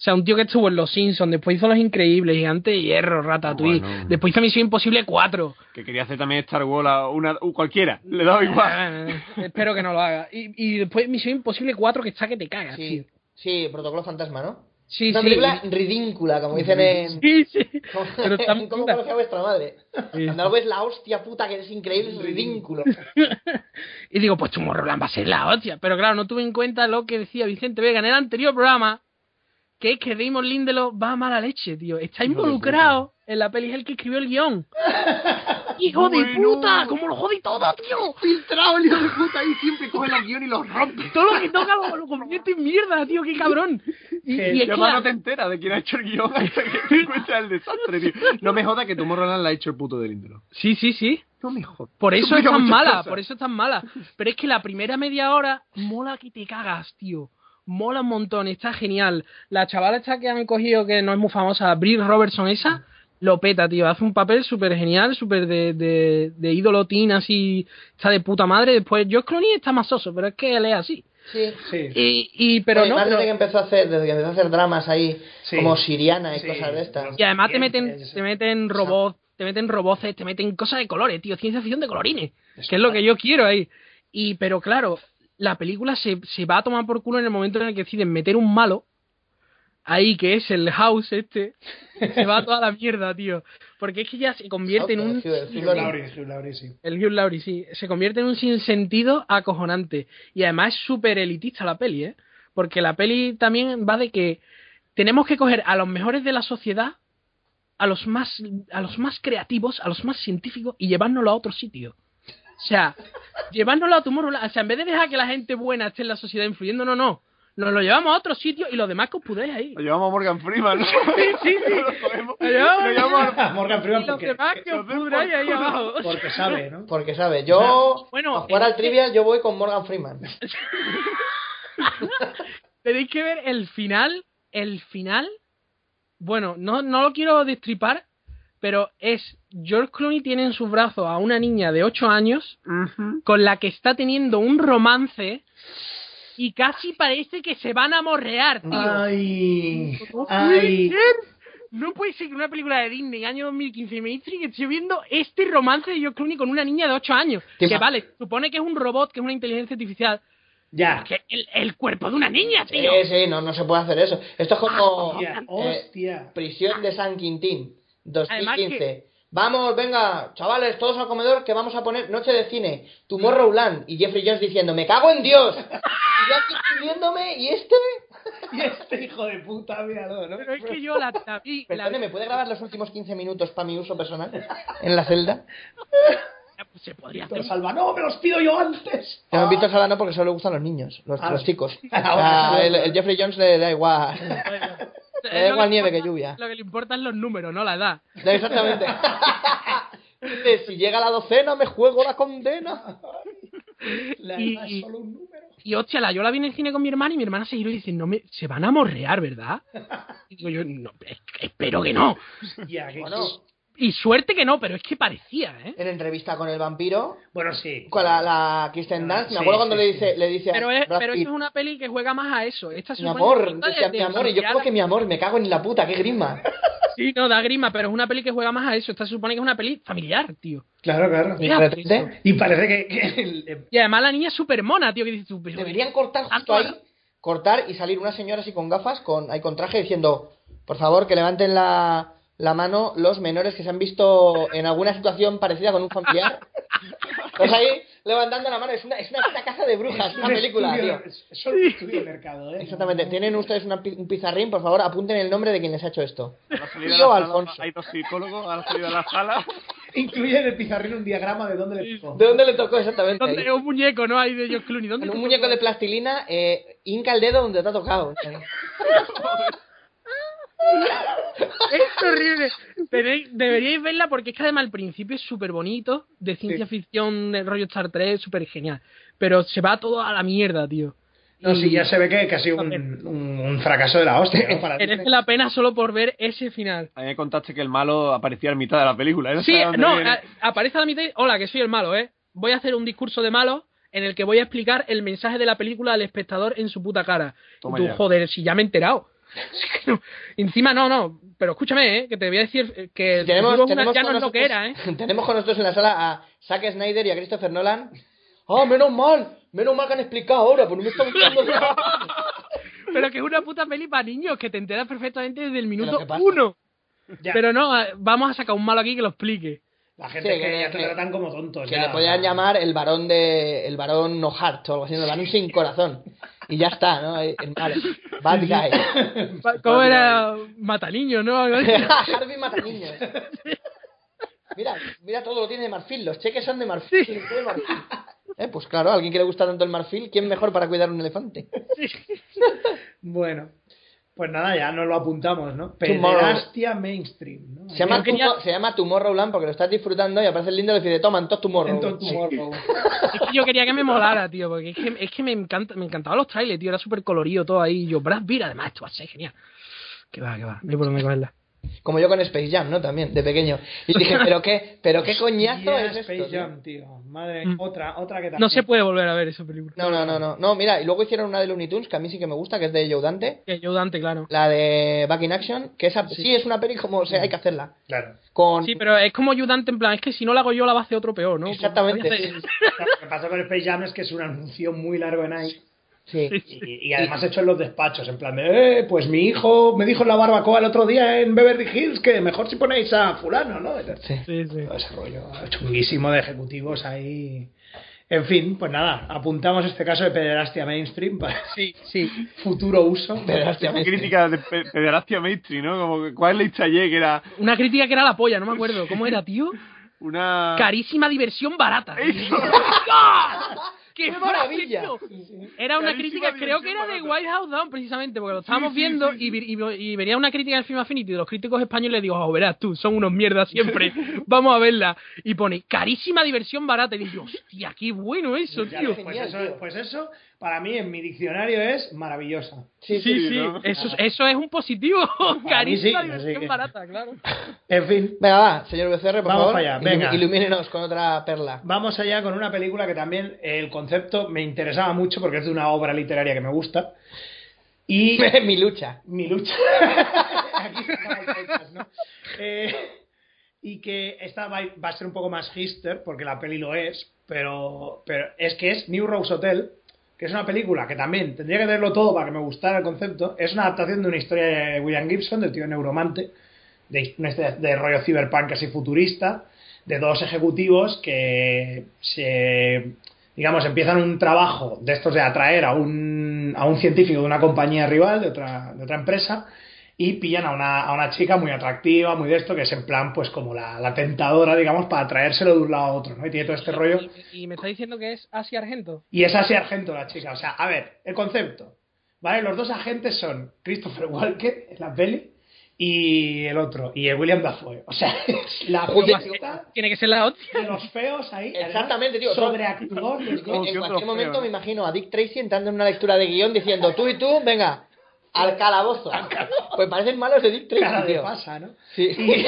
Speaker 5: sea, un tío que estuvo en Los Simpsons, después hizo Los Increíbles, Gigante de Hierro, Ratatouille,
Speaker 4: Bueno.
Speaker 5: después hizo Misión Imposible 4.
Speaker 4: Que quería hacer también Star Wars a una, u- cualquiera. Le daba igual.
Speaker 5: Eh, espero que no lo haga. Y, y después Misión Imposible 4 que está que te cagas, tío.
Speaker 6: Sí, sí, protocolo fantasma, ¿no?
Speaker 5: Sí,
Speaker 6: Una
Speaker 5: sí.
Speaker 6: película ridícula, como dicen en...
Speaker 5: Sí, sí.
Speaker 6: como-
Speaker 5: Pero está
Speaker 6: en
Speaker 5: muy
Speaker 6: ¿Cómo
Speaker 5: chula.
Speaker 6: conocí a vuestra madre?
Speaker 5: Sí.
Speaker 6: Cuando algo es la hostia puta que es increíble, es ridículo.
Speaker 5: Y digo, pues Tomorrowland va a ser la hostia. Pero claro, no tuve en cuenta lo que decía Vicente Vega en el anterior programa, que es que Damon Lindelof va a mala leche, tío. Está involucrado en la peli, es el que escribió el guión. ¡Hijo de
Speaker 4: Bueno.
Speaker 5: puta! ¡Cómo lo jode todo, tío!
Speaker 4: Filtrado el hijo de puta ahí siempre coge el guión y lo rompe.
Speaker 5: Todo lo que toca lo, lo convierte en mierda, tío. ¡Qué cabrón! Y, y es
Speaker 4: Y
Speaker 5: que
Speaker 4: además
Speaker 5: la-
Speaker 4: no te enteras de quién ha hecho el guión hasta que te encuentras el desastre, tío. No me jodas que Tomorrowland la ha hecho el puto del intro.
Speaker 5: Sí, sí, sí.
Speaker 4: No me jodas.
Speaker 5: Por eso es
Speaker 4: Explica
Speaker 5: tan
Speaker 4: muchas
Speaker 5: mala,
Speaker 4: cosas.
Speaker 5: por eso es tan mala. Pero es que la primera media hora mola que te cagas, tío. Mola un montón, está genial. La chavala esta que han cogido, que no es muy famosa, Brill Robertson, esa, lo peta, tío. Hace un papel súper genial, súper de, de, de ídolo teen, así, está de puta madre. Después, George Clooney está más soso, pero es que él es así.
Speaker 6: Sí.
Speaker 3: Sí.
Speaker 5: Y, y- pero
Speaker 6: Oye,
Speaker 5: no,
Speaker 6: más
Speaker 5: pero-
Speaker 6: desde que empezó a hacer, desde que empezó a hacer dramas ahí,
Speaker 3: Sí.
Speaker 6: como siriana y
Speaker 3: Sí.
Speaker 6: cosas de estas.
Speaker 5: Y además te meten,
Speaker 3: Dientes,
Speaker 5: te meten robots, te meten roboces, te meten cosas de colores, tío, ciencia ficción de colorines, que es lo que yo quiero ahí. Y, pero claro, la película se, se va a tomar por culo en el momento en el que deciden meter un malo, ahí que es el house este, se va a toda la mierda, tío. Porque es que ya se convierte en un
Speaker 6: Sí, sí,
Speaker 3: Hugh Laurie, Hugh Laurie, sí.
Speaker 5: el Hugh Laurie, sí. Se convierte en un sinsentido acojonante. Y además es súper elitista la peli, ¿eh? Porque la peli también va de que tenemos que coger a los mejores de la sociedad, a los más, a los más creativos, a los más científicos, y llevárnoslo a otro sitio. O sea, llevárnoslo a Tomorrowland. O sea, en vez de dejar que la gente buena esté en la sociedad influyendo, no, no. Nos lo llevamos a otro sitio y los demás que os pudréis ahí.
Speaker 4: Lo llevamos a Morgan Freeman, ¿no? Sí,
Speaker 5: sí, sí.
Speaker 4: Lo cogemos,
Speaker 5: Lo llevamos-
Speaker 4: lo llevamos a-
Speaker 3: Morgan
Speaker 5: Y
Speaker 3: Freeman
Speaker 5: los
Speaker 3: porque,
Speaker 5: demás que os
Speaker 4: nos den por
Speaker 5: pudráis ahí
Speaker 4: culo.
Speaker 5: abajo.
Speaker 3: porque sabe, ¿no?
Speaker 6: Porque, ¿sabes? Yo,
Speaker 5: Bueno, eh,
Speaker 6: para jugar
Speaker 5: es
Speaker 6: al
Speaker 5: que-
Speaker 6: trivial, yo voy con Morgan Freeman.
Speaker 5: Tenéis que ver el final. El final. Bueno, no, no lo quiero destripar, pero es. George Clooney tiene en sus brazos a una niña de 8 años
Speaker 4: Ujú.
Speaker 5: con la que está teniendo un romance y casi parece que se van a morrear, tío.
Speaker 3: Ay,
Speaker 5: No puede
Speaker 3: ay.
Speaker 5: ser. No puede ser que una película de Disney año 2015 me dice que estoy viendo este romance de George Clooney con una niña de 8 años.
Speaker 6: Te
Speaker 5: Que
Speaker 6: ima-
Speaker 5: vale, supone que es un robot, que es una inteligencia artificial.
Speaker 3: Ya.
Speaker 5: Que el, el cuerpo de una niña,
Speaker 6: Sí,
Speaker 5: tío.
Speaker 6: sí, no, no se puede hacer eso. Esto es como
Speaker 3: Hostia,
Speaker 6: eh,
Speaker 3: hostia.
Speaker 6: Prisión de San Quintín,
Speaker 5: Además
Speaker 6: 2015.
Speaker 5: que-
Speaker 6: Vamos, venga, chavales, todos al comedor que vamos a poner Noche de Cine, Tomorrowland y Jeffrey Jones diciendo, me cago en Dios. y yo aquí escribiéndome y este...
Speaker 3: Y este hijo de puta, míralo, ¿no? Pues,
Speaker 5: Pero es que yo la, la vi. la-
Speaker 6: Perdone, ¿me puede grabar los últimos 15 minutos para mi uso personal en la celda?
Speaker 5: pues, se podría hacer.
Speaker 3: Víctor Salva, no, me los pido yo antes.
Speaker 6: Que no, Víctor Salano porque solo le gustan los niños, los,
Speaker 3: Ah.
Speaker 6: los chicos.
Speaker 3: Ah,
Speaker 6: Ah,
Speaker 3: bueno.
Speaker 6: el, el Jeffrey Jones le da igual.
Speaker 5: Le
Speaker 6: da igual nieve que lluvia.
Speaker 5: Lo que le importan los números, no la edad.
Speaker 6: No, exactamente. Dice, si llega la docena me juego la condena.
Speaker 3: La
Speaker 5: Y-
Speaker 3: edad es
Speaker 5: y-
Speaker 3: solo un número.
Speaker 5: Y hostia, la- yo la vi en el cine con mi hermana y mi hermana se giró y dice, no me, se van a morrear, ¿verdad? Y digo yo, no, es- espero que no.
Speaker 3: Ya, que-
Speaker 6: Bueno,
Speaker 5: Y suerte que no, pero es que parecía, ¿eh?
Speaker 6: en entrevista con el vampiro,
Speaker 3: bueno, sí. Ah,
Speaker 6: con la, la Kristen Dance,
Speaker 3: Sí,
Speaker 6: me acuerdo cuando
Speaker 3: sí,
Speaker 6: le
Speaker 3: sí.
Speaker 6: dice, le dice
Speaker 5: Pero,
Speaker 6: a
Speaker 5: es,
Speaker 6: Brad
Speaker 5: pero
Speaker 6: Pitt,
Speaker 5: eso es una peli que juega más a eso. Esta se
Speaker 6: mi
Speaker 5: supone que
Speaker 6: amor,
Speaker 5: trata de-
Speaker 6: dice,
Speaker 5: de
Speaker 6: mi amor, y yo
Speaker 5: morrear
Speaker 6: creo
Speaker 5: a-
Speaker 6: que mi amor, me cago en la puta, qué grima.
Speaker 5: Sí, no, da grima, pero es una peli que juega más a eso. Esta se supone que es una peli familiar, tío.
Speaker 3: Claro, claro.
Speaker 5: Sí.
Speaker 6: Y de repente
Speaker 3: Y parece que, que el-
Speaker 5: Y además la niña es súper mona, tío, que dices tú, pero-
Speaker 6: deberían cortar justo
Speaker 5: Ah,
Speaker 6: ahí, cortar y salir una señora así con gafas, con ahí con traje, diciendo, por favor, que levanten la, la mano los menores que se han visto en alguna situación parecida con un familiar. Pues ahí levantando la mano, es una, es una puta casa de brujas, una
Speaker 3: un
Speaker 6: película,
Speaker 3: estudio-
Speaker 6: tío.
Speaker 3: Es solo un estudio de mercado, ¿eh?
Speaker 6: Exactamente, tienen ustedes una pi- un pizarrín, por favor, apunten el nombre de quien les ha hecho esto.
Speaker 4: A la salida de
Speaker 6: Tío
Speaker 4: la sala,
Speaker 6: Alfonso.
Speaker 4: hay dos psicólogos a la salida de la sala.
Speaker 3: Incluye en el pizarrín un diagrama de dónde le tocó.
Speaker 6: ¿De dónde le tocó exactamente?
Speaker 5: ¿Dónde-
Speaker 6: Ahí.
Speaker 5: un muñeco, ¿no? Hay de George Clooney. ¿Dónde
Speaker 6: En un
Speaker 5: te-
Speaker 6: muñeco de plastilina, eh, hinca el dedo donde te ha tocado.
Speaker 5: Eh, Es horrible. Tenéis- deberíais verla porque es que además al principio es súper bonito, de ciencia ficción, de rollo Star Trek, súper genial. Pero se va todo a la mierda, tío.
Speaker 3: No, sí, ya se ve que casi un, un, un fracaso de la hostia, ¿no? Para
Speaker 5: Merece la pena solo por ver ese final.
Speaker 4: A mí me contaste que el malo aparecía en mitad de la película. ¿eh?
Speaker 5: Sí,
Speaker 4: ¿Sabes dónde
Speaker 5: no,
Speaker 4: viene?
Speaker 5: a- aparece a la mitad y, hola, que soy el malo, ¿eh? Voy a hacer un discurso de malo en el que voy a explicar el mensaje de la película al espectador en su puta cara. Y
Speaker 4: Toma
Speaker 5: tú,
Speaker 4: ya.
Speaker 5: joder, si ya me he enterado. Encima, no, no, pero escúchame, ¿eh? Que te voy a decir eh, que el
Speaker 6: tenemos,
Speaker 5: Rubén
Speaker 6: tenemos
Speaker 5: ya
Speaker 6: con
Speaker 5: no es lo
Speaker 6: nosotros,
Speaker 5: que era, ¿eh?
Speaker 6: tenemos con nosotros en la sala a Zack Snyder y a Christopher Nolan. ¡Ah, menos mal! Menos mal que han explicado ahora, pues no me está gustando nada.
Speaker 5: Pero que es una puta peli para niños, que te enteras perfectamente desde el
Speaker 6: lo
Speaker 5: minuto
Speaker 6: que pasa.
Speaker 5: uno.
Speaker 3: Ya,
Speaker 5: Pero no, eh, vamos a sacar un malo aquí que lo explique.
Speaker 3: la gente
Speaker 6: Sí,
Speaker 3: que,
Speaker 6: que-
Speaker 3: ya te
Speaker 6: que-
Speaker 3: tratan como tontos.
Speaker 6: Que
Speaker 3: ya.
Speaker 6: le podían llamar el varón de. el varón no heart o algo así, el varón sin corazón. Y ya está, ¿no? Eh, El malo. Bad guy.
Speaker 5: Pa- ¿Cómo era Mataliño, no? Algo así.
Speaker 6: Harvey mata niños. Mira, mira todo lo tiene de marfil, los cheques son de marfil. de marfil. Eh, pues claro, a alguien que le gusta tanto el marfil, ¿quién mejor para cuidar un elefante?
Speaker 3: Bueno, pues nada, ya nos lo apuntamos, ¿no? Pederastia mainstream, ¿no?
Speaker 6: Se llama,
Speaker 5: Yo quería-
Speaker 6: Tumo- se llama Tomorrowland porque lo estás disfrutando y aparece el lindo y le dice, toman todos Tomorrow.
Speaker 3: Entonces, Tomorrow.
Speaker 5: Es que yo quería que me molara, tío, porque es que, es que me, encanta, me encantaban los trailers, tío, era súper colorido todo ahí. Y yo, Brad Pitt, además, esto va a ser genial. Que va, que va, no hay por dónde cogerla.
Speaker 6: Como yo con Space Jam, ¿no? También, de pequeño. Y dije, ¿pero qué? ¿Pero qué coñazo
Speaker 3: Yeah,
Speaker 6: es esto?
Speaker 3: Space
Speaker 6: tío?".
Speaker 3: Jam, tío. Madre,
Speaker 5: Mm.
Speaker 3: otra, otra que también.
Speaker 5: No se puede volver a ver esa película.
Speaker 6: No, no, no, no. No, mira, y luego hicieron una de Looney Tunes que a mí sí que me gusta, que es de Joe Dante.
Speaker 5: Que yo, Dante, claro.
Speaker 6: La de Back in Action, que esa sí, es una peli como, o sea, hay que hacerla.
Speaker 3: Claro.
Speaker 6: Con...
Speaker 5: Sí, pero es como yo, Dante, en plan, es que si no la hago yo, la va a hacer otro peor, ¿no?
Speaker 6: Exactamente.
Speaker 5: Pues,
Speaker 6: sí,
Speaker 3: Lo que pasa con Space Jam es que es un anuncio muy largo en ahí.
Speaker 6: sí.
Speaker 3: Y, y además hecho en los despachos, en plan de, eh, pues mi hijo me dijo en la barbacoa el otro día en Beverly Hills que mejor si ponéis a fulano, ¿no?
Speaker 6: sí.
Speaker 5: Sí, sí.
Speaker 3: Todo ese rollo chunguísimo de ejecutivos ahí. En fin, pues nada, apuntamos este caso de pederastia mainstream para
Speaker 5: Sí, sí.
Speaker 3: futuro uso.
Speaker 6: Pero, hostia,
Speaker 4: Esa
Speaker 6: me-
Speaker 4: crítica de pe- pederastia mainstream, ¿no? Como que cuál le Chaillé, que era
Speaker 5: Una crítica que era la polla, no me acuerdo. ¿Cómo era, tío?
Speaker 4: una...
Speaker 6: Ah.
Speaker 5: Carísima diversión barata.
Speaker 4: Eso.
Speaker 5: ¡Qué
Speaker 6: ¡Qué maravilla!
Speaker 5: frase, tío! Era una
Speaker 4: Clarísima
Speaker 5: crítica, creo que era de
Speaker 4: diversión barata.
Speaker 5: White House Down, precisamente, porque lo estábamos
Speaker 4: sí,
Speaker 5: viendo
Speaker 4: sí, sí.
Speaker 5: y vi- Y, y venía una crítica del Film Affinity de los críticos españoles. Digo, oh, verás tú, son unos mierdas siempre. Vamos a verla. Y pone, carísima diversión barata. Y digo, hostia, qué bueno eso,
Speaker 3: Ya,
Speaker 5: tío.
Speaker 3: pues,
Speaker 6: Genial,
Speaker 3: eso,
Speaker 6: tío.
Speaker 3: pues eso, para mí en mi diccionario es maravillosa.
Speaker 5: Sí,
Speaker 4: sí,
Speaker 5: sí,
Speaker 4: ¿no?
Speaker 5: Eso, eso es un positivo.
Speaker 3: sí,
Speaker 5: Carísima
Speaker 3: así
Speaker 5: diversión
Speaker 3: que-
Speaker 5: barata, claro.
Speaker 3: En fin,
Speaker 6: Venga, va, señor BCR, por
Speaker 3: Vamos
Speaker 6: favor.
Speaker 3: para allá,
Speaker 6: ilum-
Speaker 3: venga.
Speaker 6: Ilumínenos con otra perla.
Speaker 3: vamos allá con una película que también eh, el concepto me interesaba mucho porque es de una obra literaria que me gusta. Y
Speaker 6: Mi lucha.
Speaker 3: mi lucha. Aquí se acaba el podcast, ¿no? Eh, y que esta va, va a ser un poco más hister, porque la peli lo es, pero, pero es que es New Rose Hotel, que es una película que también tendría que verlo todo para que me gustara el concepto. Es una adaptación de una historia de William Gibson, del tío Neuromante, de, una historia de rollo cyberpunk casi futurista, de dos ejecutivos que se digamos, empiezan un trabajo de estos de atraer a un, a un científico de una compañía rival, de otra, de otra empresa, y pillan a una, a una chica muy atractiva, muy de esto, que es en plan, pues como la, la tentadora, digamos, para traérselo de un lado a otro, ¿no? Y tiene todo este rollo.
Speaker 5: Y, y me está diciendo que es Asia Argento.
Speaker 3: Y es así Argento la chica. O sea, a ver, el concepto. ¿Vale? Los dos agentes son Christopher Walken en la peli y el otro, y el William Dafoe. O sea, es la
Speaker 6: Oye,
Speaker 3: propuesta
Speaker 5: Tiene que ser la hostia.
Speaker 3: de los feos ahí. además,
Speaker 6: Exactamente, tío.
Speaker 3: Sobreactuó. los
Speaker 6: En
Speaker 4: Como
Speaker 3: dos.
Speaker 4: que
Speaker 6: en
Speaker 4: otro
Speaker 6: cualquier
Speaker 4: feo,
Speaker 6: momento
Speaker 4: ¿no?
Speaker 6: me imagino a Dick Tracy entrando en una lectura de guión diciendo tú y tú, venga, al calabozo. Pues parecen malos de Dick
Speaker 3: Cara
Speaker 6: Tracy,
Speaker 3: de
Speaker 6: tío.
Speaker 3: pasa, ¿no?
Speaker 6: Sí.
Speaker 3: Y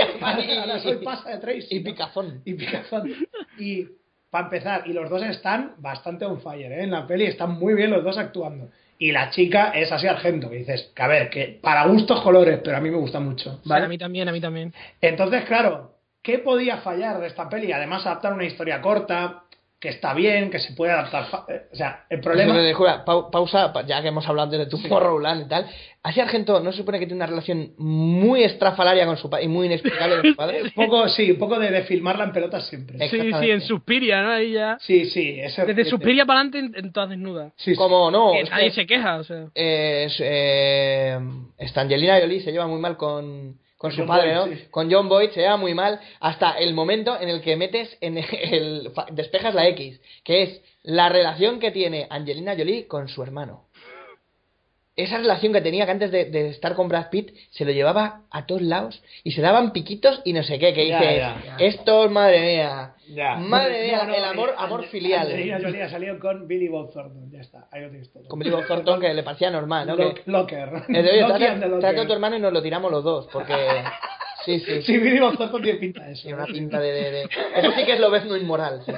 Speaker 3: ahora soy pasa de Tracy.
Speaker 6: Y
Speaker 3: ¿no?
Speaker 6: picazón.
Speaker 3: Y picazón. Y para empezar, y los dos están bastante on fire, ¿eh? En la peli están muy bien los dos actuando. Y la chica es así argento, que dices, que a ver, que para gustos colores, pero a mí me gusta mucho.
Speaker 5: O sea,
Speaker 3: ¿vale?
Speaker 5: a mí también, a mí también.
Speaker 3: Entonces, claro, ¿qué podía fallar de esta peli? Además, adaptar una historia corta, que está bien, que se puede adaptar. fa- eh, O sea, el problema.
Speaker 6: Pero, pero, jura, pau- pausa, pa- ya que hemos hablado antes de tu porro Ulan y tal. Así Argento no se supone que tiene una relación muy estrafalaria con su padre y muy inexplicable con su padre.
Speaker 3: Un poco, sí, un poco de, de filmarla en pelotas siempre.
Speaker 6: Eh.
Speaker 5: Sí, sí,
Speaker 6: Exactamente.
Speaker 5: en Suspiria, ¿no? Ahí ya.
Speaker 3: Sí, sí, ese.
Speaker 5: Desde Suspiria para adelante, en, en todas desnudas.
Speaker 3: Sí, sí.
Speaker 6: Como no,
Speaker 5: Que
Speaker 6: es
Speaker 5: nadie
Speaker 6: que,
Speaker 5: se queja, o sea.
Speaker 6: eh, es, eh, esta Angelina Jolie se lleva muy mal con, con su
Speaker 3: John
Speaker 6: padre,
Speaker 3: Boyd,
Speaker 6: ¿no?
Speaker 3: sí.
Speaker 6: Con John Boyd se lleva muy mal hasta el momento en el que metes en el fa- despejas la X, que es la relación que tiene Angelina Jolie con su hermano. Esa relación que tenía que antes de, de estar con Brad Pitt se lo llevaba a todos lados y se daban piquitos y no sé qué, que
Speaker 3: Ya,
Speaker 6: dices,
Speaker 3: ya.
Speaker 6: esto, madre mía,
Speaker 3: Ya.
Speaker 6: madre
Speaker 3: No,
Speaker 6: mía,
Speaker 3: no,
Speaker 6: el amor,
Speaker 3: eh,
Speaker 6: amor
Speaker 3: Ange-
Speaker 6: filial.
Speaker 3: Angelina Jolie ha salido con Billy Bob Thornton, ya está, ahí lo tienes todo.
Speaker 6: Con Billy Bob Thornton que le parecía normal, ¿no?
Speaker 3: Lo-
Speaker 6: Que-
Speaker 3: Locker.
Speaker 6: el de, oye,
Speaker 3: Locker
Speaker 6: trata,
Speaker 3: and the
Speaker 6: trata
Speaker 3: Locker.
Speaker 6: a tu hermano y nos lo tiramos los dos, porque... Sí, sí,
Speaker 3: Sí, Billy Bob Thornton tiene pinta de eso.
Speaker 6: Tiene una pinta de, de, de- Eso sí que es lo ves no inmoral. sí.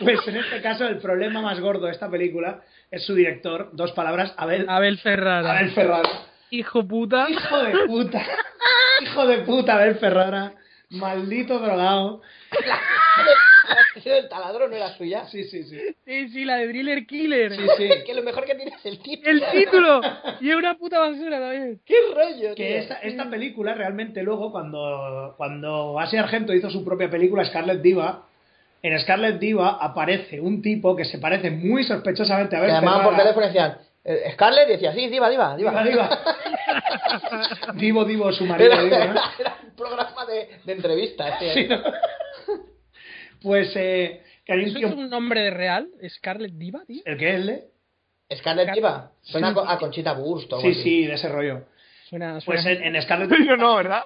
Speaker 3: Pues en este caso, el problema más gordo de esta película es su director, dos palabras, Abel,
Speaker 5: Abel Ferrara.
Speaker 3: Abel Ferrara.
Speaker 5: Hijo puta.
Speaker 3: Hijo de puta. Hijo de puta, Abel Ferrara. Maldito drogado.
Speaker 6: La acción del taladro no era suya.
Speaker 3: Sí, sí, sí.
Speaker 5: Sí, sí, la de Driller Killer.
Speaker 3: Sí, sí.
Speaker 6: Que lo mejor que tiene es el título.
Speaker 5: El título. Y es una puta basura también.
Speaker 6: ¡Qué rollo, tío!
Speaker 3: Que esta, esta película realmente luego, cuando, cuando Asia Argento hizo su propia película, Scarlet Diva, en Scarlet Diva aparece un tipo que se parece muy sospechosamente a
Speaker 6: Que
Speaker 3: Abel
Speaker 6: llamaban por
Speaker 3: Ferrara.
Speaker 6: teléfono y decían... eh, Scarlett y decía, sí, diva, diva, diva.
Speaker 3: Diva, diva. Divo, Divo, su marido,
Speaker 6: Era,
Speaker 3: Divo, ¿no?
Speaker 6: era- era un programa de, este. de entrevistas. tío.
Speaker 3: Sí, ¿no? Pues, eh, que hay un
Speaker 5: ¿Eso
Speaker 3: tío...
Speaker 5: es un nombre de real? ¿Scarlet Diva, tío?
Speaker 3: ¿El que es, le?
Speaker 6: Scarlett diva. Suena
Speaker 3: Sí.
Speaker 6: co- a Conchita Burst o algo
Speaker 3: Sí,
Speaker 6: así.
Speaker 3: sí, de ese rollo.
Speaker 5: Suena,
Speaker 3: Pues
Speaker 5: suena,
Speaker 3: en, en Scarlet
Speaker 4: Pero no, ¿verdad?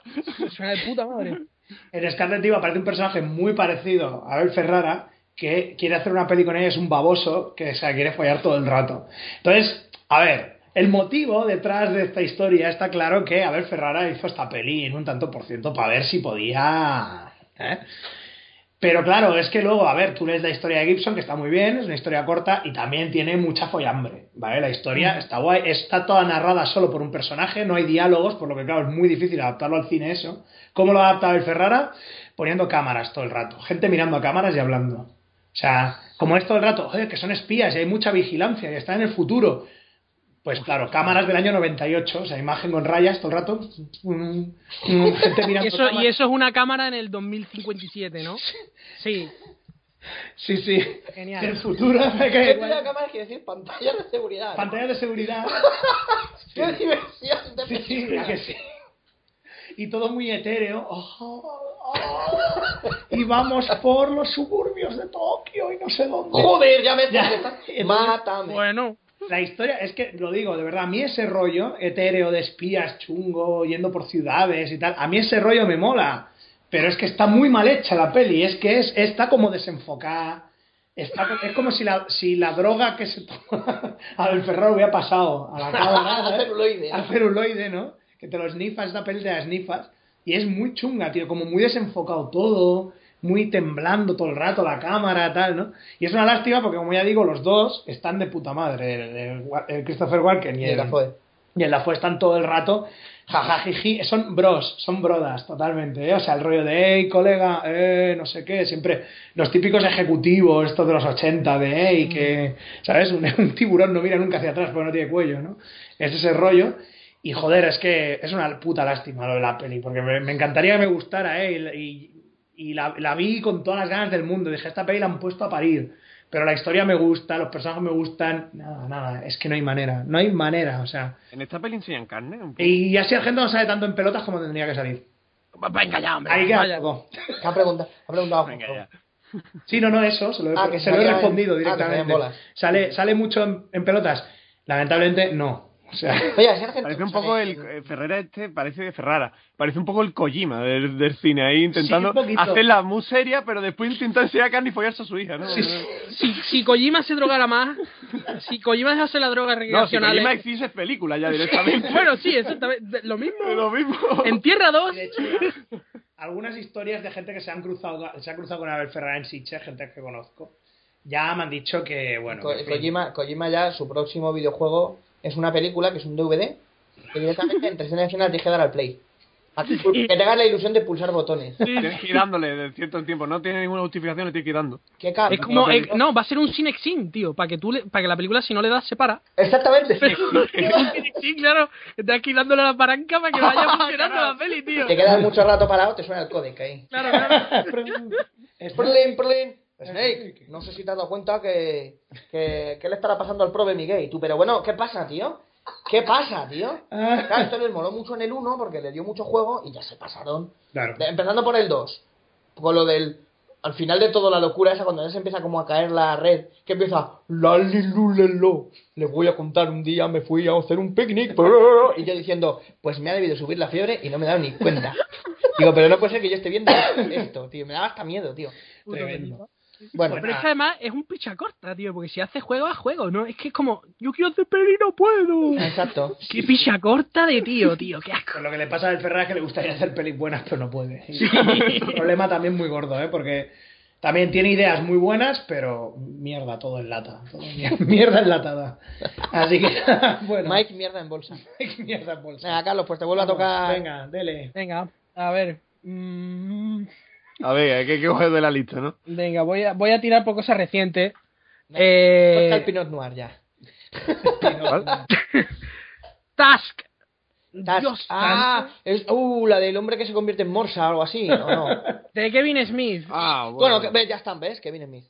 Speaker 5: suena de puta madre.
Speaker 3: En Scarlet Diva aparece un personaje muy parecido a Abel Ferrara que quiere hacer una peli con ella, es un baboso que se la quiere follar todo el rato. Entonces, a ver, el motivo detrás de esta historia está claro que Abel Ferrara hizo esta peli en un tanto por ciento para ver si podía... ¿eh? Pero claro, es que luego, a ver, tú lees la historia de Gibson, que está muy bien, es una historia corta y también tiene mucha follambre, ¿vale? La
Speaker 5: Mm.
Speaker 3: historia está guay, está toda narrada solo por un personaje, no hay diálogos, por lo que claro, es muy difícil adaptarlo al cine eso. ¿Cómo lo adapta el Ferrara? Poniendo cámaras todo el rato, gente mirando a cámaras y hablando. O sea, como es todo el rato, joder, que son espías y hay mucha vigilancia y está en el futuro. Pues claro, cámaras del año 98, o sea, imagen con rayas todo el rato, gente mirando
Speaker 5: Y eso,
Speaker 3: cámaras.
Speaker 5: y eso es una cámara en el 2057, ¿no? Sí.
Speaker 3: Sí, sí.
Speaker 5: Genial.
Speaker 3: El futuro.
Speaker 6: ¿Qué
Speaker 3: que-
Speaker 6: tiene la cámara quiere decir? Pantalla de seguridad.
Speaker 3: Pantallas de seguridad.
Speaker 6: ¡Qué diversión! de
Speaker 3: Sí, sí,
Speaker 6: película!
Speaker 3: que sí. Y todo muy etéreo. Oh, oh. Y vamos por los suburbios de Tokio y no sé dónde.
Speaker 6: Joder, ya me
Speaker 3: Ya.
Speaker 6: estás. Mátame.
Speaker 5: Bueno.
Speaker 3: La historia, es que lo digo, de verdad, a mí ese rollo etéreo de espías chungo, yendo por ciudades y tal, a mí ese rollo me mola. Pero es que está muy mal hecha la peli, es que es, está como desenfocada. Está, co- es como si la, si la droga que se toma al Ferraro hubiera pasado a la cámara.
Speaker 6: Al
Speaker 3: ¿eh?
Speaker 6: celuloide, ¿no?
Speaker 3: Al celuloide, ¿no? Que te lo snifas, esta peli te la snifas. Y es muy chunga, tío, como muy desenfocado todo, muy temblando todo el rato la cámara, tal, ¿no? Y es una lástima porque, como ya digo, los dos están de puta madre. El, el Wa- el Christopher Walken y
Speaker 6: Y
Speaker 3: el,
Speaker 6: la fue.
Speaker 3: y el Dafoe están todo el rato, jajajiji, son bros, son brodas, totalmente, ¿eh? O sea, el rollo de, hey, colega, eh, no sé qué, siempre los típicos ejecutivos, estos de los 80, de, hey, que, ¿sabes? Un, un tiburón no mira nunca hacia atrás porque no tiene cuello, ¿no? Es ese rollo. Y joder, es que es una puta lástima lo de la peli, porque me, me encantaría que me gustara, ¿eh? Y, y- y la, la vi con todas las ganas del mundo. Dije, esta peli la han puesto a parir. Pero la historia me gusta, los personajes me gustan. Nada, nada, es que no hay manera, no hay manera, o sea.
Speaker 4: En esta peli enseñan carne. Un poco.
Speaker 3: Y así Argento no sale tanto en pelotas como tendría que salir.
Speaker 5: Venga ya, hombre.
Speaker 3: Ahí queda
Speaker 5: Vaya.
Speaker 3: todo.
Speaker 6: ¿Qué ha preguntado? Ha preguntado.
Speaker 4: Venga, ya.
Speaker 3: Sí, no, no, eso, se lo he,
Speaker 6: Ah, que
Speaker 3: se
Speaker 6: se
Speaker 3: lo he
Speaker 6: vayan-
Speaker 3: respondido
Speaker 6: ah, que se vayan
Speaker 3: directamente.
Speaker 6: bolas.
Speaker 3: sale, ¿Sale mucho en, en pelotas? Lamentablemente, no. O sea,
Speaker 6: Oye, ese argentino
Speaker 4: Parece un
Speaker 6: sale-
Speaker 4: poco el eh, Ferrera este, parece Ferrara, parece un poco el Kojima del, del cine, ahí intentando
Speaker 3: Sí, un poquito.
Speaker 4: hacerla muy seria, pero después intentar ser carne y follarse a su hija, ¿no?
Speaker 3: sí, sí.
Speaker 5: Si, si Kojima se drogara más, si Kojima dejase la droga
Speaker 4: No, si
Speaker 5: recreacional.
Speaker 4: Kojima existe es película ya directamente.
Speaker 5: bueno, sí, exactamente. de- Lo mismo.
Speaker 4: Es lo mismo.
Speaker 5: En Tierra 2.
Speaker 3: De hecho, algunas historias de gente que se han cruzado se ha cruzado con Abel Ferrara en Siche, gente que conozco, ya me han dicho que, bueno.
Speaker 6: Ko-
Speaker 3: que en fin.
Speaker 6: Kojima, Kojima ya, su próximo videojuego es una película, que es un DVD, que directamente en tres dimensionales tienes que dar al play. Pa' Que que tengas la ilusión de pulsar botones.
Speaker 4: Tienes que ir dándole de cierto en tiempo. No tiene ninguna justificación, le tienes que ir dando.
Speaker 6: Qué cabrón.
Speaker 5: Es como, eh, no, va a ser un Cinexin, tío, para que tú le- para que la película si no le das se para.
Speaker 6: Exactamente.
Speaker 5: Pero un Cinexin, claro, estás aquí dándole la palanca para que vaya funcionando la peli, tío.
Speaker 6: Te quedas mucho rato parado, te suena el codec ahí.
Speaker 5: Claro, claro.
Speaker 3: Es-
Speaker 6: Prolin, prolin. Snake, no sé si te has dado cuenta que, que, que le estará pasando al prove Miguel y tú, pero bueno, ¿qué pasa, tío? ¿Qué pasa, tío?
Speaker 3: Ah,
Speaker 6: Claro, esto les moló mucho en el 1 porque le dio mucho juego y ya se pasaron.
Speaker 3: Claro.
Speaker 6: De- empezando por el 2, con lo del... Al final de todo la locura esa, cuando ya se empieza como a caer la red, que empieza... La, li, lu, le, lo. Les voy a contar un día, me fui a hacer un picnic. pero-". Y yo diciendo, pues me ha debido subir la fiebre y no me he dado ni cuenta. Digo, pero no puede ser que yo esté viendo esto, tío. Me daba hasta miedo, tío.
Speaker 3: Tremendo.
Speaker 6: Bueno,
Speaker 5: Pero es que además es un picha corta, tío, porque si hace juego a juego, ¿no? Es que es como, yo quiero hacer peli y no puedo.
Speaker 6: exacto.
Speaker 5: Qué picha corta de tío, tío, qué asco.
Speaker 3: Con lo que le pasa al Ferraz que le gustaría hacer pelis buenas, pero no puede. Un problema también muy gordo, ¿eh? Porque también tiene ideas muy buenas, pero mierda, todo en lata. todo mier- mierda enlatada. Así que, bueno.
Speaker 6: Mike, mierda en bolsa.
Speaker 3: Mike, mierda en bolsa.
Speaker 6: Venga, Carlos, pues te vuelvo a tocar.
Speaker 3: Venga, dele.
Speaker 5: Venga, a ver. mm,
Speaker 4: A ver, hay que coger de la lista, ¿no?
Speaker 5: venga, voy a, voy a tirar por cosas recientes.
Speaker 6: No,
Speaker 5: Eh,
Speaker 6: Toca el Pinot Noir ya.
Speaker 4: ¿Vale?
Speaker 5: Task.
Speaker 6: Tas-
Speaker 5: Dios,
Speaker 6: ah, es, uh, la del hombre que se convierte en morsa o algo así. No, no.
Speaker 5: de Kevin Smith.
Speaker 4: Ah, bueno.
Speaker 6: bueno, que- ve, ya están, ¿ves? Que viene Smith.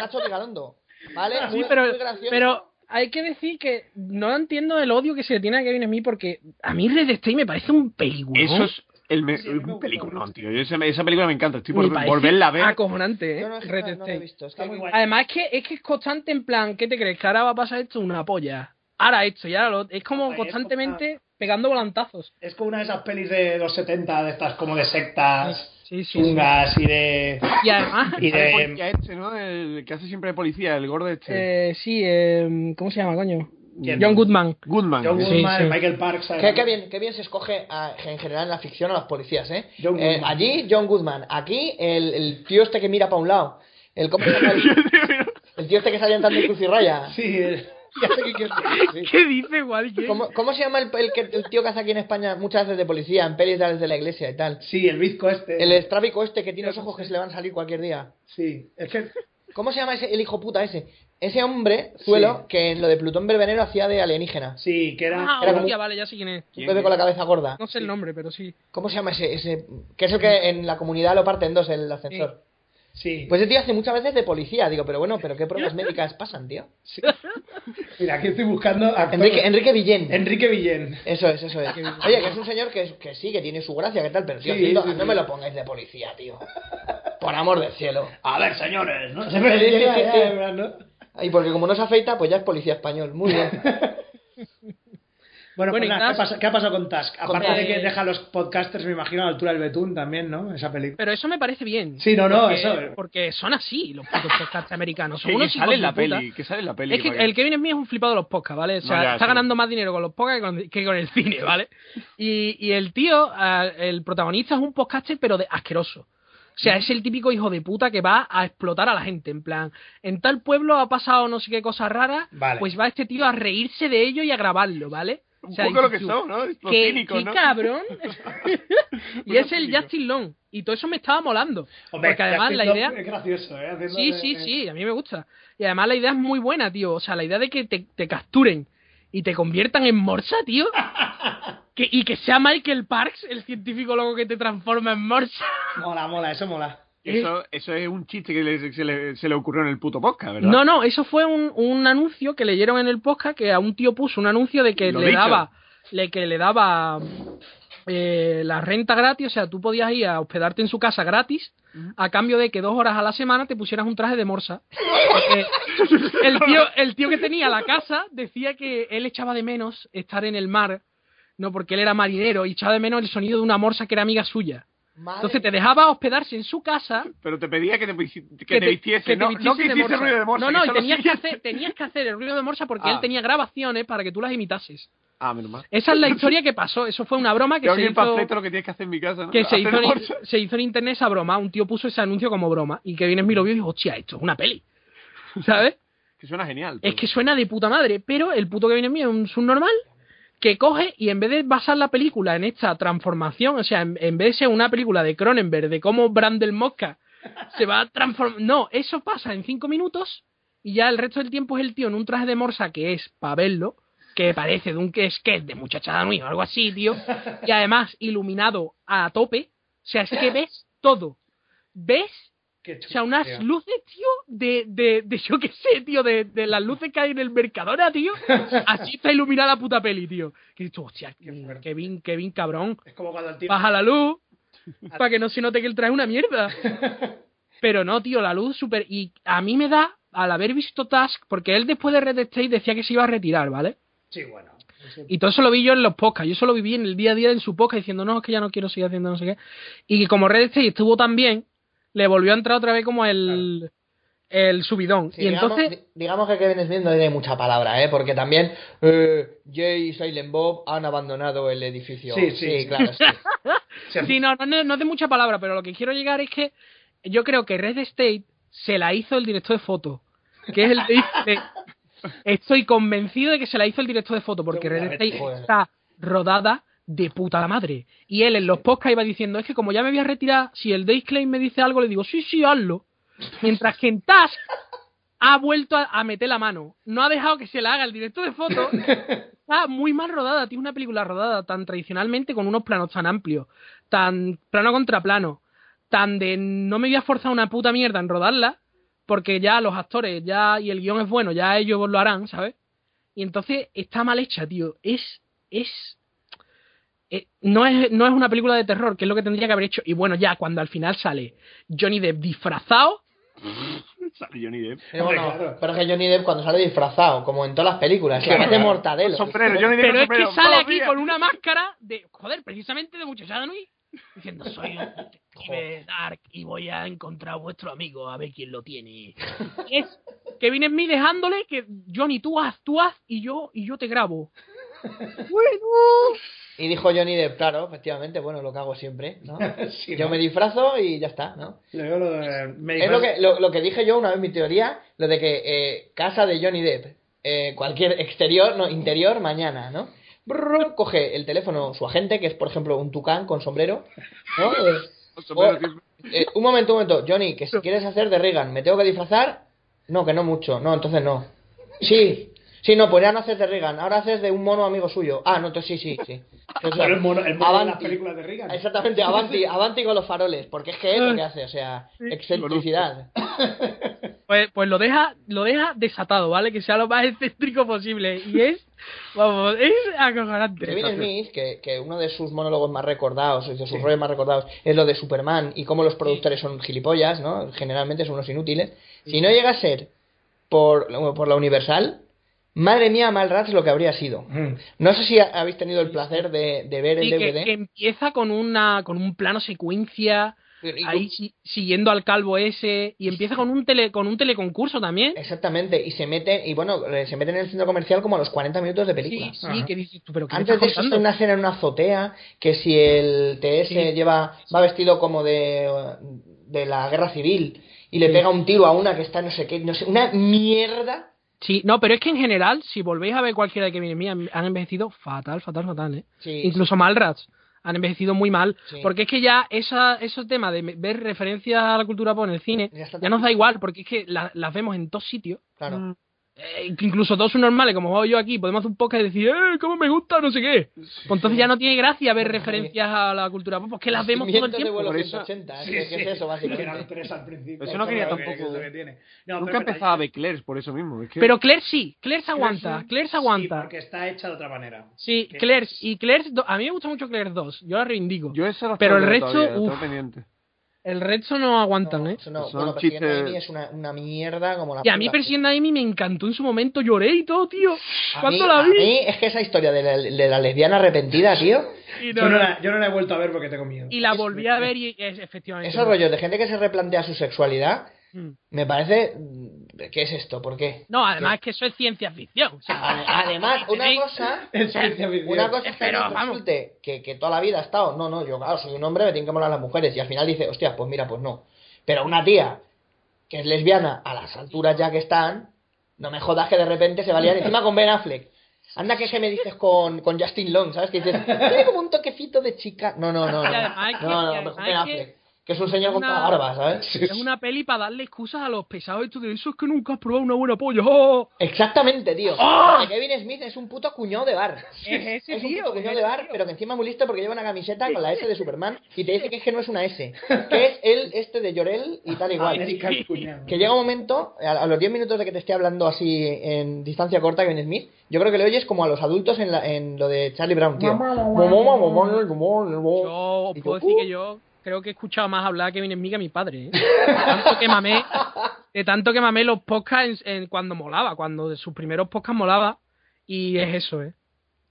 Speaker 6: Nacho de Galondo. ¿Vale?
Speaker 5: Sí,
Speaker 6: muy,
Speaker 5: pero,
Speaker 6: muy gracioso.
Speaker 5: pero hay que decir que no entiendo el odio que se le tiene a Kevin Smith porque a mí Red State me parece un película.
Speaker 4: Eso es el me-
Speaker 3: Sí, a mí me
Speaker 4: un
Speaker 3: gusta
Speaker 4: peliculón,
Speaker 3: mucho.
Speaker 4: tío. Yo esa, esa película me encanta. Estoy por volverla a ver.
Speaker 5: Acojonante, ¿eh?
Speaker 6: Yo no, es que
Speaker 5: Red
Speaker 6: no- no lo he
Speaker 5: State.
Speaker 6: visto. Es
Speaker 3: Está
Speaker 6: que-
Speaker 3: muy guay.
Speaker 5: Además que es que es constante en plan, ¿qué te crees? Que ahora va a pasar esto una polla. Ahora esto y ahora lo Es como
Speaker 3: Hombre, es
Speaker 5: constantemente pegando volantazos.
Speaker 3: Es como una de esas pelis de los 70, de estas como de
Speaker 6: Ah,
Speaker 3: sectas,
Speaker 5: Sí, sí, sí.
Speaker 3: chungas y de.
Speaker 5: Y además,
Speaker 3: Y
Speaker 4: Sale
Speaker 3: de.
Speaker 4: el policía este, ¿no? El que hace siempre de policía, el gordo este.
Speaker 5: eh, sí, eh, ¿cómo se llama, coño?
Speaker 3: ¿Quién?
Speaker 5: John Goodman.
Speaker 4: Goodman.
Speaker 3: John
Speaker 5: Sí,
Speaker 3: Goodman,
Speaker 5: sí.
Speaker 3: Michael Parks. ¿sabes?
Speaker 6: Qué, qué bien, qué bien se escoge a- en general en la ficción a los policías, ¿eh?
Speaker 3: John
Speaker 6: Eh,
Speaker 3: Goodman.
Speaker 6: allí John Goodman, aquí el, el tío este que mira para un lado, el, ¿cómo se llama el, el tío este que salía en tanto Cruz y Raya.
Speaker 3: Sí, el-
Speaker 6: Ya sé qué quieres decir, sí.
Speaker 5: ¿Qué dice igual?
Speaker 6: ¿Cómo, cómo se llama el, el que- el tío que hace aquí en España muchas veces de policía, en pelis de de la iglesia y tal?
Speaker 3: sí, el bizco este.
Speaker 6: El estrábico este que tiene los ojos que se le van a salir cualquier día.
Speaker 3: Sí, es que.
Speaker 6: ¿Cómo se llama ese, el hijo puta ese? Ese hombre, suelo,
Speaker 3: Sí.
Speaker 6: que en lo de Plutón Verbenero hacía de alienígena.
Speaker 3: Sí, que era.
Speaker 5: Ah,
Speaker 6: Era
Speaker 5: hostia,
Speaker 6: como-
Speaker 5: vale, ya sé quién es.
Speaker 6: Un bebé con la cabeza gorda.
Speaker 5: No sé el nombre, pero sí.
Speaker 6: ¿Cómo se llama ese, ese? Que es el que en la comunidad lo parte en dos, el ascensor.
Speaker 3: Sí.
Speaker 6: Pues ese tío hace muchas veces de policía, digo, pero bueno, pero qué pruebas médicas pasan, tío.
Speaker 3: Mira, aquí estoy buscando. actores.
Speaker 6: Enrique, Enrique Villén.
Speaker 3: Enrique Villén.
Speaker 6: Eso es, eso es. Oye, que es un señor que, que sí, que tiene su gracia, que tal, pero tío,
Speaker 3: Sí,
Speaker 6: tío,
Speaker 3: sí, sí.
Speaker 6: no me lo pongáis de policía, tío. Por amor del cielo.
Speaker 3: A ver, señores, ¿no? Se
Speaker 6: Sí, sí, sí, sí.
Speaker 3: ¿no?
Speaker 6: Y porque como no se afeita, pues ya es policía español. Muy bien.
Speaker 3: Bueno, pues
Speaker 5: Bueno, y
Speaker 3: nada, ¿qué,
Speaker 5: Task-
Speaker 3: pasa- qué ha pasado con Task? Aparte
Speaker 5: Task.
Speaker 3: de que deja a los podcasters, me imagino, a la altura del betún también, ¿no? Esa película.
Speaker 5: Pero eso me parece bien.
Speaker 3: Sí, no, no,
Speaker 5: porque,
Speaker 3: eso-
Speaker 5: Porque son así los putos podcasts americanos. Son
Speaker 4: Que, que
Speaker 5: unos hijos
Speaker 4: sale en
Speaker 5: de
Speaker 4: la
Speaker 5: puta.
Speaker 4: peli. Que sale en la peli.
Speaker 5: Es que
Speaker 4: para que-
Speaker 5: el Kevin Smith es un flipado de los podcasts, ¿vale? O sea,
Speaker 4: No, ya,
Speaker 5: está
Speaker 4: sí.
Speaker 5: ganando más dinero con los podcasts que con, que con el cine, ¿vale? Y, y el tío, ah, el protagonista es un podcaster, pero de asqueroso. O sea, es el típico hijo de puta que va a explotar a la gente. En plan, en tal pueblo ha pasado no sé qué cosa rara,
Speaker 3: Vale.
Speaker 5: pues va este tío a reírse de ello y a grabarlo, ¿vale? O
Speaker 4: Un
Speaker 5: sea,
Speaker 4: poco lo que
Speaker 5: dices tú,
Speaker 4: son, ¿no? Los
Speaker 5: ¿Qué,
Speaker 4: cínicos,
Speaker 5: qué
Speaker 4: ¿no?
Speaker 5: cabrón. y es el
Speaker 4: cínico.
Speaker 5: Justin Long. Y todo eso me estaba molando.
Speaker 3: Hombre,
Speaker 5: porque además
Speaker 3: Justin
Speaker 5: la
Speaker 3: Long
Speaker 5: idea.
Speaker 3: Es gracioso, ¿eh? Haciendo
Speaker 5: Sí,
Speaker 3: de-
Speaker 5: sí, sí, a mí me gusta. Y además la idea es muy buena, tío. O sea, la idea de que te, te capturen y te conviertan en morsa, tío. Que, y que sea Michael Parks el científico loco que te transforma en morsa.
Speaker 3: Mola, mola, eso mola.
Speaker 5: eh,
Speaker 4: Eso, eso es un chiste que le- se, le, se le ocurrió en el puto podcast, ¿verdad?
Speaker 5: No, no, eso fue un, un anuncio que leyeron en el podcast que a un tío puso un anuncio de que
Speaker 4: Lo
Speaker 5: le
Speaker 4: dicho.
Speaker 5: daba, le, que le daba eh, la renta gratis, o sea, tú podías ir a hospedarte en su casa gratis a cambio de que dos horas a la semana te pusieras un traje de morsa. Porque el tío, el tío que tenía la casa decía que él echaba de menos estar en el mar, no porque él era marinero y echaba de menos el sonido de una morsa que era amiga suya.
Speaker 6: Madre
Speaker 5: Entonces te dejaba hospedarse en su casa
Speaker 4: Pero te pedía que te, visti- que
Speaker 5: que
Speaker 4: te
Speaker 5: te-
Speaker 4: vistiese,
Speaker 5: que te
Speaker 4: no, no
Speaker 5: vistiese
Speaker 4: que
Speaker 5: de
Speaker 4: hiciese
Speaker 5: morsa.
Speaker 4: ruido de morsa.
Speaker 5: No, no,
Speaker 4: que
Speaker 5: y
Speaker 4: solo
Speaker 5: tenías que,
Speaker 4: hiciese-
Speaker 5: hacer, tenías que hacer el ruido de morsa porque
Speaker 4: Ah.
Speaker 5: él tenía grabaciones para que tú las imitases.
Speaker 4: Ah, menos mal.
Speaker 5: Esa es la historia que pasó. Eso fue una broma que
Speaker 4: Tengo
Speaker 5: se
Speaker 4: que ir para
Speaker 5: hizo.
Speaker 4: pleito lo que tienes que hacer en mi casa, ¿no?
Speaker 5: que se
Speaker 4: Hacer
Speaker 5: hizo, en,
Speaker 4: bolsa.
Speaker 5: se hizo en internet esa broma. Un tío puso ese anuncio como broma. Y que vienes mi lo vio y dijo, hostia, esto es una peli. ¿Sabes?
Speaker 4: Que suena genial.
Speaker 5: Es
Speaker 4: pero-
Speaker 5: que suena de puta madre. Pero el puto que viene mío es un subnormal que coge y en vez de basar la película en esta transformación, o sea, en, en vez de ser una película de Cronenberg, de cómo Brandel Mosca se va a transformar. No, eso pasa en cinco minutos y ya el resto del tiempo es el tío en un traje de morsa que es para verlo, que parece de un sketch de muchachada nui o algo así, tío, y además iluminado a tope. O sea, es que ves todo. ¿Ves?
Speaker 3: Qué
Speaker 5: O sea, unas
Speaker 3: chulo, tío.
Speaker 5: luces, tío, de, de, de yo qué sé, tío, de, de las luces que hay en el Mercadona, tío. Así está iluminada la puta peli, tío. Que dices, tú, hostia, mm,
Speaker 3: Qué fuerte.
Speaker 5: Kevin, Kevin, cabrón,
Speaker 3: Es como cuando el tío.
Speaker 5: baja la luz para que no se note que el traje es una mierda. Pero no, tío, la luz súper... Y a mí me da, al haber visto Task, porque él después de Red State decía que se iba a retirar, ¿vale?
Speaker 3: Sí, bueno.
Speaker 5: Y todo eso lo vi yo en los podcasts. Yo eso lo viví en el día a día en su podcast diciendo, no, es que ya no quiero seguir haciendo no sé qué. Y como Red State estuvo tan bien, le volvió a entrar otra vez como el, el subidón.
Speaker 6: Sí,
Speaker 5: y
Speaker 6: digamos,
Speaker 5: entonces,
Speaker 6: di- digamos que Kevin Smith no tiene mucha palabra, ¿eh? Porque también eh, Jay y Silent Bob han abandonado el edificio.
Speaker 3: Sí, sí, sí.
Speaker 6: claro. sí.
Speaker 3: Se-
Speaker 5: sí, no, no, no, no es de mucha palabra, pero lo que quiero llegar es que yo creo que Red State se la hizo el director de foto. Que es el que dice, estoy convencido de que se la hizo el director de foto, porque Red State
Speaker 6: Joder.
Speaker 5: está rodada de puta madre. Y él en los podcasts iba diciendo, es que como ya me voy a retirar, si el Dave Clay me dice algo, le digo, sí, sí, hazlo. Mientras que en Task ha vuelto a, a meter la mano. No ha dejado que se la haga el director de foto. Está muy mal rodada. Tiene una película rodada tan tradicionalmente con unos planos tan amplios, tan plano contra plano, tan de no me voy a forzar una puta mierda en rodarla, porque ya los actores ya y el guión es bueno, ya ellos lo harán, ¿sabes? Y entonces está mal hecha, tío. Es. es. eh, no, es, no es una película de terror, que es lo que tendría que haber hecho. Y bueno, ya cuando al final sale Johnny Depp disfrazado,
Speaker 4: Sale Johnny Depp.
Speaker 6: Pero
Speaker 3: Hombre,
Speaker 6: bueno,
Speaker 3: claro.
Speaker 6: pero es que Johnny Depp cuando sale disfrazado, como en todas las películas, que
Speaker 3: Claro,
Speaker 6: parece
Speaker 3: claro.
Speaker 6: mortadelo.
Speaker 4: Sombrero, Johnny Depp.
Speaker 5: Pero es
Speaker 4: sombrero,
Speaker 5: que sale
Speaker 4: todos los
Speaker 5: aquí
Speaker 4: días.
Speaker 5: con una máscara de, joder, precisamente de muchachada Nui, diciendo soy un detective dark y voy a encontrar a vuestro amigo a ver quién lo tiene. Es que vienes mí dejándole que Johnny tú haz, tú haz y yo y yo te grabo.
Speaker 6: Y dijo Johnny Depp, claro, efectivamente, bueno, lo que hago siempre, ¿no?
Speaker 3: Sí,
Speaker 6: Yo
Speaker 3: ¿no?
Speaker 6: me disfrazo y ya está, ¿no?
Speaker 3: Luego lo de- me
Speaker 6: Es lo que, lo, lo que dije yo una vez, mi teoría, lo de que eh, casa de Johnny Depp, eh, cualquier exterior, no, interior, mañana, ¿no? Brrr, coge el teléfono su agente, que es, por ejemplo, un tucán con sombrero, ¿no? Eh,
Speaker 4: Con sombrero,
Speaker 6: o-
Speaker 4: siempre.
Speaker 6: eh, un momento, un momento, Johnny, que si quieres hacer de Reagan, ¿me tengo que disfrazar? No, que no mucho, no, entonces no. Sí, sí, no, pues ya no haces de Reagan, ahora haces de un mono amigo suyo. Ah, no, entonces sí, sí, sí. Entonces,
Speaker 3: Pero el mono, el mono de las
Speaker 6: avanti.
Speaker 3: películas de Reagan.
Speaker 6: Ah, Exactamente, avanti, avanti con los faroles, porque es que es
Speaker 5: Ah,
Speaker 6: lo que hace, o sea, excentricidad.
Speaker 5: Pues, pues lo deja lo deja desatado, ¿vale? Que sea lo más excéntrico posible y es vamos, es
Speaker 6: Kevin
Speaker 5: acojonante.
Speaker 6: Smith, que, que uno de sus monólogos más recordados, de sus roles más recordados, es lo de Superman y cómo los productores son gilipollas, ¿no? Generalmente son unos inútiles. Si no llega a ser por, por la Universal, madre mía, Malrats lo que habría sido.
Speaker 3: Mm.
Speaker 6: No sé si ha- habéis tenido el placer de, de ver el
Speaker 5: Y que,
Speaker 6: DVD.
Speaker 5: que empieza con una con un plano secuencia
Speaker 6: Y- y-
Speaker 5: ahí si- siguiendo al calvo ese y empieza con un tele con un teleconcurso también
Speaker 6: Exactamente, y se meten, y bueno, eh, se meten en el centro comercial como a los 40 minutos de película.
Speaker 5: sí sí que dices tú pero qué me
Speaker 6: Antes de
Speaker 5: estás
Speaker 6: eso está
Speaker 5: contando?
Speaker 6: una escena en una azotea, que si el TS
Speaker 5: Sí.
Speaker 6: lleva, va vestido como de, de la guerra civil y le pega un tiro a una que está no sé qué, no sé, una mierda.
Speaker 5: sí no pero es que en general si volvéis a ver cualquiera que viene mía han envejecido fatal fatal fatal eh
Speaker 6: Sí,
Speaker 5: incluso Malrats han envejecido muy mal
Speaker 6: Sí.
Speaker 5: porque es que ya esa ese tema de ver referencias a la cultura pop en el cine
Speaker 6: Ya está
Speaker 5: ya nos da igual porque es que la- las vemos en todos sitios
Speaker 6: claro.
Speaker 5: Eh, que incluso todos normales como hago yo aquí podemos hacer un podcast y decir eh cómo me gusta no sé qué pues entonces ya no tiene gracia ver referencias a la cultura pop porque las vemos todo el
Speaker 6: Nacimiento de
Speaker 5: tiempo
Speaker 6: vuelo
Speaker 4: por eso.
Speaker 6: 180, es
Speaker 3: Sí,
Speaker 6: Ah, que-
Speaker 3: sí.
Speaker 6: que es eso,
Speaker 3: Que eran
Speaker 6: básicamente.
Speaker 3: tres al principio.
Speaker 4: Eso no quería
Speaker 3: Claro, que-
Speaker 4: tampoco-
Speaker 3: que es lo que tiene. No, pero
Speaker 4: Nunca
Speaker 3: es verdad,
Speaker 4: empezaba a ver Claire's por eso mismo. Es que
Speaker 5: Pero Claire sí, Claire se aguanta,
Speaker 3: sí,
Speaker 5: Claire se
Speaker 3: Sí,
Speaker 5: aguanta.
Speaker 3: porque está hecha de otra manera.
Speaker 5: Sí,
Speaker 3: que-
Speaker 5: Claire y Claire, do- a mí me gusta mucho Claire 2, yo la reivindico.
Speaker 4: yo eso lo
Speaker 5: pero
Speaker 4: tengo
Speaker 5: el
Speaker 4: todavía,
Speaker 5: resto,
Speaker 4: lo tengo
Speaker 5: uf.
Speaker 4: pendiente.
Speaker 5: El resto no aguantan, ¿eh?
Speaker 6: Eso no,
Speaker 4: Son
Speaker 6: bueno, pues, Persiguiendo a
Speaker 4: chistes-
Speaker 6: Amy es una, una mierda como la
Speaker 5: Y a mí
Speaker 6: puta.
Speaker 5: Persiguiendo a Amy me encantó en su momento, lloré y todo, tío.
Speaker 6: Ah, A
Speaker 5: ¿Cuánto
Speaker 6: mí-
Speaker 5: la
Speaker 6: a
Speaker 5: vi?
Speaker 6: mí es que esa historia de la, de la lesbiana arrepentida, tío,
Speaker 5: Y, no-
Speaker 3: Yo no, la, yo no la he vuelto a ver porque tengo miedo.
Speaker 5: y la volví a ver y es efectivamente.
Speaker 6: esos rollos de gente que se replantea su sexualidad,
Speaker 5: Mm.
Speaker 6: me parece mm, ¿Qué es esto? ¿Por qué?
Speaker 5: No, además que eso es ciencia ficción. o sea,
Speaker 6: A- Además, una
Speaker 5: tenéis-
Speaker 6: cosa.
Speaker 3: Es ciencia ficción.
Speaker 6: Una cosa es que
Speaker 5: Pero,
Speaker 6: nos resulte que, que toda la vida ha estado. No, no, yo, claro, soy un hombre, me tienen que molar las mujeres. Y al final dice, hostia, pues mira, pues no. Pero una tía que es lesbiana a las alturas ya que están, no me jodas que de repente se va a liar encima con Ben Affleck. Anda que se me dices con, con Justin Long, ¿sabes? Que dices, tiene como un toquecito de chica. No, no, no.
Speaker 5: Y
Speaker 6: No,
Speaker 5: además que-
Speaker 6: no, no,
Speaker 5: y
Speaker 6: mejor
Speaker 5: además
Speaker 6: Ben
Speaker 5: que-
Speaker 6: Affleck. Que es un señor con
Speaker 5: una-
Speaker 6: toda barba, ¿sabes?
Speaker 5: ¿eh? Es una peli para darle excusas a los pesados estos de eso es que nunca has probado una buena polla. ¡Oh!
Speaker 6: Exactamente, tío.
Speaker 5: ¡Ah!
Speaker 6: Que Kevin Smith es un puto cuñado de bar.
Speaker 5: Es ese
Speaker 6: Es un
Speaker 5: tío,
Speaker 6: puto cuñado
Speaker 5: es
Speaker 6: de
Speaker 5: ese
Speaker 6: bar,
Speaker 5: tío.
Speaker 6: pero que encima es muy listo porque lleva una camiseta con la S de Superman y te dice que es que no es una S. Que es el este de Llorel y tal igual.
Speaker 3: América cuñado.
Speaker 6: Que llega un momento, a a los 10 minutos de que te esté hablando así en distancia corta, Kevin Smith, yo creo que le oyes como a los adultos en, la- en lo de Charlie Brown, tío. Mamá, mamá, mamá, mamá.
Speaker 5: Yo
Speaker 6: Oh, Y yo,
Speaker 5: puedo decir
Speaker 6: uh.
Speaker 5: que yo creo que he escuchado más hablar que Kevin Smith que a mi padre. ¿eh? De tanto que mamé, de tanto que mamé los podcasts en, en cuando molaba, cuando de sus primeros podcasts molaba. Y es eso, ¿eh?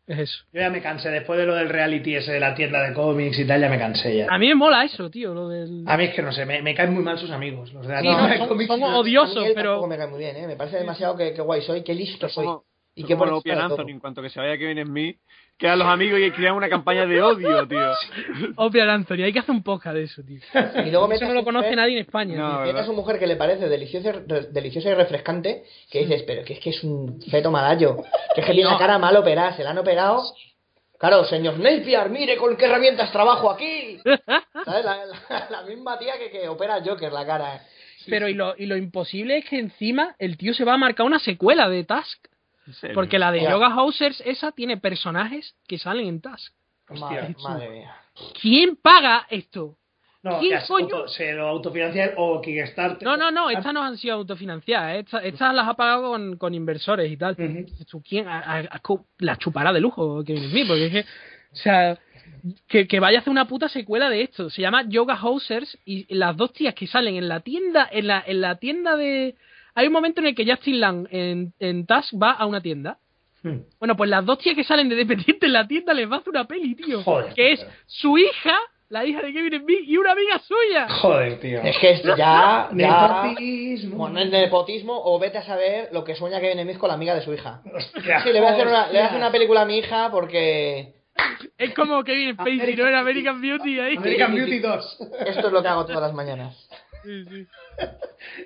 Speaker 5: Es eso.
Speaker 3: Yo ya me cansé, después de lo del reality ese de la tienda de cómics y tal, ya me cansé ya.
Speaker 5: A mí me mola eso, tío, lo del...
Speaker 3: A mí es que no sé, me, me caen muy mal sus amigos, los de la
Speaker 5: Sí,
Speaker 3: tienda
Speaker 5: no,
Speaker 3: de
Speaker 5: son-
Speaker 3: cómics.
Speaker 5: son
Speaker 3: no-
Speaker 5: odiosos,
Speaker 6: A mí él
Speaker 5: pero-
Speaker 6: tampoco me cae muy bien, ¿eh? Me parece demasiado que, que guay soy, qué listo soy.
Speaker 4: Como,
Speaker 6: Y
Speaker 4: y
Speaker 6: qué
Speaker 4: como
Speaker 6: por
Speaker 4: lo
Speaker 6: encima de todo.
Speaker 4: Anthony, en cuanto que se vaya Kevin Smith, quedan los amigos y crean una campaña de odio, tío.
Speaker 5: Obvio, Anthony, hay que hacer un podcast de eso, tío.
Speaker 6: Y luego
Speaker 5: Eso
Speaker 6: metes
Speaker 5: no lo
Speaker 6: un
Speaker 5: conoce
Speaker 6: pez-
Speaker 5: nadie en España.
Speaker 4: No,
Speaker 5: tío.
Speaker 6: Tiene a su mujer que le parece deliciosa, y re- deliciosa y refrescante, que dices, pero que es que es un feto malayo, que es que tiene la
Speaker 5: No.
Speaker 6: cara mal operada, se la han operado. Claro, señor Napier, mire con qué herramientas trabajo aquí. ¿Sabes? La, la- la misma tía que, que opera al Joker la cara.
Speaker 5: Pero y lo, y lo imposible es que encima el tío se va a marcar una secuela de Task.
Speaker 4: En serio.
Speaker 5: Porque la de
Speaker 6: Ya.
Speaker 5: Yoga Housers, esa tiene personajes que salen en Task.
Speaker 6: Madre,
Speaker 3: Hostia.
Speaker 6: madre mía.
Speaker 5: ¿Quién paga esto?
Speaker 3: No,
Speaker 5: ¿Quién
Speaker 3: que as-
Speaker 5: coño?
Speaker 3: auto- se lo autofinancian o Kickstarter.
Speaker 5: No, no, no,
Speaker 3: Ah,
Speaker 5: estas no han sido autofinanciadas. ¿eh? Esta- Estas, las ha pagado con, con inversores y tal.
Speaker 3: Ujú.
Speaker 5: ¿Tú ¿Quién a- a- a- co- la chupará de lujo Kevin Smith? Porque es que, o sea, que, que vaya a hacer una puta secuela de esto. Se llama Yoga Housers y las dos tías que salen en la tienda, en la, en la tienda de... Hay un momento en el que Justin Lang en, en Task va a una tienda
Speaker 3: Mm.
Speaker 5: Bueno, pues las dos tías que salen de dependiente en la tienda les va a hacer una peli, tío.
Speaker 3: Joder,
Speaker 5: que es
Speaker 3: tío.
Speaker 5: su hija, la hija de Kevin Smith, y una amiga suya.
Speaker 3: Joder, tío.
Speaker 6: Es que es ya. ya
Speaker 3: Nepotismo.
Speaker 6: bueno, es nepotismo, o vete a saber lo que sueña Kevin Smith con la amiga de su hija.
Speaker 3: Hostia,
Speaker 6: Sí, le voy a hacer una, le voy a hacer
Speaker 3: hostia.
Speaker 6: una película a mi hija porque
Speaker 5: Es como Kevin Spacey, ¿no? En American Beauty ahí.
Speaker 3: American Beauty 2.
Speaker 6: esto es lo que hago todas las mañanas.
Speaker 5: Sí, sí.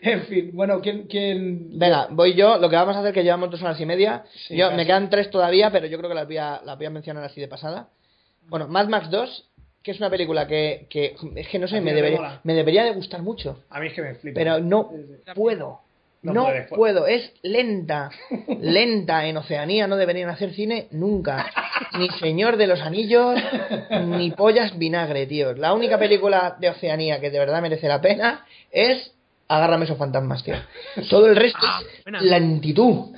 Speaker 3: en fin, bueno, ¿quién, quién...
Speaker 6: Venga, voy yo. Lo que vamos a hacer que llevamos dos horas y media.
Speaker 3: Sí,
Speaker 6: yo,
Speaker 3: casi.
Speaker 6: me quedan tres todavía, pero yo creo que las voy, a, las voy a mencionar así de pasada. Bueno, Mad Max 2, que es una película que, que es que no
Speaker 3: A
Speaker 6: sé,
Speaker 3: mí
Speaker 6: me
Speaker 3: me
Speaker 6: debería,
Speaker 3: mola.
Speaker 6: me debería de gustar mucho,
Speaker 3: A mí es que me flipa.
Speaker 6: pero no
Speaker 3: Sí, sí.
Speaker 6: puedo. No,
Speaker 3: No puedes, pues.
Speaker 6: puedo, es lenta, lenta en Oceanía, no deberían hacer cine nunca. Ni Señor de los Anillos, ni Pollas Vinagre, tío. La única película de Oceanía que de verdad merece la pena es Agárrame esos fantasmas, tío. Todo el resto
Speaker 5: Ah, buena.
Speaker 6: es lentitud.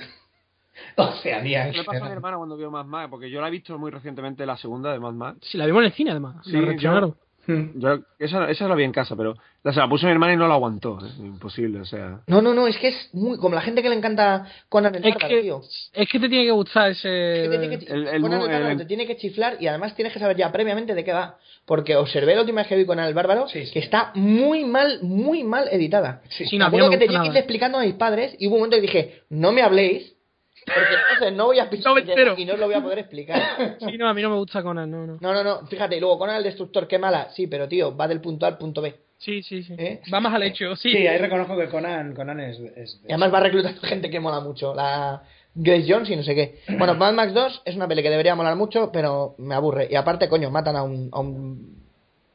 Speaker 3: Oceanía. en
Speaker 4: Le pasó a mi
Speaker 3: general.
Speaker 4: hermana cuando vio Mad Max, porque yo la he visto muy recientemente, la segunda de Mad Max.
Speaker 5: Sí, la vimos en el cine, además.
Speaker 4: Sí,
Speaker 5: La reestrenaron.
Speaker 3: Mm.
Speaker 4: Yo, esa, esa la vi en casa, pero la, se la puso mi hermana y no la aguantó. Es imposible, o sea.
Speaker 6: No, no, no, es que es muy. Como la gente que le encanta Conan el
Speaker 5: Es
Speaker 6: Bárbaro,
Speaker 5: que,
Speaker 6: tío.
Speaker 5: es que te tiene que gustar
Speaker 6: Es que te tiene
Speaker 5: ese...
Speaker 6: que-
Speaker 4: el- el-
Speaker 6: Conan el Bárbaro
Speaker 4: el-
Speaker 6: te tiene que chiflar y además tienes que saber ya previamente de qué va. Porque observé la última vez que vi Conan el Bárbaro
Speaker 3: Sí, sí.
Speaker 6: que está muy mal, muy mal editada.
Speaker 3: Sí.
Speaker 5: Sí,
Speaker 6: Me
Speaker 5: no, a mí no
Speaker 6: acuerdo
Speaker 5: me
Speaker 6: que
Speaker 5: gusta
Speaker 6: tenía que irle
Speaker 5: nada.
Speaker 6: explicando a mis padres y hubo un momento que dije, no me habléis, porque entonces no voy a
Speaker 5: No me entero.
Speaker 6: y no os lo voy a poder explicar.
Speaker 5: Sí, no, a mí no me gusta Conan, no, no.
Speaker 6: No, no, no, fíjate, y luego Conan el Destructor, qué mala. Sí, pero tío, va del punto A al punto B.
Speaker 5: Sí, sí, sí.
Speaker 6: ¿Eh?
Speaker 5: Va más al hecho, sí.
Speaker 3: Sí, ahí reconozco que Conan, Conan es... es-
Speaker 6: Y además va reclutando gente que mola mucho. La Grace Jones y no sé qué. Bueno, Mad Max 2 es una peli que debería molar mucho, pero me aburre. Y aparte, coño, matan a un. A un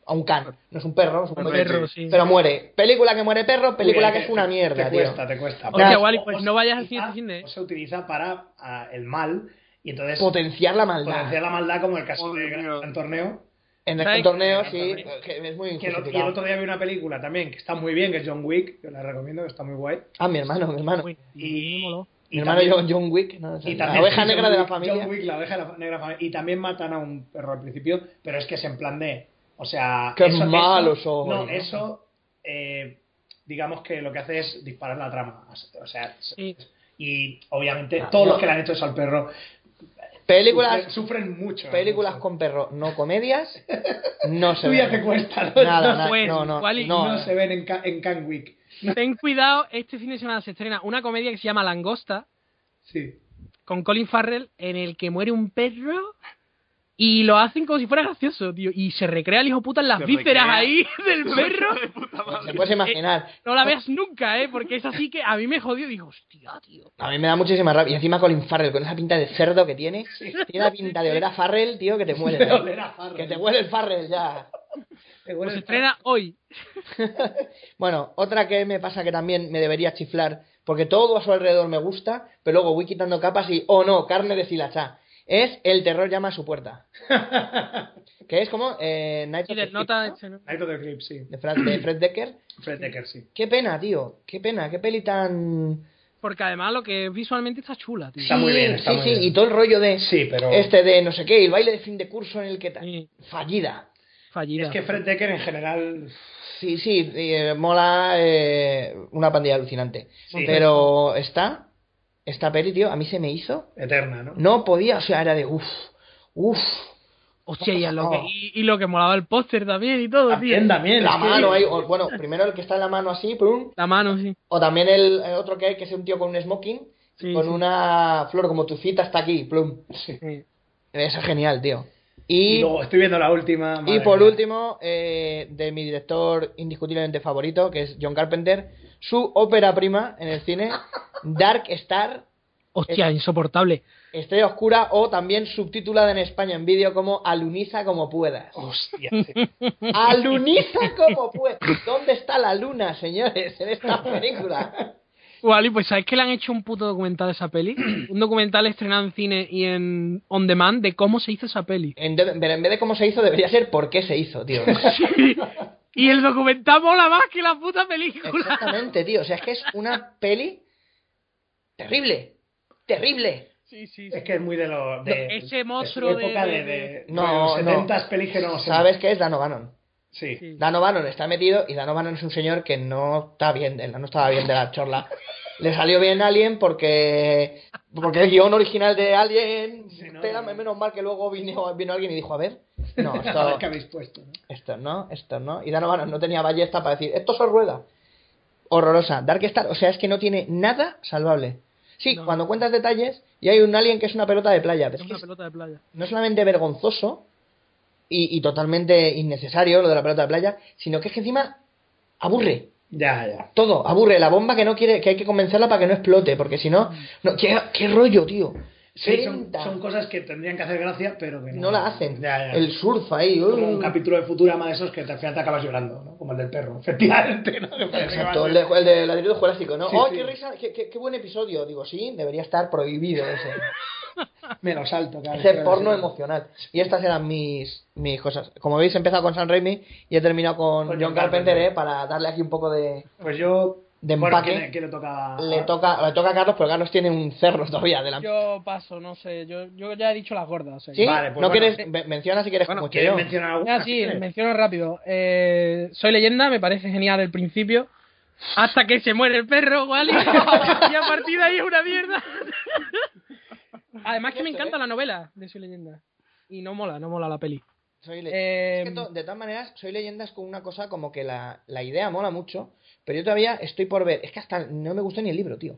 Speaker 6: a un can, no es un perro, es un
Speaker 4: Un
Speaker 6: coyote.
Speaker 5: perro, sí.
Speaker 6: pero muere. Película que muere perro, película
Speaker 3: Uy,
Speaker 6: que es una
Speaker 3: te-
Speaker 6: mierda,
Speaker 3: Te
Speaker 6: tío.
Speaker 3: cuesta, te cuesta.
Speaker 5: Hostia,
Speaker 3: Pero-
Speaker 5: Wally, pues
Speaker 3: o
Speaker 5: no
Speaker 3: se
Speaker 5: vayas al
Speaker 3: utiliza-
Speaker 5: cine, cine, eh.
Speaker 3: o se utiliza para ah, el mal y entonces
Speaker 6: Potenciar la maldad.
Speaker 3: potenciar la maldad como el caso
Speaker 4: Joder,
Speaker 3: de
Speaker 4: tío.
Speaker 3: Gran Torneo.
Speaker 6: En el
Speaker 5: ¿Sabes?
Speaker 6: torneo,
Speaker 5: Claro,
Speaker 6: sí, eh,
Speaker 5: también.
Speaker 6: que es muy
Speaker 3: Que el, y el
Speaker 6: injustificado.
Speaker 3: otro día vi una película también que está muy bien, que es John Wick, que la recomiendo, que está muy guay.
Speaker 6: Ah, mi hermano, mi hermano.
Speaker 5: Uy,
Speaker 3: Y-
Speaker 5: me moló.
Speaker 6: Mi
Speaker 3: Y
Speaker 6: hermano
Speaker 3: también-
Speaker 6: John- John Wick, no, o sea,
Speaker 3: Y
Speaker 6: la
Speaker 3: también-
Speaker 6: oveja
Speaker 3: sí,
Speaker 6: negra
Speaker 3: John
Speaker 6: de la
Speaker 3: Wick-
Speaker 6: familia.
Speaker 3: John Wick, la oveja de la- negra de la familia. Y también matan a un perro al principio, pero es que es en plan de. O sea.
Speaker 6: Qué malos
Speaker 3: eso,
Speaker 6: son.
Speaker 3: No, eso. eh, digamos que lo que hace es disparar la trama. O sea. es-
Speaker 5: Sí.
Speaker 3: Y obviamente todos los que le han hecho eso al perro sufren,
Speaker 6: Películas,
Speaker 3: sufren mucho.
Speaker 6: películas
Speaker 3: mucho.
Speaker 6: con perro, no comedias. No se
Speaker 3: Tú ya
Speaker 6: ven.
Speaker 3: te cuesta. ¿no?
Speaker 6: Nada,
Speaker 3: No,
Speaker 6: nada,
Speaker 5: Pues,
Speaker 6: no, no,
Speaker 5: Wally,
Speaker 6: no.
Speaker 3: no se ven en, Ca- en Can Wick.
Speaker 5: Ten cuidado, este fin de semana se estrena una comedia que se llama Langosta
Speaker 3: Sí.
Speaker 5: con Colin Farrell en el que muere un perro y lo hacen como si fuera gracioso, tío. Y se recrea el hijo puta en las
Speaker 4: Se
Speaker 5: vísceras
Speaker 4: recrea.
Speaker 5: ahí del perro.
Speaker 4: De puta
Speaker 6: Se
Speaker 4: madre.
Speaker 6: puede imaginar.
Speaker 5: No la veas nunca, ¿eh? Porque es así que a mí me jodió. Digo, hostia, tío.
Speaker 6: A mí me da muchísima rabia. Y encima Colin Farrell, con esa pinta de cerdo que tiene. Tiene la pinta de oler a Farrell, tío, que te muere.
Speaker 3: De oler a Farrell.
Speaker 6: Que te huele el Farrell ya.
Speaker 3: Te
Speaker 5: Pues
Speaker 3: huele
Speaker 5: se
Speaker 3: el-
Speaker 5: estrena hoy.
Speaker 6: Bueno, otra que me pasa que también me debería chiflar, porque todo a su alrededor me gusta, pero luego voy quitando capas y, oh no, carne de silachá. Es El terror llama a su puerta. que es como eh, Night
Speaker 5: Y
Speaker 6: of the
Speaker 5: desnota
Speaker 6: Creeps,
Speaker 5: este, ¿no?
Speaker 3: Night of the Creeps, sí.
Speaker 6: ¿no? de, Fran- de Fred Decker.
Speaker 3: Fred Decker, sí.
Speaker 6: Qué pena, tío. Qué pena, qué peli tan...
Speaker 5: Porque además lo que es visualmente está chula, tío.
Speaker 3: Está muy
Speaker 6: Sí,
Speaker 3: bien, está
Speaker 6: sí,
Speaker 3: muy
Speaker 6: sí,
Speaker 3: bien.
Speaker 6: y todo el rollo de...
Speaker 3: Sí, pero.
Speaker 6: Este de no sé qué, el baile de fin de curso en el que... ta-
Speaker 5: Sí.
Speaker 6: Fallida.
Speaker 5: Fallida.
Speaker 3: Es que Fred Decker en general.
Speaker 6: Sí, sí, eh, mola eh, una pandilla alucinante.
Speaker 3: Sí.
Speaker 6: Pero está, esta peli, tío, a mí se me hizo.
Speaker 3: Eterna, ¿no?
Speaker 6: No podía, o sea, era de uff, uff.
Speaker 5: Hostia, y, a lo
Speaker 6: Oh.
Speaker 5: que, y, y lo que molaba el póster también y todo, tío.
Speaker 3: También, también.
Speaker 6: La
Speaker 3: es que-
Speaker 6: mano ahí, o, bueno, primero el que está en la mano así, pum,
Speaker 5: La mano, sí.
Speaker 6: o también el, el otro que hay, que es un tío con un smoking,
Speaker 5: Sí,
Speaker 6: con
Speaker 5: sí.
Speaker 6: una flor como tu cita está aquí, plum.
Speaker 5: Sí.
Speaker 6: Eso es genial, tío.
Speaker 3: Y
Speaker 6: Y,
Speaker 3: luego estoy viendo la última.
Speaker 6: y
Speaker 3: madre
Speaker 6: por
Speaker 3: mía.
Speaker 6: último, eh, de mi director indiscutiblemente favorito, que es John Carpenter, su ópera prima en el cine, Dark Star,
Speaker 5: Hostia, insoportable.
Speaker 6: Estrella Oscura o también subtitulada en España en vídeo como Aluniza como puedas.
Speaker 3: Hostia, sí.
Speaker 6: Aluniza como puedas. ¿Dónde está la luna, señores, en esta película?
Speaker 5: Wally, pues ¿sabes que le han hecho un puto documental a esa peli? un documental estrenado en cine y en on demand de cómo se hizo esa peli.
Speaker 6: En de- pero en vez de cómo se hizo, debería ser por qué se hizo, tío.
Speaker 5: Y el documental mola más que la puta película.
Speaker 6: Exactamente, tío. O sea, es que es una peli terrible. Terrible.
Speaker 5: Sí, sí.
Speaker 3: Es que es muy de los. De,
Speaker 5: Ese
Speaker 3: de su
Speaker 5: monstruo de-
Speaker 3: época de. de-
Speaker 6: No,
Speaker 3: de los
Speaker 6: no.
Speaker 3: 70 pelis que no.
Speaker 6: ¿Sabes qué es Danovanon?
Speaker 3: ¿eh? Sí.
Speaker 5: Sí.
Speaker 6: Danovanon está metido y Danovanon es un señor que no está bien, de la- no estaba bien de la chorla. Le salió bien Alien porque porque el guión original de Alien,
Speaker 3: Sí, no,
Speaker 6: tela,
Speaker 3: no.
Speaker 6: menos mal que luego vino, vino alguien y dijo, a ver, no,
Speaker 3: A ver
Speaker 6: esto,
Speaker 3: qué habéis puesto. ¿no?
Speaker 6: esto no, esto no. Y Danovanon no tenía ballesta para decir, esto son rueda. Horrorosa. Dark Star, o sea, es que no tiene nada salvable. Sí,
Speaker 5: No.
Speaker 6: cuando cuentas detalles y hay un Alien que es una pelota de playa, pero
Speaker 5: Es
Speaker 6: es que
Speaker 5: una
Speaker 6: es
Speaker 5: pelota de playa.
Speaker 6: no solamente vergonzoso y, y totalmente innecesario lo de la pelota de playa, sino que es que encima aburre
Speaker 3: Ya, ya.
Speaker 6: todo, aburre la bomba que no quiere, que hay que convencerla para que no explote, porque si no, no ¿qué, qué rollo, tío.
Speaker 3: Mm. Sí, son,
Speaker 6: Treinta.
Speaker 3: son cosas que tendrían que hacer gracia, pero que no.
Speaker 6: no la hacen.
Speaker 3: Ya, ya.
Speaker 6: El surf ahí,
Speaker 3: Es como
Speaker 6: uh.
Speaker 3: un capítulo de Futurama de esos que al final te acabas llorando, ¿no? Como el del perro, efectivamente, ¿no? Que parece que va a
Speaker 6: Exacto, el
Speaker 3: ser-
Speaker 6: de, el de ladrido jurásico, ¿no?
Speaker 3: Sí,
Speaker 6: ¡Oh,
Speaker 3: sí.
Speaker 6: qué risa! Qué, qué- qué buen episodio! Digo, sí, debería estar prohibido ese,
Speaker 3: Me lo salto, claro.
Speaker 6: ese porno emocional. Y estas eran mis, mis cosas. Como veis, he empezado con San Raimi y he terminado con,
Speaker 3: Con
Speaker 6: John
Speaker 3: John
Speaker 6: Carpenter,
Speaker 3: Carpenter.
Speaker 6: ¿eh? Para darle aquí un poco de,
Speaker 3: Pues yo.
Speaker 6: De
Speaker 3: bueno,
Speaker 6: empaque.
Speaker 3: ¿quién le- quién le toca?
Speaker 6: Le toca, le toca a Carlos, pero Carlos tiene un cerro todavía delante.
Speaker 5: Yo paso, no sé. Yo, yo ya he dicho las gordas. o sea que-
Speaker 6: ¿Sí?
Speaker 3: Vale, pues
Speaker 6: ¿No
Speaker 3: bueno.
Speaker 6: quieres? me- Menciona si quieres
Speaker 4: Bueno,
Speaker 6: como
Speaker 3: ¿Quieres
Speaker 6: yo.
Speaker 3: mencionar alguna?
Speaker 5: Ah, sí, menciono rápido. Eh, soy leyenda, me parece genial el principio. Hasta que se muere el perro, Wally. y a partir de ahí es una mierda. Además que me encanta la novela de Soy leyenda. Y no mola, no mola la peli.
Speaker 6: Soy le-
Speaker 5: Eh,
Speaker 6: Es que to- de todas maneras, soy leyendas con una cosa como que la, la idea mola mucho, pero yo todavía estoy por ver. Es que hasta no me gustó ni el libro, tío.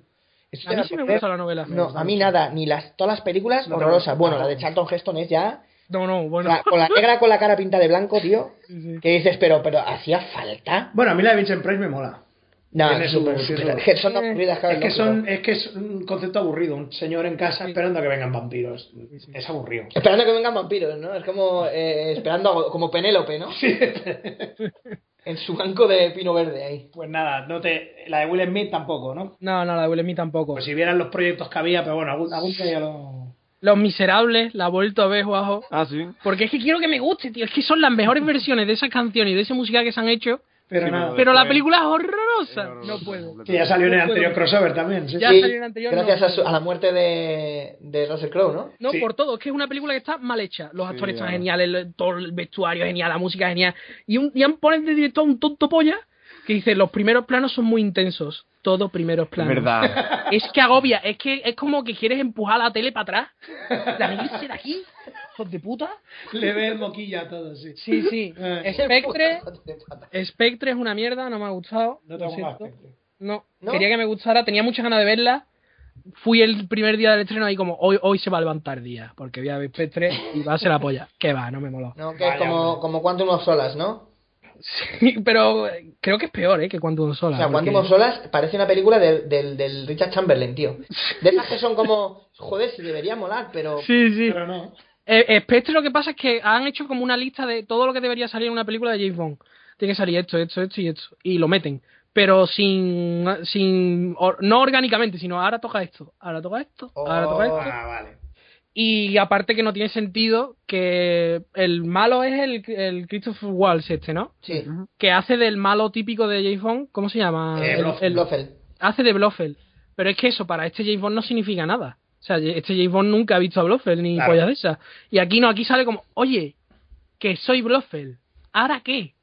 Speaker 6: Estoy
Speaker 5: a mí
Speaker 6: por
Speaker 5: sí me
Speaker 6: ver-
Speaker 5: gusta la novela.
Speaker 6: No, a mí nada, ni las todas las películas
Speaker 3: No te
Speaker 6: horrorosas.
Speaker 3: gusta.
Speaker 6: Bueno, la de Charlton Heston es ya
Speaker 5: No, no, bueno.
Speaker 6: la- con la negra con la cara pinta de blanco, tío.
Speaker 5: Sí, sí.
Speaker 6: Que dices, pero, pero hacía falta.
Speaker 3: Bueno, a mí la de Vincent Price me mola.
Speaker 6: No,
Speaker 3: Tiene
Speaker 6: es
Speaker 3: su-
Speaker 6: súper-
Speaker 3: tiene
Speaker 6: súper-
Speaker 3: su-
Speaker 6: es que son aburridas, claro,
Speaker 3: Es que,
Speaker 6: no,
Speaker 3: son,
Speaker 6: pero-
Speaker 3: es que es un concepto aburrido, un señor en casa
Speaker 5: Sí.
Speaker 3: esperando a que vengan vampiros. Es aburrido.
Speaker 6: Esperando que vengan vampiros, ¿no? Es como eh, esperando a- como Penélope, ¿no? En su banco de pino verde ahí.
Speaker 3: Pues nada, no te, la de Will Smith tampoco, ¿no?
Speaker 5: No, no, la de Will Smith tampoco.
Speaker 3: Pues si vieran los proyectos que había, pero bueno, algún, algún día ya lo...
Speaker 5: Los Miserables, la he vuelto a ver, Juanjo.
Speaker 4: Ah, sí.
Speaker 5: Porque es que quiero que me guste, tío. Es que son las mejores versiones de esas canciones y de esa música que se han hecho.
Speaker 3: Pero
Speaker 4: Sí,
Speaker 3: nada,
Speaker 4: pero-
Speaker 5: Pero la
Speaker 4: Pues-
Speaker 5: película es
Speaker 4: Era
Speaker 5: horrorosa.
Speaker 4: horroroso,
Speaker 5: No puedo.
Speaker 3: que ya salió en el
Speaker 5: no puedo.
Speaker 3: anterior crossover también, sí.
Speaker 5: Ya
Speaker 3: sí.
Speaker 5: salió en el anterior,
Speaker 6: gracias
Speaker 5: no.
Speaker 6: a, su- a la muerte de, de Russell Crowe, ¿no?
Speaker 5: No,
Speaker 3: Sí.
Speaker 5: por todo. Es que es una película que está mal hecha. Los actores están
Speaker 4: claro.
Speaker 5: geniales, el- todo el vestuario es genial, la música es genial. Y, un, y han ponen de director a un tonto polla que dice, los primeros planos son muy intensos. Todo primeros
Speaker 4: Es
Speaker 5: planos.
Speaker 4: verdad.
Speaker 5: Es que agobia. Es que es como que quieres empujar la tele para atrás. La irse de aquí. hijos de puta.
Speaker 3: Le ve el moquillo a todos, sí.
Speaker 5: Sí, sí.
Speaker 3: Eh.
Speaker 5: Spectre, Spectre es una mierda, no me ha gustado.
Speaker 3: No te
Speaker 5: lo
Speaker 3: pongas,
Speaker 5: siento.
Speaker 3: Pepe.
Speaker 5: No,
Speaker 6: ¿No?
Speaker 5: quería que me gustara, tenía muchas ganas de verla. Fui el primer día del estreno ahí como hoy hoy se va a levantar día, porque voy a ver Spectre y va a ser la polla. Que va, no me moló.
Speaker 6: No, que
Speaker 3: Vale,
Speaker 6: es como,
Speaker 3: hombre.
Speaker 6: como Quantum of Solas, ¿no?
Speaker 5: Sí, pero eh, creo que es peor, ¿eh? Que Quantum Sola.
Speaker 6: o sea, Quantum of Solas parece una película del, del, del Richard Chamberlain, tío. De esas que son como, joder, si debería molar, pero...
Speaker 5: Sí, sí.
Speaker 3: Pero no.
Speaker 5: Eh, Spectre lo que pasa es que han hecho como una lista de todo lo que debería salir en una película de James Bond. Tiene que salir esto, esto, esto y esto. Y lo meten. Pero sin. sin or- no orgánicamente, sino ahora toca esto, ahora toca esto, ahora toca
Speaker 6: Oh.
Speaker 5: esto.
Speaker 3: Ah, vale.
Speaker 5: Y aparte que no tiene sentido que el malo es el, el Christopher Walsh este, ¿no?
Speaker 6: Sí.
Speaker 5: Que hace del malo típico de James Bond, ¿cómo se llama?
Speaker 3: Eh,
Speaker 5: El-
Speaker 3: Blofeld.
Speaker 5: el-
Speaker 6: Blofeld.
Speaker 5: hace de Blofeld. Pero es que eso para este James Bond no significa nada. O sea, este James Bond nunca ha visto a Blofeld ni
Speaker 3: Claro.
Speaker 5: pollas de esas. Y aquí no, aquí sale como, oye, que soy Blofeld. ¿Ahora qué?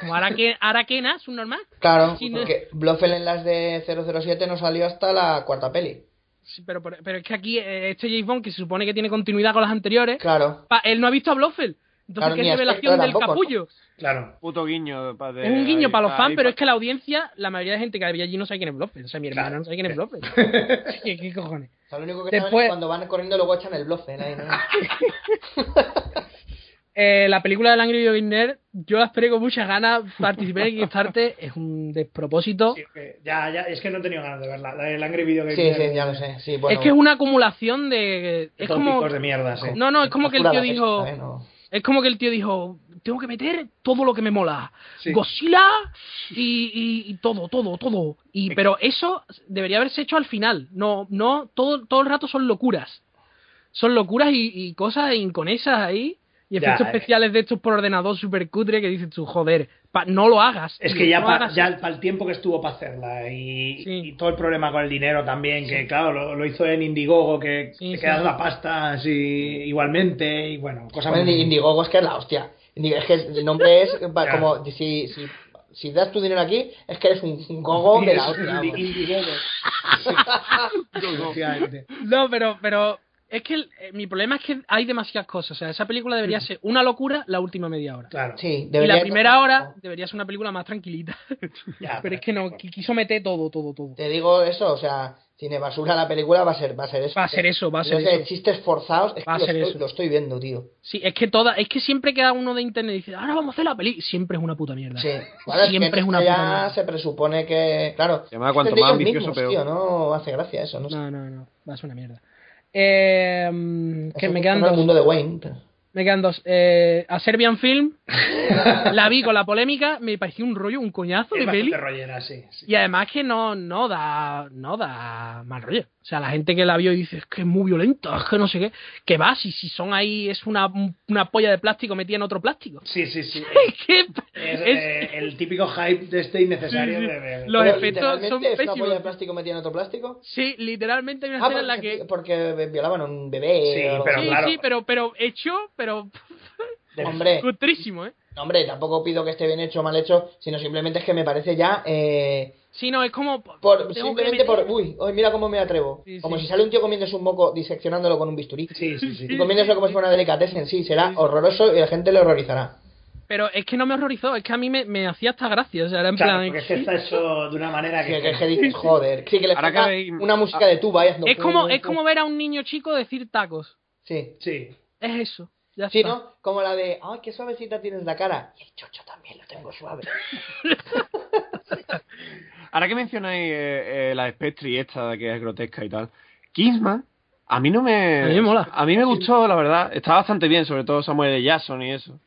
Speaker 5: Como, ¿ahora qué, ¿ahora qué, nada? normal?
Speaker 6: Claro,
Speaker 5: Sí, no.
Speaker 6: porque Blofeld en las de 007 no salió hasta la cuarta peli.
Speaker 5: Sí, pero, pero, pero es que aquí eh, este James Bond, que se supone que tiene continuidad con las anteriores,
Speaker 6: Claro.
Speaker 5: pa- él no ha visto a Blofeld. Entonces,
Speaker 6: Claro,
Speaker 5: ¿qué
Speaker 6: ni a
Speaker 5: revelación
Speaker 6: Spectre
Speaker 5: del
Speaker 6: tampoco, ¿no?
Speaker 5: capullo?
Speaker 3: Claro.
Speaker 4: Puto guiño. pa- de-
Speaker 5: Es un guiño
Speaker 4: ahí,
Speaker 5: para los
Speaker 4: pa-
Speaker 5: fans,
Speaker 4: ahí,
Speaker 5: pero
Speaker 4: pa-
Speaker 5: es que la audiencia, la mayoría de gente que había allí no sabe quién es Blofeld. O sea, mi hermana no sabe quién es Blofeld. ¿Qué, qué cojones?
Speaker 6: O sea, lo único que saben
Speaker 5: Después-
Speaker 6: es cuando van corriendo luego echan el Blofeld ahí, ¿no?
Speaker 5: Eh, la película del Angry Video Game Nerd, yo la esperé con muchas ganas. Participé en Kickstarter, es un despropósito.
Speaker 3: Sí, es que ya, ya, es que no he tenido ganas de verla. La del Angry Video Game.
Speaker 6: Sí,
Speaker 3: Nerd.
Speaker 6: sí, ya lo sé. Sí, bueno,
Speaker 5: es que es una acumulación de.
Speaker 3: De
Speaker 5: Es como.
Speaker 3: tópicos de mierda, sí.
Speaker 5: No, no, es como que el tío
Speaker 6: Oscura la
Speaker 5: dijo.
Speaker 6: pesca, ¿eh? No.
Speaker 5: Es como que el tío dijo: Tengo que meter todo lo que me mola.
Speaker 3: Sí.
Speaker 5: Godzilla y, y- y todo, todo, todo. Y, pero eso debería haberse hecho al final. No, no, todo, todo el rato son locuras. Son locuras y, y cosas inconesas ahí. Y
Speaker 3: Ya,
Speaker 5: efectos
Speaker 3: eh.
Speaker 5: especiales de estos por ordenador super cutre que dices tú, joder, pa- no lo hagas.
Speaker 3: Es
Speaker 5: tío,
Speaker 3: que ya
Speaker 5: no
Speaker 3: para
Speaker 5: hagas
Speaker 3: el tiempo que estuvo para hacerla y,
Speaker 5: Sí.
Speaker 3: y todo el problema con el dinero también, que claro, lo, lo hizo en Indiegogo, que
Speaker 5: Sí,
Speaker 3: te
Speaker 5: sí.
Speaker 3: quedas la pasta así igualmente y bueno, cosas
Speaker 6: Bueno,
Speaker 3: muy-
Speaker 6: Indiegogo es que es la hostia. Indi- Es que el nombre es va,
Speaker 3: Ya.
Speaker 6: como si, si, si das tu dinero aquí, es que eres un, un gogo de la
Speaker 3: Es
Speaker 6: hostia.
Speaker 3: Indi-
Speaker 6: vamos.
Speaker 3: Indiegogo. Sí, efectivamente.
Speaker 5: No, pero, pero es que el- eh, mi problema es que hay demasiadas cosas. O sea, esa película
Speaker 3: Mm.
Speaker 5: debería ser una locura la última media hora.
Speaker 3: Claro.
Speaker 6: Sí,
Speaker 5: Y
Speaker 6: debería-
Speaker 5: la primera hora debería ser una película más tranquilita.
Speaker 3: Ya,
Speaker 5: Pero es que no, qui- quiso meter todo, todo, todo.
Speaker 6: Te digo eso, o sea, cine basura la película va a ser, va a ser eso.
Speaker 5: Va a ser eso, va a
Speaker 6: Yo
Speaker 5: ser
Speaker 6: sé,
Speaker 5: eso.
Speaker 6: chistes forzados, es que
Speaker 5: Va a
Speaker 6: lo,
Speaker 5: ser
Speaker 6: estoy,
Speaker 5: eso.
Speaker 6: lo estoy viendo, tío.
Speaker 5: Sí, es que toda, es que siempre queda uno de internet y dice, ahora vamos a hacer la peli. Siempre es una puta mierda.
Speaker 6: Sí. Vale,
Speaker 5: Siempre
Speaker 6: que
Speaker 5: es una
Speaker 6: ya
Speaker 5: puta mierda.
Speaker 6: se presupone que, claro,
Speaker 4: Además, cuanto
Speaker 6: es de
Speaker 4: más
Speaker 6: ellos
Speaker 4: ambicioso,
Speaker 6: mismos,
Speaker 4: peor.
Speaker 6: tío, no hace gracia eso, no sé.
Speaker 5: No, no, no. Va a ser una mierda. Eh, mm, que
Speaker 6: Eso
Speaker 5: me
Speaker 6: es
Speaker 5: quedan
Speaker 6: como el
Speaker 5: dos.
Speaker 6: mundo de Wayne. pero-
Speaker 5: Me quedan dos. Eh, a Serbian Film la vi con la polémica, me pareció un rollo, un coñazo
Speaker 3: Es
Speaker 5: de peli.
Speaker 3: bastante rollera, sí. sí.
Speaker 5: Y además que no, no da no da mal rollo. O sea, la gente que la vio y dice, es que es muy violenta, es que no sé qué. Que va, si, si son ahí, es una, una polla de plástico metida en otro plástico.
Speaker 3: Sí, sí, sí.
Speaker 5: Es que
Speaker 3: Es,
Speaker 5: es-
Speaker 3: eh, el típico hype de este innecesario.
Speaker 5: Sí, sí.
Speaker 3: de- de-
Speaker 5: Los
Speaker 6: Pero,
Speaker 5: efectos
Speaker 6: literalmente,
Speaker 5: son
Speaker 6: ¿Es una
Speaker 5: pésimos.
Speaker 6: bolla de plástico metida en otro plástico?
Speaker 5: sí, literalmente hay una
Speaker 6: Ah,
Speaker 5: escena en la
Speaker 6: porque-
Speaker 5: que...
Speaker 6: Porque violaban a un bebé.
Speaker 3: Sí,
Speaker 6: o algo
Speaker 3: pero
Speaker 5: sí,
Speaker 6: así.
Speaker 3: claro.
Speaker 5: sí, pero, pero hecho, pero
Speaker 6: Hombre,
Speaker 5: cutrísimo, ¿eh?
Speaker 6: hombre, tampoco pido que esté bien hecho o mal hecho, sino simplemente es que me parece ya... Eh,
Speaker 5: Sí, no, es como... tengo
Speaker 6: por,
Speaker 5: que
Speaker 6: simplemente
Speaker 5: meter-
Speaker 6: por... Uy, hoy mira cómo me atrevo.
Speaker 5: Sí,
Speaker 6: como
Speaker 5: sí.
Speaker 6: si sale un tío comiéndose un moco diseccionándolo con un bisturí.
Speaker 3: Sí, sí, sí.
Speaker 6: Y comiéndoselo como si fuera una delicatessen. Sí, será horroroso y la gente le horrorizará.
Speaker 5: Pero es que no me horrorizó, es que a mí me, me hacía hasta gracia. O sea, era en
Speaker 3: Claro,
Speaker 5: plan...
Speaker 3: porque es que
Speaker 5: sí.
Speaker 3: está hecho de una manera
Speaker 6: Que,
Speaker 3: que...
Speaker 6: que, que dices, joder. Sí, que le
Speaker 4: Ahora
Speaker 6: falta
Speaker 4: que veis-
Speaker 6: una música de tuba y haciendo...
Speaker 5: Es como,
Speaker 6: pum,
Speaker 5: es
Speaker 6: pum.
Speaker 5: como ver a un niño chico decir tacos.
Speaker 6: Sí.
Speaker 3: Sí.
Speaker 5: Es eso. Ya
Speaker 6: Sí,
Speaker 5: está.
Speaker 6: ¿no? Como la de, ay, qué suavecita tienes la cara. Y el chocho también lo tengo suave.
Speaker 4: Ahora que mencionáis eh, eh, la Spectre y esta que es grotesca y tal, Kingsman, a mí no me.
Speaker 5: A mí me mola.
Speaker 4: A mí me gustó, la verdad. Está bastante bien, sobre todo Samuel L. Jackson y eso.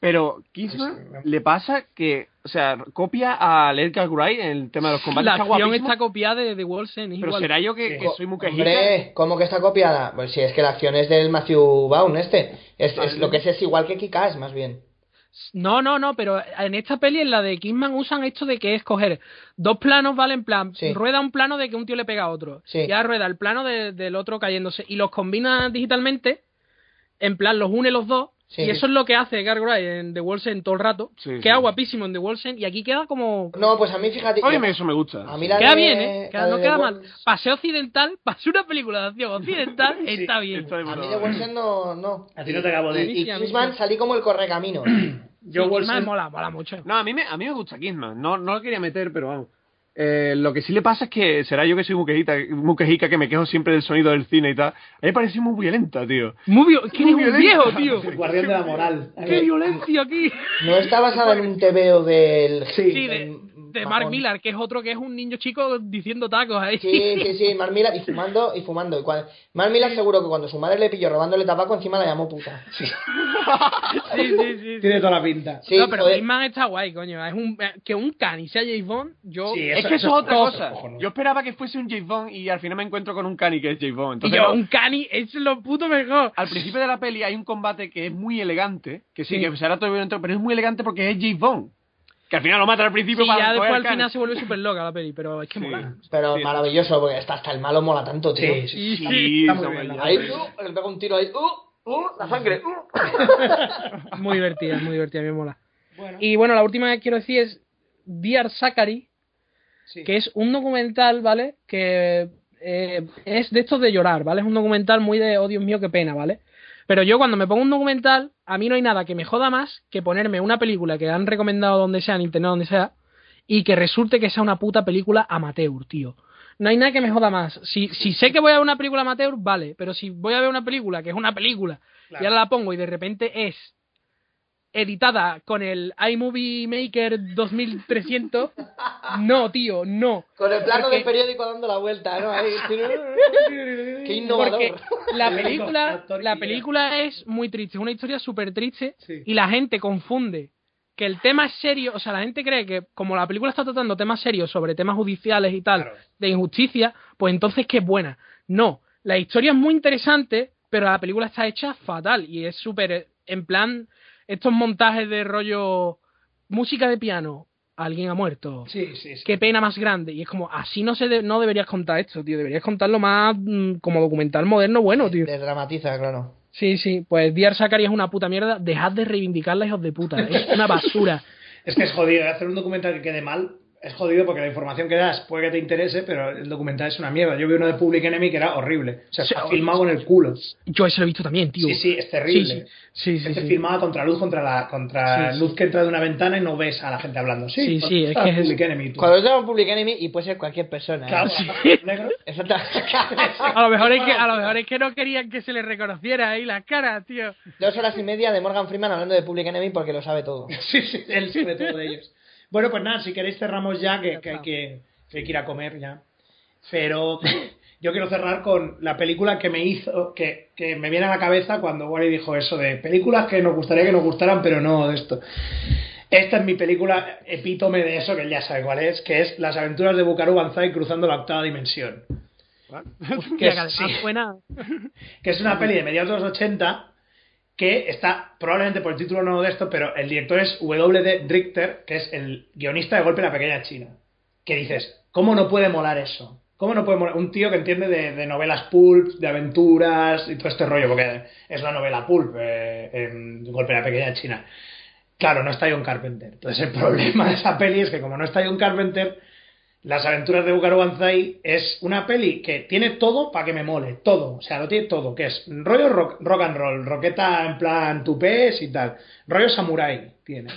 Speaker 4: Pero
Speaker 3: Sí,
Speaker 4: Kingsman
Speaker 3: sí, sí.
Speaker 4: le pasa que, o sea, copia a Edgar Wright en el tema de los combates.
Speaker 5: La
Speaker 4: está
Speaker 5: acción
Speaker 4: guapísimo,
Speaker 5: está copiada de, de Wolsen. es
Speaker 4: Pero
Speaker 5: igual.
Speaker 4: será yo que, que soy muy quejita.
Speaker 6: Hombre, ¿cómo que está copiada? Pues si es que la acción es del Matthew Vaughn este. Es, es
Speaker 4: Vale.
Speaker 6: lo que es es igual que Kikas, más bien.
Speaker 5: No, no, no, pero en esta peli, en la de Kingman, usan esto de que es coger dos planos, ¿vale? En plan,
Speaker 6: Sí.
Speaker 5: rueda un plano de que un tío le pega a otro.
Speaker 6: Sí.
Speaker 5: Ya rueda el plano de- del otro cayéndose. Y los combina digitalmente, en plan, los une los dos.
Speaker 6: Sí.
Speaker 5: y eso es lo que hace Gargoyle en The Wolves End todo el rato.
Speaker 4: Sí,
Speaker 5: queda
Speaker 4: sí.
Speaker 5: guapísimo en The Wolves End y aquí queda como.
Speaker 6: No, pues a mí, fíjate.
Speaker 4: A mí me- eso me gusta.
Speaker 6: a mí la
Speaker 5: Queda
Speaker 6: de-
Speaker 5: bien, ¿eh? Queda-
Speaker 6: la
Speaker 5: no
Speaker 6: de
Speaker 5: queda
Speaker 6: The
Speaker 5: mal.
Speaker 6: Wolves-
Speaker 5: Pasé occidental, pasé una película de acción occidental, está bien.
Speaker 4: Está de
Speaker 6: A
Speaker 4: puta
Speaker 6: mí de
Speaker 4: madre.
Speaker 6: Wolsen no. no.
Speaker 3: A ti no te acabo de-
Speaker 6: Y, y
Speaker 5: Sí, a mí
Speaker 6: Kingsman
Speaker 5: sí.
Speaker 6: salí como el correcamino.
Speaker 3: Yo
Speaker 5: Sí,
Speaker 3: Wilson-
Speaker 5: Kidman mola, mola mucho.
Speaker 4: No, a mí me, a mí me gusta Kidman. No, no lo quería meter, pero vamos. Eh, lo que sí le pasa es que será yo que soy muquejita, muquejica, que me quejo siempre del sonido del cine y tal. A mí me parece muy violenta, tío.
Speaker 5: Muy bien, que eres
Speaker 4: Muy
Speaker 5: un viejo,
Speaker 4: violenta.
Speaker 5: tío.
Speaker 3: el guardián de la moral.
Speaker 5: ¡Qué violencia aquí!
Speaker 6: No está basado en un TVO del.
Speaker 3: Sí,
Speaker 5: Sí, de, de Mark
Speaker 6: Mahon.
Speaker 5: Millar, que es otro que es un niño chico diciendo tacos ahí.
Speaker 6: Sí, sí, sí, Mark Millar y fumando y fumando. Y cuando, Mark Millar seguro que cuando su madre le pilló robándole tabaco encima la llamó puta.
Speaker 5: sí, sí, sí, sí.
Speaker 3: Tiene toda la pinta.
Speaker 6: Sí,
Speaker 5: no, pero
Speaker 6: joder.
Speaker 5: Kidman está guay, coño. Es un, eh, que un can y sea James Bond, yo...
Speaker 3: Sí,
Speaker 4: es que eso es otra
Speaker 3: cojonudo,
Speaker 4: cosa.
Speaker 3: cojonudo.
Speaker 4: Yo esperaba que fuese un J. Bond y al final me encuentro con un Cani que es J. Bond.
Speaker 5: y
Speaker 4: Entonces,
Speaker 5: yo,
Speaker 4: no,
Speaker 5: un cani es lo puto mejor.
Speaker 4: al principio de la peli hay un combate que es muy elegante, que sí,
Speaker 5: Sí.
Speaker 4: que será todo violento, pero es muy elegante porque es J. Bond. Que al final lo mata al principio
Speaker 5: Sí,
Speaker 4: para
Speaker 5: ya
Speaker 4: coger
Speaker 5: después al
Speaker 4: Cani.
Speaker 5: final se vuelve súper loca la peli, pero es que mola.
Speaker 6: Pero
Speaker 4: Sí.
Speaker 6: maravilloso, porque hasta, hasta el malo mola tanto, tío.
Speaker 3: Sí, sí.
Speaker 4: Sí,
Speaker 5: Y sí,
Speaker 3: está muy
Speaker 4: hombre,
Speaker 3: bien,
Speaker 4: ya,
Speaker 6: Ahí,
Speaker 4: pero-
Speaker 6: uh, le pega un tiro ahí, uh, uh, la sangre, uh.
Speaker 5: muy divertida, muy divertida, me mola.
Speaker 3: Bueno,
Speaker 5: Y bueno, la última que quiero decir es Dear Zachary,
Speaker 3: sí.
Speaker 5: que es un documental, ¿vale? Que eh, es de estos de llorar, ¿vale? Es un documental muy de, oh Dios mío, qué pena, ¿vale? Pero yo cuando me pongo un documental, a mí no hay nada que me joda más que ponerme una película que han recomendado donde sea, en internet, donde sea, y que resulte que sea una puta película amateur, tío. No hay nada que me joda más. Si, si sé que voy a ver una película amateur, vale, pero si voy a ver una película que es una película
Speaker 3: Claro.
Speaker 5: y ahora la pongo y de repente es editada con el iMovie Maker 2300, no, tío, no.
Speaker 6: Con el plano
Speaker 5: Porque-
Speaker 6: del periódico dando la vuelta, ¿no? Ahí, qué innovador.
Speaker 5: Porque la película,
Speaker 3: Actor
Speaker 5: la
Speaker 3: y-
Speaker 5: película es muy triste, es una historia súper triste
Speaker 3: Sí.
Speaker 5: y la gente confunde que el tema es serio, o sea, la gente cree que como la película está tratando temas serios sobre temas judiciales y tal,
Speaker 3: Claro.
Speaker 5: de injusticia, pues entonces que es buena. No, la historia es muy interesante, pero la película está hecha fatal y es súper, eh, en plan, estos montajes de rollo música de piano, alguien ha muerto,
Speaker 3: Sí, sí, sí.
Speaker 5: qué pena más grande. Y es como, así no se de- no deberías contar esto, tío. Deberías contarlo más mm, como documental moderno bueno, tío.
Speaker 6: Desdramatiza, claro.
Speaker 5: Sí, sí. Pues Dear Zachary es una puta mierda. Dejad de reivindicarla, hijos de puta. Es una basura.
Speaker 3: Es que es jodido. Hacer un documental que quede mal es jodido porque la información que das puede que te interese, pero el documental es una mierda. Yo vi uno de Public Enemy que era horrible. O sea,
Speaker 5: Sí,
Speaker 3: está
Speaker 5: o-
Speaker 3: filmado en el culo.
Speaker 5: Yo eso lo he visto también, tío.
Speaker 3: Sí, sí, es terrible.
Speaker 5: Sí, sí. Sí,
Speaker 6: Este
Speaker 3: Gente
Speaker 5: sí, sí.
Speaker 3: filmada contra luz, contra la contra
Speaker 5: Sí, sí.
Speaker 3: luz que entra de una ventana y no ves a la gente hablando. Sí, pues,
Speaker 5: Sí, sí, es
Speaker 3: está
Speaker 5: que es-
Speaker 3: Public Enemy. tú.
Speaker 6: Cuando es de un Public Enemy, y puede ser cualquier persona. ¿eh?
Speaker 3: Claro, negro.
Speaker 6: Exacto.
Speaker 5: A lo, mejor es que, a lo mejor es que no querían que se le reconociera ahí las caras, tío.
Speaker 6: Dos horas y media de Morgan Freeman hablando de Public Enemy porque lo sabe todo.
Speaker 3: Sí, sí, él sobre todo de ellos. Bueno, pues nada, si queréis cerramos ya, que, que hay que, que hay que ir a comer ya. Pero yo quiero cerrar con la película que me hizo, que, que me viene a la cabeza cuando Wally dijo eso de películas que nos gustaría que nos gustaran, pero no de esto. Esta es mi película epítome de eso, que él ya sabe cuál es, que es Las aventuras de Bucaro Banzai cruzando la octava dimensión.
Speaker 5: Hostia,
Speaker 3: es-
Speaker 5: que además
Speaker 3: sí.
Speaker 5: suena-
Speaker 3: que es una peli de mediados de los 80 que está probablemente por el título no de esto, pero el director es W.D. Richter, que es el guionista de Golpe a la Pequeña China. Que dices, ¿cómo no puede molar eso? ¿Cómo no puede molar? Un tío que entiende de, de novelas pulp, de aventuras y todo este rollo, porque es la novela pulp, eh, em, Golpe a la Pequeña China. Claro, no está John Carpenter. Entonces el problema de esa peli es que como no está John Carpenter, las aventuras de Bucaro Banzai es una peli que tiene todo para que me mole, todo, o sea, lo tiene todo, que es rollo rock, rock and roll, roqueta en plan tupés y tal, rollo samurai tiene,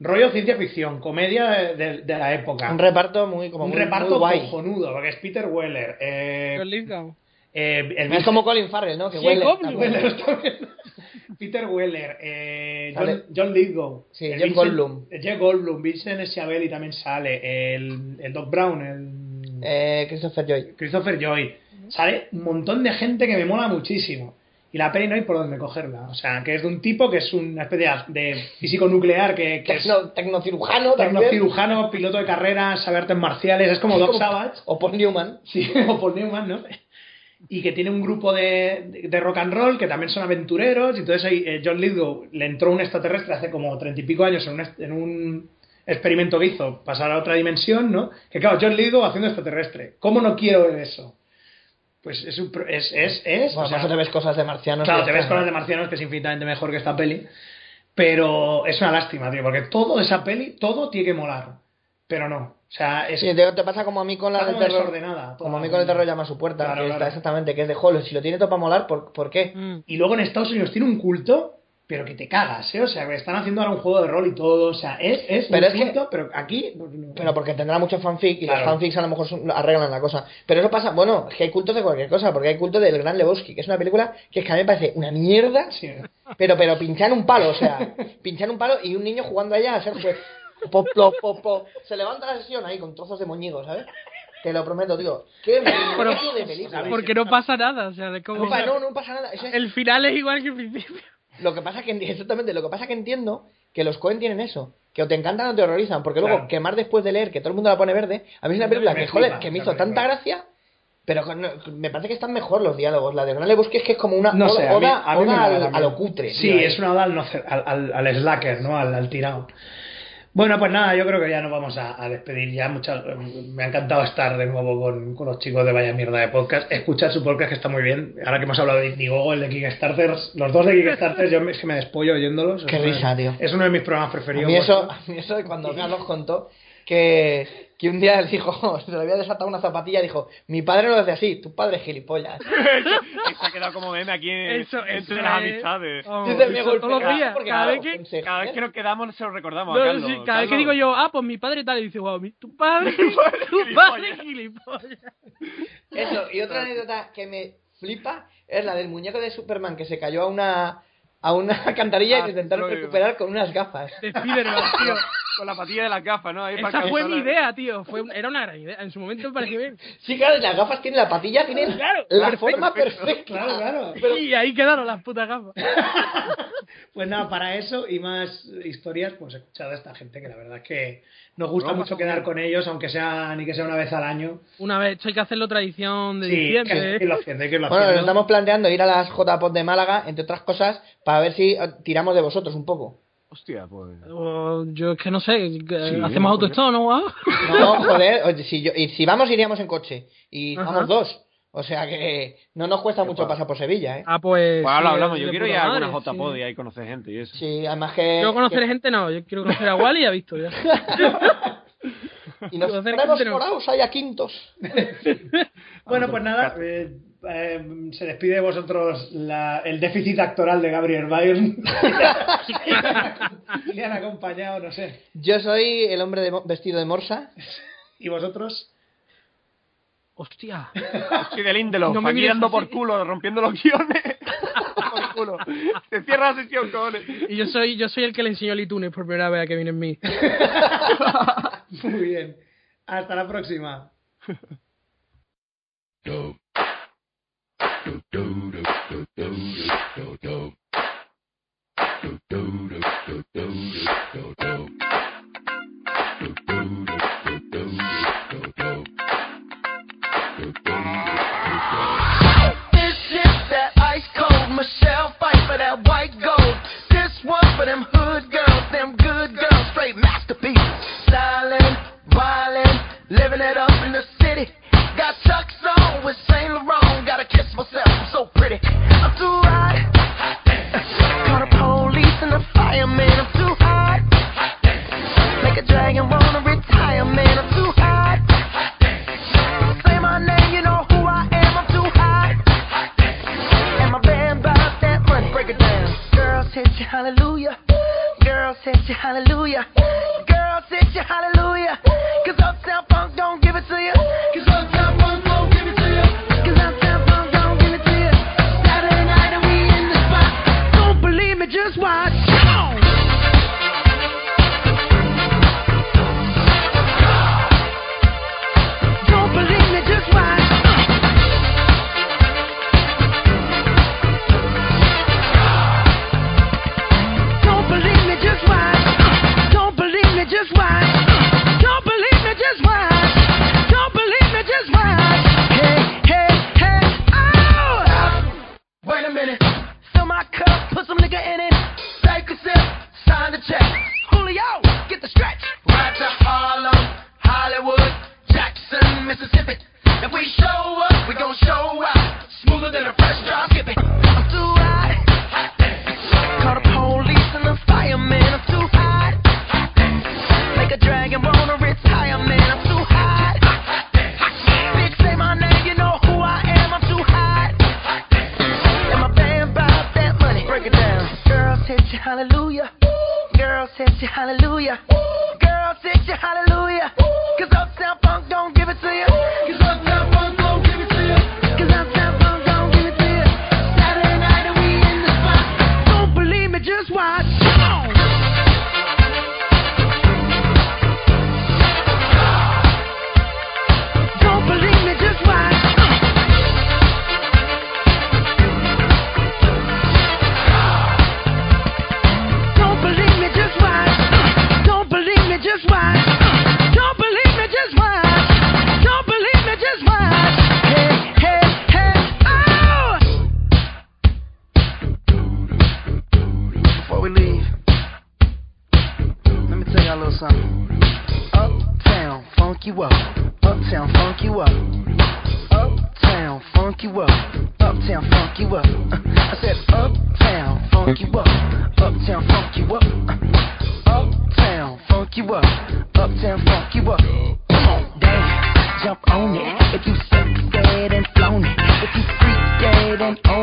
Speaker 3: rollo ciencia ficción, comedia de, de- de la época,
Speaker 6: Un reparto muy como
Speaker 3: Un
Speaker 6: muy,
Speaker 3: reparto
Speaker 6: muy guay.
Speaker 3: cojonudo, porque es Peter Weller, eh,
Speaker 5: John Lithgow.
Speaker 3: eh, el
Speaker 6: Es como Colin Farrell, ¿no? Que
Speaker 5: Sí,
Speaker 6: huele.
Speaker 5: Goblin.
Speaker 6: también.
Speaker 3: Weller también. Peter Weller, eh,
Speaker 6: Sale-
Speaker 3: John, John Lithgow,
Speaker 6: Sí,
Speaker 3: el
Speaker 6: Jeff
Speaker 3: Vincent-
Speaker 6: Goldblum.
Speaker 3: eh, Jeff Goldblum, Vincent Schiavelli también sale, el, el Doc Brown, el
Speaker 6: Eh, Christopher Joy.
Speaker 3: Christopher Joy. Sale un montón de gente que me mola muchísimo. Y la peli no hay por dónde cogerla. O sea, que es de un tipo que es una especie de físico nuclear que, que es
Speaker 6: Tecno, tecnocirujano también.
Speaker 3: tecnocirujano, piloto de carreras, sabe artes marciales, es como Doc
Speaker 6: Como-
Speaker 3: Savage.
Speaker 6: O Paul Newman.
Speaker 3: Sí, o Paul Newman, ¿no? Y que tiene un grupo de, de rock and roll que también son aventureros. Y entonces ahí, eh, John Lithgow le entró un extraterrestre hace como treinta y pico años en un, est- en un experimento que hizo pasar a otra dimensión, ¿no? Que claro, John Lithgow haciendo extraterrestre. ¿Cómo no quiero ver eso? Pues es un. pro- Es, es, es,
Speaker 6: Bueno, pues
Speaker 3: o sea,
Speaker 6: por eso te ves cosas de marcianos.
Speaker 3: Claro,
Speaker 6: y
Speaker 3: te
Speaker 6: ya
Speaker 3: ves
Speaker 6: está,
Speaker 3: con las
Speaker 6: ¿no?
Speaker 3: de marcianos, que es infinitamente mejor que esta peli. Pero es una lástima, tío, porque todo de esa peli, todo tiene que molar. Pero no. O sea, es.
Speaker 6: Sí, te, te pasa como a mí con la
Speaker 3: Está
Speaker 6: del
Speaker 3: como
Speaker 6: terror.
Speaker 3: desordenada,
Speaker 6: Como a mí
Speaker 3: toda.
Speaker 6: con el terror llama a su puerta.
Speaker 3: Claro,
Speaker 6: que
Speaker 3: claro.
Speaker 6: está exactamente, que es de Hollow. Si lo tiene todo para molar, ¿por, por qué?
Speaker 5: Mm.
Speaker 3: Y luego en Estados Unidos tiene un culto, pero que te cagas, ¿eh? O sea, que están haciendo ahora un juego de rol y todo. O sea, es, es
Speaker 6: Pero
Speaker 3: un
Speaker 6: es que-
Speaker 3: culto, pero aquí. pues, no.
Speaker 6: Pero porque tendrá mucho fanfic y
Speaker 3: Claro.
Speaker 6: los fanfics a lo mejor son- arreglan la cosa. Pero eso pasa, bueno, es que hay cultos de cualquier cosa, porque hay culto del Gran Lebowski, que es una película que es que a mí me parece una mierda,
Speaker 3: Sí.
Speaker 6: pero pero pinchar un palo, o sea, pinchar un palo y un niño jugando allá a ser juez. Pop, plop, pop, pop. Se levanta la sesión ahí con trozos de moñigo, ¿sabes? Te lo prometo, tío. Qué
Speaker 5: Pero-
Speaker 6: mierda de película.
Speaker 5: Porque no pasa nada, o sea, es como...
Speaker 6: No, pa- no, no pasa nada. Eso es-
Speaker 5: El final es igual que el principio.
Speaker 6: Lo que pasa que enti- exactamente, lo que pasa que entiendo que los Cohen tienen eso, que o te encantan o te horrorizan, porque luego
Speaker 3: Claro.
Speaker 6: quemar después de leer que todo el mundo la pone verde, a mí es una película
Speaker 3: Me
Speaker 6: que, joder,
Speaker 3: flipa
Speaker 6: que me
Speaker 3: la
Speaker 6: hizo tanta
Speaker 3: película.
Speaker 6: gracia, pero que no- me parece que están mejor los diálogos, la de Gran Lebowski es que es como una
Speaker 3: No
Speaker 6: oda,
Speaker 3: sé, a mí,
Speaker 6: oda-
Speaker 3: a mí me
Speaker 6: oda
Speaker 3: mola
Speaker 6: al-
Speaker 3: también.
Speaker 6: a lo cutre.
Speaker 3: Sí,
Speaker 6: tío, ¿eh? ahí.
Speaker 3: es una oda al, no hacer- al, al- al slacker, ¿no? Al, al tirado. Bueno, pues nada, yo creo que ya nos vamos a, a despedir. Ya muchas, me ha encantado estar de nuevo con, con los chicos de Vaya Mierda de Podcast. Escuchar su podcast que está muy bien. Ahora que hemos hablado de Indiegogo, el de Kickstarter, los dos de Kickstarter, yo me, es que me despollo oyéndolos.
Speaker 6: Qué
Speaker 3: Es uno de-
Speaker 6: risa, tío.
Speaker 3: Es uno de mis programas
Speaker 6: A
Speaker 3: preferidos.
Speaker 6: mí, eso,
Speaker 3: vuestro.
Speaker 6: a mí eso, cuando Carlos contó que, que un día le dijo, se le había desatado una zapatilla, dijo, mi padre lo hace así, tu padre es gilipollas.
Speaker 4: se ha quedado como meme aquí en-
Speaker 5: Eso, eso
Speaker 4: entre las
Speaker 5: es-
Speaker 4: amistades.
Speaker 5: vamos,
Speaker 6: Dice, me
Speaker 5: eso todos los
Speaker 6: golpea,
Speaker 5: días,
Speaker 6: porque
Speaker 5: cada
Speaker 6: me
Speaker 5: vez
Speaker 6: da
Speaker 5: que...
Speaker 6: consejos,
Speaker 4: Cada vez
Speaker 6: ¿eh?
Speaker 4: que nos quedamos se lo recordamos. a
Speaker 5: no,
Speaker 4: Carlos,
Speaker 5: sí, cada vez que
Speaker 4: Carlos.
Speaker 5: digo yo, ah, pues mi padre tal, y dice, wow, mi- tu padre, tu padre es gilipollas.
Speaker 6: Eso, y otra anécdota que me flipa es la del muñeco de Superman que se cayó a una a una alcantarilla y
Speaker 4: Ah,
Speaker 6: lo intentaron
Speaker 4: lo digo.
Speaker 6: recuperar con unas gafas.
Speaker 5: De Spiderman, tío.
Speaker 4: Con la patilla de las gafas, ¿no? Ahí para
Speaker 5: Esa
Speaker 4: el
Speaker 5: fue
Speaker 4: cabezón,
Speaker 5: mi
Speaker 4: ¿eh?
Speaker 5: idea, tío. Fue, era una gran idea. En su momento me pareció bien.
Speaker 6: Sí, claro, las gafas tienen la patilla, tienen
Speaker 5: Claro,
Speaker 6: la
Speaker 5: perfecto,
Speaker 6: forma perfecta.
Speaker 3: Claro, claro.
Speaker 5: Y ahí quedaron las putas gafas.
Speaker 3: Pues nada, para eso y más historias, pues escuchad a esta gente que la verdad es que nos gusta
Speaker 4: No,
Speaker 3: mucho
Speaker 4: pasa
Speaker 3: quedar
Speaker 4: bien.
Speaker 3: con ellos, aunque sea ni que sea una vez al año.
Speaker 5: Una vez, esto hay que hacerlo tradición de
Speaker 3: Sí, que,
Speaker 5: diciembre. ¿eh?
Speaker 3: que lo haciendo, que lo
Speaker 6: Bueno, nos
Speaker 3: haciendo.
Speaker 6: estamos planteando ir a las JPOD de Málaga, entre otras cosas, para ver si eh, tiramos de vosotros un poco.
Speaker 4: Hostia, pues.
Speaker 5: O, yo es que no sé, que- eh,
Speaker 4: Sí,
Speaker 5: hacemos
Speaker 4: coño.
Speaker 5: autostop, ¿no? guau?
Speaker 6: No, joder, oye, si, yo- y si vamos iríamos en coche. Y
Speaker 5: Ajá.
Speaker 6: vamos dos. O sea que no nos cuesta mucho
Speaker 4: guapo.
Speaker 6: pasar por Sevilla, ¿eh?
Speaker 5: Ah, pues.
Speaker 4: Pues ahora
Speaker 5: sí,
Speaker 4: hablamos,
Speaker 5: de
Speaker 4: yo quiero
Speaker 5: puta
Speaker 4: ir a
Speaker 5: madre,
Speaker 4: alguna
Speaker 5: sí.
Speaker 4: J-Pod y ahí conocer gente y eso.
Speaker 6: Sí, además que...
Speaker 5: Yo conocer
Speaker 6: que-
Speaker 5: gente no, yo quiero conocer a Wally y a Víctor. ya.
Speaker 6: Y nos
Speaker 5: conocer
Speaker 6: ponemos
Speaker 5: gente no.
Speaker 6: moraos ahí a quintos.
Speaker 3: Bueno, pues nada, eh, eh, se despide de vosotros la- el déficit actoral de Gabriel Byrne. Le han acompañado, no sé.
Speaker 6: Yo soy el hombre de mo- vestido de morsa.
Speaker 3: ¿Y vosotros?
Speaker 5: Hostia.
Speaker 4: Soy de Lindelof,
Speaker 5: No me
Speaker 4: aquí
Speaker 5: mires
Speaker 4: dando
Speaker 5: así.
Speaker 4: por culo, rompiendo los guiones. por culo. Se cierra la sesión, cojones.
Speaker 5: Y yo soy, yo soy el que le enseñó el iTunes por primera vez a Kevin en mí.
Speaker 3: Muy bien. Hasta la próxima.
Speaker 7: This is that ice cold Michelle fight for that white gold. This one for them hood girls, them good girls, straight masterpiece. Styling, violin, living it up in the city. Got Chuck's on with Saint Laurent. Gotta kiss myself, I'm so pretty. I'm too hot. Call the police and the fireman. I'm too hot. Make a dragon wanna retire, man. I'm too hot. Say my name, you know who I am. I'm too hot. And my band buys that money. Break it down. Girls hit you, hallelujah. Girls hit you, hallelujah. Girls hit you, hallelujah. Cause Uptown Funk don't give it to you. Cause Uptown Funk don't give it to you. Cause Uptown Funk don't give it to you. Saturday night and we in the spot. Don't believe me, just watch. Go! Don't believe me, just watch. Don't believe me, just watch. Don't believe me, just watch. Don't believe me, just watch. Don't believe me, just watch. Hey, hey, hey, oh! Wait a minute. Fill my cup, put some nigga in it. Take a sip, sign the check. Julio, get the stretch. Right to Harlem, Hollywood, Jackson, Mississippi. If we show up, we gon' show out. said you hallelujah. Girl said you hallelujah. Cause Uptown Funk don't give it to you. Cause Uptown Funk don't give it to you. Cause Uptown Funk don't give it to you. Saturday night and we in the spot. Don't believe me, just watch. Come on. Don't believe me, just watch. Don't believe me, just watch. Don't believe me, just watch. Don't believe me, just watch. Don't believe me, just watch. Hey, hey, hey, oh! Before we leave, let me tell y'all a little something. Uptown, funk you up. Uptown, funk you up. Uptown, funk you up. Uptown, funk you up. Uh, I said, Uptown, funk you up. Uptown, funk you up. Uh, Uptown, funk you up. Uptown, funk you up. Come on, dance, jump on it. If you suck dead and flown it. If you freak dead and own